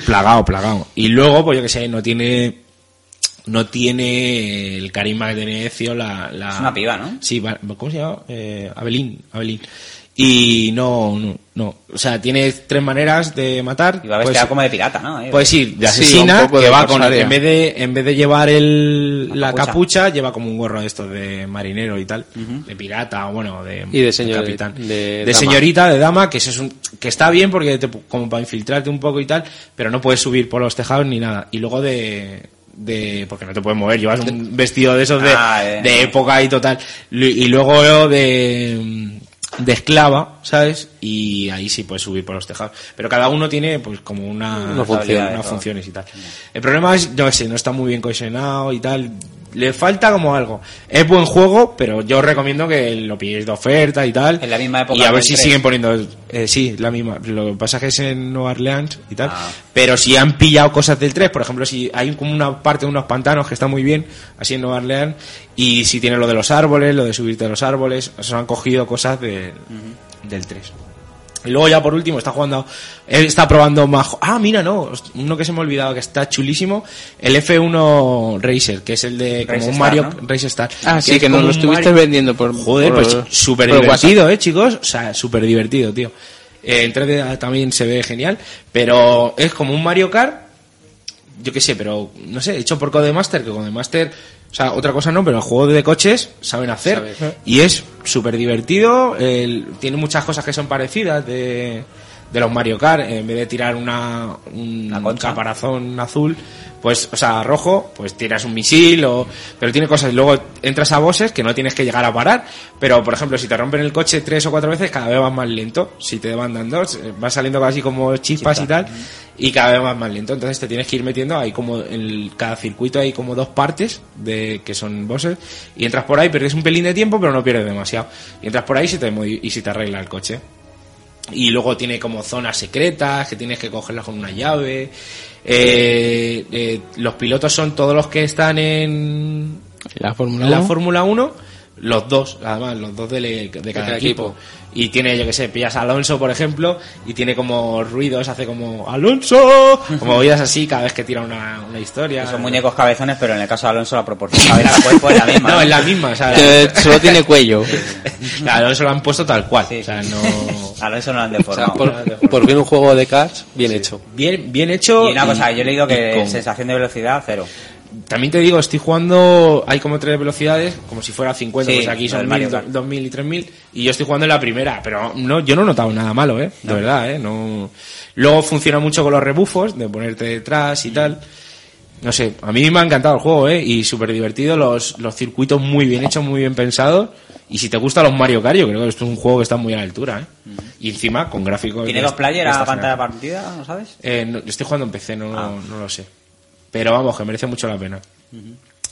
Speaker 5: plagado, plagado. Y luego, pues yo que sé, no tiene. No tiene el carisma que tiene Ezio, la, la-
Speaker 2: Es una piba, ¿no?
Speaker 5: Sí, va- ¿cómo se llama? Eh, Abelín, Abelín. Y no, no, no. O sea, tiene tres maneras de matar. pues,
Speaker 2: Y va a
Speaker 6: pues
Speaker 5: Puede
Speaker 2: vestir
Speaker 5: ser-
Speaker 2: como de pirata, ¿no? Eh, Ahí,
Speaker 5: Puedes ir Pues de
Speaker 6: Sí,
Speaker 5: asesina,
Speaker 6: un poco
Speaker 5: que
Speaker 6: de
Speaker 5: va con,
Speaker 6: corsaria.
Speaker 5: en vez de, en vez de llevar el,
Speaker 2: La
Speaker 5: la,
Speaker 2: capucha.
Speaker 5: capucha. lleva como un gorro de estos de marinero y tal, de pirata, o bueno, de,
Speaker 7: Y de señor-
Speaker 5: capitán.
Speaker 7: de- de
Speaker 5: De
Speaker 7: dama.
Speaker 5: señorita, de dama, que eso es un, que está bien porque te- como para infiltrarte un poco y tal, pero no puedes subir por los tejados ni nada. Y luego de, de, porque no te puedes mover, llevas un vestido de esos de,
Speaker 2: Ah, eh.
Speaker 5: de época y total. Lu- Y luego de, de esclava, ¿sabes? Y ahí sí puedes subir por los tejados. Pero cada uno tiene, pues, como una,
Speaker 7: Una función.
Speaker 5: unas funciones y tal. El problema es, yo qué sé, no está muy bien cohesionado y tal. Le falta como algo. Es buen juego, pero yo os recomiendo que lo pilléis de oferta y tal.
Speaker 2: En la misma época
Speaker 5: Y a
Speaker 2: del
Speaker 5: ver si
Speaker 2: tres.
Speaker 5: siguen poniendo. eh, sí, la misma. Lo que pasa es que es en Nueva Orleans y tal.
Speaker 2: Ah.
Speaker 5: Pero si han pillado cosas del 3, por ejemplo, si hay como una parte de unos pantanos que está muy bien, así en Nueva Orleans. Y si tiene lo de los árboles, lo de subirte a los árboles. O sea, han cogido cosas de- del 3. Y luego ya por último está jugando, él está probando más... jo- Ah, mira, no, host- uno que se me ha olvidado que está chulísimo, el F1 Racer, que es el de como
Speaker 2: Race
Speaker 5: un
Speaker 2: Star,
Speaker 5: Mario
Speaker 2: ¿no?
Speaker 5: Race Star.
Speaker 6: Ah, sí,
Speaker 5: es
Speaker 6: que nos
Speaker 5: como
Speaker 6: lo
Speaker 5: un
Speaker 6: estuviste
Speaker 5: Mario-
Speaker 6: vendiendo por...
Speaker 5: Joder,
Speaker 6: por-
Speaker 5: pues súper
Speaker 6: por WhatsApp.
Speaker 5: divertido, ¿eh, chicos? O sea, súper divertido, tío. Eh, en 3D también se ve genial, pero es como un Mario Kart, yo qué sé, pero no sé, hecho por Codemaster, que Codemaster, o sea, otra cosa no, pero el juego de coches saben hacer. Y es súper divertido, el- tiene muchas cosas que son parecidas de, de los Mario Kart, en vez de tirar una, un
Speaker 2: La concha.
Speaker 5: caparazón azul, pues, o sea, rojo, pues tiras un misil, o, pero tiene cosas. Y luego entras a bosses que no tienes que llegar a parar, pero por ejemplo, si te rompen el coche tres o cuatro veces, cada vez vas más lento. Si te van dando, eh, vas saliendo casi como chispas y tal, y cada vez vas más lento. Entonces te tienes que ir metiendo, hay como en el- cada circuito hay como dos partes de que son bosses, y entras por ahí, pierdes un pelín de tiempo, pero no pierdes demasiado. Y entras por ahí se te modi- y se te arregla el coche. Y luego tiene como zonas secretas que tienes que cogerlas con una llave. Eh, eh, los pilotos son todos los que están en
Speaker 6: La Fórmula
Speaker 5: la
Speaker 6: 1.
Speaker 5: Fórmula 1, los dos, además, los dos de, de cada
Speaker 7: cada
Speaker 5: equipo.
Speaker 7: equipo.
Speaker 5: Y tiene, yo que sé, pillas a Alonso, por ejemplo, y tiene como ruidos, hace como ¡Alonso! Como oídas así cada vez que tira una, una historia.
Speaker 2: Son muñecos cabezones, pero en el caso de Alonso la proporción cabeza al cuerpo es la misma.
Speaker 5: No, es la misma, o sea,
Speaker 6: Que Eh, solo tiene cuello.
Speaker 5: a Alonso lo han puesto tal cual.
Speaker 2: Sí,
Speaker 5: O sea,
Speaker 2: sí.
Speaker 5: no.
Speaker 2: Alonso no lo han deformado.
Speaker 7: Por, por qué en un juego de cards bien hecho.
Speaker 5: Bien, bien hecho.
Speaker 2: Y una cosa, yo he leído
Speaker 5: y
Speaker 2: que
Speaker 5: con-
Speaker 2: sensación de velocidad cero.
Speaker 5: También te digo, estoy jugando, hay como tres velocidades, como si fuera 50,
Speaker 2: Sí,
Speaker 5: pues aquí
Speaker 2: lo del
Speaker 5: son
Speaker 2: Mario
Speaker 5: 1000,
Speaker 2: Kart.
Speaker 5: 2000 y 3000, y yo estoy jugando en la primera, pero no, yo no he notado nada malo, ¿eh? De verdad, ¿eh? No... Luego funciona mucho con los rebufos, de ponerte detrás y
Speaker 2: Mm.
Speaker 5: tal. No sé, a mí me ha encantado el juego, ¿eh? Y súper divertido, los, los circuitos muy bien hechos, muy bien pensados. Y si te gustan los Mario Kart, yo creo que esto es un juego que está muy a la altura, ¿eh? Y encima, con gráficos...
Speaker 2: Mm. ¿Tiene
Speaker 5: de-
Speaker 2: dos player
Speaker 5: de esta
Speaker 2: a pantalla
Speaker 5: generación.
Speaker 2: partida? ¿No sabes?
Speaker 5: Eh, no, yo estoy jugando en PC, no,
Speaker 2: Ah.
Speaker 5: no lo sé. Pero vamos, que merece mucho la pena.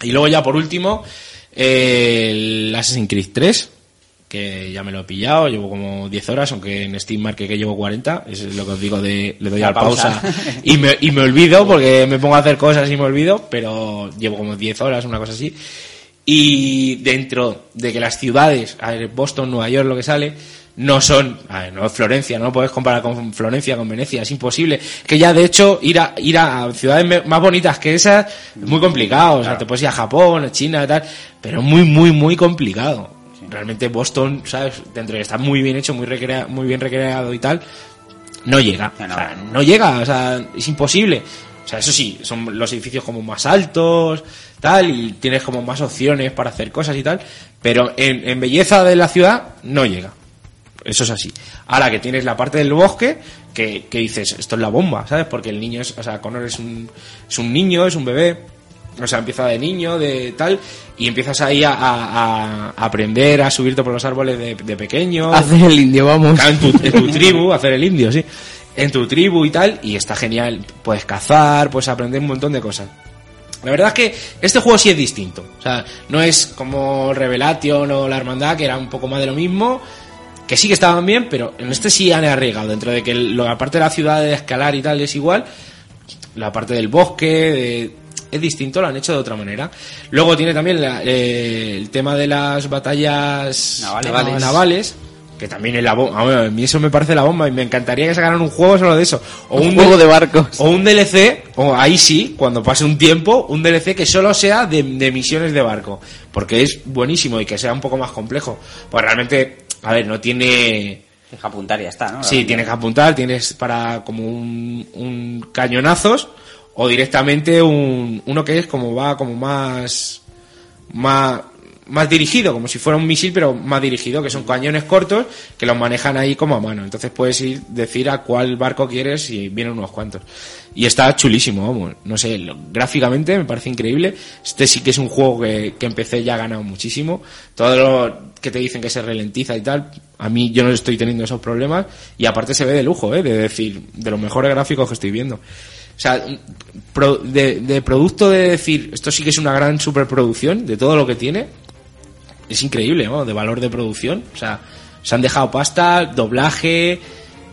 Speaker 5: Y luego ya por último, eh, el Assassin's Creed 3, que ya me lo he pillado, llevo como 10 horas, aunque en Steam marque que llevo 40, eso es lo que os digo de le doy
Speaker 2: La
Speaker 5: al pausa,
Speaker 2: pausa.
Speaker 5: y, me, y me olvido, porque me pongo a hacer cosas y me olvido, pero llevo como 10 horas, una cosa así. Y dentro de que las ciudades, a ver, Boston, Nueva York, lo que sale, no son, a ver, no es Florencia, no puedes comparar con Florencia, con Venecia, es imposible. Que ya de hecho ir a, ir a ciudades me- más bonitas que esas es muy complicado, o sea, te puedes ir a Japón, a China, tal, pero es muy, muy, muy complicado. Realmente Boston, ¿sabes? Dentro de que está muy bien hecho, muy, recrea- muy bien recreado y tal, no llega.
Speaker 2: No, no.
Speaker 5: O sea, no llega, o sea, es imposible. O sea, eso sí, son los edificios como más altos, tal, y tienes como más opciones para hacer cosas y tal, pero en, en belleza de la ciudad no llega. Eso es así. Ahora que tienes la parte del bosque, que, que dices, esto es la bomba, ¿sabes? Porque el niño es, o sea, Connor es un, es un niño, es un bebé, o sea, empieza de niño, de tal, y empiezas ahí a, a- a aprender a subirte por los árboles de, de pequeño.
Speaker 6: Hace el indio, vamos.
Speaker 5: Claro, en tu, en tu tribu, hacer el indio, sí. En tu tribu y tal, y está genial. Puedes cazar, puedes aprender un montón de cosas. La verdad es que este juego sí es distinto. O sea, no es como Revelation o La Hermandad, que era un poco más de lo mismo. Que sí que estaban bien, pero en este sí han arriesgado. Dentro de que el- lo- la parte de la ciudad de escalar y tal es igual, la parte del bosque de- es distinto, lo han hecho de otra manera. Luego tiene también la- eh, el tema de las batallas
Speaker 2: Navales.
Speaker 5: navales, navales, que también es la bomba. A ver, a mí eso me parece la bomba y me encantaría que sacaran un juego solo de eso. O
Speaker 6: Un juego
Speaker 5: del-
Speaker 6: de barcos.
Speaker 5: o un DLC, o ahí sí, cuando pase un tiempo, un DLC que solo sea de, de misiones de barco. Porque es buenísimo y que sea un poco más complejo. Pues realmente, a ver, no tiene...
Speaker 2: Deja apuntar y ya
Speaker 6: Ah,
Speaker 2: está, ¿no?
Speaker 5: Sí, tienes que apuntar, tienes para como un, un cañonazos o directamente un, uno que es como va como más, más, más dirigido, como si fuera un misil pero más dirigido, que son cañones cortos que los manejan ahí como a mano. Entonces puedes ir, decir a cuál barco quieres y vienen unos cuantos. Y está chulísimo, vamos. No sé, lo- gráficamente me parece increíble. Este sí que es un juego que, que empecé ya ha ganado muchísimo. Todo lo que te dicen que se ralentiza y tal, a mí yo no estoy teniendo esos problemas. Y aparte se ve de lujo, ¿eh? De decir, de los mejores gráficos que estoy viendo. O sea, pro- de, de producto de decir, esto sí que es una gran superproducción, de todo lo que tiene, es increíble, ¿no? De valor de producción. O sea, se han dejado pasta, doblaje,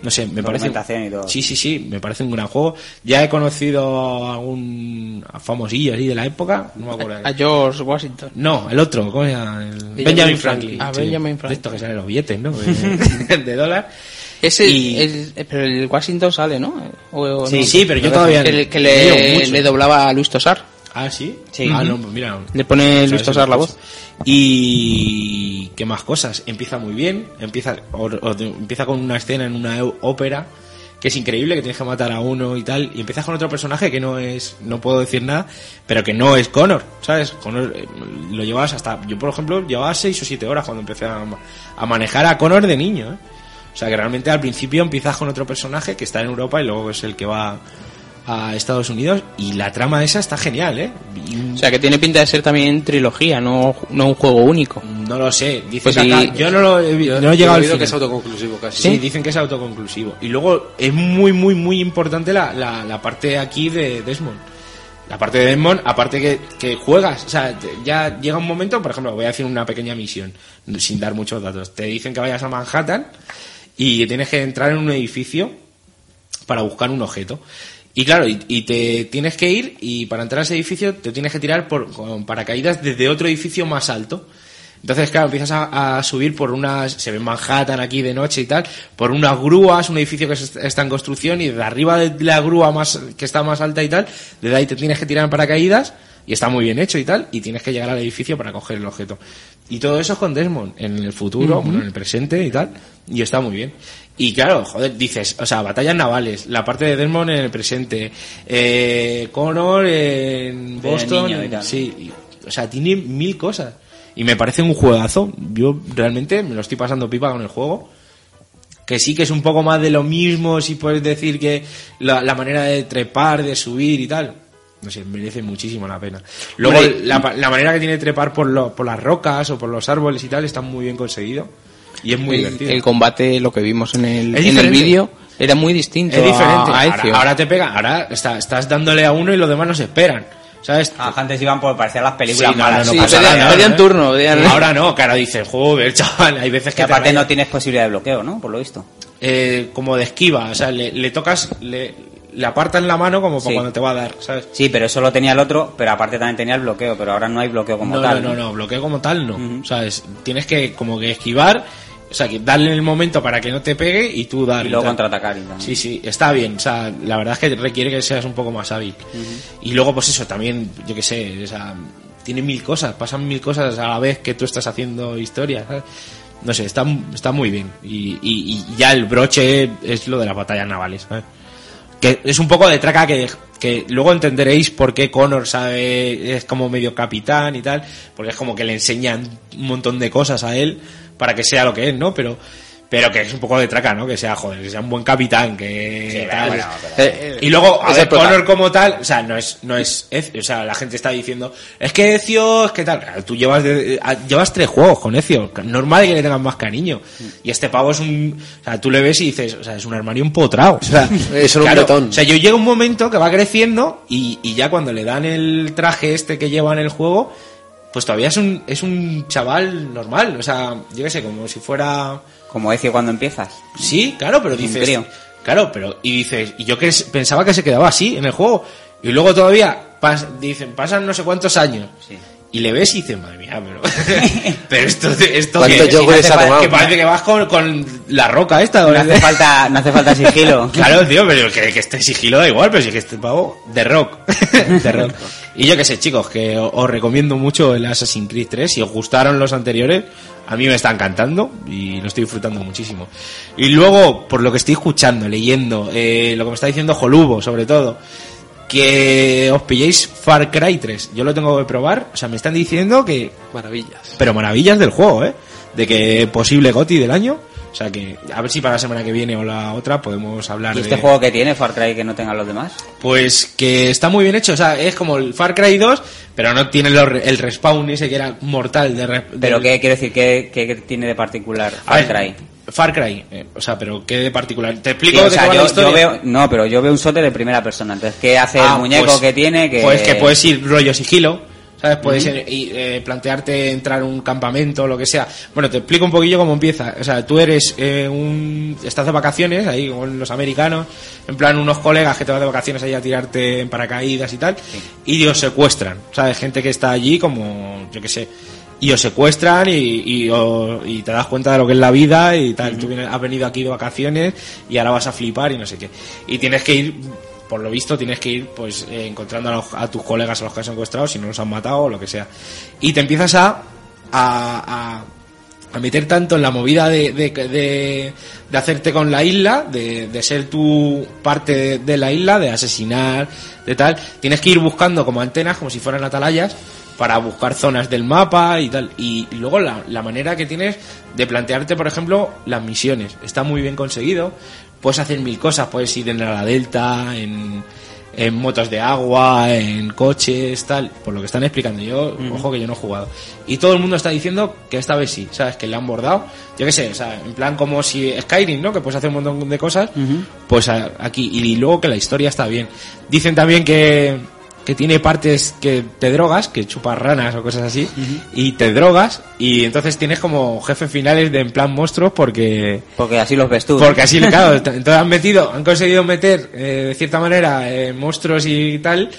Speaker 5: no sé, me parece...
Speaker 2: Documentación y todo.
Speaker 5: Sí, sí, sí, me parece un gran juego. Ya he conocido a algún famosillo así de la época, no me acuerdo.
Speaker 6: A George Washington.
Speaker 5: No, el otro, ¿cómo se llama? El- Benjamin, Franklin.
Speaker 6: Ah,
Speaker 5: sí.
Speaker 6: Benjamin Franklin.
Speaker 5: De estos que salen los billetes, ¿no? De, de dólar.
Speaker 6: Ese,
Speaker 5: Y-
Speaker 6: es- eh, pero el Washington sale, ¿no? O- o
Speaker 5: Sí,
Speaker 6: no.
Speaker 5: sí, pero yo
Speaker 6: Que
Speaker 5: todavía
Speaker 6: le-
Speaker 5: no-
Speaker 6: Que
Speaker 5: leo
Speaker 6: le,
Speaker 5: mucho.
Speaker 6: le doblaba a Luis Tosar.
Speaker 5: Ah, ¿sí?
Speaker 2: Sí.
Speaker 5: Ah, no, pues mira.
Speaker 6: Le pone Luis
Speaker 5: ¿Sabes?
Speaker 6: Tosar la voz.
Speaker 5: Y qué más cosas. Empieza muy bien. Empieza, o- o te- empieza con una escena en una eu- ópera que es increíble, que tienes que matar a uno y tal. Y empiezas con otro personaje que no es, no puedo decir nada, pero que no es Connor, ¿sabes? Connor eh, lo llevabas hasta, yo por ejemplo llevaba 6 o 7 horas cuando empecé a, ma- a manejar a Connor de niño, ¿eh? O sea que realmente al principio empiezas con otro personaje que está en Europa y luego es el que va a Estados Unidos y la trama esa está genial, ¿eh? Y un-
Speaker 6: O sea, que tiene pinta de ser también trilogía, no, no un juego único.
Speaker 5: no lo sé. Dice
Speaker 6: Pues
Speaker 5: que
Speaker 6: sí.
Speaker 5: acá- yo no lo he, vi- no he
Speaker 7: Yo
Speaker 5: llegado
Speaker 7: he oído
Speaker 5: al final.
Speaker 7: que es autoconclusivo casi.
Speaker 5: Sí, dicen que es autoconclusivo. Y luego es muy, muy, muy importante la, la, la parte aquí de Desmond. La parte de Desmond, aparte que, que juegas, o sea, te- ya llega un momento, por ejemplo, voy a hacer una pequeña misión, sin dar muchos datos. Te dicen que vayas a Manhattan y tienes que entrar en un edificio para buscar un objeto. Y claro, y, y te tienes que ir y para entrar a ese edificio te tienes que tirar por, con paracaídas desde otro edificio más alto. Entonces, claro, empiezas a, a subir por unas... Se ve Manhattan aquí de noche y tal, por unas grúas, un edificio que se est- está en construcción y de arriba de la grúa más que está más alta y tal, desde ahí te tienes que tirar en paracaídas y está muy bien hecho y tal, y tienes que llegar al edificio para coger el objeto. Y todo eso es con Desmond, en el futuro, bueno, en el presente y tal, y está muy bien. Y claro, joder, dices, o sea, batallas navales, la parte de Desmond en el presente, eh, Connor en
Speaker 2: De
Speaker 5: Boston,
Speaker 2: niño y tal.
Speaker 5: sí, y- o sea, tiene mil cosas. Y me parece un juegazo. Yo realmente me lo estoy pasando pipa con el juego. Que sí que es un poco más de lo mismo, si puedes decir que la, la manera de trepar, de subir y tal. No sé, merece muchísimo la pena. Luego,
Speaker 2: Hombre,
Speaker 5: la, pa- la manera que tiene de trepar por, lo- por las rocas o por los árboles y tal está muy bien conseguido. Y es muy
Speaker 6: el,
Speaker 5: divertido.
Speaker 6: el combate, lo que vimos en el,
Speaker 5: Es
Speaker 6: en el
Speaker 5: diferente.
Speaker 6: vídeo, Era muy distinto
Speaker 5: Es diferente.
Speaker 6: a, a Ezio.
Speaker 5: ahora, ahora te pega, ahora está- estás dándole a uno y los demás no se esperan. ¿Sabes?
Speaker 2: Ah, antes iban por parecer las
Speaker 5: Sí,
Speaker 2: películas
Speaker 5: no,
Speaker 2: malas.
Speaker 5: no
Speaker 6: Sí,
Speaker 5: pasa
Speaker 6: pedían-
Speaker 5: nada,
Speaker 6: pedían
Speaker 5: ¿eh?
Speaker 6: turno, pedían-
Speaker 5: Ahora no, que ahora dices, joder, chaval, hay veces
Speaker 2: Que
Speaker 5: que te
Speaker 2: aparte
Speaker 5: raya-
Speaker 2: no tienes posibilidad de bloqueo, ¿no? Por lo visto.
Speaker 5: eh, como de esquiva, o sea, le, le tocas, le, le apartas la mano como para
Speaker 2: Sí.
Speaker 5: cuando te va a dar, ¿sabes?
Speaker 2: Sí, pero eso lo tenía el otro, pero aparte también tenía el bloqueo, pero ahora no hay bloqueo como
Speaker 5: no,
Speaker 2: tal.
Speaker 5: no, no, no, bloqueo como tal no. ¿Sabes? Tienes que como que esquivar, o sea, que darle el momento para que no te pegue y tú dar.
Speaker 2: Y luego
Speaker 5: tal.
Speaker 2: contraatacar y tal.
Speaker 5: Sí, sí, está bien. O sea, la verdad es que requiere que seas un poco más hábil. Y luego, pues eso, también, yo qué sé, o sea, tiene mil cosas, pasan mil cosas a la vez que tú estás haciendo historia. ¿sabes? No sé, está, está muy bien. Y, y- y ya el broche es lo de las batallas navales. ¿sabes? Que es un poco de traca que, que luego entenderéis por qué Connor sabe, es como medio capitán y tal, porque es como que le enseñan un montón de cosas a él para que sea lo que es, ¿no? Pero, pero que es un poco de traca, ¿no? Que sea, joder, que sea un buen capitán, que... tal.
Speaker 7: Eh, eh,
Speaker 5: Y luego, a
Speaker 7: es el
Speaker 5: ver,
Speaker 7: prota.
Speaker 5: Connor como tal, o sea, no es, no es, Ezio, o sea, la gente está diciendo, es que Ezio, es que tal, Claro, tú llevas, de- a- llevas tres juegos con Ezio, normal que le tengas más cariño. Y este pavo es un, o sea, tú le ves y dices, o sea, es un armario empotrado, o sea,
Speaker 7: Es un botón.
Speaker 5: O sea, yo llega un momento que va creciendo y, y ya cuando le dan el traje este que lleva en el juego, pues todavía es un, es un chaval normal, o sea, yo qué sé, como si fuera,
Speaker 2: Como Ezio cuando empiezas.
Speaker 5: Sí, claro, pero dices.
Speaker 2: crío.
Speaker 5: Claro, pero. Y dices. Y yo que s- pensaba que se quedaba así en el juego. Y luego todavía pas- dicen, pasan no sé cuántos años.
Speaker 2: Sí.
Speaker 5: Y le ves y dices, madre mía, pero. pero esto. esto
Speaker 7: ¿Cuántos
Speaker 5: que, es?".
Speaker 7: yogures
Speaker 2: hace
Speaker 7: ha
Speaker 2: falta-
Speaker 7: tomado?
Speaker 5: que parece que vas con, con la roca esta.
Speaker 2: No
Speaker 5: ¿verdad?
Speaker 2: hace falta, no hace falta sigilo.
Speaker 5: Claro, tío, pero que, que este sigilo da igual, pero si es que este pavo de rock. de rock. Y yo qué sé, chicos, que o- os recomiendo mucho el Assassin's Creed 3. Si os gustaron los anteriores, a mí me está encantando y lo estoy disfrutando muchísimo. Y luego, por lo que estoy escuchando, leyendo, eh, lo que me está diciendo Jolubo, sobre todo, que os pilléis Far Cry 3. Yo lo tengo que probar. O sea, me están diciendo que,
Speaker 7: Maravillas.
Speaker 5: pero maravillas del juego, ¿eh? De que posible Goti del año. O sea que, a ver si para la semana que viene o la otra podemos hablar
Speaker 2: ¿Y
Speaker 5: de...
Speaker 2: este juego que tiene Far Cry que no tengan los demás?
Speaker 5: Pues que está muy bien hecho, o sea, es como el Far Cry 2, pero no tiene los re- el respawn ese que era mortal de... re-
Speaker 2: Pero
Speaker 5: del-
Speaker 2: qué quiero decir, ¿qué, qué tiene de particular
Speaker 5: A
Speaker 2: Far
Speaker 5: ver,
Speaker 2: Cry?
Speaker 5: Far Cry, eh, o sea, pero qué de particular. Te
Speaker 2: Sí,
Speaker 5: explico
Speaker 2: o
Speaker 5: de qué
Speaker 2: sea,
Speaker 5: va la
Speaker 2: yo,
Speaker 5: historia?
Speaker 2: yo veo, no, pero yo veo un sote de primera persona. Entonces, ¿qué hace
Speaker 5: Ah,
Speaker 2: el muñeco
Speaker 5: pues-
Speaker 2: que tiene? Que...
Speaker 5: Pues que puedes ir rollo sigilo, ¿sabes? Puedes eh, y, eh, plantearte entrar a un campamento, lo que sea. Bueno, te explico un poquillo cómo empieza. O sea, tú eres eh, un... Estás de vacaciones ahí con los americanos, en plan unos colegas que te van de vacaciones ahí a tirarte en paracaídas y tal, y los secuestran, ¿sabes? Gente que está allí como, yo qué sé. Y os secuestran y, y, o- y te das cuenta de lo que es la vida y tal. Tú vienes- has venido aquí de vacaciones y ahora vas a flipar y no sé qué. Y tienes que ir por lo visto tienes que ir pues eh, encontrando a, los- a tus colegas a los que has secuestrado si no los han matado o lo que sea y te empiezas a a, a- a meter tanto en la movida de, de, de- de hacerte con la isla de, de ser tu parte de, de la isla de asesinar de tal tienes que ir buscando como antenas como si fueran atalayas para buscar zonas del mapa y tal y luego la, la manera que tienes de plantearte por ejemplo las misiones está muy bien conseguido puedes hacer mil cosas, puedes ir en la delta, en, en motos de agua, en coches, tal, por lo que están explicando yo, ojo que yo no he jugado. Y todo el mundo está diciendo que esta vez sí, ¿sabes? Que le han bordado, yo qué sé, o sea, en plan como si Skyrim, ¿no? Que puedes hacer un montón de cosas, pues a- aquí, y luego que la historia está bien. Dicen también que que tiene partes que te drogas, que chupas ranas o cosas así, y te drogas, y entonces tienes como jefes finales de en plan monstruos porque
Speaker 2: Porque así los ves tú. ¿no?
Speaker 5: porque así, claro, t- entonces han metido, han conseguido meter, eh, de cierta manera, eh, monstruos y tal,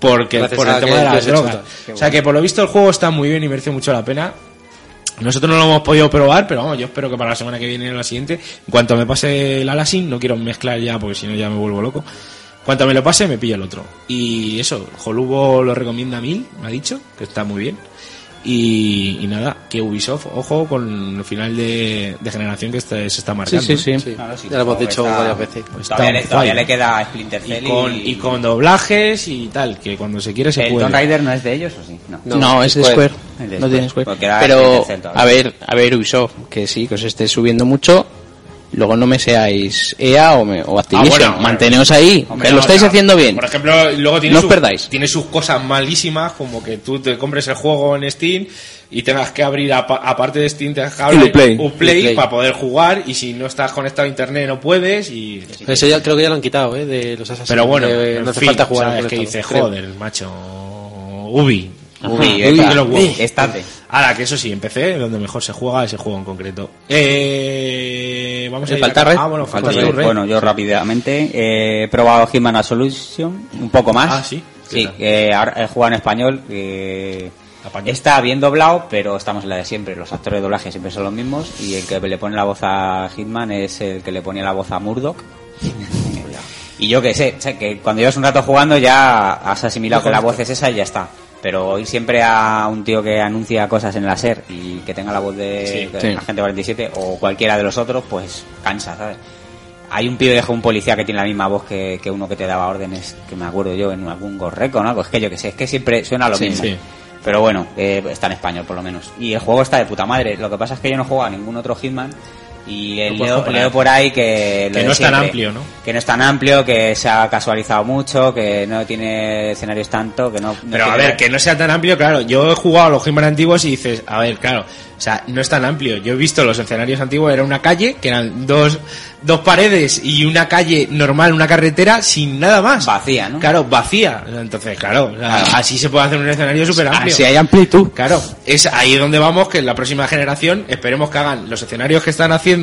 Speaker 5: porque
Speaker 7: Gracias
Speaker 5: por el
Speaker 7: a
Speaker 5: tema
Speaker 7: que
Speaker 5: de las
Speaker 7: los he
Speaker 5: drogas.
Speaker 7: hecho tal. Qué
Speaker 5: O sea que por lo visto el juego está muy bien y merece mucho la pena. Nosotros no lo hemos podido probar, pero vamos, yo espero que para la semana que viene o la siguiente, en cuanto me pase el Alasin, no quiero mezclar ya porque si no ya me vuelvo loco. Cuanto me lo pase, me pillo el otro. Y eso, Jolubo lo recomienda a mil, me ha dicho, que está muy bien. Y, y nada, que Ubisoft, ojo con el final de, de generación que este- se está
Speaker 6: Sí,
Speaker 5: marcando.
Speaker 6: sí,
Speaker 5: ¿eh?
Speaker 6: sí.
Speaker 7: Ah, Sí,
Speaker 2: Claro, sí,
Speaker 7: ya lo hemos dicho
Speaker 2: está-
Speaker 7: varias veces.
Speaker 5: Pues
Speaker 2: todavía
Speaker 5: está
Speaker 2: le,
Speaker 5: on
Speaker 2: todavía
Speaker 5: fire.
Speaker 2: le queda Splinter
Speaker 5: Y
Speaker 2: Cell y,
Speaker 5: con, y con doblajes y tal, que cuando se quiere se
Speaker 2: ¿El
Speaker 5: puede.
Speaker 2: Tomb Raider no es de ellos o sí? No.
Speaker 6: No, es de Square.
Speaker 7: Square.
Speaker 2: El de
Speaker 6: No
Speaker 2: Square.
Speaker 6: tiene Square.
Speaker 2: Porque era
Speaker 6: Pero,
Speaker 2: Splinter Cell
Speaker 6: a
Speaker 2: todavía.
Speaker 6: ver, a ver, Ubisoft, que sí, que os esté subiendo mucho. Luego no me seáis EA o, me- o Activision.
Speaker 5: Ah, bueno,
Speaker 6: Manteneos ahí,
Speaker 5: Hombre,
Speaker 6: que lo
Speaker 5: no,
Speaker 6: estáis
Speaker 5: no.
Speaker 6: haciendo bien.
Speaker 5: Por ejemplo, luego tiene,
Speaker 6: No os
Speaker 5: sus,
Speaker 6: perdáis.
Speaker 5: tiene sus cosas malísimas, como que tú te compres el juego en Steam y tengas que abrir, apa- aparte de Steam, tengas que abrir
Speaker 6: Uplay.
Speaker 5: Uplay
Speaker 6: Uplay.
Speaker 5: para poder jugar y si no estás conectado a Internet no puedes. y
Speaker 7: Eso ya creo que ya lo han quitado, ¿eh? De los Assassin's
Speaker 5: Pero bueno,
Speaker 7: que
Speaker 5: en
Speaker 7: no hace
Speaker 5: fin,
Speaker 7: falta jugar.
Speaker 5: ¿sabes?
Speaker 7: al
Speaker 5: que dice,
Speaker 7: conectado, creo.
Speaker 5: joder, macho, Ubi.
Speaker 6: Ubi,
Speaker 5: Ubi
Speaker 6: venga.
Speaker 5: de los huevos.
Speaker 2: Estate.
Speaker 5: Ahora, que eso sí, empecé donde mejor se juega ese juego en concreto. Eh, vamos a
Speaker 6: ¿Le
Speaker 5: ir a-
Speaker 6: falta red?
Speaker 5: Ah, bueno, falta
Speaker 2: Pues,
Speaker 5: tú, red.
Speaker 2: bueno, yo rápidamente eh, he probado Hitman Absolution un poco más.
Speaker 5: Ah, sí. ¿Qué
Speaker 2: Sí,
Speaker 5: tal?
Speaker 2: eh, ahora he jugado en español. eh,
Speaker 5: Apaño.
Speaker 2: está bien doblado, pero estamos en la de siempre. Los actores de doblaje siempre son los mismos. Y el que le pone la voz a Hitman es el que le ponía la voz a Murdoch. y yo que sé, o sea, que cuando llevas un rato jugando ya has asimilado que la voz es esa y ya está. Pero oír siempre a un tío que anuncia cosas en la SER y que tenga la voz de
Speaker 6: Sí.
Speaker 2: la gente 47 o cualquiera de los otros, pues cansa, ¿sabes? Hay un pibe de un policía que tiene la misma voz que, que uno que te daba órdenes, que me acuerdo yo, en algún gorreco, ¿no? Es que yo que sé, es que siempre suena lo mismo.
Speaker 5: sí.
Speaker 2: Pero bueno, eh, está en español por lo menos. Y el juego está de puta madre. Lo que pasa es que yo no juego a ningún otro Hitman. Y eh,
Speaker 5: puedes
Speaker 2: leo,
Speaker 5: comparar.
Speaker 2: leo por ahí que... lo
Speaker 5: Que
Speaker 2: de
Speaker 5: no es tan
Speaker 2: siempre.
Speaker 5: amplio, ¿no?
Speaker 2: Que no es tan amplio, que se ha casualizado mucho, que no tiene escenarios tanto, que no... no
Speaker 5: Pero a
Speaker 2: tiene-
Speaker 5: ver, que no sea tan amplio, claro. Yo he jugado a los Hitman antiguos y dices, a ver, claro, o sea, no es tan amplio. Yo he visto los escenarios antiguos, era una calle, que eran dos, dos paredes y una calle normal, una carretera, sin nada más.
Speaker 2: Vacía, ¿no?
Speaker 5: Claro, vacía. Entonces, claro, o sea, así se puede hacer un escenario súper amplio.
Speaker 6: Así hay amplitud.
Speaker 5: Claro, es ahí donde vamos, que en la próxima generación esperemos que hagan los escenarios que están haciendo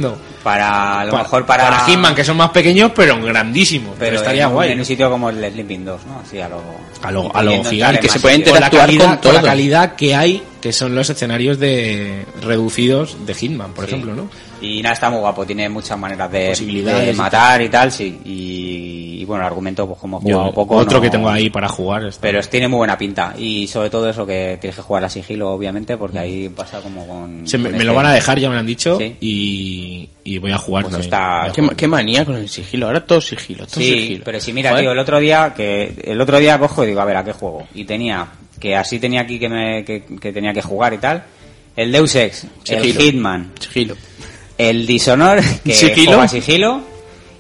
Speaker 2: Para, a lo
Speaker 5: pa-
Speaker 2: mejor para...
Speaker 5: para Hitman, que son más pequeños, pero grandísimos. Pero,
Speaker 2: pero
Speaker 5: estaría
Speaker 2: en, un-
Speaker 5: guay.
Speaker 2: en un sitio como el Sleeping 2, ¿no? Así a lo...
Speaker 5: A lo, a lo
Speaker 2: intentando
Speaker 5: gigante.
Speaker 2: entrar
Speaker 6: que
Speaker 2: en
Speaker 6: se
Speaker 2: más
Speaker 6: puede
Speaker 2: sitios.
Speaker 5: con la
Speaker 6: interactuar
Speaker 5: calidad,
Speaker 6: con
Speaker 5: la
Speaker 6: todo.
Speaker 5: calidad que hay, que son los escenarios de reducidos de Hitman, por
Speaker 2: Sí.
Speaker 5: ejemplo, ¿no?
Speaker 2: Y nada, está muy guapo, tiene muchas maneras de,
Speaker 5: Posibilidades
Speaker 2: de
Speaker 5: y
Speaker 2: matar y tal, sí. Y, y bueno, el argumento, pues como he jugado poco.
Speaker 5: otro
Speaker 2: no-
Speaker 5: que tengo ahí para jugar. este.
Speaker 2: Pero es- tiene muy buena pinta. Y sobre todo eso que tienes que jugar a sigilo, obviamente, porque ahí pasa como con.
Speaker 5: Mm. Se me,
Speaker 2: con
Speaker 5: me
Speaker 2: este-
Speaker 5: lo van a dejar, ya me lo han dicho,
Speaker 2: Sí.
Speaker 5: y, y voy a jugar
Speaker 2: Pues
Speaker 5: también.
Speaker 2: está-
Speaker 6: Qué, ma- qué manía con el sigilo. Ahora todo sigilo, todo
Speaker 2: Sí,
Speaker 6: sigilo.
Speaker 2: pero si mira,
Speaker 6: Joder.
Speaker 2: tío, el otro día que el otro día cojo y digo, a ver, ¿a qué juego? Y tenía que así tenía aquí que, me, que, que tenía que jugar y tal. El Deus Ex, el
Speaker 6: Sigilo.
Speaker 2: Hitman,
Speaker 6: Sigilo.
Speaker 2: el Dishonor, que
Speaker 6: Sigilo.
Speaker 2: juega sigilo,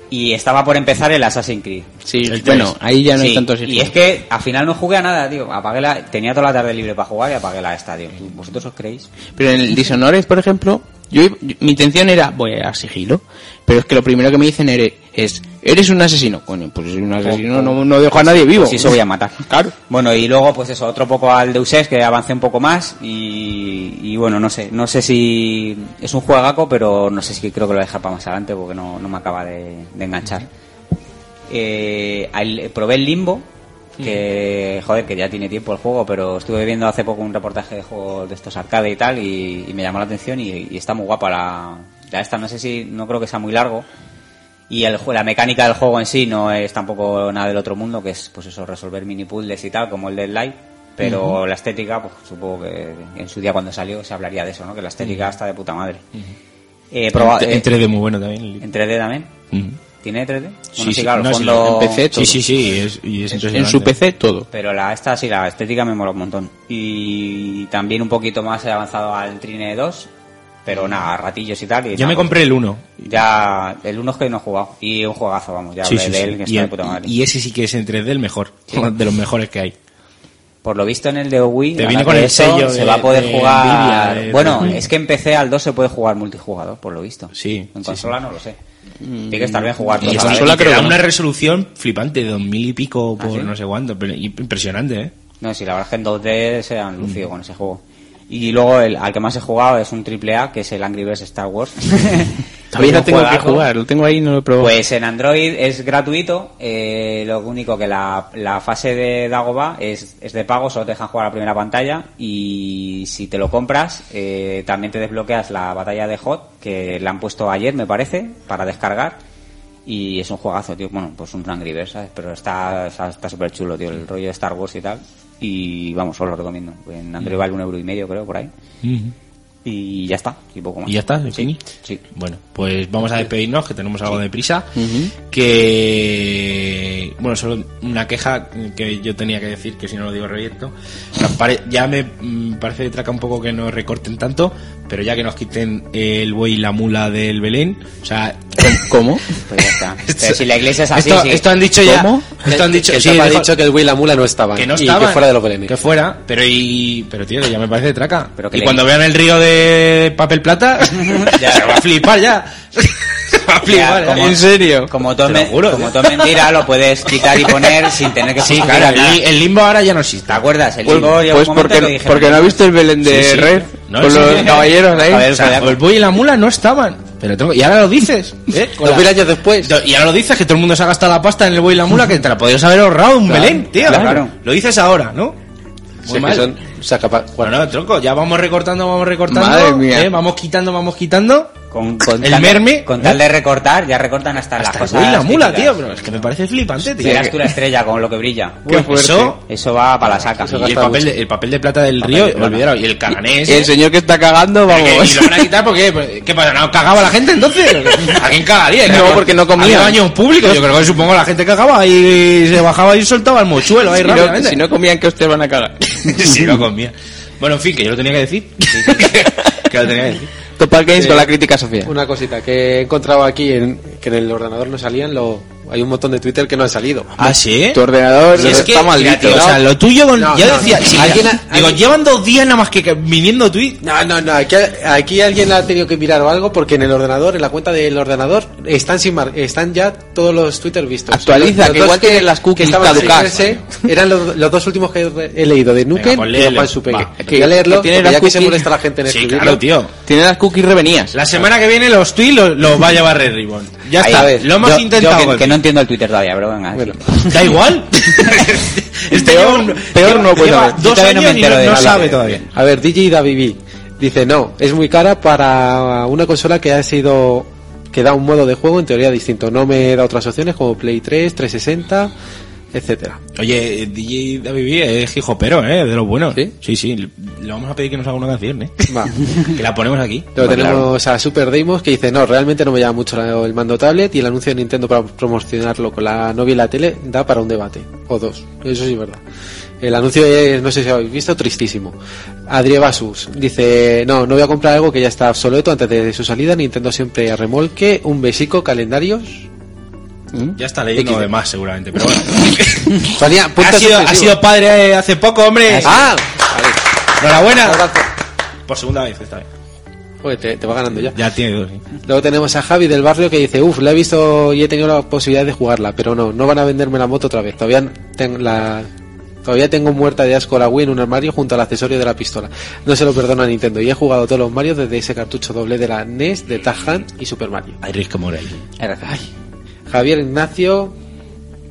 Speaker 2: y estaba por empezar el Assassin's Creed.
Speaker 6: Sí,
Speaker 5: El tres.
Speaker 6: bueno, ahí ya no hay
Speaker 2: Sí,
Speaker 6: tanto sigilo.
Speaker 2: Y es que al final no jugué a nada, tío. Apagué la, tenía toda la tarde libre para jugar y apagué la estadio. ¿Vosotros os creéis?
Speaker 6: Pero en el Dishonored, por ejemplo, yo, yo- mi intención era, voy a sigilo, pero es que lo primero que me dicen ere- es, eres un asesino. Coño, pues soy un asesino, no, no dejo a nadie vivo.
Speaker 2: pues Sí, eso voy a matar.
Speaker 6: Claro.
Speaker 2: Bueno, y luego, pues eso, otro poco al Deus Ex, que avancé un poco más. Y, y bueno, no sé. No sé si es un juegaco, pero no sé si creo que lo voy a dejar para más adelante porque no, no me acaba de, de enganchar. Eh, al- probé el Limbo, que,
Speaker 6: Mm.
Speaker 2: joder, que ya tiene tiempo el juego, pero estuve viendo hace poco un reportaje de juegos de estos arcade y tal, y, y me llamó la atención y, y está muy guapa la, la esta. No sé si, no creo que sea muy largo. Y el, jue- la mecánica del juego en sí no es tampoco nada del otro mundo, que es pues eso, resolver mini puzzles y tal, como el Dead Light. Pero la estética, pues supongo que en su día cuando salió se hablaría de eso, ¿no? Que la estética está de puta madre. Eh, proba-
Speaker 5: En-
Speaker 2: eh,
Speaker 5: en 3D muy bueno también. el-
Speaker 2: en 3D también.
Speaker 5: Ujú.
Speaker 2: ¿Tiene 3D? Bueno,
Speaker 5: Sí, sí,
Speaker 2: claro,
Speaker 5: no, sí,
Speaker 2: fondo...
Speaker 6: en PC,
Speaker 5: Sí,
Speaker 6: todo.
Speaker 5: sí, sí, es- y es
Speaker 6: En
Speaker 5: impresionante.
Speaker 6: su PC todo.
Speaker 2: Pero la esta sí, la estética me mola un montón. Y también un poquito más he avanzado al Trine 2, pero nada, a ratillos y tal. Y
Speaker 5: Yo
Speaker 2: nada, pues
Speaker 5: me compré el 1.
Speaker 2: Ya, el uno es que no he jugado. Y un juegazo, vamos, ya
Speaker 5: Sí,
Speaker 2: hablé
Speaker 5: sí,
Speaker 2: de
Speaker 5: sí.
Speaker 2: él, que
Speaker 5: Y,
Speaker 2: está de puta madre. Pues
Speaker 5: y ese sí que es en 3D el mejor, de los mejores que hay.
Speaker 2: Por lo visto en el de Wii,
Speaker 5: Te
Speaker 2: ahora
Speaker 5: viene
Speaker 2: que
Speaker 5: con el
Speaker 2: esto,
Speaker 5: sello
Speaker 2: se
Speaker 5: de-
Speaker 2: va a poder
Speaker 5: de
Speaker 2: jugar.
Speaker 5: Nvidia, de-
Speaker 2: bueno,
Speaker 5: de-
Speaker 2: es que empecé al 2 se puede jugar multijugador, por lo visto.
Speaker 5: Sí,
Speaker 2: En
Speaker 5: sí,
Speaker 2: consola no lo sé. Tiene que estar bien jugar.
Speaker 5: Y
Speaker 2: todos a
Speaker 5: esto
Speaker 2: la
Speaker 5: solo
Speaker 2: vez.
Speaker 5: te da una resolución flipante de 2000 y pico por
Speaker 2: ¿Ah, ¿sí?
Speaker 5: no sé cuánto, pero impresionante, ¿eh?
Speaker 2: No, sí, la verdad es que en 2D se han
Speaker 5: Mm.
Speaker 2: lucido con ese juego. Y luego el, al que más he jugado es un AAA, que es el Angry Birds Star Wars.
Speaker 6: Todavía
Speaker 2: Es un
Speaker 6: lo tengo que
Speaker 2: juegazo.
Speaker 6: jugar, lo tengo ahí y no lo he probado.
Speaker 2: Pues en Android es gratuito, eh, lo único que la, la fase de Dagoba es, es de pago, solo te dejan jugar a la primera pantalla y si te lo compras eh, también te desbloqueas la batalla de Hot, que la han puesto ayer me parece, para descargar y es un juegazo, tío, bueno, pues un Angry Birds, ¿sabes? Pero está está súper chulo, tío, el rollo de Star Wars y tal y vamos, os lo recomiendo, en Android vale un euro y medio creo por ahí y ya está, y poco más.
Speaker 5: Y ya está,
Speaker 2: sí,
Speaker 5: ¿defini?
Speaker 2: sí.
Speaker 5: Bueno, pues vamos a despedirnos, que tenemos algo de prisa. que bueno solo una queja que yo tenía que decir que si no lo digo reviento Nos pare- ya me mm, parece de traca un poco que no recorten tanto pero ya que nos quiten el buey y la mula del Belén o sea
Speaker 6: ¿Cómo?
Speaker 2: Pues ya está. Pero si la iglesia es así,
Speaker 5: esto,
Speaker 2: Ah, sí.
Speaker 5: esto han dicho ya
Speaker 6: ¿Cómo?
Speaker 5: esto han dicho
Speaker 7: que el
Speaker 5: sí,
Speaker 7: Papa
Speaker 5: dijo-
Speaker 7: ha dicho que el Will y la mula no estaban.
Speaker 5: que no
Speaker 7: Y
Speaker 5: estaban,
Speaker 7: que fuera de los belenes.
Speaker 5: que fuera pero y pero tío que ya me parece de traca
Speaker 2: Pero que
Speaker 5: y
Speaker 2: le-
Speaker 5: cuando vean el río de papel plata ya se va a flipar ya se va a flipar
Speaker 2: Ya, como-
Speaker 5: ¿eh?
Speaker 6: ¿En serio?
Speaker 2: Como todo,
Speaker 5: Te lo
Speaker 2: men-
Speaker 5: juro,
Speaker 2: como
Speaker 5: ¿eh?
Speaker 2: todo mentira, lo puedes quitar y poner sin tener que
Speaker 5: sí
Speaker 2: justificar
Speaker 5: claro eh, el,
Speaker 2: nada.
Speaker 5: li- el limbo ahora ya no existe
Speaker 2: ¿Te acuerdas? El
Speaker 6: Pues,
Speaker 2: limbo llegó
Speaker 6: pues
Speaker 2: un momento
Speaker 6: porque,
Speaker 2: que
Speaker 6: no-
Speaker 2: dijeron,
Speaker 6: porque no ha visto el Belén de
Speaker 5: Sí, sí.
Speaker 6: Red
Speaker 5: No,
Speaker 6: con
Speaker 5: sí,
Speaker 6: los
Speaker 5: sí.
Speaker 6: caballeros ahí.
Speaker 2: A ver,
Speaker 5: O sea,
Speaker 2: cuidado.
Speaker 5: el buey y la mula no estaban. Pero tengo- y ahora lo dices. ¿eh? Con
Speaker 7: Dos
Speaker 5: la-
Speaker 7: mil años después.
Speaker 5: Do- Y ahora lo dices que todo el mundo se ha gastado la pasta en el buey y la mula que te la podías haber ahorrado un Belén, tío.
Speaker 2: claro.
Speaker 5: Lo dices ahora, ¿no? Muy
Speaker 7: Sí, que
Speaker 5: mal.
Speaker 7: son- o sea, capaz-
Speaker 5: Bueno, no, tronco, ya vamos recortando, vamos recortando.
Speaker 6: Madre mía. Ah,
Speaker 5: ¿eh? Vamos quitando, vamos quitando.
Speaker 2: con, con
Speaker 5: el
Speaker 2: tal,
Speaker 5: merme,
Speaker 2: con tal de recortar, ya recortan hasta,
Speaker 5: Hasta
Speaker 2: las
Speaker 6: pues
Speaker 5: el buey y
Speaker 2: cosas.
Speaker 5: la mula,
Speaker 2: típicas.
Speaker 5: tío. Pero es que me parece flipante, tío.
Speaker 2: Verás tú la estrella con lo que brilla.
Speaker 5: Qué
Speaker 2: Uy,
Speaker 5: fuerte.
Speaker 2: Eso, eso va para la saca.
Speaker 5: Y el papel, de, el papel de plata del río, olvidaros. Y el caganés.
Speaker 6: El señor que está cagando,
Speaker 5: ¿Pero qué? ¿Y
Speaker 6: vamos.
Speaker 5: lo van a quitar porque pues, qué? ¿Qué pasa? ¿No cagaba la gente entonces? ¿A quién cagaría?
Speaker 6: No, porque no comía.
Speaker 5: Había baños públicos. Yo creo que supongo la gente cagaba y se bajaba y soltaba el mochuelo ahí
Speaker 6: Si no,
Speaker 5: rápidamente.
Speaker 6: si no comían, que ustedes van a cagar.
Speaker 5: si no comía. Bueno, en fin, que yo lo tenía que decir. que lo tenía que decir.
Speaker 6: Topal Games con la crítica social.
Speaker 7: Una cosita que he encontrado aquí, en, que en el ordenador no salían, lo, hay un montón de Twitter que no han salido.
Speaker 5: ¿Ah, sí?
Speaker 6: Tu ordenador
Speaker 5: Y es que, mira,
Speaker 6: está maldito.
Speaker 5: tío, o sea, lo tuyo con...
Speaker 7: No,
Speaker 5: yo
Speaker 7: no,
Speaker 5: decía,
Speaker 7: no.
Speaker 5: sí,
Speaker 7: Alguien
Speaker 5: mira,
Speaker 7: ha-
Speaker 5: digo,
Speaker 7: alguien-
Speaker 5: llevan dos días nada más que que viniendo tweets.
Speaker 7: No, no, no, aquí, aquí alguien ha tenido que mirar o algo porque en el ordenador, en la cuenta del ordenador, están sin mar- están ya todos los Twitter vistos.
Speaker 6: Actualiza, que
Speaker 7: dos
Speaker 6: igual tienen las cookies
Speaker 7: estaban sin
Speaker 6: caducadas.
Speaker 7: verse eran los, los dos últimos que he, he leído, de Nukem
Speaker 5: pues
Speaker 7: y de
Speaker 5: léelo,
Speaker 7: Juan Supe.
Speaker 5: va.
Speaker 7: Que voy a leerlo,
Speaker 6: Que tiene
Speaker 7: porque
Speaker 6: las
Speaker 7: ya que se
Speaker 6: cookies-
Speaker 7: molesta la gente en
Speaker 5: Sí,
Speaker 7: escribirlo.
Speaker 5: claro, tío.
Speaker 6: Tiene las cookies revenías.
Speaker 5: La semana que viene los tweets los, los va a llevar Red Ribbon. Ya
Speaker 2: Ahí,
Speaker 5: está.
Speaker 2: a ver,
Speaker 5: lo hemos
Speaker 2: yo- yo
Speaker 5: intentado.
Speaker 2: que- que,
Speaker 5: Golpi.
Speaker 2: no entiendo el Twitter todavía, pero venga.
Speaker 7: Bueno,
Speaker 5: Da igual. este
Speaker 6: Peor-
Speaker 5: lleva un-
Speaker 6: peor
Speaker 5: lleva-
Speaker 6: no puede
Speaker 5: lleva
Speaker 6: haber.
Speaker 5: Dos
Speaker 2: Yo todavía no me
Speaker 5: años y
Speaker 2: entero
Speaker 5: no,
Speaker 2: de
Speaker 5: no
Speaker 2: nada.
Speaker 5: sabe todavía.
Speaker 7: A ver, DJ Davivi dice, no, es muy cara para una consola que ha sido que da un modo de juego en teoría distinto. No me da otras opciones como Play 3, 360, etcétera.
Speaker 5: Oye, DJ David B es hijopero, ¿eh? De los buenos.
Speaker 7: ¿Sí?
Speaker 5: Sí, sí. Le vamos a pedir que nos haga una canción, ¿eh?
Speaker 7: Va.
Speaker 5: que la ponemos aquí.
Speaker 7: Luego tenemos a Super Deimos que dice, no, realmente no me llama mucho la- el mando tablet y el anuncio de Nintendo para promocionarlo con la novia y la tele da para un debate, o dos, eso sí es verdad. El anuncio es, no sé si habéis visto, tristísimo. Adrie Basus dice, no, no voy a comprar algo que ya está obsoleto antes de su salida, Nintendo siempre a remolque, un besico, calendarios.
Speaker 5: Ya está leyendo
Speaker 7: XD.
Speaker 5: de más, seguramente. Pero bueno.
Speaker 7: Ponía
Speaker 5: ha,
Speaker 7: puntos
Speaker 5: sido, ha
Speaker 7: suspensivos.
Speaker 5: sido padre eh, hace poco, hombre.
Speaker 7: Ah,
Speaker 5: Enhorabuena.
Speaker 7: abrazo.
Speaker 5: Por segunda vez esta vez.
Speaker 7: Joder, te, te va ganando ya.
Speaker 5: Ya tiene dos. ¿eh?
Speaker 7: Luego tenemos a Javi del barrio que dice, uff, la he visto y he tenido la posibilidad de jugarla, pero no, no van a venderme la moto otra vez. Todavía ten- la- todavía tengo muerta de asco la Wii en un armario junto al accesorio de la pistola. No se lo perdona a Nintendo y he jugado todos los Mario desde ese cartucho doble de la NES, de Tajan y Super Mario.
Speaker 5: Hay Risco Morel.
Speaker 2: Ay,
Speaker 7: Javier Ignacio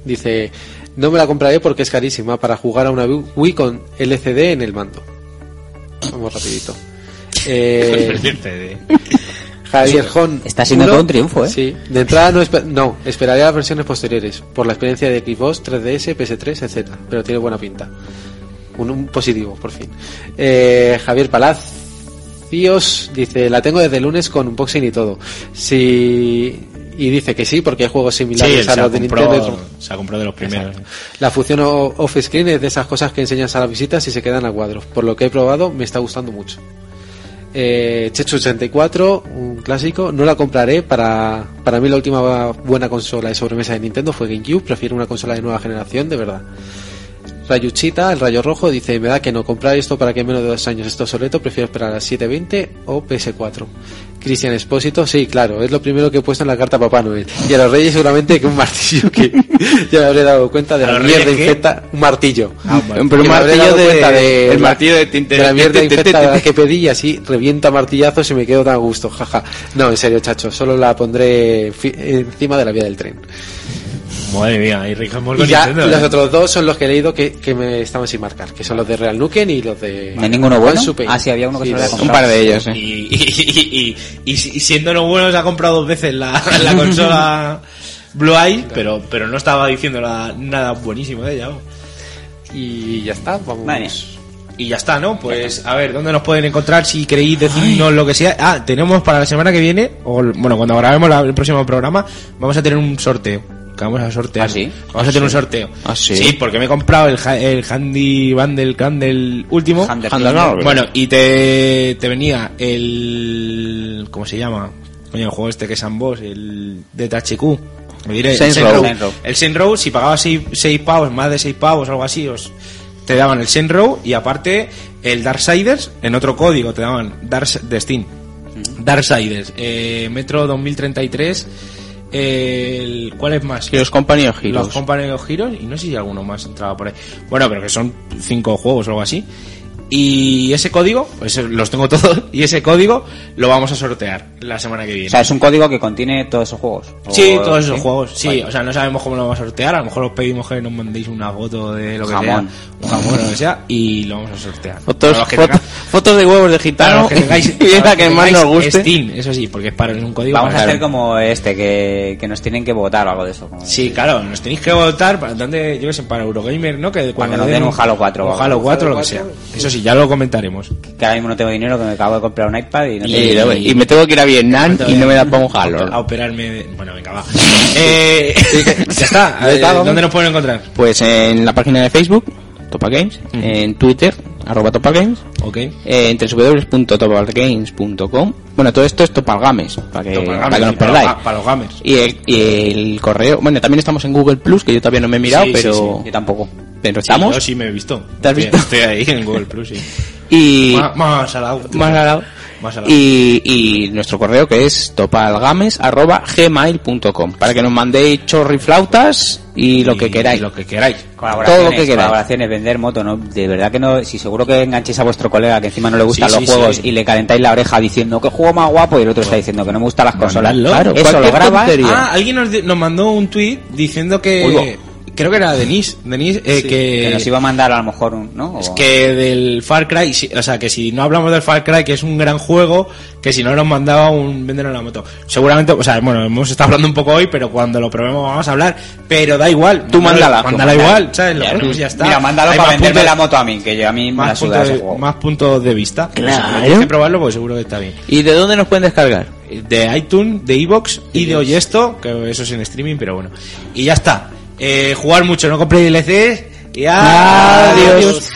Speaker 7: dice, no me la compraré porque es carísima para jugar a una Wii con LCD en el mando. Vamos rapidito. Eh, Javier Jón.
Speaker 2: Está siendo todo un triunfo, ¿eh?
Speaker 7: Sí. De entrada no, espe- no, esperaría las versiones posteriores, por la experiencia de Xbox, 3DS, PS3, etc. Pero tiene buena pinta. Un, un positivo, por fin. Eh, Javier Palacios dice, la tengo desde el lunes con unboxing y todo. Sí, y dice que sí, porque hay juegos
Speaker 5: Sí, él
Speaker 7: similares a
Speaker 5: se ha
Speaker 7: los de Nintendo.
Speaker 5: comprado, se ha comprado de los primeros.
Speaker 7: La función o- off-screen es de esas cosas que enseñas a las visitas y se quedan a cuadros. Por lo que he probado, me está gustando mucho. Eh, Chechu 84, un clásico, no la compraré. Para, para mí la última buena consola de sobremesa de Nintendo fue GameCube. Prefiero una consola de nueva generación, de verdad. Rayuchita, el rayo rojo, dice, me da que no comprar esto para que en menos de dos años esto obsoleto, prefiero esperar a 720 o PS4. Cristian Espósito, sí, claro, es lo primero que he puesto en la carta a Papá Noel. Y a los reyes seguramente que un martillo que ya me habré dado cuenta de
Speaker 5: ¿A
Speaker 7: la
Speaker 5: los Reyes
Speaker 7: mierda
Speaker 5: qué?
Speaker 7: infecta, un martillo.
Speaker 6: Pero un
Speaker 7: Que me habré
Speaker 6: martillo
Speaker 7: dado
Speaker 6: de,
Speaker 7: cuenta
Speaker 6: el
Speaker 7: la-
Speaker 6: martillo de tinte.
Speaker 7: de la mierda infecta que pedí y así revienta martillazos y me quedo tan a gusto, jaja. No, en serio, chacho, solo la pondré fi- encima de la vía del tren.
Speaker 5: Madre mía, hay Risco Morel.
Speaker 7: Y ya
Speaker 5: ¿eh?
Speaker 7: los otros dos son los que he leído que, que me estaban sin marcar, que son los de Real Nuken y los de...
Speaker 2: ¿No hay ninguno bueno?
Speaker 7: Juan Supe.
Speaker 2: Ah, sí, había uno que se lo había
Speaker 7: dos.
Speaker 6: Un par de ellos, eh.
Speaker 5: Y, y, y, y, y siendo no bueno, se ha comprado dos veces la, la consola Blue Eye, pero, pero no estaba diciendo nada, nada buenísimo de ella. vamos.
Speaker 7: Y ya está, vamos.
Speaker 2: Madre mía.
Speaker 5: Y ya está, ¿no? Pues a ver, ¿dónde nos pueden encontrar si queréis decirnos lo que sea? Ah, tenemos para la semana que viene, o bueno, cuando grabemos la- el próximo programa, vamos a tener un sorteo. que vamos a sortear.
Speaker 2: ¿Ah, sí?
Speaker 5: Vamos a tener un sorteo.
Speaker 6: ¿Ah, sí?
Speaker 5: porque me he comprado el, ha- el Handy Bundle Candle último.
Speaker 2: Handy
Speaker 6: Handel,
Speaker 2: Bundle.
Speaker 6: no,
Speaker 5: Bueno, y te, te venía el... ¿Cómo se llama? Coño, el juego este que es ambos, el de Tachikú. Me diré, el
Speaker 6: Saints
Speaker 5: Saints
Speaker 6: Row.
Speaker 5: Row. El Senrow, si pagabas 6 pavos, más de 6 pavos, algo así, os, te daban el Senrow y aparte el Darksiders, en otro código te daban Darks, de Steam. Darksiders, eh, Metro 2033, eh, el, ¿cuál es más?
Speaker 6: Heroes Company o Heroes.
Speaker 5: Los compañeros giros y no sé si alguno más entraba por ahí. Bueno, pero que son cinco juegos o algo así. Y ese código, pues los tengo todos, y ese código lo vamos a sortear la semana que viene.
Speaker 2: O sea, es un código que contiene todos esos juegos. O-
Speaker 5: Sí, todos esos
Speaker 2: ¿sí?
Speaker 5: juegos. Sí,
Speaker 2: Vale.
Speaker 5: o sea, no sabemos cómo lo vamos a sortear. A lo mejor os pedimos que nos mandéis una foto de lo que
Speaker 2: Jamón.
Speaker 5: sea. Un jamón o lo que sea. y lo vamos a sortear.
Speaker 6: Fotos,
Speaker 5: Para los que
Speaker 6: foto-
Speaker 5: tenga-
Speaker 6: fotos de huevos de
Speaker 5: para
Speaker 6: gitano
Speaker 5: los que tengáis,
Speaker 6: y
Speaker 5: para
Speaker 6: es la
Speaker 5: los
Speaker 6: que más nos
Speaker 5: tengáis
Speaker 6: guste.
Speaker 5: Steam, eso sí, porque es para es un código.
Speaker 2: Vamos
Speaker 5: para-
Speaker 2: a hacer como este, que, que nos tienen que votar o algo de eso. como-
Speaker 5: Sí, claro, nos tenéis que votar para donde, yo qué sé, para Eurogamer, ¿no? Que cuando
Speaker 2: que nos den un Halo 4 o
Speaker 5: Un
Speaker 2: algo.
Speaker 5: Halo 4 lo que sea. Eso sí, ya lo comentaremos.
Speaker 2: Que ahora mismo no tengo dinero, que me acabo de comprar un iPad y no
Speaker 6: Y,
Speaker 2: tengo-
Speaker 6: y- y me tengo que ir a Vietnam y no me da para un
Speaker 2: Ah.
Speaker 5: A
Speaker 6: jalo.
Speaker 5: operarme de... Bueno, venga, va. eh, ya está. A
Speaker 6: Ya
Speaker 5: ver,
Speaker 6: está, vamos.
Speaker 5: ¿Dónde nos pueden encontrar?
Speaker 6: Pues en la página de Facebook, Topa Games, en Twitter, arroba Topa Games,
Speaker 5: Ok.
Speaker 6: eh, en www.topalgames.com. Bueno, todo esto es Topalgames, para que,
Speaker 5: Para
Speaker 6: para que nos
Speaker 5: gamers,
Speaker 6: perdáis.
Speaker 5: para- Para los gamers.
Speaker 6: Y el, y el correo, bueno, también estamos en Google Plus, que yo todavía no me he mirado,
Speaker 5: Sí, sí,
Speaker 6: pero,
Speaker 5: sí,
Speaker 2: Yo tampoco.
Speaker 6: pero
Speaker 5: Sí,
Speaker 6: estamos.
Speaker 5: yo sí me he visto.
Speaker 6: ¿Te has
Speaker 5: Estoy-
Speaker 6: visto?
Speaker 5: Estoy ahí en Google Plus, sí.
Speaker 6: Y,
Speaker 5: Ma- Más al lado.
Speaker 6: más al lado.
Speaker 5: Más al lado.
Speaker 6: Y, y nuestro correo que es topalgames.gmail.com para que nos mandéis chorriflautas y lo que queráis.
Speaker 5: Lo que queráis.
Speaker 2: Colaboraciones,
Speaker 6: Todo lo que queráis.
Speaker 2: colaboraciones, vender moto, ¿no? De verdad que no, si seguro que enganchéis a vuestro colega que encima no le gustan
Speaker 5: Sí,
Speaker 2: los
Speaker 5: sí,
Speaker 2: juegos
Speaker 5: sí.
Speaker 2: y le calentáis la oreja diciendo que juego más guapo y el otro está diciendo que no me gustan las consolas.
Speaker 5: Mandadlo.
Speaker 6: Claro,
Speaker 2: eso lo
Speaker 6: cualquier
Speaker 2: grabas.
Speaker 6: tontería.
Speaker 5: Ah, alguien nos, di- nos mandó un tweet diciendo
Speaker 2: Uy,
Speaker 5: que.
Speaker 2: bo.
Speaker 5: Creo que era Denise. Denise, eh,
Speaker 2: que
Speaker 5: que.
Speaker 2: nos iba a mandar a lo mejor un, ¿no?
Speaker 5: Es
Speaker 2: O-
Speaker 5: que del Far Cry, si- o sea, que si no hablamos del Far Cry, que es un gran juego, que si no nos mandaba un vender en la moto. Seguramente, o sea, bueno, hemos estado hablando un poco hoy, pero cuando lo probemos vamos a hablar, pero da igual.
Speaker 6: Tú
Speaker 5: Mándala
Speaker 6: mándala. Tú mándala.
Speaker 5: igual, ¿sabes? Lo ponemos y ya está.
Speaker 2: Mira, mándalo
Speaker 5: Hay
Speaker 2: para
Speaker 5: más
Speaker 2: venderme
Speaker 5: puntos-
Speaker 2: la moto a mí, que yo a mí me la
Speaker 5: más,
Speaker 2: suda
Speaker 5: puntos
Speaker 2: ese
Speaker 5: de,
Speaker 2: juego.
Speaker 5: más puntos de vista. Pues,
Speaker 6: Claro.
Speaker 5: Hay que probarlo porque seguro que está bien.
Speaker 6: ¿Y de dónde nos pueden descargar?
Speaker 5: De iTunes, de Evox y de Oyesto, que eso es en streaming, pero bueno. Y ya está. Eh, jugar mucho, no compréis DLCs. Y adiós.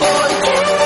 Speaker 4: Porque